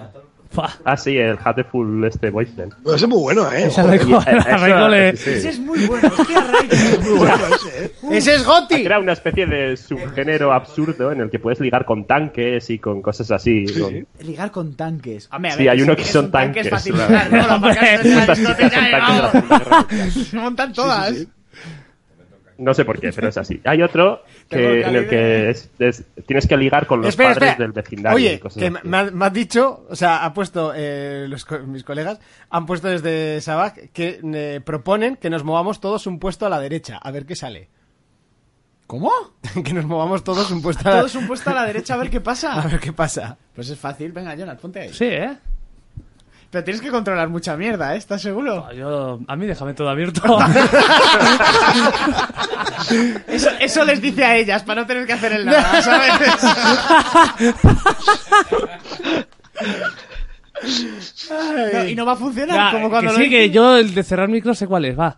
Ah, sí, el Hateful este boyfriend.
Pero ese es muy bueno, eh.
Ese Raico-
Joder.
a Raico le- Sí.
Ese es muy bueno. Hostia, Ray.
Muy bueno ese, eh.
Ese es Gotti.
Era una especie de subgénero absurdo en el que puedes ligar con tanques y con cosas así. con-
Ligar con tanques. Hombre, a
Sí,
ver,
hay
si
uno que
quieres
son
un tanque es
tanques,
fácil
claro.
ligar, ¿no? Lo aparcas en la
Tanques
discoteca y
de la
vamos.
Segunda Guerra
Se montan todas.
No sé por qué, pero es así. Hay otro
Tengo
que, en el
calibre.
que es- es- tienes que ligar con los
espera,
padres
espera.
del vecindario. y
Oye,
cosas
que
así.
me, ha- me has dicho, o sea, ha puesto eh, los co- mis colegas, han puesto desde Sabaj que eh, proponen que nos movamos todos un puesto a la derecha, a ver qué sale.
¿Cómo?
que nos movamos todos un puesto a la,
Todos un puesto a la derecha a ver qué
a ver
pasa.
qué pasa.
Pues es fácil. Venga, Jonas, ponte ahí.
Sí, ¿eh?
Pero tienes que controlar mucha mierda, ¿eh? ¿Estás seguro?
Yo, a mí déjame todo abierto.
Eso, eso les dice a ellas, para no tener que hacer el nada, ¿sabes? No, y no va a funcionar,
Ya,
como cuando
que
lo
sí, que
hice.
yo el de cerrar micro sé cuál es, va.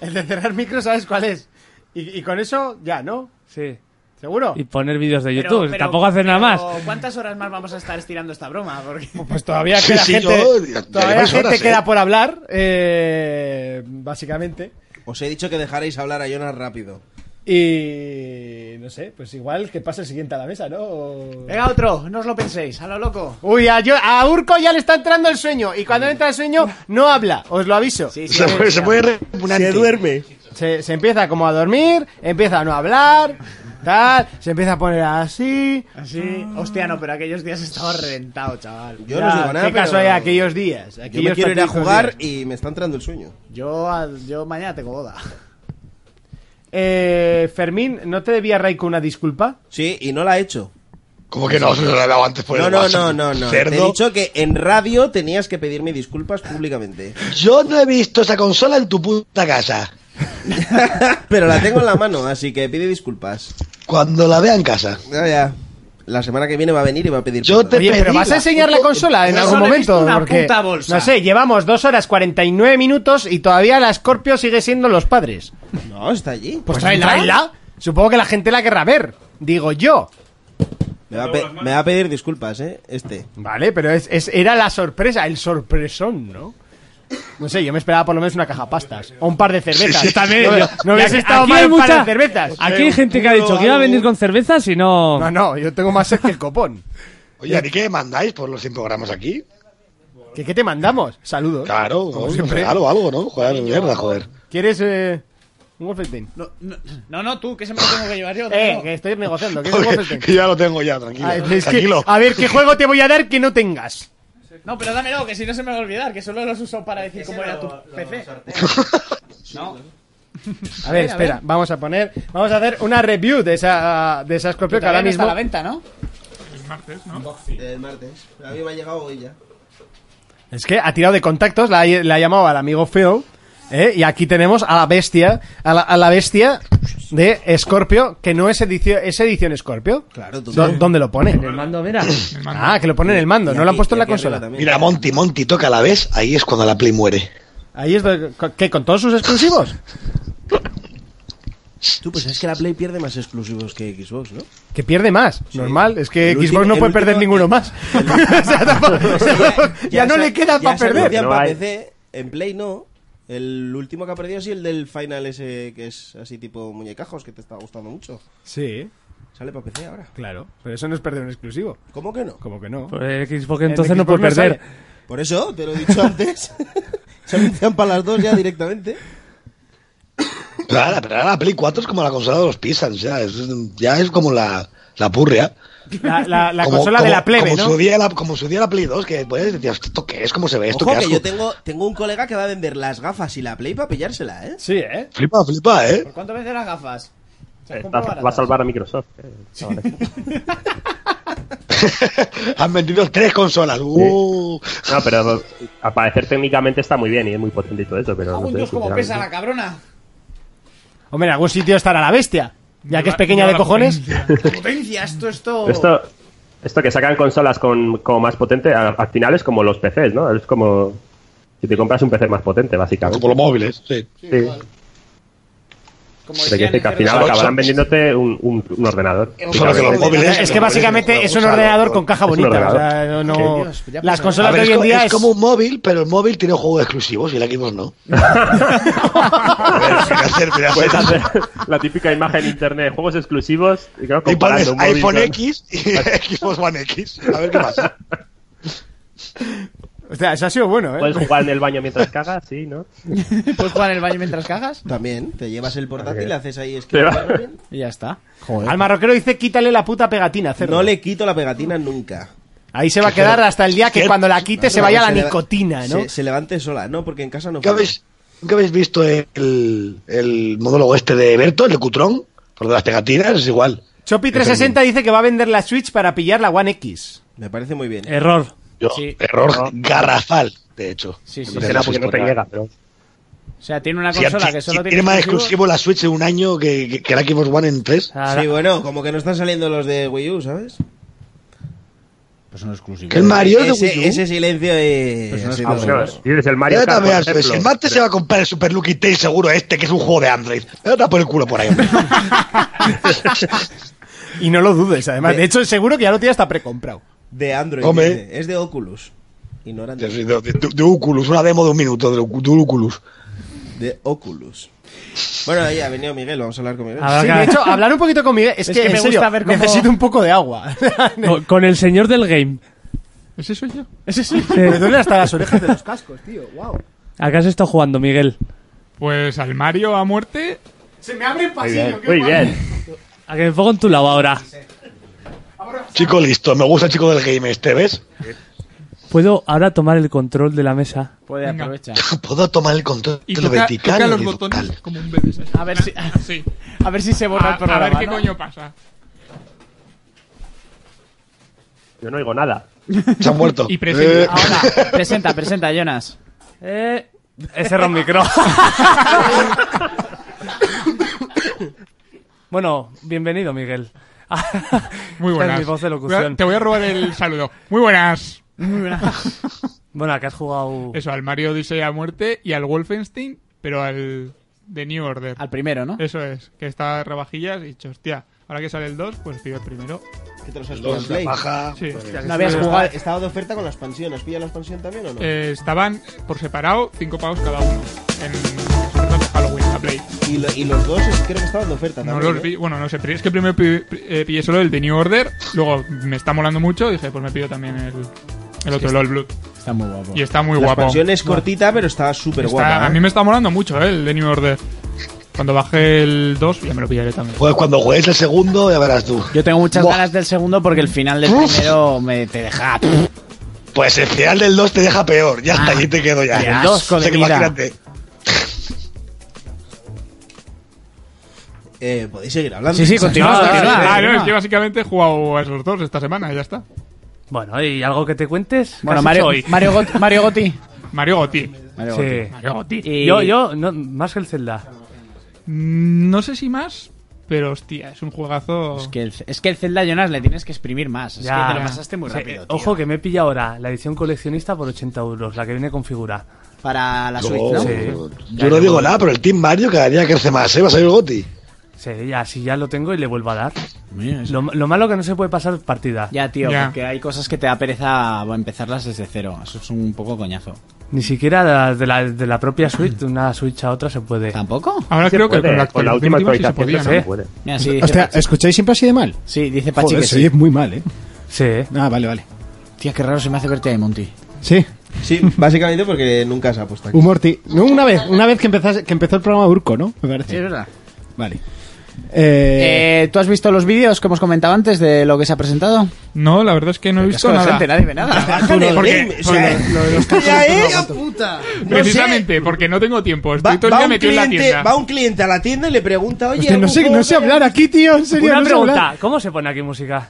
El de cerrar micro, ¿sabes cuál es? Y, y con eso ya, ¿no?
Sí.
¿Seguro?
Y poner vídeos de
Pero-
YouTube,
pero-
tampoco hacer nada más.
pero ¿Cuántas horas más vamos a estar estirando esta broma? Porque...
Pues todavía
Sí,
queda
sí,
gente,
yo- ya- ya
todavía
lleváis
gente
horas, ¿eh?
queda por hablar, eh, básicamente.
Os he dicho que dejaréis hablar a Jonas rápido.
Y no sé, pues igual que pase el siguiente a la mesa, ¿no? O-
Venga, otro, no os lo penséis, a lo loco.
Uy, a, yo- a Urco ya le está entrando el sueño y cuando le entra el sueño no habla, os lo aviso.
Se fue- se fue repugnante.
Se, se empieza como a dormir, empieza a no hablar, tal, se empieza a poner así.
Así, hostia, no, pero aquellos días estaba reventado, chaval.
Yo no os digo nada,
Qué caso hay
pero-
aquellos días.
Yo
Aquellos
me quiero ir a
fatídicos
jugar
días.
y me está entrando el sueño.
Yo, al- yo mañana tengo boda.
Eh, Fermín, ¿no te debía Raiko una disculpa?
Sí, y no la he hecho.
Como que no, se lo he dado antes por
No,
el
no,
WhatsApp,
no, no, no. Te he
Cerdo.
dicho que en radio tenías que pedirme disculpas públicamente.
Yo no he visto esa consola en tu puta casa.
Pero la tengo en la mano, así que pide disculpas.
Cuando la vea en casa.
Ya, ya. La semana que viene va a venir y va a pedir
Yo te
perdón.
Oye, pero
pedí
vas a
la
enseñar la
puto-
consola en
Yo
algún
solo he visto
momento.
una
porque,
puta bolsa.
No sé, llevamos 2 horas 49 minutos y todavía la Scorpio sigue siendo los padres.
No, está allí.
Pues tráela. Supongo que la gente la querrá ver. Digo yo.
Me va, a pe- me va a pedir disculpas, ¿eh? Este.
Vale, pero es, es- era la sorpresa, el sorpresón, ¿no? No sé, yo me esperaba por lo menos una caja de pastas. O un par de cervezas.
Yo también,
No,
yo-
no
y
hubiese
aquí-
estado
aquí
mal
hay
un par
mucha-
de cervezas.
Aquí hay gente que ha dicho que iba a venir con cervezas y no.
No, no, yo tengo más sed que el copón.
Oye, ¿a mí qué mandáis por los 100 programas aquí?
¿Qué, qué te mandamos? Saludos.
Claro,
Como
¿no?
siempre.
Claro, algo, ¿no? Joder, mierda, joder.
¿Quieres eh, un Wolfenstein?
No, no, no, no, tú, que se me lo tengo que llevar yo.
Eh,
no.
que estoy negociando. ¿Qué es un
Oye,
Wolfenstein?
que ya lo tengo ya, tranquilo.
Ah, es que-
tranquilo.
a ver, ¿qué juego te voy a dar que no tengas?
No, pero dámelo, que si no se me va a olvidar, que solo los uso para decir cómo era tu PC. No.
A ver, espera, vamos a poner. Vamos a hacer una review de esa, de esa Scorpio que ahora
Todavía no está
mismo.
a la venta, ¿no?
El martes,
¿no? El martes. A mí me ha llegado hoy ya.
Es que ha tirado de contactos, la, ha- la ha llamado al amigo Phil. ¿eh? Y aquí tenemos a la bestia, a la, a la bestia de Scorpio, que no es edición, es edición Scorpio.
Claro, tú-
¿Dó- ¿Dónde lo pone?
El mando, mira.
Ah, que lo pone en el mando, no lo han puesto en la consola.
Mira, Monty, Monty, toca la vez, ahí es cuando la Play muere.
Ahí es donde- co- ¿qué, con todos sus exclusivos.
Tú, pues es que la Play pierde más exclusivos que Xbox, ¿no?
Que pierde más, normal. Es que
El
Xbox
último-
no
el
puede perder
último-
ninguno más. O sea, tampoco- o sea, ya, no
se-
le queda
ya
para
se
perder.
anuncian
No
pa'
hay.
PC, en Play no. El último que ha perdido es el del Final ese que es así tipo muñecajos que te está gustando mucho.
Sí.
Sale para PC ahora.
Claro, pero eso no es perder un exclusivo.
¿Cómo que no?
Como que no.
Pues Xbox
En
entonces no
Xbox
puede perder.
sale.
Por eso, te lo he dicho antes. se anuncian para las dos ya directamente.
Pero ahora, pero ahora la Play 4 es como la consola de los Pisans, ya es, ya es como la, la purria.
La, la- la
Como-
consola de
como-
la plebe,
como
¿no?
Su día la, como su día la Play 2, que pues, decías, ¿esto qué es? ¿Cómo se ve esto?
Ojo,
¿Qué
que
asco?
yo tengo, tengo un colega que va a vender las gafas y la Play para pillársela, ¿eh?
Sí, ¿eh?
Flipa, flipa, ¿eh?
¿Por cuánto venden las gafas? ¿Se las
Está- va a
compro
Va a
baratas?
salvar a Microsoft. eh, chavales.
Han vendido tres consolas. Uh.
No, pero al parecer técnicamente está muy bien y es muy potente y todo eso, pero no
¡Un
sé,
dios como
sinceramente.
pesa la cabrona!
Hombre, en algún sitio estará la bestia. Ya que es
lleva
pequeña de
la
cojones.
¡Potencia! Esto, esto...
Esto, esto que sacan consolas con, como más potente, a- al final es como los PCs, ¿no? Es como si te compras un PC más potente, básicamente.
Como los móviles, sí.
Sí. Pero que, este que al final
Solo-
acabarán
solo-
vendiéndote un, un- un ordenador.
Solo Pues que los móviles-
Es que básicamente es un ordenador con caja
Es un
bonita. O
ordenador.
sea, no- no-
Sí.
Las
A
consolas
ver,
de hoy
es
en
co-
día
es
es.
como un móvil, pero el móvil tiene juegos exclusivos y la Xbox no.
Puedes
pues.
hacer la típica imagen en internet, juegos exclusivos. Y, claro,
Y pones
comparando un móvil
iPhone
con-
X y Xbox One X. A ver qué pasa.
O sea, eso ha sido bueno, ¿eh?
Puedes jugar en el baño mientras cagas, sí, ¿no?
¿Puedes jugar en el baño mientras cagas?
También, te llevas el portátil,
Ok.
haces ahí
Te
escribir.
va-
Y ya está. Al marroquero dice quítale la puta pegatina, cerdo.
No le quito la pegatina nunca.
Ahí se va a quedar hasta el día que cuando la quite se vaya la nicotina, ¿no?
Se, se levante sola, ¿no? Porque en casa no
¿Nunca habéis, nunca habéis visto el, el monólogo este de Berto, el de Cutrón? Por las pegatinas, es igual.
Chopi 360 dice que va a vender la Switch para pillar la One X.
Me parece muy bien.
Error.
Yo,
Sí.
error
No.
garrafal, de hecho.
Sí, sí,
Empecé
sí.
a
Será porque no te
suspirar.
llega, pero...
O sea, tiene una
Si-
consola
si-
que solo
si
tiene...
más
exclusivos.
exclusivo la Switch en un año que, que, que la Xbox One en tres.
Sí, bueno, como que no están saliendo los de Wii U, ¿sabes?
Pues son exclusivos.
Que el Mario es de
ese,
Wii U.
ese silencio eh,
Pues
ha sido-
Ah, bueno, si eres el Mario
Ya
Kart,
te
por
veas,
ejemplo.
pues, el martes se va a comprar el Super Lucky Tail seguro este, que es un juego de Android. Me da por el culo por ahí, hombre.
Y no lo dudes, además. De hecho, seguro que ya lo tiene hasta precomprado.
de Android.
Hombre.
dice. Es de Oculus. Ignorante.
De, de, de- de Oculus, una demo de un minuto de, Ocu- de Oculus.
De Oculus. Bueno, ahí ha venido Miguel, vamos a hablar con Miguel.
Ah,
Sí, de hecho, hablar un poquito con Miguel. Es, que, me gusta ver
cómo-
necesito un poco de agua.
Con, con el señor del game.
¿Ese soy yo? ¿Ese soy yo? Me duelen hasta las orejas de los cascos, tío. Wow.
¿A qué has estado jugando, Miguel?
Pues al Mario a muerte.
Se me abre el
Muy bien, muy bien.
A que me pongo en tu lado ahora.
Chico listo, me gusta el chico del game este, ¿ves?
¿Puedo ahora tomar el control de la mesa?
Puede aprovechar.
Puedo tomar el control
Y
de lo
toca,
vertical
toca
o
los
horizontal.
botones como un bebé. ¿sabes?
A ver si...
Sí.
A ver si se borra
A,
el programa,
a ver qué
¿no?
coño pasa.
Yo no oigo nada.
Se han muerto.
Y presente.
Eh,
Ahora, presenta, presenta, Jonas.
Eh, he cerrado el micro. bueno, bienvenido, Miguel.
Muy
Esta
buenas.
es mi voz de
Voy
locución.
a- Te voy a robar el saludo. Muy buenas.
Bueno, ¿a qué has jugado?
Eso, al Mario Odyssey a muerte y al Wolfenstein, pero al de New Order.
Al primero, ¿no?
Eso es, que está a rebajillas y dicho, hostia, ahora que sale el 2, pues pido el primero.
¿Qué te los has
Los
jugado en
de
Play?
paja.
Sí.
pues,
No habías
Estaba-
jugado.
Estaba de oferta con la expansión. ¿Has pillado la expansión también o no?
Eh, estaban por separado, 5 pavos cada uno. En sobre todo en Halloween, a Play.
Y, lo- y los dos es- creo que estaban de oferta
No
también.
los
¿eh?
vi- bueno, no sé, pero es que primero pi- pi- eh, pillé solo el de New Order, luego me está molando mucho, dije, pues me pido también el, el otro, el All Blood.
Está muy guapo.
Y está muy
la
guapo.
expansión es cortita, pero está súper
Está-
guapa. ¿eh?
A mí me está molando mucho, eh, el de New Order. Cuando bajé el 2, ya me lo pillaré también.
Pues cuando juegues el segundo, ya verás tú.
Yo tengo muchas
Buah.
ganas del segundo porque el final del
Uf.
primero me te deja...
Pues el final del 2 te deja peor. Ya está, ahí te quedo ya.
qué asco
O sea
de
que
vida.
imagínate.
eh, podéis seguir hablando.
Sí, sí, continúa,
Ah,
continúa.
vale,
Ah, no,
vale.
es que básicamente he jugado a esos dos esta semana y ya está.
Bueno, ¿y algo que te cuentes? ¿Qué
Bueno,
has
Mario-
hecho hoy?
Mario Got- Mario
Gotti.
Mario Gotti.
Sí.
Mario Gotti.
Yo, yo, no, más que el Zelda.
Mm, No sé si más, pero hostia, es un juegazo.
Es que el, es que el Zelda Jonas le tienes que exprimir más. Es
Ya.
que te lo pasaste muy
O sea,
rápido.
eh, Ojo que me he pillado ahora la edición coleccionista por 80 euros, la que viene con figura.
Para la Switch, ¿no?
Sí.
Yo no digo nada, pero el Team Mario cada día crece más, ¿eh? Va a salir Goti.
Sí, ya, si ya lo tengo y le vuelvo a dar. Lo, lo malo que no se puede pasar partida.
Ya, tío, porque hay cosas que te da pereza empezarlas desde cero. Eso es un poco coñazo.
Ni siquiera de la, de la- de la propia Switch, de una Switch a otra se puede.
¿Tampoco?
Ahora
creo que con la
última
actualización se podía, ¿no? Mira, sí, dice
Hostia,
Pachi.
¿escucháis siempre así de mal?
Sí, dice Pachi
Joder,
que
se oye
sí.
muy mal, ¿eh?
Sí.
Ah, vale, vale.
Tía, qué raro se me hace verte ahí, Monty.
Sí.
Sí, básicamente porque nunca se ha puesto aquí.
Humorti. No, una vez, una vez que, empezase- que empezó el programa Urco, ¿no? Me parece.
Sí, es verdad.
Vale. Eh,
Eh, ¿Tú has visto los vídeos que hemos comentado antes de lo que se ha presentado?
No, la verdad es que no he visto
con la
nada.
gente, nadie ve nada.
Trabajo en el
Porque-
game, o
porque
sea,
lo- lo de los
Calla,
casos,
eh,
no,
ya
no.
puta!
Precisamente, porque no tengo tiempo. Estoy
Va,
todo el
va
día
un
metido en la
cliente,
tienda.
va un cliente a la tienda y le pregunta, oye,
hostia, no
¿algún
sé,
juego
no sé
que-
hablar aquí, tío, en serio.
Una
no sé
pregunta,
hablar.
¿cómo se pone aquí música?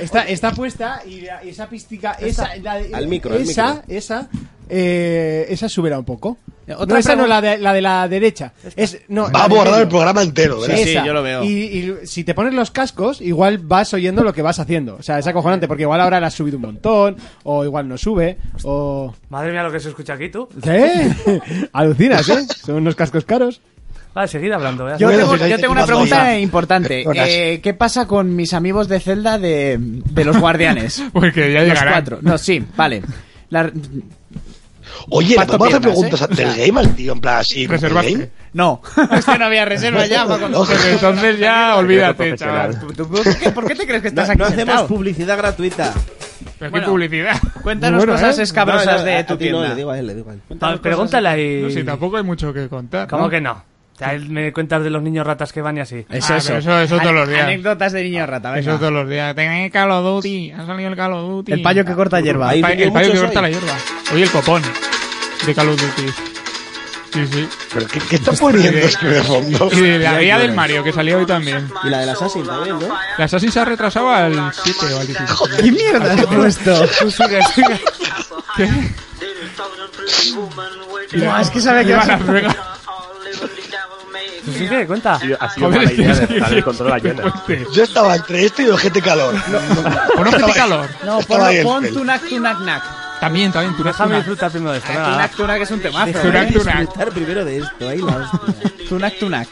Está, está puesta y la- esa pistica, esa, la de-
Al micro, al
esa,
micro.
esa, eh, esa subirá un poco.
Otra
no, esa
pregunta-
no, la de la, de la derecha. Es, no,
Va
la
a
del
abordar
medio.
el programa entero, ¿verdad?
Esa. Y, y si te pones los cascos, igual vas oyendo lo que vas haciendo. O sea, es acojonante, porque igual ahora la has subido un montón, o igual no sube, o...
Madre mía, lo que se escucha aquí, tú.
¿Qué? Alucinas, ¿eh? Son unos cascos caros.
Vale, Ah, seguid hablando. ¿eh? ya.
Yo
Bueno,
tengo,
pues ahí
yo
te
tengo una
paso
pregunta
ya.
importante.
Personas.
Eh, ¿Qué pasa con mis amigos de Zelda de, de los guardianes?
Porque Pues ya
Los
llegarán.
cuatro. No, sí, vale. La-
Oye,
Pato
vamos a hacer
piernas,
preguntas
¿eh?
del
O sea,
game al tío, en plan así.
Reservaste.
¿game?
No, es que no había reserva ya. para cuando-
Pues Entonces ya, olvídate,
Profesional.
chaval.
¿Tú- tú- por qué- ¿Por qué te crees que estás
No,
aquí
no hacemos
sentado?
publicidad gratuita.
Pero
Bueno,
qué publicidad.
Cuéntanos
Bueno,
cosas
¿eh?
escabrosas
No, no,
de
a-
tu
a ti
tienda.
No, le digo a él, le digo a él.
Vale, Ah, pregúntale ahí.
No sé, tampoco hay mucho que contar.
¿Cómo
¿no?
que no? Ya él me cuentas de los niños ratas que van y así.
Eso, Ah, eso. pero eso- eso todos los días.
Anécdotas de niño rata, venga.
Eso todos los días. eh. Tenéis Call of Duty. Ha salido el Call of Duty.
El payo que corta hierba.
El, pa-
Ahí venía
el payo que
muchos
corta
hoy.
la hierba. Oye, el copón de Call of Duty. Sí, sí.
¿Pero qué, qué está poniendo es que de fondo?
Y de la guía del Mario, que salió hoy también.
Y la del Assassin también, ¿no?
La Assassin se ha retrasado al 7 o al 16.
¿Qué mierda has puesto? No, es que sabe que vas a...
Sí, sí, cuenta.
ha sido mala idea dejar el control a Jonas. Yo estaba entre este y ojete calor.
Pon ojete calor.
No, pon,
Estaba ahí el
pon
pelo.
tunak, tunak, nak.
También, también. Tú
Déjame disfrutar primero de esto. venga, va.
Tunak, tunak es un temazo.
Déjame
¿eh?
Disfrutar primero de esto, ahí la hostia.
Tunak, tunak.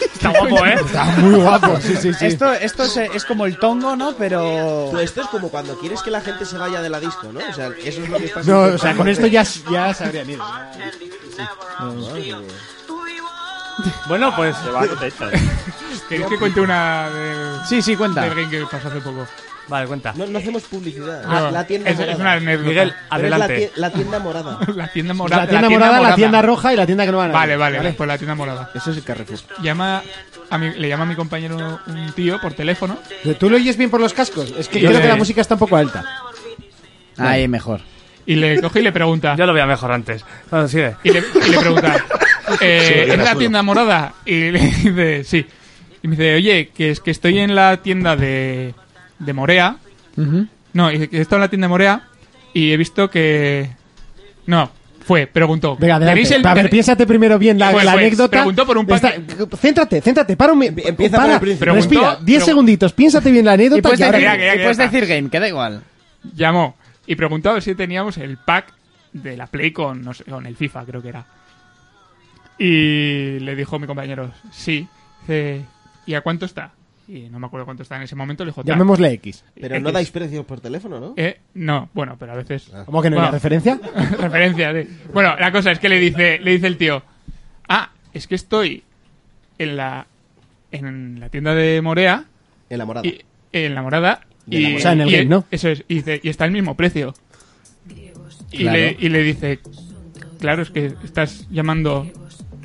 Está guapo, ¿eh?
Muy guapo, sí, sí, sí.
Esto, esto es, es como el tongo, ¿no? Pero...
Tú, esto es como cuando quieres que la gente se vaya de la disco, ¿no? O sea, eso es lo que está
No, o sea, con esto ya, ya se habrían ido.
Bueno, pues.
¿Queréis que cuente una de...
Sí, sí, cuenta.
del game que pasó hace poco?
Vale, cuenta.
No, no hacemos publicidad.
No,
Ah, la, la tienda
es- es
morada.
una anécdota. Miguel,
Pero es la
adelante.
tie- La, tienda morada.
La tienda morada.
La tienda morada, la tienda roja y la tienda que no van a
Vale, vale, pues la tienda morada.
Eso es el Carrefour.
Llama a mi- le llama a mi compañero un tío por teléfono.
¿Tú lo oyes bien por los cascos? Es que
Yo
creo
le-
que la música está un poco alta.
Ahí, mejor.
Y le coge y le pregunta.
Yo lo veía mejor antes. eh. Bueno, sigue.
Y le, y le pregunta.
Sube,
eh, ¿Es
Jonas,
la
sube.
tienda morada? Y le dice, sí. Y me dice, oye, que es que estoy en la tienda de, de Morea. No, dice que he estado en la tienda de Morea y he visto que... No, fue, preguntó.
Venga,
¿Tenéis
adelante.
el-
A ver, piénsate primero bien la,
Pues,
la
pues,
anécdota.
preguntó por un
Está- Céntrate, céntrate, para un mi-
Empieza
para,
por el principio.
Respira,
Preguntó-
10
pregun-
segunditos, piénsate bien la
Y
anécdota
puedes
y ahora...
decir,
Ya, ya, ya
y puedes
está.
decir game, que da igual.
Llamó y preguntó a ver si teníamos el pack de la Play con, no sé, con el FIFA, creo que era. Y le dijo mi compañero, sí. Dice, ¿y a cuánto está? Y no me acuerdo cuánto está en ese momento. Le dijo, tal.
Llamémosle X.
Pero no dais precios por teléfono, ¿no? Ah.
Eh, no, bueno, pero a veces.
¿Cómo que no hay
Bueno,
una referencia?
referencia, sí. Bueno, la cosa es que le dice, le dice el tío, ah, es que estoy en la en la tienda de Morea,
En la morada.
y, en la morada,
De la
y-
Morada. O sea, en el
y-
game, ¿no?
Eso es, y dice, y está al mismo precio. Y,
Claro.
le, y le dice, claro, es que estás llamando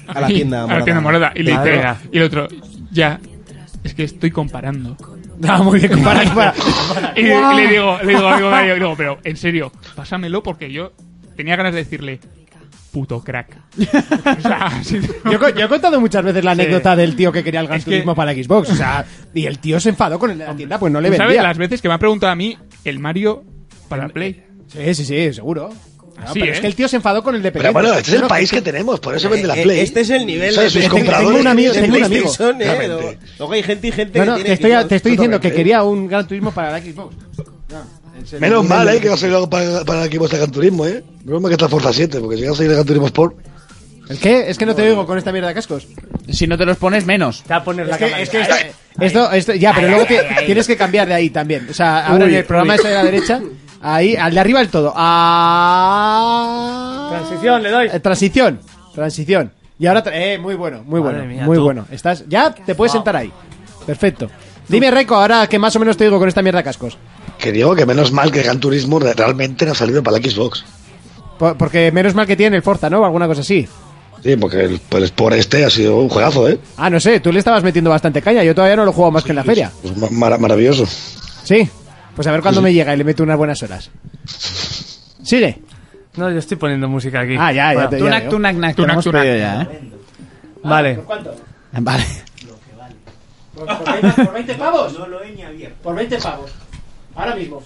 A la tienda
a la
morada.
tienda morada. Y le
Madre
dice,
mía.
y el otro, ya, es que estoy comparando.
Ah, muy bien, compara, compara.
Y
Wow.
le digo, le digo, a mi compañero, digo, pero en serio, pásamelo porque yo tenía ganas de decirle, puto crack.
Yo, co- yo he contado muchas veces la
Sí.
anécdota del tío que quería el Gran
Es que-
Turismo para Xbox. O sea, y el tío se enfadó con el de la tienda, pues no le
¿Tú
vendía.
¿Sabes las veces que me han preguntado a mí el Mario para Play?
Sí, sí, sí, seguro. Ah,
Sí,
pero
¿eh?
es que el tío se enfadó con el de
Pero
Pelé.
bueno, este es el país
que tenemos, Pues por eso vende la
Eh,
Play.
eh, Este es el nivel
¿Sabes? Sus
de- tengo-
compradores
Tengo un amigo,
de
tengo un amigo.
PlayStation, eh,
Realmente. Luego hay gente y gente
No, no,
que
te
tiene
estoy,
Xbox.
te estoy diciendo que
Totalmente.
quería un Gran Turismo para la Xbox.
Menos
el-
mal,
el-
eh, que no ha salido para, para el equipo de Gran Turismo, eh. Menos mal que está Forza 7, porque si no salido de Gran Turismo Sport.
¿El qué? Es que no te oigo con esta mierda de cascos.
Si no te los pones, menos.
Te va a poner
Es que, es que esto, esto, esto- ya, pero luego ti- tienes que cambiar de ahí también. O sea, ahora
Uy,
en el programa
uy.
ese de la derecha, ahí, al de arriba del todo. A...
Transición, le doy.
Eh, transición, transición. Y ahora, tra- eh, muy bueno, muy
Madre
bueno,
mía,
muy
tú.
bueno. Estás, ya te puedes sentar ahí. Perfecto. Dime, Reco, ahora que más o menos te digo con esta mierda de cascos.
Que digo que menos mal que Gran Turismo re- realmente no ha salido para la Xbox.
Po- porque menos mal que tiene el Forza, ¿no? O alguna cosa así.
Sí, porque el, el Sport este ha sido un juegazo, eh.
Ah, no sé, tú le estabas metiendo bastante caña. Yo todavía no lo he jugado más que en la feria.
Pues ma- mara- maravilloso.
Sí. Pues a ver cuándo me llega y le meto unas buenas horas. Sigue.
No, yo estoy poniendo música aquí.
Ah, ya, ya te- ya
Tunac,
veo.
tunac,
Tunac,
nac. Tenemos
tunac.
pedido ya, ¿eh?
Vale.
Vale.
¿Por 20 pavos? No lo he ni abierto. Por 20 pavos. Ahora mismo.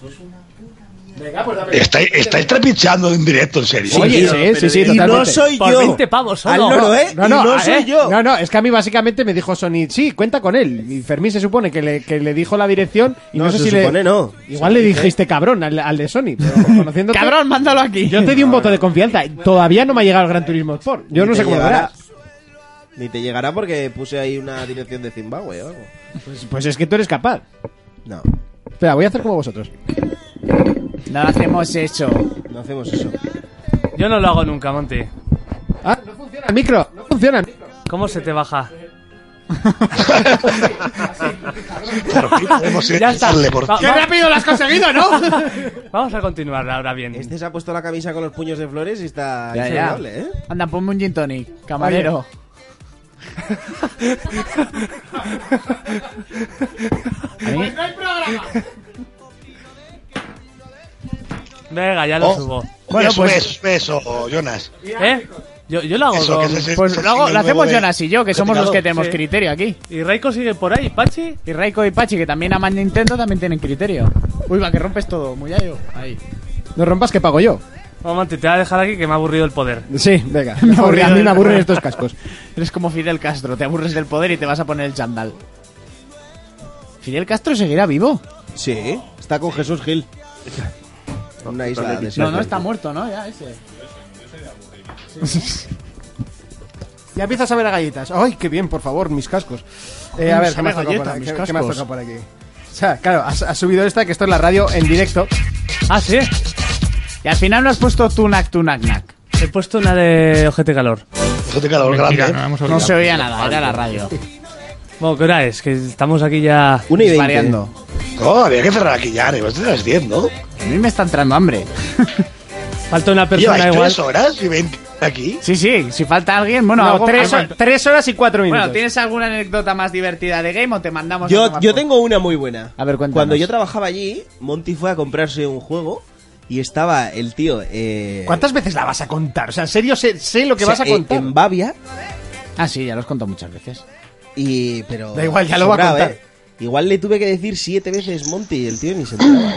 Venga, pues dame.
Estáis, estáis trapicheando en directo, en serio.
Oye, sí, sí, sí, totalmente.
Por 20 pavos
Al
solo.
loro,
No,
Y
no, ah, ¿eh?
yo. No, no, es que a mí básicamente me dijo Sony, sí, cuenta con él. Y Fermín se supone que le, que le dijo la dirección y no,
No,
sé
se
si
supone
le...
no.
Igual le dijiste cabrón al, al de Sony, pero conociéndote-
Cabrón, mándalo aquí.
Yo te di un voto de confianza. Todavía no me ha llegado el Gran Turismo Sport. Yo
Ni
no
te
sé cómo lo
llegará.
hará.
Ni te llegará porque puse ahí una dirección de Zimbabue o algo.
Pues, pues es que tú eres capaz.
No,
Espera, voy a hacer como vosotros.
No lo hacemos eso.
no hacemos eso.
Yo no lo hago nunca, Monty.
Ah, no funciona el micro. No funciona el micro.
¿Cómo se te baja?
Hemos ido
Ya
a
está.
darle por-
Ah, Va- va-
lo has conseguido, ¿no?
Vamos a continuar ahora bien.
Este se ha puesto la camisa con los puños de flores y está
Ya, ya.
insoportable, ¿eh?
Anda, ponme un gin tonic, camarero. A mí-
Venga, ya lo
Oh.
subo.
Bueno, pues sube eso, eso, Jonas.
¿Eh? Yo, yo lo hago.
Eso, que
con-
ese-
Pues
ese
lo, hago-
single
lo hacemos
nuevo de-
Jonas y yo, que somos los que tenemos
Sí.
criterio aquí.
¿Y Raiko sigue por ahí, Pachi?
Y Raiko y Pachi, que también aman Nintendo, también tienen criterio. Uy, va, que rompes todo, Muyayo. Ahí.
No rompas que pago yo.
Vamos, Monty, te voy a dejar aquí que me ha aburrido el poder.
Sí, venga. Me aburre- a mí me aburren estos cascos.
Eres como Fidel Castro, te aburres del poder y te vas a poner el chandal. ¿Fidel Castro seguirá vivo?
Sí, está con Jesús Gil. En una isla de
No, no, está muerto, ¿no? Ya, ese.
Ya empiezas a ver a galletas. Ay, qué bien, por favor, mis cascos. Eh, a
Mm,
ver, ¿qué
sabe
más toca
galleta,
por aquí?
mis
¿Qué- qué más
cascos.
toca por aquí? O sea, claro, has, has subido esta, que esto es la radio en directo.
Ah, sí.
Y al final no has puesto Tunac, Tunac, Nac.
He puesto una de Ojete Calor.
Ojete calor
Mentira,
grande.
no
¿eh?
hemos
No
olvidado.
se oía nada, era la radio.
Bueno, ¿qué hora es? Que estamos aquí ya.
Una y veinte.
Variando.
No, había que cerrar aquí ya, ¿no? Estás haciendo.
A mí me está entrando hambre.
Falta una persona
Lleváis
igual.
tres horas y ven aquí.
Sí, sí, si falta alguien, bueno,
No,
tres,
tres, tres horas y cuatro minutos.
Bueno, ¿tienes alguna anécdota más divertida de game o te mandamos a
Yo,
tomar
yo
por-
tengo una muy buena.
A ver, cuéntanos.
Cuando yo trabajaba allí, Monty fue a comprarse un juego y estaba el tío. Eh,
¿Cuántas veces la vas a contar? O sea, en serio, sé, sé lo que
o sea,
vas a
en-
contar.
En Bavia.
Ah, sí, ya los contado muchas veces.
Y, pero.
Da igual, ya lo va a contar.
¿eh? Igual le tuve que decir siete veces Monty y el tío ni se enteraba.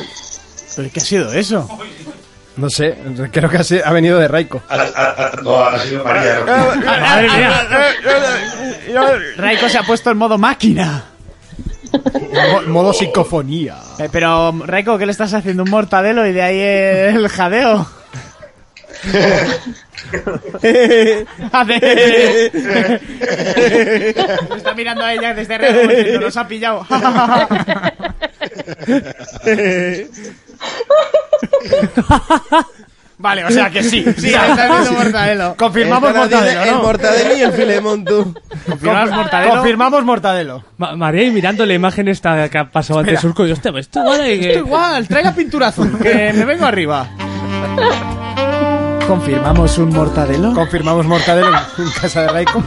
¿Pero qué ha sido eso?
No sé, creo que ha sido- ha venido de Raiko.
A- a- a- No, ha sido María.
Ah,
Ah,
Madre mía.
Raiko se ha puesto en modo máquina.
Mo- modo psicofonía.
Eh, pero, Raiko, ¿qué le estás haciendo? ¿Un mortadelo y de ahí el jadeo? Hace- Lo está mirando a ella desde arriba como diciendo, nos ha pillado. vale, o sea que sí. Sí, está viendo mortadelo.
Confirmamos
Esta nos
mortadelo,
dice El
¿no?
mortadelo y el filemón, tú.
Confirmamos mortadelo.
Confirmamos mortadelo.
Ma- María y mirando la imagen esta que ha pasado antes surco, yo este, esto igual hay que-
Esto igual, traiga pintura azul, que me vengo arriba. ¿Confirmamos un mortadelo?
Confirmamos mortadelo en en casa de Raiko.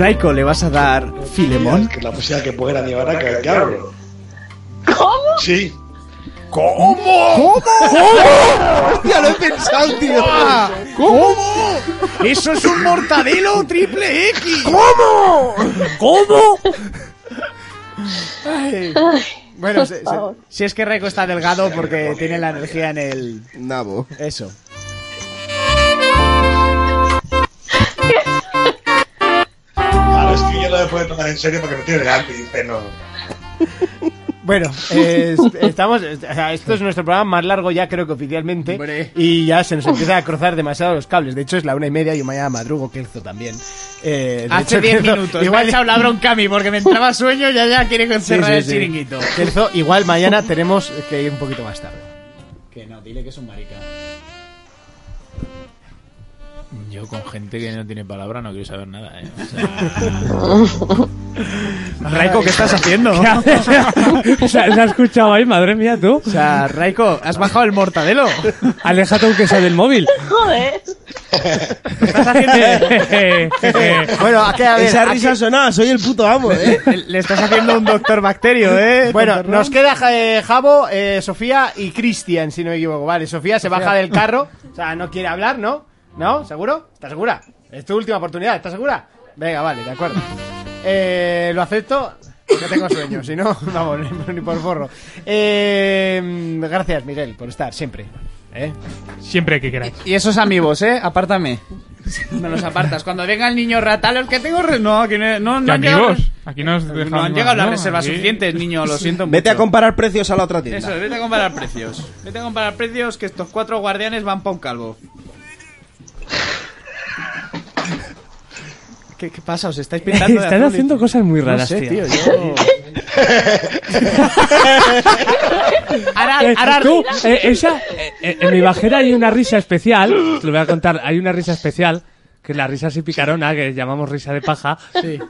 Raiko, ¿le vas a dar filemón?
Que la música que pueda ni ahora que cabrón.
¿Cómo?
Sí. ¿Cómo?
¿Cómo?
¿Cómo? Hostia, lo he pensado, tío.
¿Cómo? ¡Eso es un mortadelo triple X!
¿Cómo?
¿Cómo?
Ay.
Bueno,
Por
se- se-
¡Oh!
favor.
si es que Reiko está delgado porque tiene la energía en el...
Nabo.
Eso.
Claro, es que yo lo puedo tomar en serio porque no tiene delante, dice no.
Bueno, eh, est- estamos, est- o sea, esto es nuestro programa más largo ya creo que oficialmente y ya se nos empieza a cruzar demasiado los cables. De hecho es la una y media y mañana madrugo Kelzo también. Eh, de
Hace
hecho,
10
Kelzo-
minutos. Igual
Igual
he echado la bronca a mí porque me entraba sueño y ya quiere
Sí, sí,
cerrar el
sí.
chiringuito.
Kelzo, igual mañana tenemos que ir un poquito más tarde.
Que no, dile que es un marica.
Yo con gente que no tiene palabra no quiero saber nada, ¿eh?
Raiko, ¿qué estás haciendo?
¿Qué haces? O sea, ¿La has escuchado ahí, madre mía, tú? O
sea, Raiko, has bajado el mortadelo.
Aléjate aunque sea del móvil.
Joder.
Estás haciendo... Eh, bueno, aquí, a ver,
Esa
aquí-
risa sonaba, soy el puto amo, ¿eh?
Le estás haciendo un doctor bacterio, ¿eh?
Bueno,
Tontorrón.
nos queda Ja- eh, Javo, eh, Sofía y Cristian, si no me equivoco. Vale, Sofía se baja del carro. O sea, no quiere hablar, ¿no? ¿No? ¿Seguro? ¿Estás segura? Es tu última oportunidad, ¿estás segura? Venga, vale, de acuerdo. Eh, lo acepto, que tengo sueño. Si no, vamos, ni, ni por forro. Eh, gracias, Miguel, por estar siempre. ¿eh?
Siempre que queráis.
Y esos amigos, ¿eh? Apártame. No los apartas. Cuando venga el niño rata, los que tengo... re- No, que no,
¿Qué
no, no han llegado-
amigos? Aquí nos
No han llegado las reservas suficientes, niño, lo siento mucho.
Vete a comparar precios a la otra tienda.
Eso, vete a comparar precios. Vete a comparar precios que estos cuatro guardianes van pa' un calvo. ¿Qué, qué pasa? ¿Os estáis pintando de
Están
azul?
haciendo cosas muy raras,
no sé,
tío.
tío. yo- Ahora,
Eh,
ahora-
tú, eh, esa, eh, eh, en mi bajera hay una risa especial, te lo voy a contar, hay una risa especial, que es la risa así picarona, que llamamos risa de paja. De-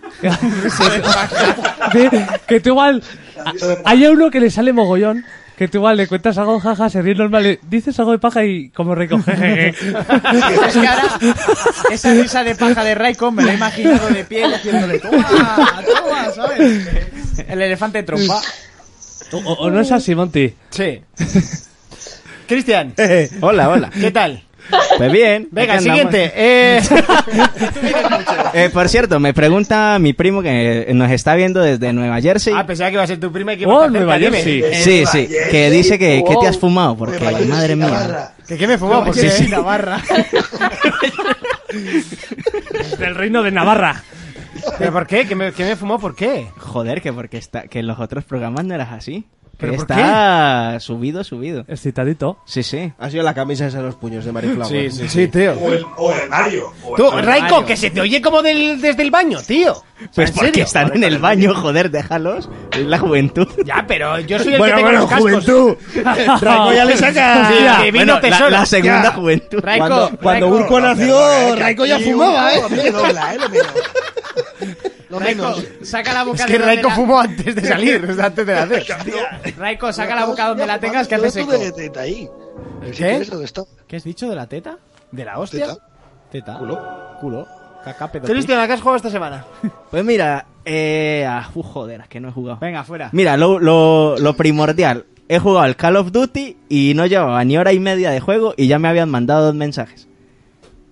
que tú igual, a- hay a uno que le sale mogollón, que tú igual le cuentas algo, jaja, se ríe normal, le dices algo de paja y como recoge.
Es que ahora esa risa de paja de Raikon me la he imaginado de pie y haciéndole toma, toma, ¿sabes? El elefante trompa.
o, o- o no es así, Monty.
Sí. Cristian.
hola, hola.
Eh, ¿Qué tal?
Pues bien.
Venga,
aquí andamos.
siguiente. Eh...
Eh, por cierto, me pregunta mi primo que nos está viendo desde Nueva Jersey.
Ah, pensaba que iba a ser tu prima y que iba
Oh,
a estar
Nueva
cerca, dime.
Jersey. Sí, sí, Oh, que dice que, que te has fumado, porque
Nueva Jersey,
madre mía.
Navarra. ¿Que qué me he fumado? Pues
Nueva
Porque
Jersey,
es Navarra.
Del reino de Navarra.
¿Pero por qué? ¿Que me, que me he fumado por qué?
Joder, que porque está, que en los otros programas no eras así. Que
¿Pero por
está subido, subido.
Excitadito.
Sí, sí.
Ha sido la camisa esa de los puños de Mariflava.
Sí, sí, sí.
Sí, tío.
O el, o el Mario. o el
Tú,
Mario.
Raiko, que se te oye como del, desde el baño, tío. O sea,
Pues
¿en
porque
serio?
están en el baño, joder, déjalos. Es la juventud.
Ya, pero yo soy el
Bueno,
que tengo
bueno,
los cascos.
juventud. Raiko ya le saca-
Sí,
Ya,
que vino
bueno, la-
tesoro.
la segunda juventud.
Raiko,
Cuando- cuando
Raiko.
Urco
nació,
Raiko ya fumaba, ¿eh?
Raiko, saca la boca
Es que
de
Raiko
la-
fumó antes de salir, o sea, antes de nacer.
Raiko, saca la boca donde la tengas que hace seco.
¿Qué?
¿Qué has dicho de la teta?
¿De la hostia?
Teta.
Culo.
Culo.
Caca, pedo.
Cristian, ¿a qué has jugado esta semana?
Pues mira, eh, ah, uh, joder, es que no he jugado.
Venga, fuera.
Mira, lo, lo, lo primordial. He jugado al Call of Duty y no llevaba ni hora y media de juego y ya me habían mandado dos mensajes.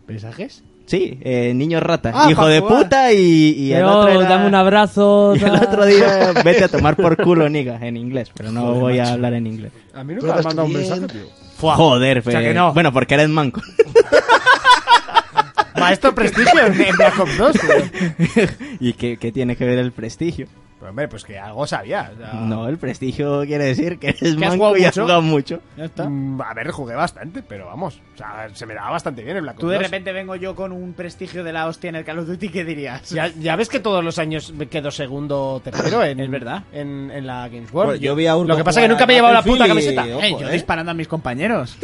¿Mensajes?
Sí, eh, niño rata,
Ah,
hijo
pa'
de
jugar.
puta y, y el
Yo,
otro era-
dame un abrazo.
y el
tal.
otro día vete a tomar por culo, nigga, en inglés, pero no
Joder,
voy
macho.
a hablar en inglés.
A mí
nunca me has mandado un
mensaje,
Fua, Joder,
O sea
fe-
que no.
bueno, porque eres manco.
Maestro Prestigio en en Black Ops 2, tío.
¿Y qué, qué tiene que ver el prestigio?
Pero, hombre, pues que algo sabía. o sea,
Ah.
No, el prestigio quiere decir que
¿Que
eres
has
manco
jugado
y has
mucho?
jugado mucho.
Mm, A ver, jugué bastante, pero vamos. O sea, se me daba bastante bien el Black Ops
Tú de
2.
repente vengo yo con un prestigio de la hostia en el Call of Duty, ¿qué dirías?
Ya, ya ves que todos los años me quedo segundo o tercero en, verdad. En, en la Games World.
Bueno, yo vi a Urco
Lo que pasa es que
jugar
nunca
a
me he llevado la puta
Battlefield y,
camiseta.
ojo,
Eh, yo
eh.
disparando a mis compañeros.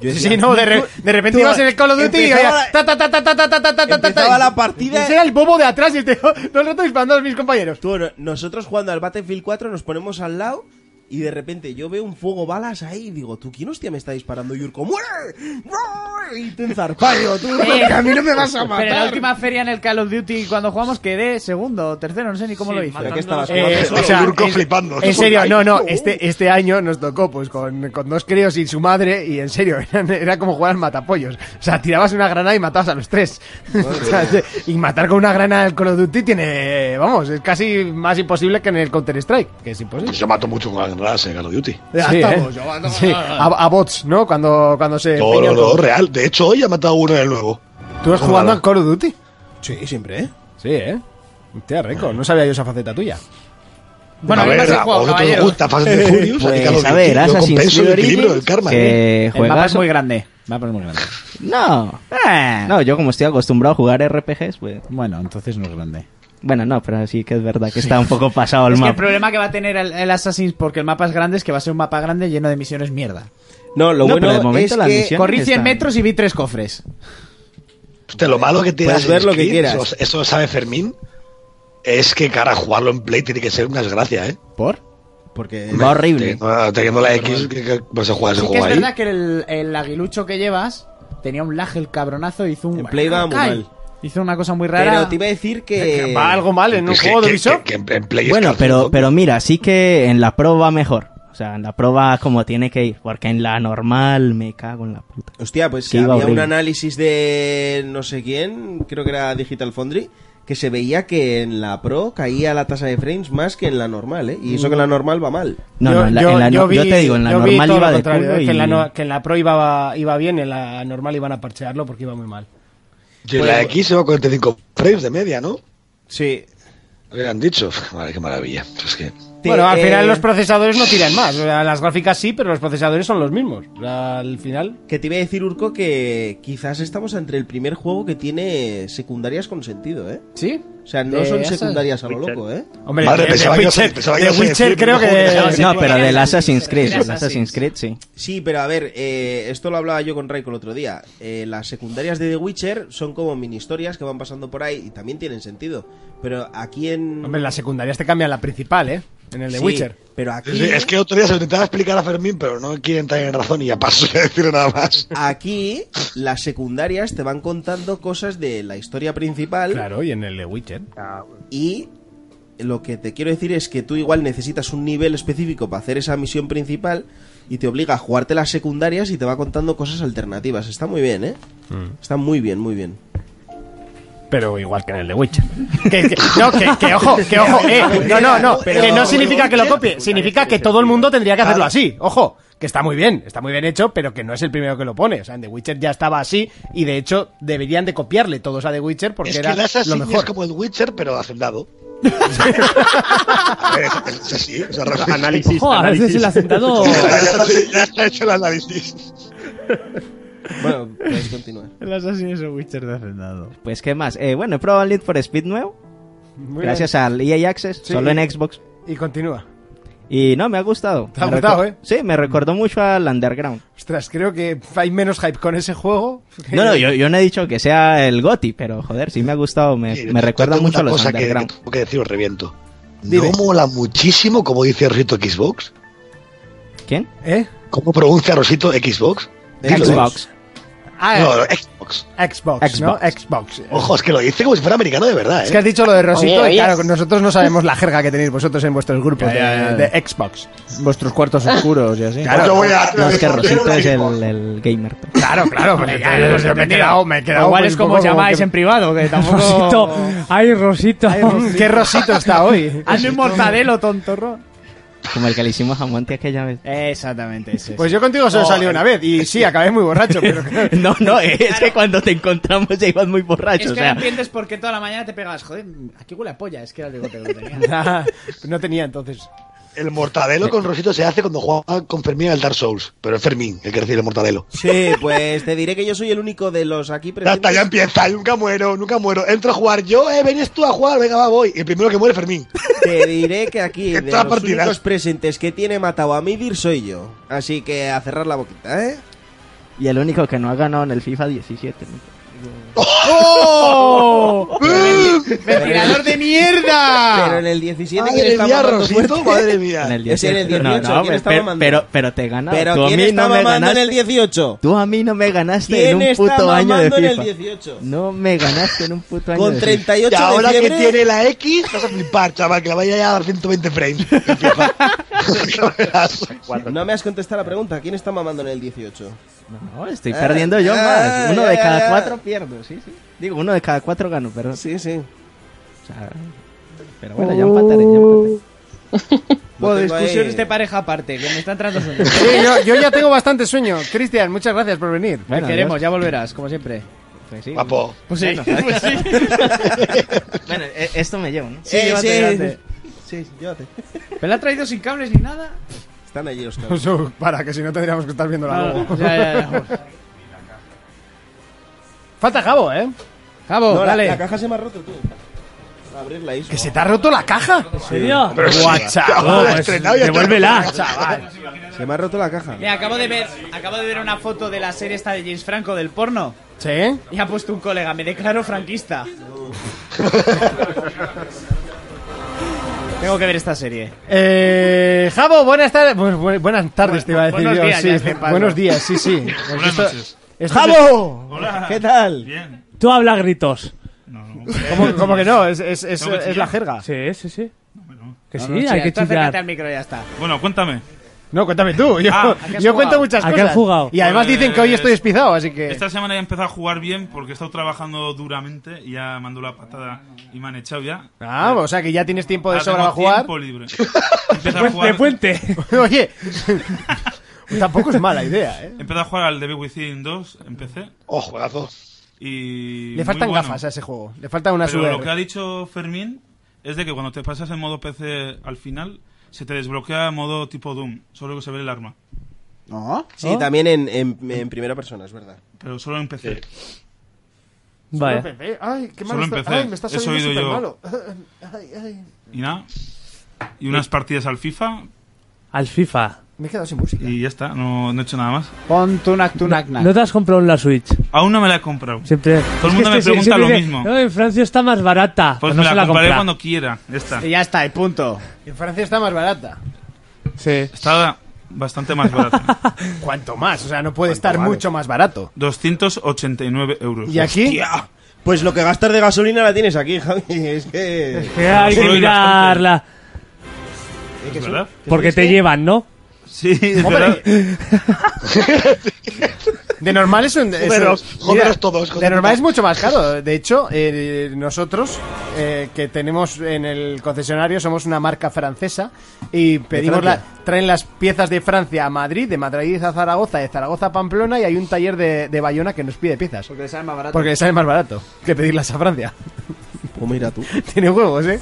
Yo
Sí, no, de, re- de repente ibas en el Call of Duty y
empezaba
ya, ta, ta, ta, ta, ta, ta, ta, ta, ta, ta,
empezaba
y-
la partida-
y Ese era el bobo de atrás y el tío todo el rato disparando a mis compañeros.
Tú, no- nosotros jugando al Battlefield 4 nos ponemos al lado y de repente yo veo un fuego balas ahí y digo, ¿tú quién hostia me está disparando? Y Urco, ¡muere! ¡Muere!
y te enzarpayo, tú.
Eh,
a mí no me vas a matar.
Pero en la última feria en el Call of Duty, cuando jugamos, quedé segundo o tercero, no sé ni cómo lo hice.
Eh, o sea, en- En serio, no, no. Este, este año nos tocó pues con, con dos críos y su madre. Y en serio, eran- era como jugar al matapollos. O sea, tirabas una granada y matabas a los tres. O sea,
mía.
y matar con una granada al Call of Duty tiene. Vamos, es casi más imposible que en el Counter-Strike. Que es imposible.
Yo mato mucho con granadas en Call of Duty.
Ya
¿eh?
estamos, yo mato- Sí, a,
Ah,
a bots, ¿no? Cuando, cuando se.
¿eh? Todo
peñan
lo- lo
con-
real. De hecho, hoy ha matado uno en el nuevo.
¿Tú has
Ojalá.
jugado al Call of Duty?
Sí, siempre, ¿eh?
Sí, ¿eh? Hostia, rico. No sabía yo esa faceta tuya.
Bueno, a ver, a vosotros os gusta Fast and Furious, a mí Call of
Pues, a
Duty,
ver,
yo
Assassin's
compenso el
Creed
equilibrio
Origins,
del karma.
que
El
juegazo-
mapa es muy
grande. Mapa es muy grande.
No. No, yo como estoy acostumbrado a jugar RPGs, pues...
Bueno, entonces no es grande.
Bueno, no, pero sí que es verdad que está un poco pasado el
Es que el
mapa.
problema que va a tener el, el Assassin's porque el mapa es grande es que va a ser un mapa grande lleno de misiones mierda.
No, lo
No,
bueno
pero de momento
es
las
que
misiones Corrí 100 están- metros y vi tres cofres.
Hostia, lo malo que tiene
Puedes ver lo que
Assassin's Creed,
quieras.
Eso, eso lo sabe Fermín. Es que, cara, jugarlo en Play tiene que ser una desgracia, ¿eh?
¿Por?
Porque.
Va horrible.
Teniendo, teniendo la X, que, que, pues se juega ese
Sí que es
juego ahí.
verdad que el, el aguilucho que llevas tenía un lag el cabronazo hizo un...
Play va muy
¡Ay!
mal.
Hizo una cosa muy rara.
Pero te iba a decir que.
Va algo mal en un
Que-
juego de
que-
Ubisoft.
que- que-
En Play es
Bueno,
caro.
pero, pero mira, sí que en la pro va mejor. O sea, en la pro va como tiene que ir. Porque en la normal me cago en la puta.
Hostia, pues
Que iba
había un
horrible.
análisis de no sé quién, creo que era Digital Foundry, que se veía que en la Pro caía la tasa de frames más que en la normal, ¿eh? Y eso que en la normal va mal.
No, no, en la, en la no- yo te digo, en la
yo vi
normal
todo
iba
lo
de
contrario,
culo
es
y...
que en la no-
¿eh? Que en la Pro iba, iba bien, en la normal iban a parchearlo porque iba muy mal.
Y en la
Bueno.
X se va a 45 frames de media, ¿no?
Sí.
Habían dicho. Madre, qué maravilla. Es que.
Bueno, al
eh,
final los procesadores no tiran más. O sea, las gráficas sí, pero los procesadores son los mismos. O sea, al final.
Que te iba a decir, Urco, que quizás estamos entre el primer juego que tiene secundarias con sentido, ¿eh?
Sí.
O sea, no
De
son
esas-
secundarias a lo loco, ¿eh?
Hombre, Madre, de- de pensaba que ibas a- Witcher- pensaba que de ibas a Witcher decir, creo ¿no? que-
No, pero del
Era
Assassin's Creed,
era
del Assassin's Creed, sí.
Sí, pero a ver, eh, esto lo hablaba yo con Raiko el otro día. Eh, las secundarias de The Witcher son como mini historias que van pasando por ahí y también tienen sentido. Pero aquí en.
Hombre, las secundarias te cambian la principal, ¿eh? En el de
Sí,
Witcher.
Pero aquí.
Sí, es que otro día se lo intentaba explicar a Fermín, pero no quieren entrar en razón y ya paso de decir nada más.
Aquí las secundarias te van contando cosas de la historia principal. Ah,
Claro, y en el de Witcher.
Y lo que te quiero decir es que tú igual necesitas un nivel específico para hacer esa misión principal y te obliga a jugarte las secundarias y te va contando cosas alternativas. Está muy bien, ¿eh? Está muy bien, muy bien.
Mm. Pero igual que en el de Witcher. Que, que- no, que, que ojo, que ojo, eh. No, no, no.
Pero-
que no significa que lo copie. Significa que todo el mundo tendría que hacerlo así. Ojo, que está muy bien, está muy bien hecho, pero que no es el primero que lo pone. O sea, en The Witcher ya estaba así y de hecho deberían de copiarle todos a The Witcher porque
es que
era
el Assassin
lo
es
mejor.
como el Witcher, pero hacendado. A ver, es, es así, o sea, realmente-
Análisis, Ojo, a veces análisis. el hacendado-
Ya está- ya está hecho el análisis.
Bueno, puedes
pues,
continuar.
El Assassin's es un Witcher de hacendado.
Pues, ¿qué más? Eh, bueno, he probado el Need for Speed nuevo. gracias al EA Access,
Sí.
solo en Xbox.
Y continúa.
Y no, me ha gustado.
Te ha
Me
gustado,
reco-
¿eh?
Sí, me recordó mucho al Underground.
Ostras, creo que hay menos hype con ese juego. que-
No, no, yo, yo no he dicho que sea el GOTI, pero joder, sí me ha gustado, me,
Sí,
me
yo
recuerda
tengo
mucho a
una
los
cosa que, que
Underground.
tengo que decir, os reviento.
Dime.
No mola muchísimo, como dice Rosito Xbox.
¿Quién?
¿Eh?
¿Cómo pronuncia Rosito Xbox? Dilo.
Xbox.
Ah,
No,
eh,
Xbox.
Xbox, ¿no? Xbox. eh.
Ojo, es que lo dice como si fuera americano de verdad, ¿eh?
Es que has dicho lo de Rosito
Oye,
y claro,
oye.
nosotros no sabemos la jerga que tenéis vosotros en vuestros grupos
Ya, ya,
de-
ya.
de Xbox. Vuestros cuartos oscuros y así.
Claro, no, es que Rosito es el, el gamer.
Claro, claro, pues ya, ya, ya, me he quedado, me he quedado.
Igual
pues,
es
un
como
poco
llamáis
que-
en privado, que tampoco...
Rosito.
Ay, Rosito.
Qué Rosito está hoy.
Hazme un mortadelo, tontorro.
Como el que le hicimos a Monty aquella vez.
Exactamente, ese.
Pues yo contigo solo
No,
salí
eh.
una vez y sí, acabé muy borracho, pero
No, no, es que cuando te encontramos ya ibas muy borracho,
Es
o
que no
sea.
entiendes por qué toda la mañana te pegabas. Joder, aquí huele a polla. Es que era el bigote que lo tenía.
Ah, no tenía entonces.
El mortadelo con Rosito se hace cuando juega con Fermín al Dark Souls. Pero es Fermín el que recibe el mortadelo.
Sí, pues te diré que yo soy el único de los aquí
Ya está,
presentes.
ya empieza. Nunca muero, nunca muero. Entro a jugar yo, eh, venís tú a jugar, venga, va, voy. Y el primero que muere es Fermín.
Te diré que aquí de
todas
los
partidas.
únicos presentes que tiene matado a Midir soy yo. Así que a cerrar la boquita, ¿eh?
Y el único que no ha ganado en el FIFA 17. ¿no?
¡Oh! ¡Ventilador de mierda!
Pero en el 17,
Madre
¿quién estaba
mía,
mamando
Rosito,
fuerte?
madre mía.
En el
Ah, Es en el 18,
18. No, no,
¿quién está
pero-
mamando?
pero- pero te ganaba.
Pero
Tú a
¿quién
mí
está
no me
mamando en el
ganaste.
18?
Tú a mí no me ganaste en
¿Quién
un
está
puto año de
mamando en el
FIFA.
18?
No me ganaste en un puto año
Con
de
38
Y
FIFA.
ahora que tiene la X, vas a flipar, chaval, que la vaya ya a dar 120 frames. Pues, ah,
No me has contestado la pregunta. ¿Quién está mamando en el Ah, 18?
No, estoy perdiendo yo más. Uno de cada cuatro pierdo, sí, sí. Digo, uno de cada cuatro gano, perdón.
Sí, sí.
pero bueno, ya empataré, ya empataré. Uh.
Bueno,
tengo ahí.
discusiones de este pareja aparte, que me está entrando sueño.
Sí, yo, yo ya tengo bastante sueño. Cristian, muchas gracias por venir.
Te queremos, ya volverás, como siempre.
Pues
sí.
Guapo.
Pues sí,
Bueno,
pues sí.
Bueno, e- esto me llevo, ¿no?
Sí,
Eh,
llévate, llévate.
Sí, llévate.
¿Me la ha traído sin cables ni nada?
Están allí los cabros.
Eso, Para, que si no tendríamos que estar viendo la
No,
logo.
Ah, ya, ya, ya.
Falta Jabo, ¿eh?
Jabo,
No, la-
dale.
La, caja se me ha roto, tú. Abrirla ahí.
¿Que se te ha roto la caja? ¿En
serio?
Guachaco, pues, devuélvela, chaval.
Se me ha roto la caja.
Mira, acabo de ver, acabo de ver una foto de la serie esta de James Franco del porno.
¿Sí?
Y ha puesto un colega, me declaro franquista. Tengo que ver esta serie.
Eh, Jabo, buenas tardes. Bu- bu- buenas tardes, te iba a decir
buenos
yo.
días,
sí,
ya este paso.
buenos días, Eh, sí, sí. Pues
Buenas noches.
¡Jabo!
Hola.
¿Qué tal?
Bien.
Tú habla gritos. ¿Cómo, cómo que no? Es, es- es-
¿Tengo que
es
chillar?
la jerga.
Sí, sí, sí. Que
No,
sí,
no,
hay
chillar,
que
tú acércate
chillar.
al micro ya está.
Bueno, cuéntame.
No, cuéntame tú. Yo,
Ah.
yo cuento muchas
¿A
cosas.
qué has jugado?
Y además dicen que hoy estoy
Pues,
despizado, así que.
Esta semana ya he empezado a jugar bien porque he estado trabajando duramente y ya mandó la patada y me han echado ya.
Ah, o sea que ya tienes tiempo de
Ahora
sobra
tengo
para jugar.
tiempo libre. Empiezo a jugar,
puente. Oye, tampoco es mala idea, ¿eh?
he empezado a jugar al Devil Within 2 empecé.
Oh, juegazo.
Y
Le
muy
faltan
bueno.
gafas a ese juego. Le falta una
Pero lo que
sudadera.
ha dicho Fermín es de que cuando te pasas en modo PC al final se te desbloquea modo tipo Doom, solo que se ve el arma.
No. Sí,
¿No?
también en, en- en primera persona, es verdad.
Pero solo en PC.
Vaya.
Solo en PC. Ay, qué mal
Solo
está-
en PC.
Ay, me está
Eso he
saliendo
oído yo.
supermalo. Ay, ay.
Y nada. Y unas partidas al FIFA.
Al FIFA.
Me he quedado sin música.
Y ya está, no, no he hecho nada más.
Pon tunac, tunac,
¿No te has comprado una Switch? este
Aún no me la he comprado.
Siempre.
Todo el mundo me pregunta lo mismo.
No, en Francia está más barata.
Pues
no
me
se
la compraré
compra.
cuando quiera. Ya está.
Y ya está, y punto.
En Francia está más barata.
Sí.
Está bastante más barata.
¿Cuánto más? O sea, no puede estar mucho más barato.
289 euros.
¿Y aquí?
Hostia.
Pues lo que gastas de gasolina la tienes aquí, Javi. Es que.
Que hay que
Solo hay bastante.
mirarla.
¿Qué
¿Es
son?
verdad?
Porque te llevan, ¿no?
Sí, es verdad.
De normal es un. es un-
Joderos, joderos
Mira,
todos, joder.
De normal es mucho más caro. De hecho, eh, nosotros eh, que tenemos en el concesionario somos una marca francesa y pedimos la,
Francia?
traen las piezas de Francia a Madrid, de Madrid a Zaragoza, de Zaragoza a Pamplona y hay un taller de, de Bayona que nos pide piezas.
Porque les sale más barato.
Porque les sale más barato que pedirlas a Francia.
Pues mira tú.
Tiene huevos, ¿eh?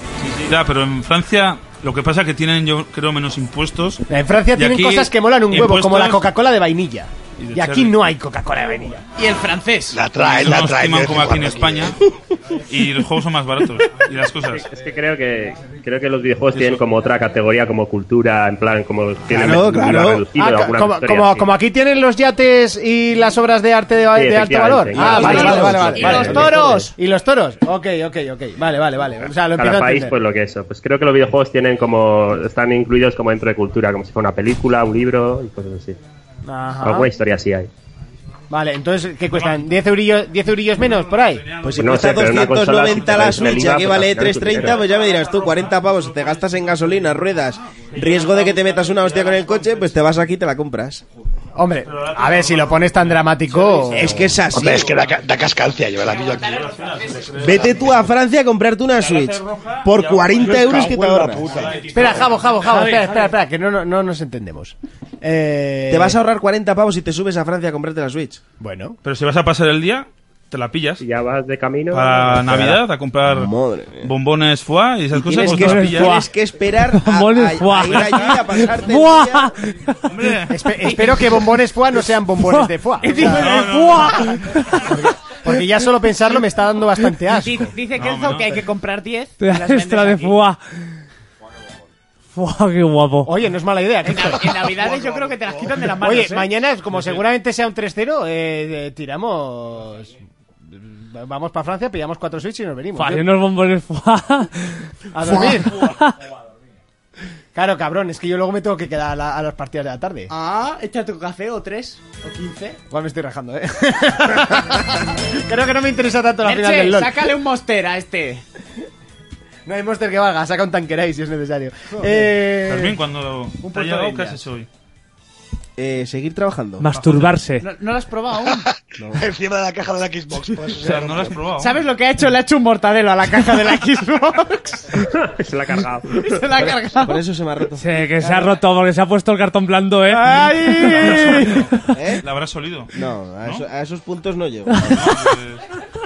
Ya, pero en Francia lo que pasa es que tienen, yo creo, menos impuestos.
En Francia
Y
tienen
aquí,
cosas que molan un huevo, como
impuestos-
la Coca-Cola de vainilla.
Y de
Y aquí
cherry.
no hay Coca-Cola de vainilla.
Y el francés.
La trae,
no
la
nos
trae.
timan
de
como
vez
aquí
en
en España
eh.
y los juegos son más baratos y las cosas.
Es que creo que creo que los videojuegos tienen como otra categoría, como cultura, en plan, como tienen
Claro,
cultura
claro.
reducida,
Ah,
alguna
como,
historia
como-
así.
como aquí tienen los yates y las obras de arte de,
Sí,
de alto
efectivamente,
valor.
y
Ah,
los
vale, vale,
toros.
vale, vale.
Y
vale.
los
toros. Y los toros. Ok, ok, ok. Vale, vale, vale. O sea, lo empiezo
Cada
a
país,
entender.
pues lo que es. Pues creo que los videojuegos tienen como están incluidos como dentro de cultura, como si fuera una película, un libro y cosas así.
Ajá.
Alguna historia así hay.
Vale, entonces, ¿qué cuestan? ¿10 eurillos, 10 eurillos menos por ahí?
Pues si
Pues no
cuesta
sé, pero una consola,
290 la
si te
Switch,
pones el
que
IVA, pues
vale
al final es tu
330,
dinero.
pues ya me dirás tú, 40 pavos, te gastas en gasolina, ruedas, riesgo de que te metas una hostia con el coche, pues te vas aquí y te la compras.
Hombre, a ver, si lo pones tan dramático.
Es que es así.
Hombre, es que da, ca- da cascancia, yo la pillo aquí.
Vete tú a Francia a comprarte una Switch por 40 euros que te ahorras.
Espera, Javo, Javo, Javo,
Javi, Javi.
espera, espera, espera, que no, no, no nos entendemos. Eh,
Te vas a ahorrar 40 pavos si te subes a Francia a comprarte la Switch.
Bueno.
Pero si vas a pasar el día, te la pillas.
Ya vas de camino.
Para
Espera.
Navidad a comprar bombones foie y esas cosas.
Tienes
pues
que,
te las pillas.
tienes que esperar a,
Bombones
a- a
Fua.
ir allí a pasarte el
¡Buah!
día.
espe- espero que bombones foie no sean bombones de foie. O sea, Porque ya solo pensarlo me está dando bastante asco.
Di- Dice Kenzo que hay que comprar 10.
Te dan extra de fuá. Fuá, qué guapo.
Oye, no es mala idea. Kenzo.
En Navidades yo creo que te las quitan de las manos.
Oye,
¿eh?
mañana, como seguramente sea un 3-0, eh, eh, tiramos Vamos para Francia, pillamos cuatro Switch y nos venimos.
Fua,
Yo-
yo nos bombones, fua.
A dormir. Claro, cabrón, es que yo luego me tengo que quedar a, la- a las partidas de la tarde.
Ah, échate un café o tres o quince.
Igual me estoy rajando, eh. Creo que no me interesa tanto la final
Merche,
del LOL.
sácale un monster a este.
No hay monster que valga, saca un tanqueray si es necesario.
Joder.
Eh...
Fermín, cuando te ha llegado, ¿qué has hecho hoy?
Eh, seguir trabajando.
Masturbarse.
No, no lo has probado aún.
Encima de la caja de la Xbox. por eso se
no lo has probado.
¿Sabes lo que ha hecho? Le ha hecho un mortadelo a la caja de la Xbox.
Se la ha cargado.
Se la ha cargado.
Por eso se me ha roto.
Sí, que se ha roto porque se ha puesto el cartón blando, ¿eh?
¿La habrás olido?
¿Eh? No, a, eso- a esos puntos no llego.
Ah,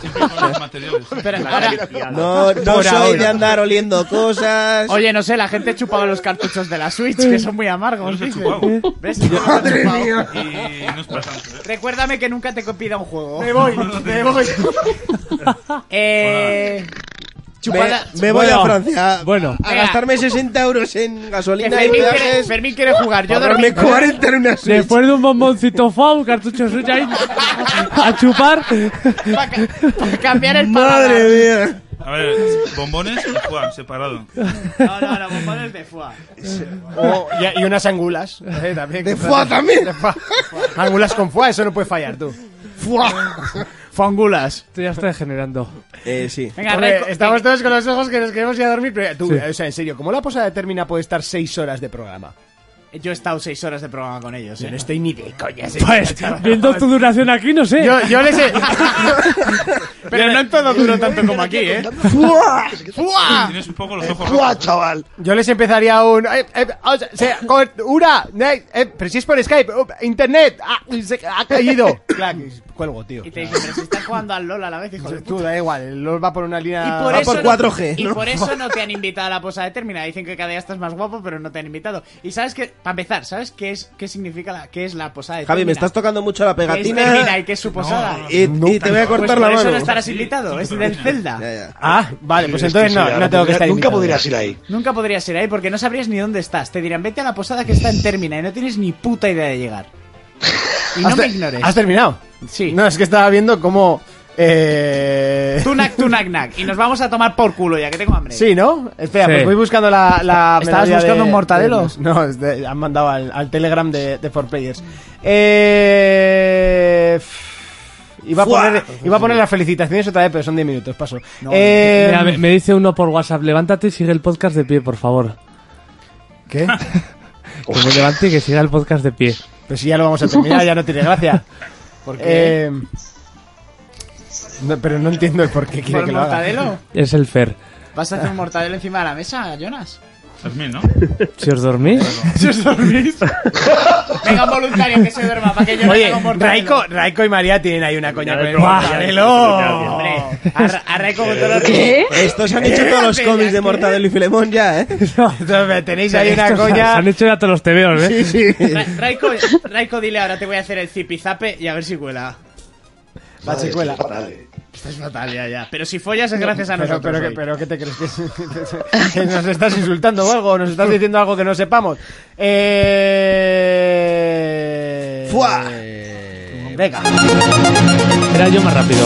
pues,
No, no
Por
soy
ahora.
de andar oliendo cosas.
Oye, no sé, la gente chupaba los cartuchos de la Switch, que son muy amargos. dice. ¿Ves? No los ha chupado.
Y no es para tanto. ¿eh?
Recuérdame que nunca te pida un juego.
Me voy, me voy.
eh. chupada-
Me, me voy
Bueno,
a Francia
bueno.
a gastarme 60 euros en gasolina y
Fermín quiere,
viajes.
Fermín quiere jugar, yo dormí.
Ahorrarme 40 en una Switch.
Después de un bomboncito fau, un cartucho de Switch ahí a chupar.
Para cambiar el paladar.
Madre mía.
A ver, bombones y Juan, separado.
No, no, no, bombones de foie.
O- y, y unas angulas. eh, también,
De foie también.
De foie. angulas con foie, eso no puede fallar, tú. Foie. Fangulas.
Esto ya está degenerando.
Eh, sí.
Venga,
Hombre,
Raico,
estamos todos con los ojos que nos queremos ir a dormir. Pero tú,
Sí.
o sea, en serio, ¿cómo la posada de Termina puede estar seis horas de programa?
Yo he estado seis horas de programa con ellos.
Yo
¿eh?
no estoy ni de coña. seis
Pues,
horas, chaval.
viendo tu duración aquí, no sé.
Yo, yo les he...
Pero no en todo duró tanto como aquí, ¿eh?
¡Fua!
¡Fua!
Tienes un poco
Eh,
los ojos
¡Fua,
rojos.
chaval!
Yo les empezaría un... eh, eh, o sea, sea, con una, eh, eh, pero si es por Skype, uh, internet, ah, se- ha caído. Clac, cuelgo, tío.
Y
Pues
te dicen, pero si estás jugando al LOL a la vez, hijo de
Tú,
puta.
da igual, los va por una línea...
Y por,
Va
eso
por
no-
4G,
y
¿no?
por eso no te han invitado a la posada de Termina. Dicen que cada día estás más guapo, pero no te han invitado. Y sabes que, para empezar, ¿sabes qué es qué significa la, qué es la posada de
Javi, me estás tocando mucho la
Que es Termina y
pegatina.
que es su posada.
Y, y te voy a
Pues
cortar
por
la
eso no
mano.
estarás invitado, es del Zelda.
Ya, ya.
Ah, vale, pues entonces no,
ya
no tengo
podría-
que estar
Nunca
invitado.
podrías ir ahí.
Nunca podrías ir ahí porque no sabrías ni dónde estás. Te dirán, vete a la posada que está en Termina y no tienes ni puta idea de llegar. Y no
¿Has
me
te-
ignores.
¿Has terminado?
Sí.
No, es que estaba viendo cómo... Eh...
Tunac, tunac, nac. Y nos vamos a tomar por culo ya que tengo hambre.
Sí, ¿no? Espera,
Sí.
pues voy buscando la. la
¿Estabas
melodía
buscando
de-
un mortadelo?
de- no, es de- han mandado al, al Telegram de, de 4Players. Eh. f- Iba a, poner, iba a poner las felicitaciones otra vez, pero son 10 minutos, paso. Eh,
Mira, me, me dice uno por WhatsApp, levántate y sigue el podcast de pie, por favor.
¿Qué?
Que me levante y que siga el podcast de pie.
Pues si ya lo vamos a terminar, ya no tiene gracia.
qué?
Eh, no, pero no entiendo el por qué quiere
¿Por
que
el
lo haga.
mortadelo?
Es el Fer.
¿Vas a hacer un mortadelo encima de la mesa, Jonas?
Fermín, ¿no?
Si os dormís,
Si os dormís. Venga, un voluntario que se duerma para que yo
Oye,
no haga un mortadelo.
Raiko, Raiko y María tienen ahí una coña con el
¡Guau!
mortadelo.
Hombre, a, Ra- a Raiko con
Eh.
todo el-
¿Qué?
Estos han hecho todos los cómics de Mortadelo y Filemón ya, ¿eh?
Entonces, Tenéis ahí una
Estos se
coña.
han hecho ya todos los tebeos, ¿eh?
Sí, sí.
Ra- Raiko, Raiko, dile ahora te voy a hacer el zipizape y a ver si cuela.
La secuela.
Estás fatal ya, ya. Pero si follas es gracias a
Pero-
nosotros.
Pero,
hoy.
que- pero ¿qué te crees? ¿Que, que nos estás insultando o algo? ¿O nos estás diciendo algo que no sepamos? Eh...
¡Fua!
Venga.
Era yo más rápido.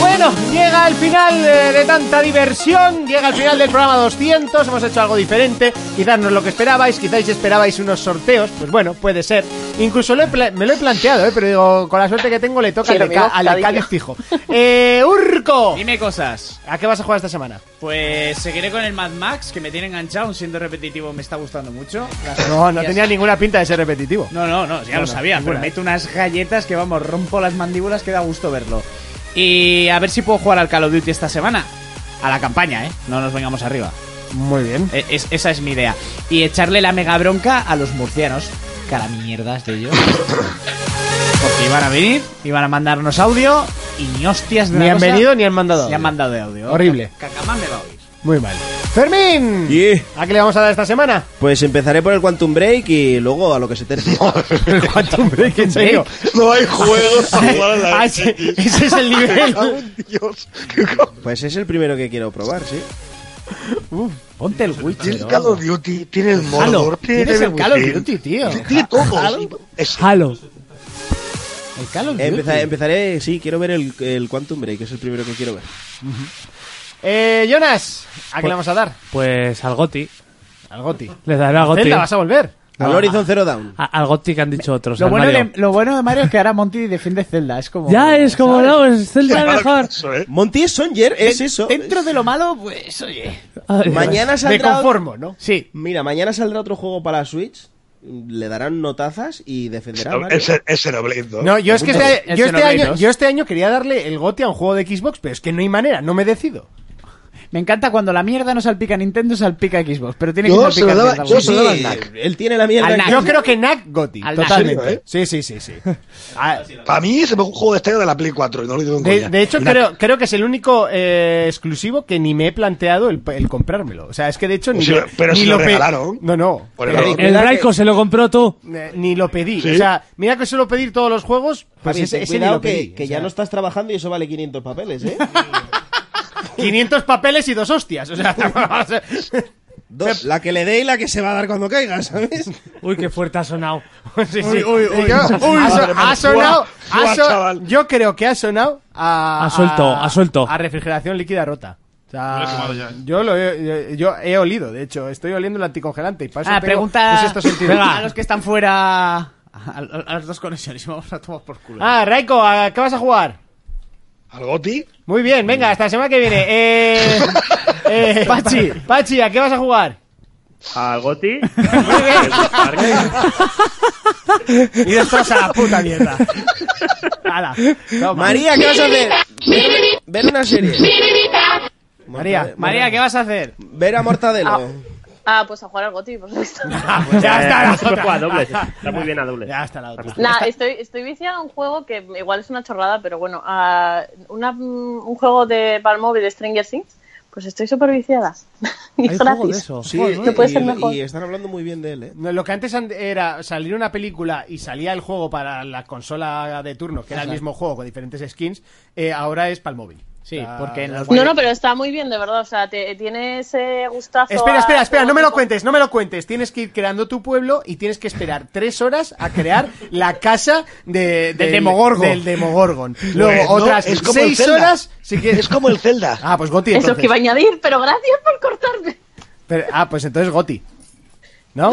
Bueno, llega el final eh, de, de tanta diversión, llega el final del programa 200, hemos hecho algo diferente, quizás no es lo que esperabais, quizás esperabais unos sorteos, pues bueno, puede ser. Incluso lo he pla- me lo he planteado, ¿eh? pero digo, con la suerte que tengo le toca
Sí,
al
lo
de Ca-
mismo,
al de
Flavio.
Cádiz fijo. Eh, Urco,
Dime cosas.
¿a qué vas a jugar esta semana?
Pues seguiré con el Mad Max, que me tiene enganchado, aun siendo repetitivo, me está gustando mucho. Las
No, no
hostias-
tenía ninguna pinta de ser repetitivo.
No, no, no, ya lo
No, no,
sabía,
ninguna.
pero meto unas galletas que, vamos, rompo las mandíbulas, que da gusto verlo. Y a ver si puedo jugar al Call of Duty esta semana. A la campaña, ¿eh? No nos vengamos arriba.
Muy bien.
E- es- esa es mi idea. Y echarle la mega bronca a los murcianos. Cara mierdas de ellos. Porque iban a venir, iban a mandarnos audio y ni hostias de
Ni
la
han
cosa,
venido ni han mandado.
Ni han mandado de audio.
Horrible.
Cacamán me va a oír.
Muy mal. Fermín,
Yeah.
¿a qué le vamos a dar esta semana?
Pues empezaré por el Quantum Break y luego a lo que se tercie.
El Quantum Break, en serio.
No hay juegos para jugar a la
Ah, ese, ese es el nivel.
Dios.
Pues es el primero que quiero probar, sí.
Ponte el Witcher.
Tiene el Call of Duty, tiene el Mordor, tiene
Tienes el Call of
Witcher,
Duty, tío.
Tiene todo. Es-
Halo.
El Call of
Empeza-
Duty.
empezaré, sí, quiero ver el, el Quantum Break, es el primero que quiero ver.
Eh, Jonas, ¿a qué le vamos a dar?
Pues al Goti.
Al Goti.
Le daré al Goti.
Zelda, vas a volver.
No,
Zero Down.
a- al Goti que han dicho otros.
Pues
Lo
al
bueno,
Mario.
de, lo bueno de Mario es que ahora Monty defiende Zelda. Es como.
Ya es como,
¿sabes?
no, es Zelda
Claro
mejor.
Monty es Songer, es
Den-
eso.
Dentro de lo malo, pues, oye.
Mañana saldrá.
¿no?
Sí. Mira, mañana saldrá otro juego para Switch. Le darán notazas y defenderá. a Mario.
Ese, ese no Blade 2.
No, yo es que este,
El
yo, este
Xenoblade
año,
2.
yo este año quería darle el goti a un juego de Xbox, pero es que no hay manera, no me decido.
Me encanta cuando la mierda no salpica a Nintendo, salpica a Xbox. Pero tiene
Yo
que
se lo
salpicar
daba-
mierda
yo
alguna.
se lo daba al Knack.
Él tiene la mierda.
Al
que-
Knack. Yo creo que Knack Goti,
Al Knack.
totalmente.
¿En
Sí, sí, sí, sí.
Para mí se me un juego de estrella de la Play 4 y no lo digo en
De,
coña.
de hecho,
Mira,
creo, creo que es el único eh, exclusivo que ni me he planteado el, el comprármelo. O sea, es que de hecho ni,
Pues si lo- pero
ni
si lo
pe-
regalaron.
No, no.
Por
Pero-
El Raico se lo compró tú.
Eh, ni lo pedí.
¿Sí?
O sea, mira que suelo pedir todos los juegos, pues
Javi,
ese,
ten
ese ni
cuidado
lo pedí.
que, que
o
ya
sea,
no estás trabajando y eso vale 500 papeles, ¿eh?
500 papeles y dos hostias. O sea,
Dos, la que le dé y la que se va a dar cuando caiga, ¿sabes?
Uy, qué fuerte ha sonado.
Sí, sí. Yo- uy, so- ha sonado. ha so- yo creo que ha sonado a.
Ha suelto,
a-
ha suelto.
A refrigeración líquida rota. O sea,
Lo he quemado ya, ¿eh?
yo, lo he, yo, yo he olido, de hecho, estoy oliendo el anticongelante y paso
Ah, pregunta a los
pues sentidos.
que están fuera. A, a- a las dos conexiones. Vamos a tomar por culo.
Ah, Raiko, ¿a qué vas a jugar?
¿Al Goti?
Muy bien, venga, hasta la semana que viene. Eh, eh, Pachi, Pachi, ¿a qué vas a jugar?
¿Al Goti?
y destroza la puta mierda. Hala. Toma.
María, ¿qué vas a hacer? Ver, ver una serie.
María,
María, ¿qué vas a hacer?
Ver a Mortadelo.
Ah, pues a jugar al Goti, por supuesto.
Ah, pues ya está la
Siempre
otra.
juega a dobles. Está muy bien a dobles.
Ya está la otra.
Nah, estoy, estoy viciada a un juego que igual es una chorrada, pero bueno, a una- un juego de Palmóvil de Stranger Things, pues estoy súper viciada. y es gratis.
Sí,
no puede
y-
ser mejor.
y están hablando muy bien de él, ¿eh?
No, lo que antes and- era salir una película y salía el juego para la consola de turno, que era el
Ajá.
mismo juego con diferentes skins, eh, ahora es para el móvil. Sí,
porque en los-
No, no, pero está muy bien, de verdad. O sea, te, tiene ese gustazo.
Espera,
a-
espera, espera, no me lo cuentes, no me lo cuentes. Tienes que ir creando tu pueblo y tienes que esperar tres horas a crear la casa de,
Del Demogorgon.
del Demogorgon. Luego
Pues no,
otras
es como el
seis
Zelda.
horas. Si quieres.
Es como el Zelda.
Ah, pues Goti.
Eso
Entonces.
que iba a añadir, pero gracias por cortarme.
Pero- ah, pues entonces Goti. ¿No?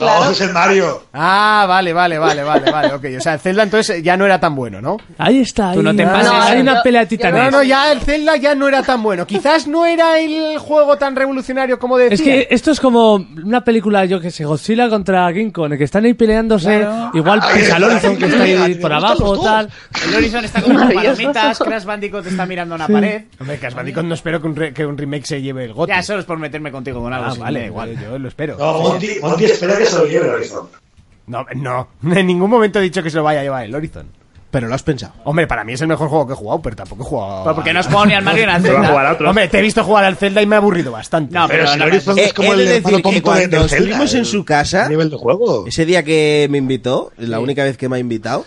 No, es el Mario.
Ah, vale, vale, vale, vale, vale, ok. O sea, el Zelda entonces ya no era tan bueno, ¿no?
Ahí está.
Tú no
ahí.
te
Ah,
pases.
Hay
No,
una
yo-
pelea de
No,
titanes.
no, no, ya el Zelda ya no era tan bueno. Quizás no era el juego tan revolucionario como decía.
Es que esto es como una película, yo que sé, Godzilla contra King Kong, en que están ahí peleándose, igual pisa el Horizon que está ahí por abajo, tal.
Oh. El Horizon está con unas
Maravilloso.
palomitas, Crash Bandicoot está mirando a una pared.
Hombre, Crash Bandicoot no espero que un, re- que un remake se lleve el GOTY.
Ya, solo es por meterme contigo con algo.
Ah,
sí,
vale,
me-
igual, yo lo espero.
No, Monty, Monty espera que se lo lleve el Horizon.
No, no, en ningún momento he dicho que se lo vaya a llevar el Horizon. Pero lo has pensado. Hombre, para mí es el mejor juego que he jugado, pero tampoco he jugado.
Pero porque no has jugado ni al Mario ni al Zelda. Pero jugar a otros.
Hombre, te he visto jugar al Zelda y me ha aburrido bastante.
No, pero Pero si no, el no, Horizon
Eh, he de decir que cuando estuvimos en su casa,
nivel de juego.
ese día que me invitó, la única vez que me ha invitado,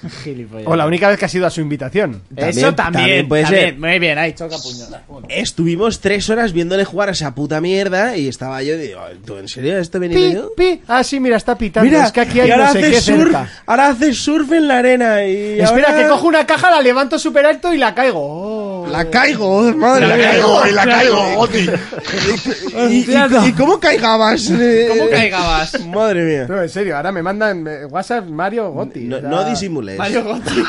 O la única vez que has ido a su invitación.
Eso también,
también puede
también.
ser.
Muy bien, ahí choca puñal.
estuvimos tres horas viéndole jugar a esa puta mierda y estaba yo y digo, ¿tú en serio esto viene
Pi,
yo?
pi. Ah, sí, mira, está pitando. es que aquí hay
y ahora
no sé
hace
qué
surf,
cerca.
ahora hace surf en la arena y
Espera,
ahora-
que cojo una caja, la levanto súper alto y la caigo.
La caigo, madre
La
mía.
caigo, la caigo, Goti.
¿Y, y- y cómo caigabas? ¿Cómo
caigabas?
Madre mía.
No, en serio, ahora me mandan eh, WhatsApp Mario Gotti.
No,
o sea,
no disimules.
Mario Gotti.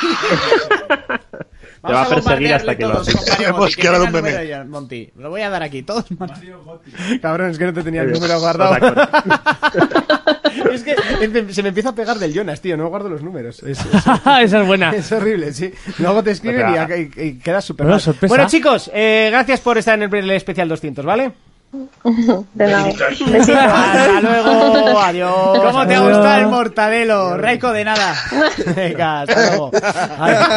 Te va a perseguir hasta que lo
Todos
haces.
con Mario
Hemos
Monti, que
creado
tenga
un
el número ya, Monti. Lo voy a dar aquí, todos. Mario
Cabrón, es que no te tenía el
Muy bien.
número guardado.
No te
es que em- se me empieza a pegar del Jonas, tío. No guardo los números. Es,
Esa es buena.
es horrible, sí. Luego te escriben y, acá- y- y quedas súper
Bueno,
mal.
sorpresa.
Bueno, chicos, eh, gracias por estar en el especial 200, ¿vale?
De nada.
Hasta luego, adiós.
¿Cómo te ha
Adiós.
gustado el mortadelo? Raico de nada.
Venga, hasta luego. Adiós.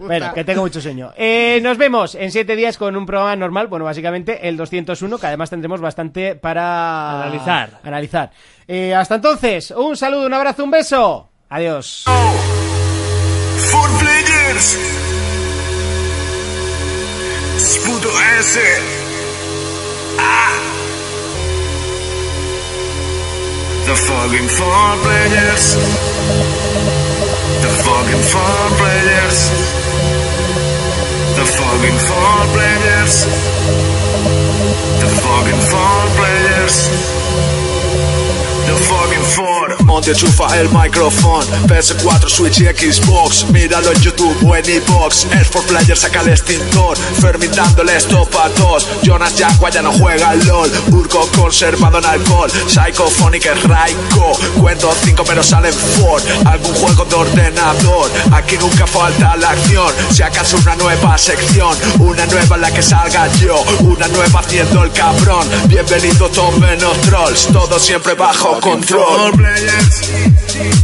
Bueno, que tengo mucho sueño. Eh, nos vemos en siete días con un programa normal, bueno, básicamente el 201, que además tendremos bastante para
Analizar.
analizar. Eh, hasta entonces, un saludo, un abrazo, un beso. Adiós.
Four players. Disputo S. Ah. The fucking four players. The fucking
players. The fucking four players. The fucking four. Monte enchufa el micrófono. PS4, Switch y Xbox. Míralo en YouTube o en Xbox. Es for players, saca el extintor. Fermi dándole stop a dos. Jonas Jacqua ya no juega al LOL. Urco conservado en alcohol. Psychophonic es raico. Cuento cinco pero salen four. Algún juego de ordenador. Aquí nunca falta la acción. Si acaso una nueva sección. Una nueva en la que salga yo. Una nueva haciendo el cabrón. Bienvenido, todos menos trolls. Todo siempre bajo control.
All players.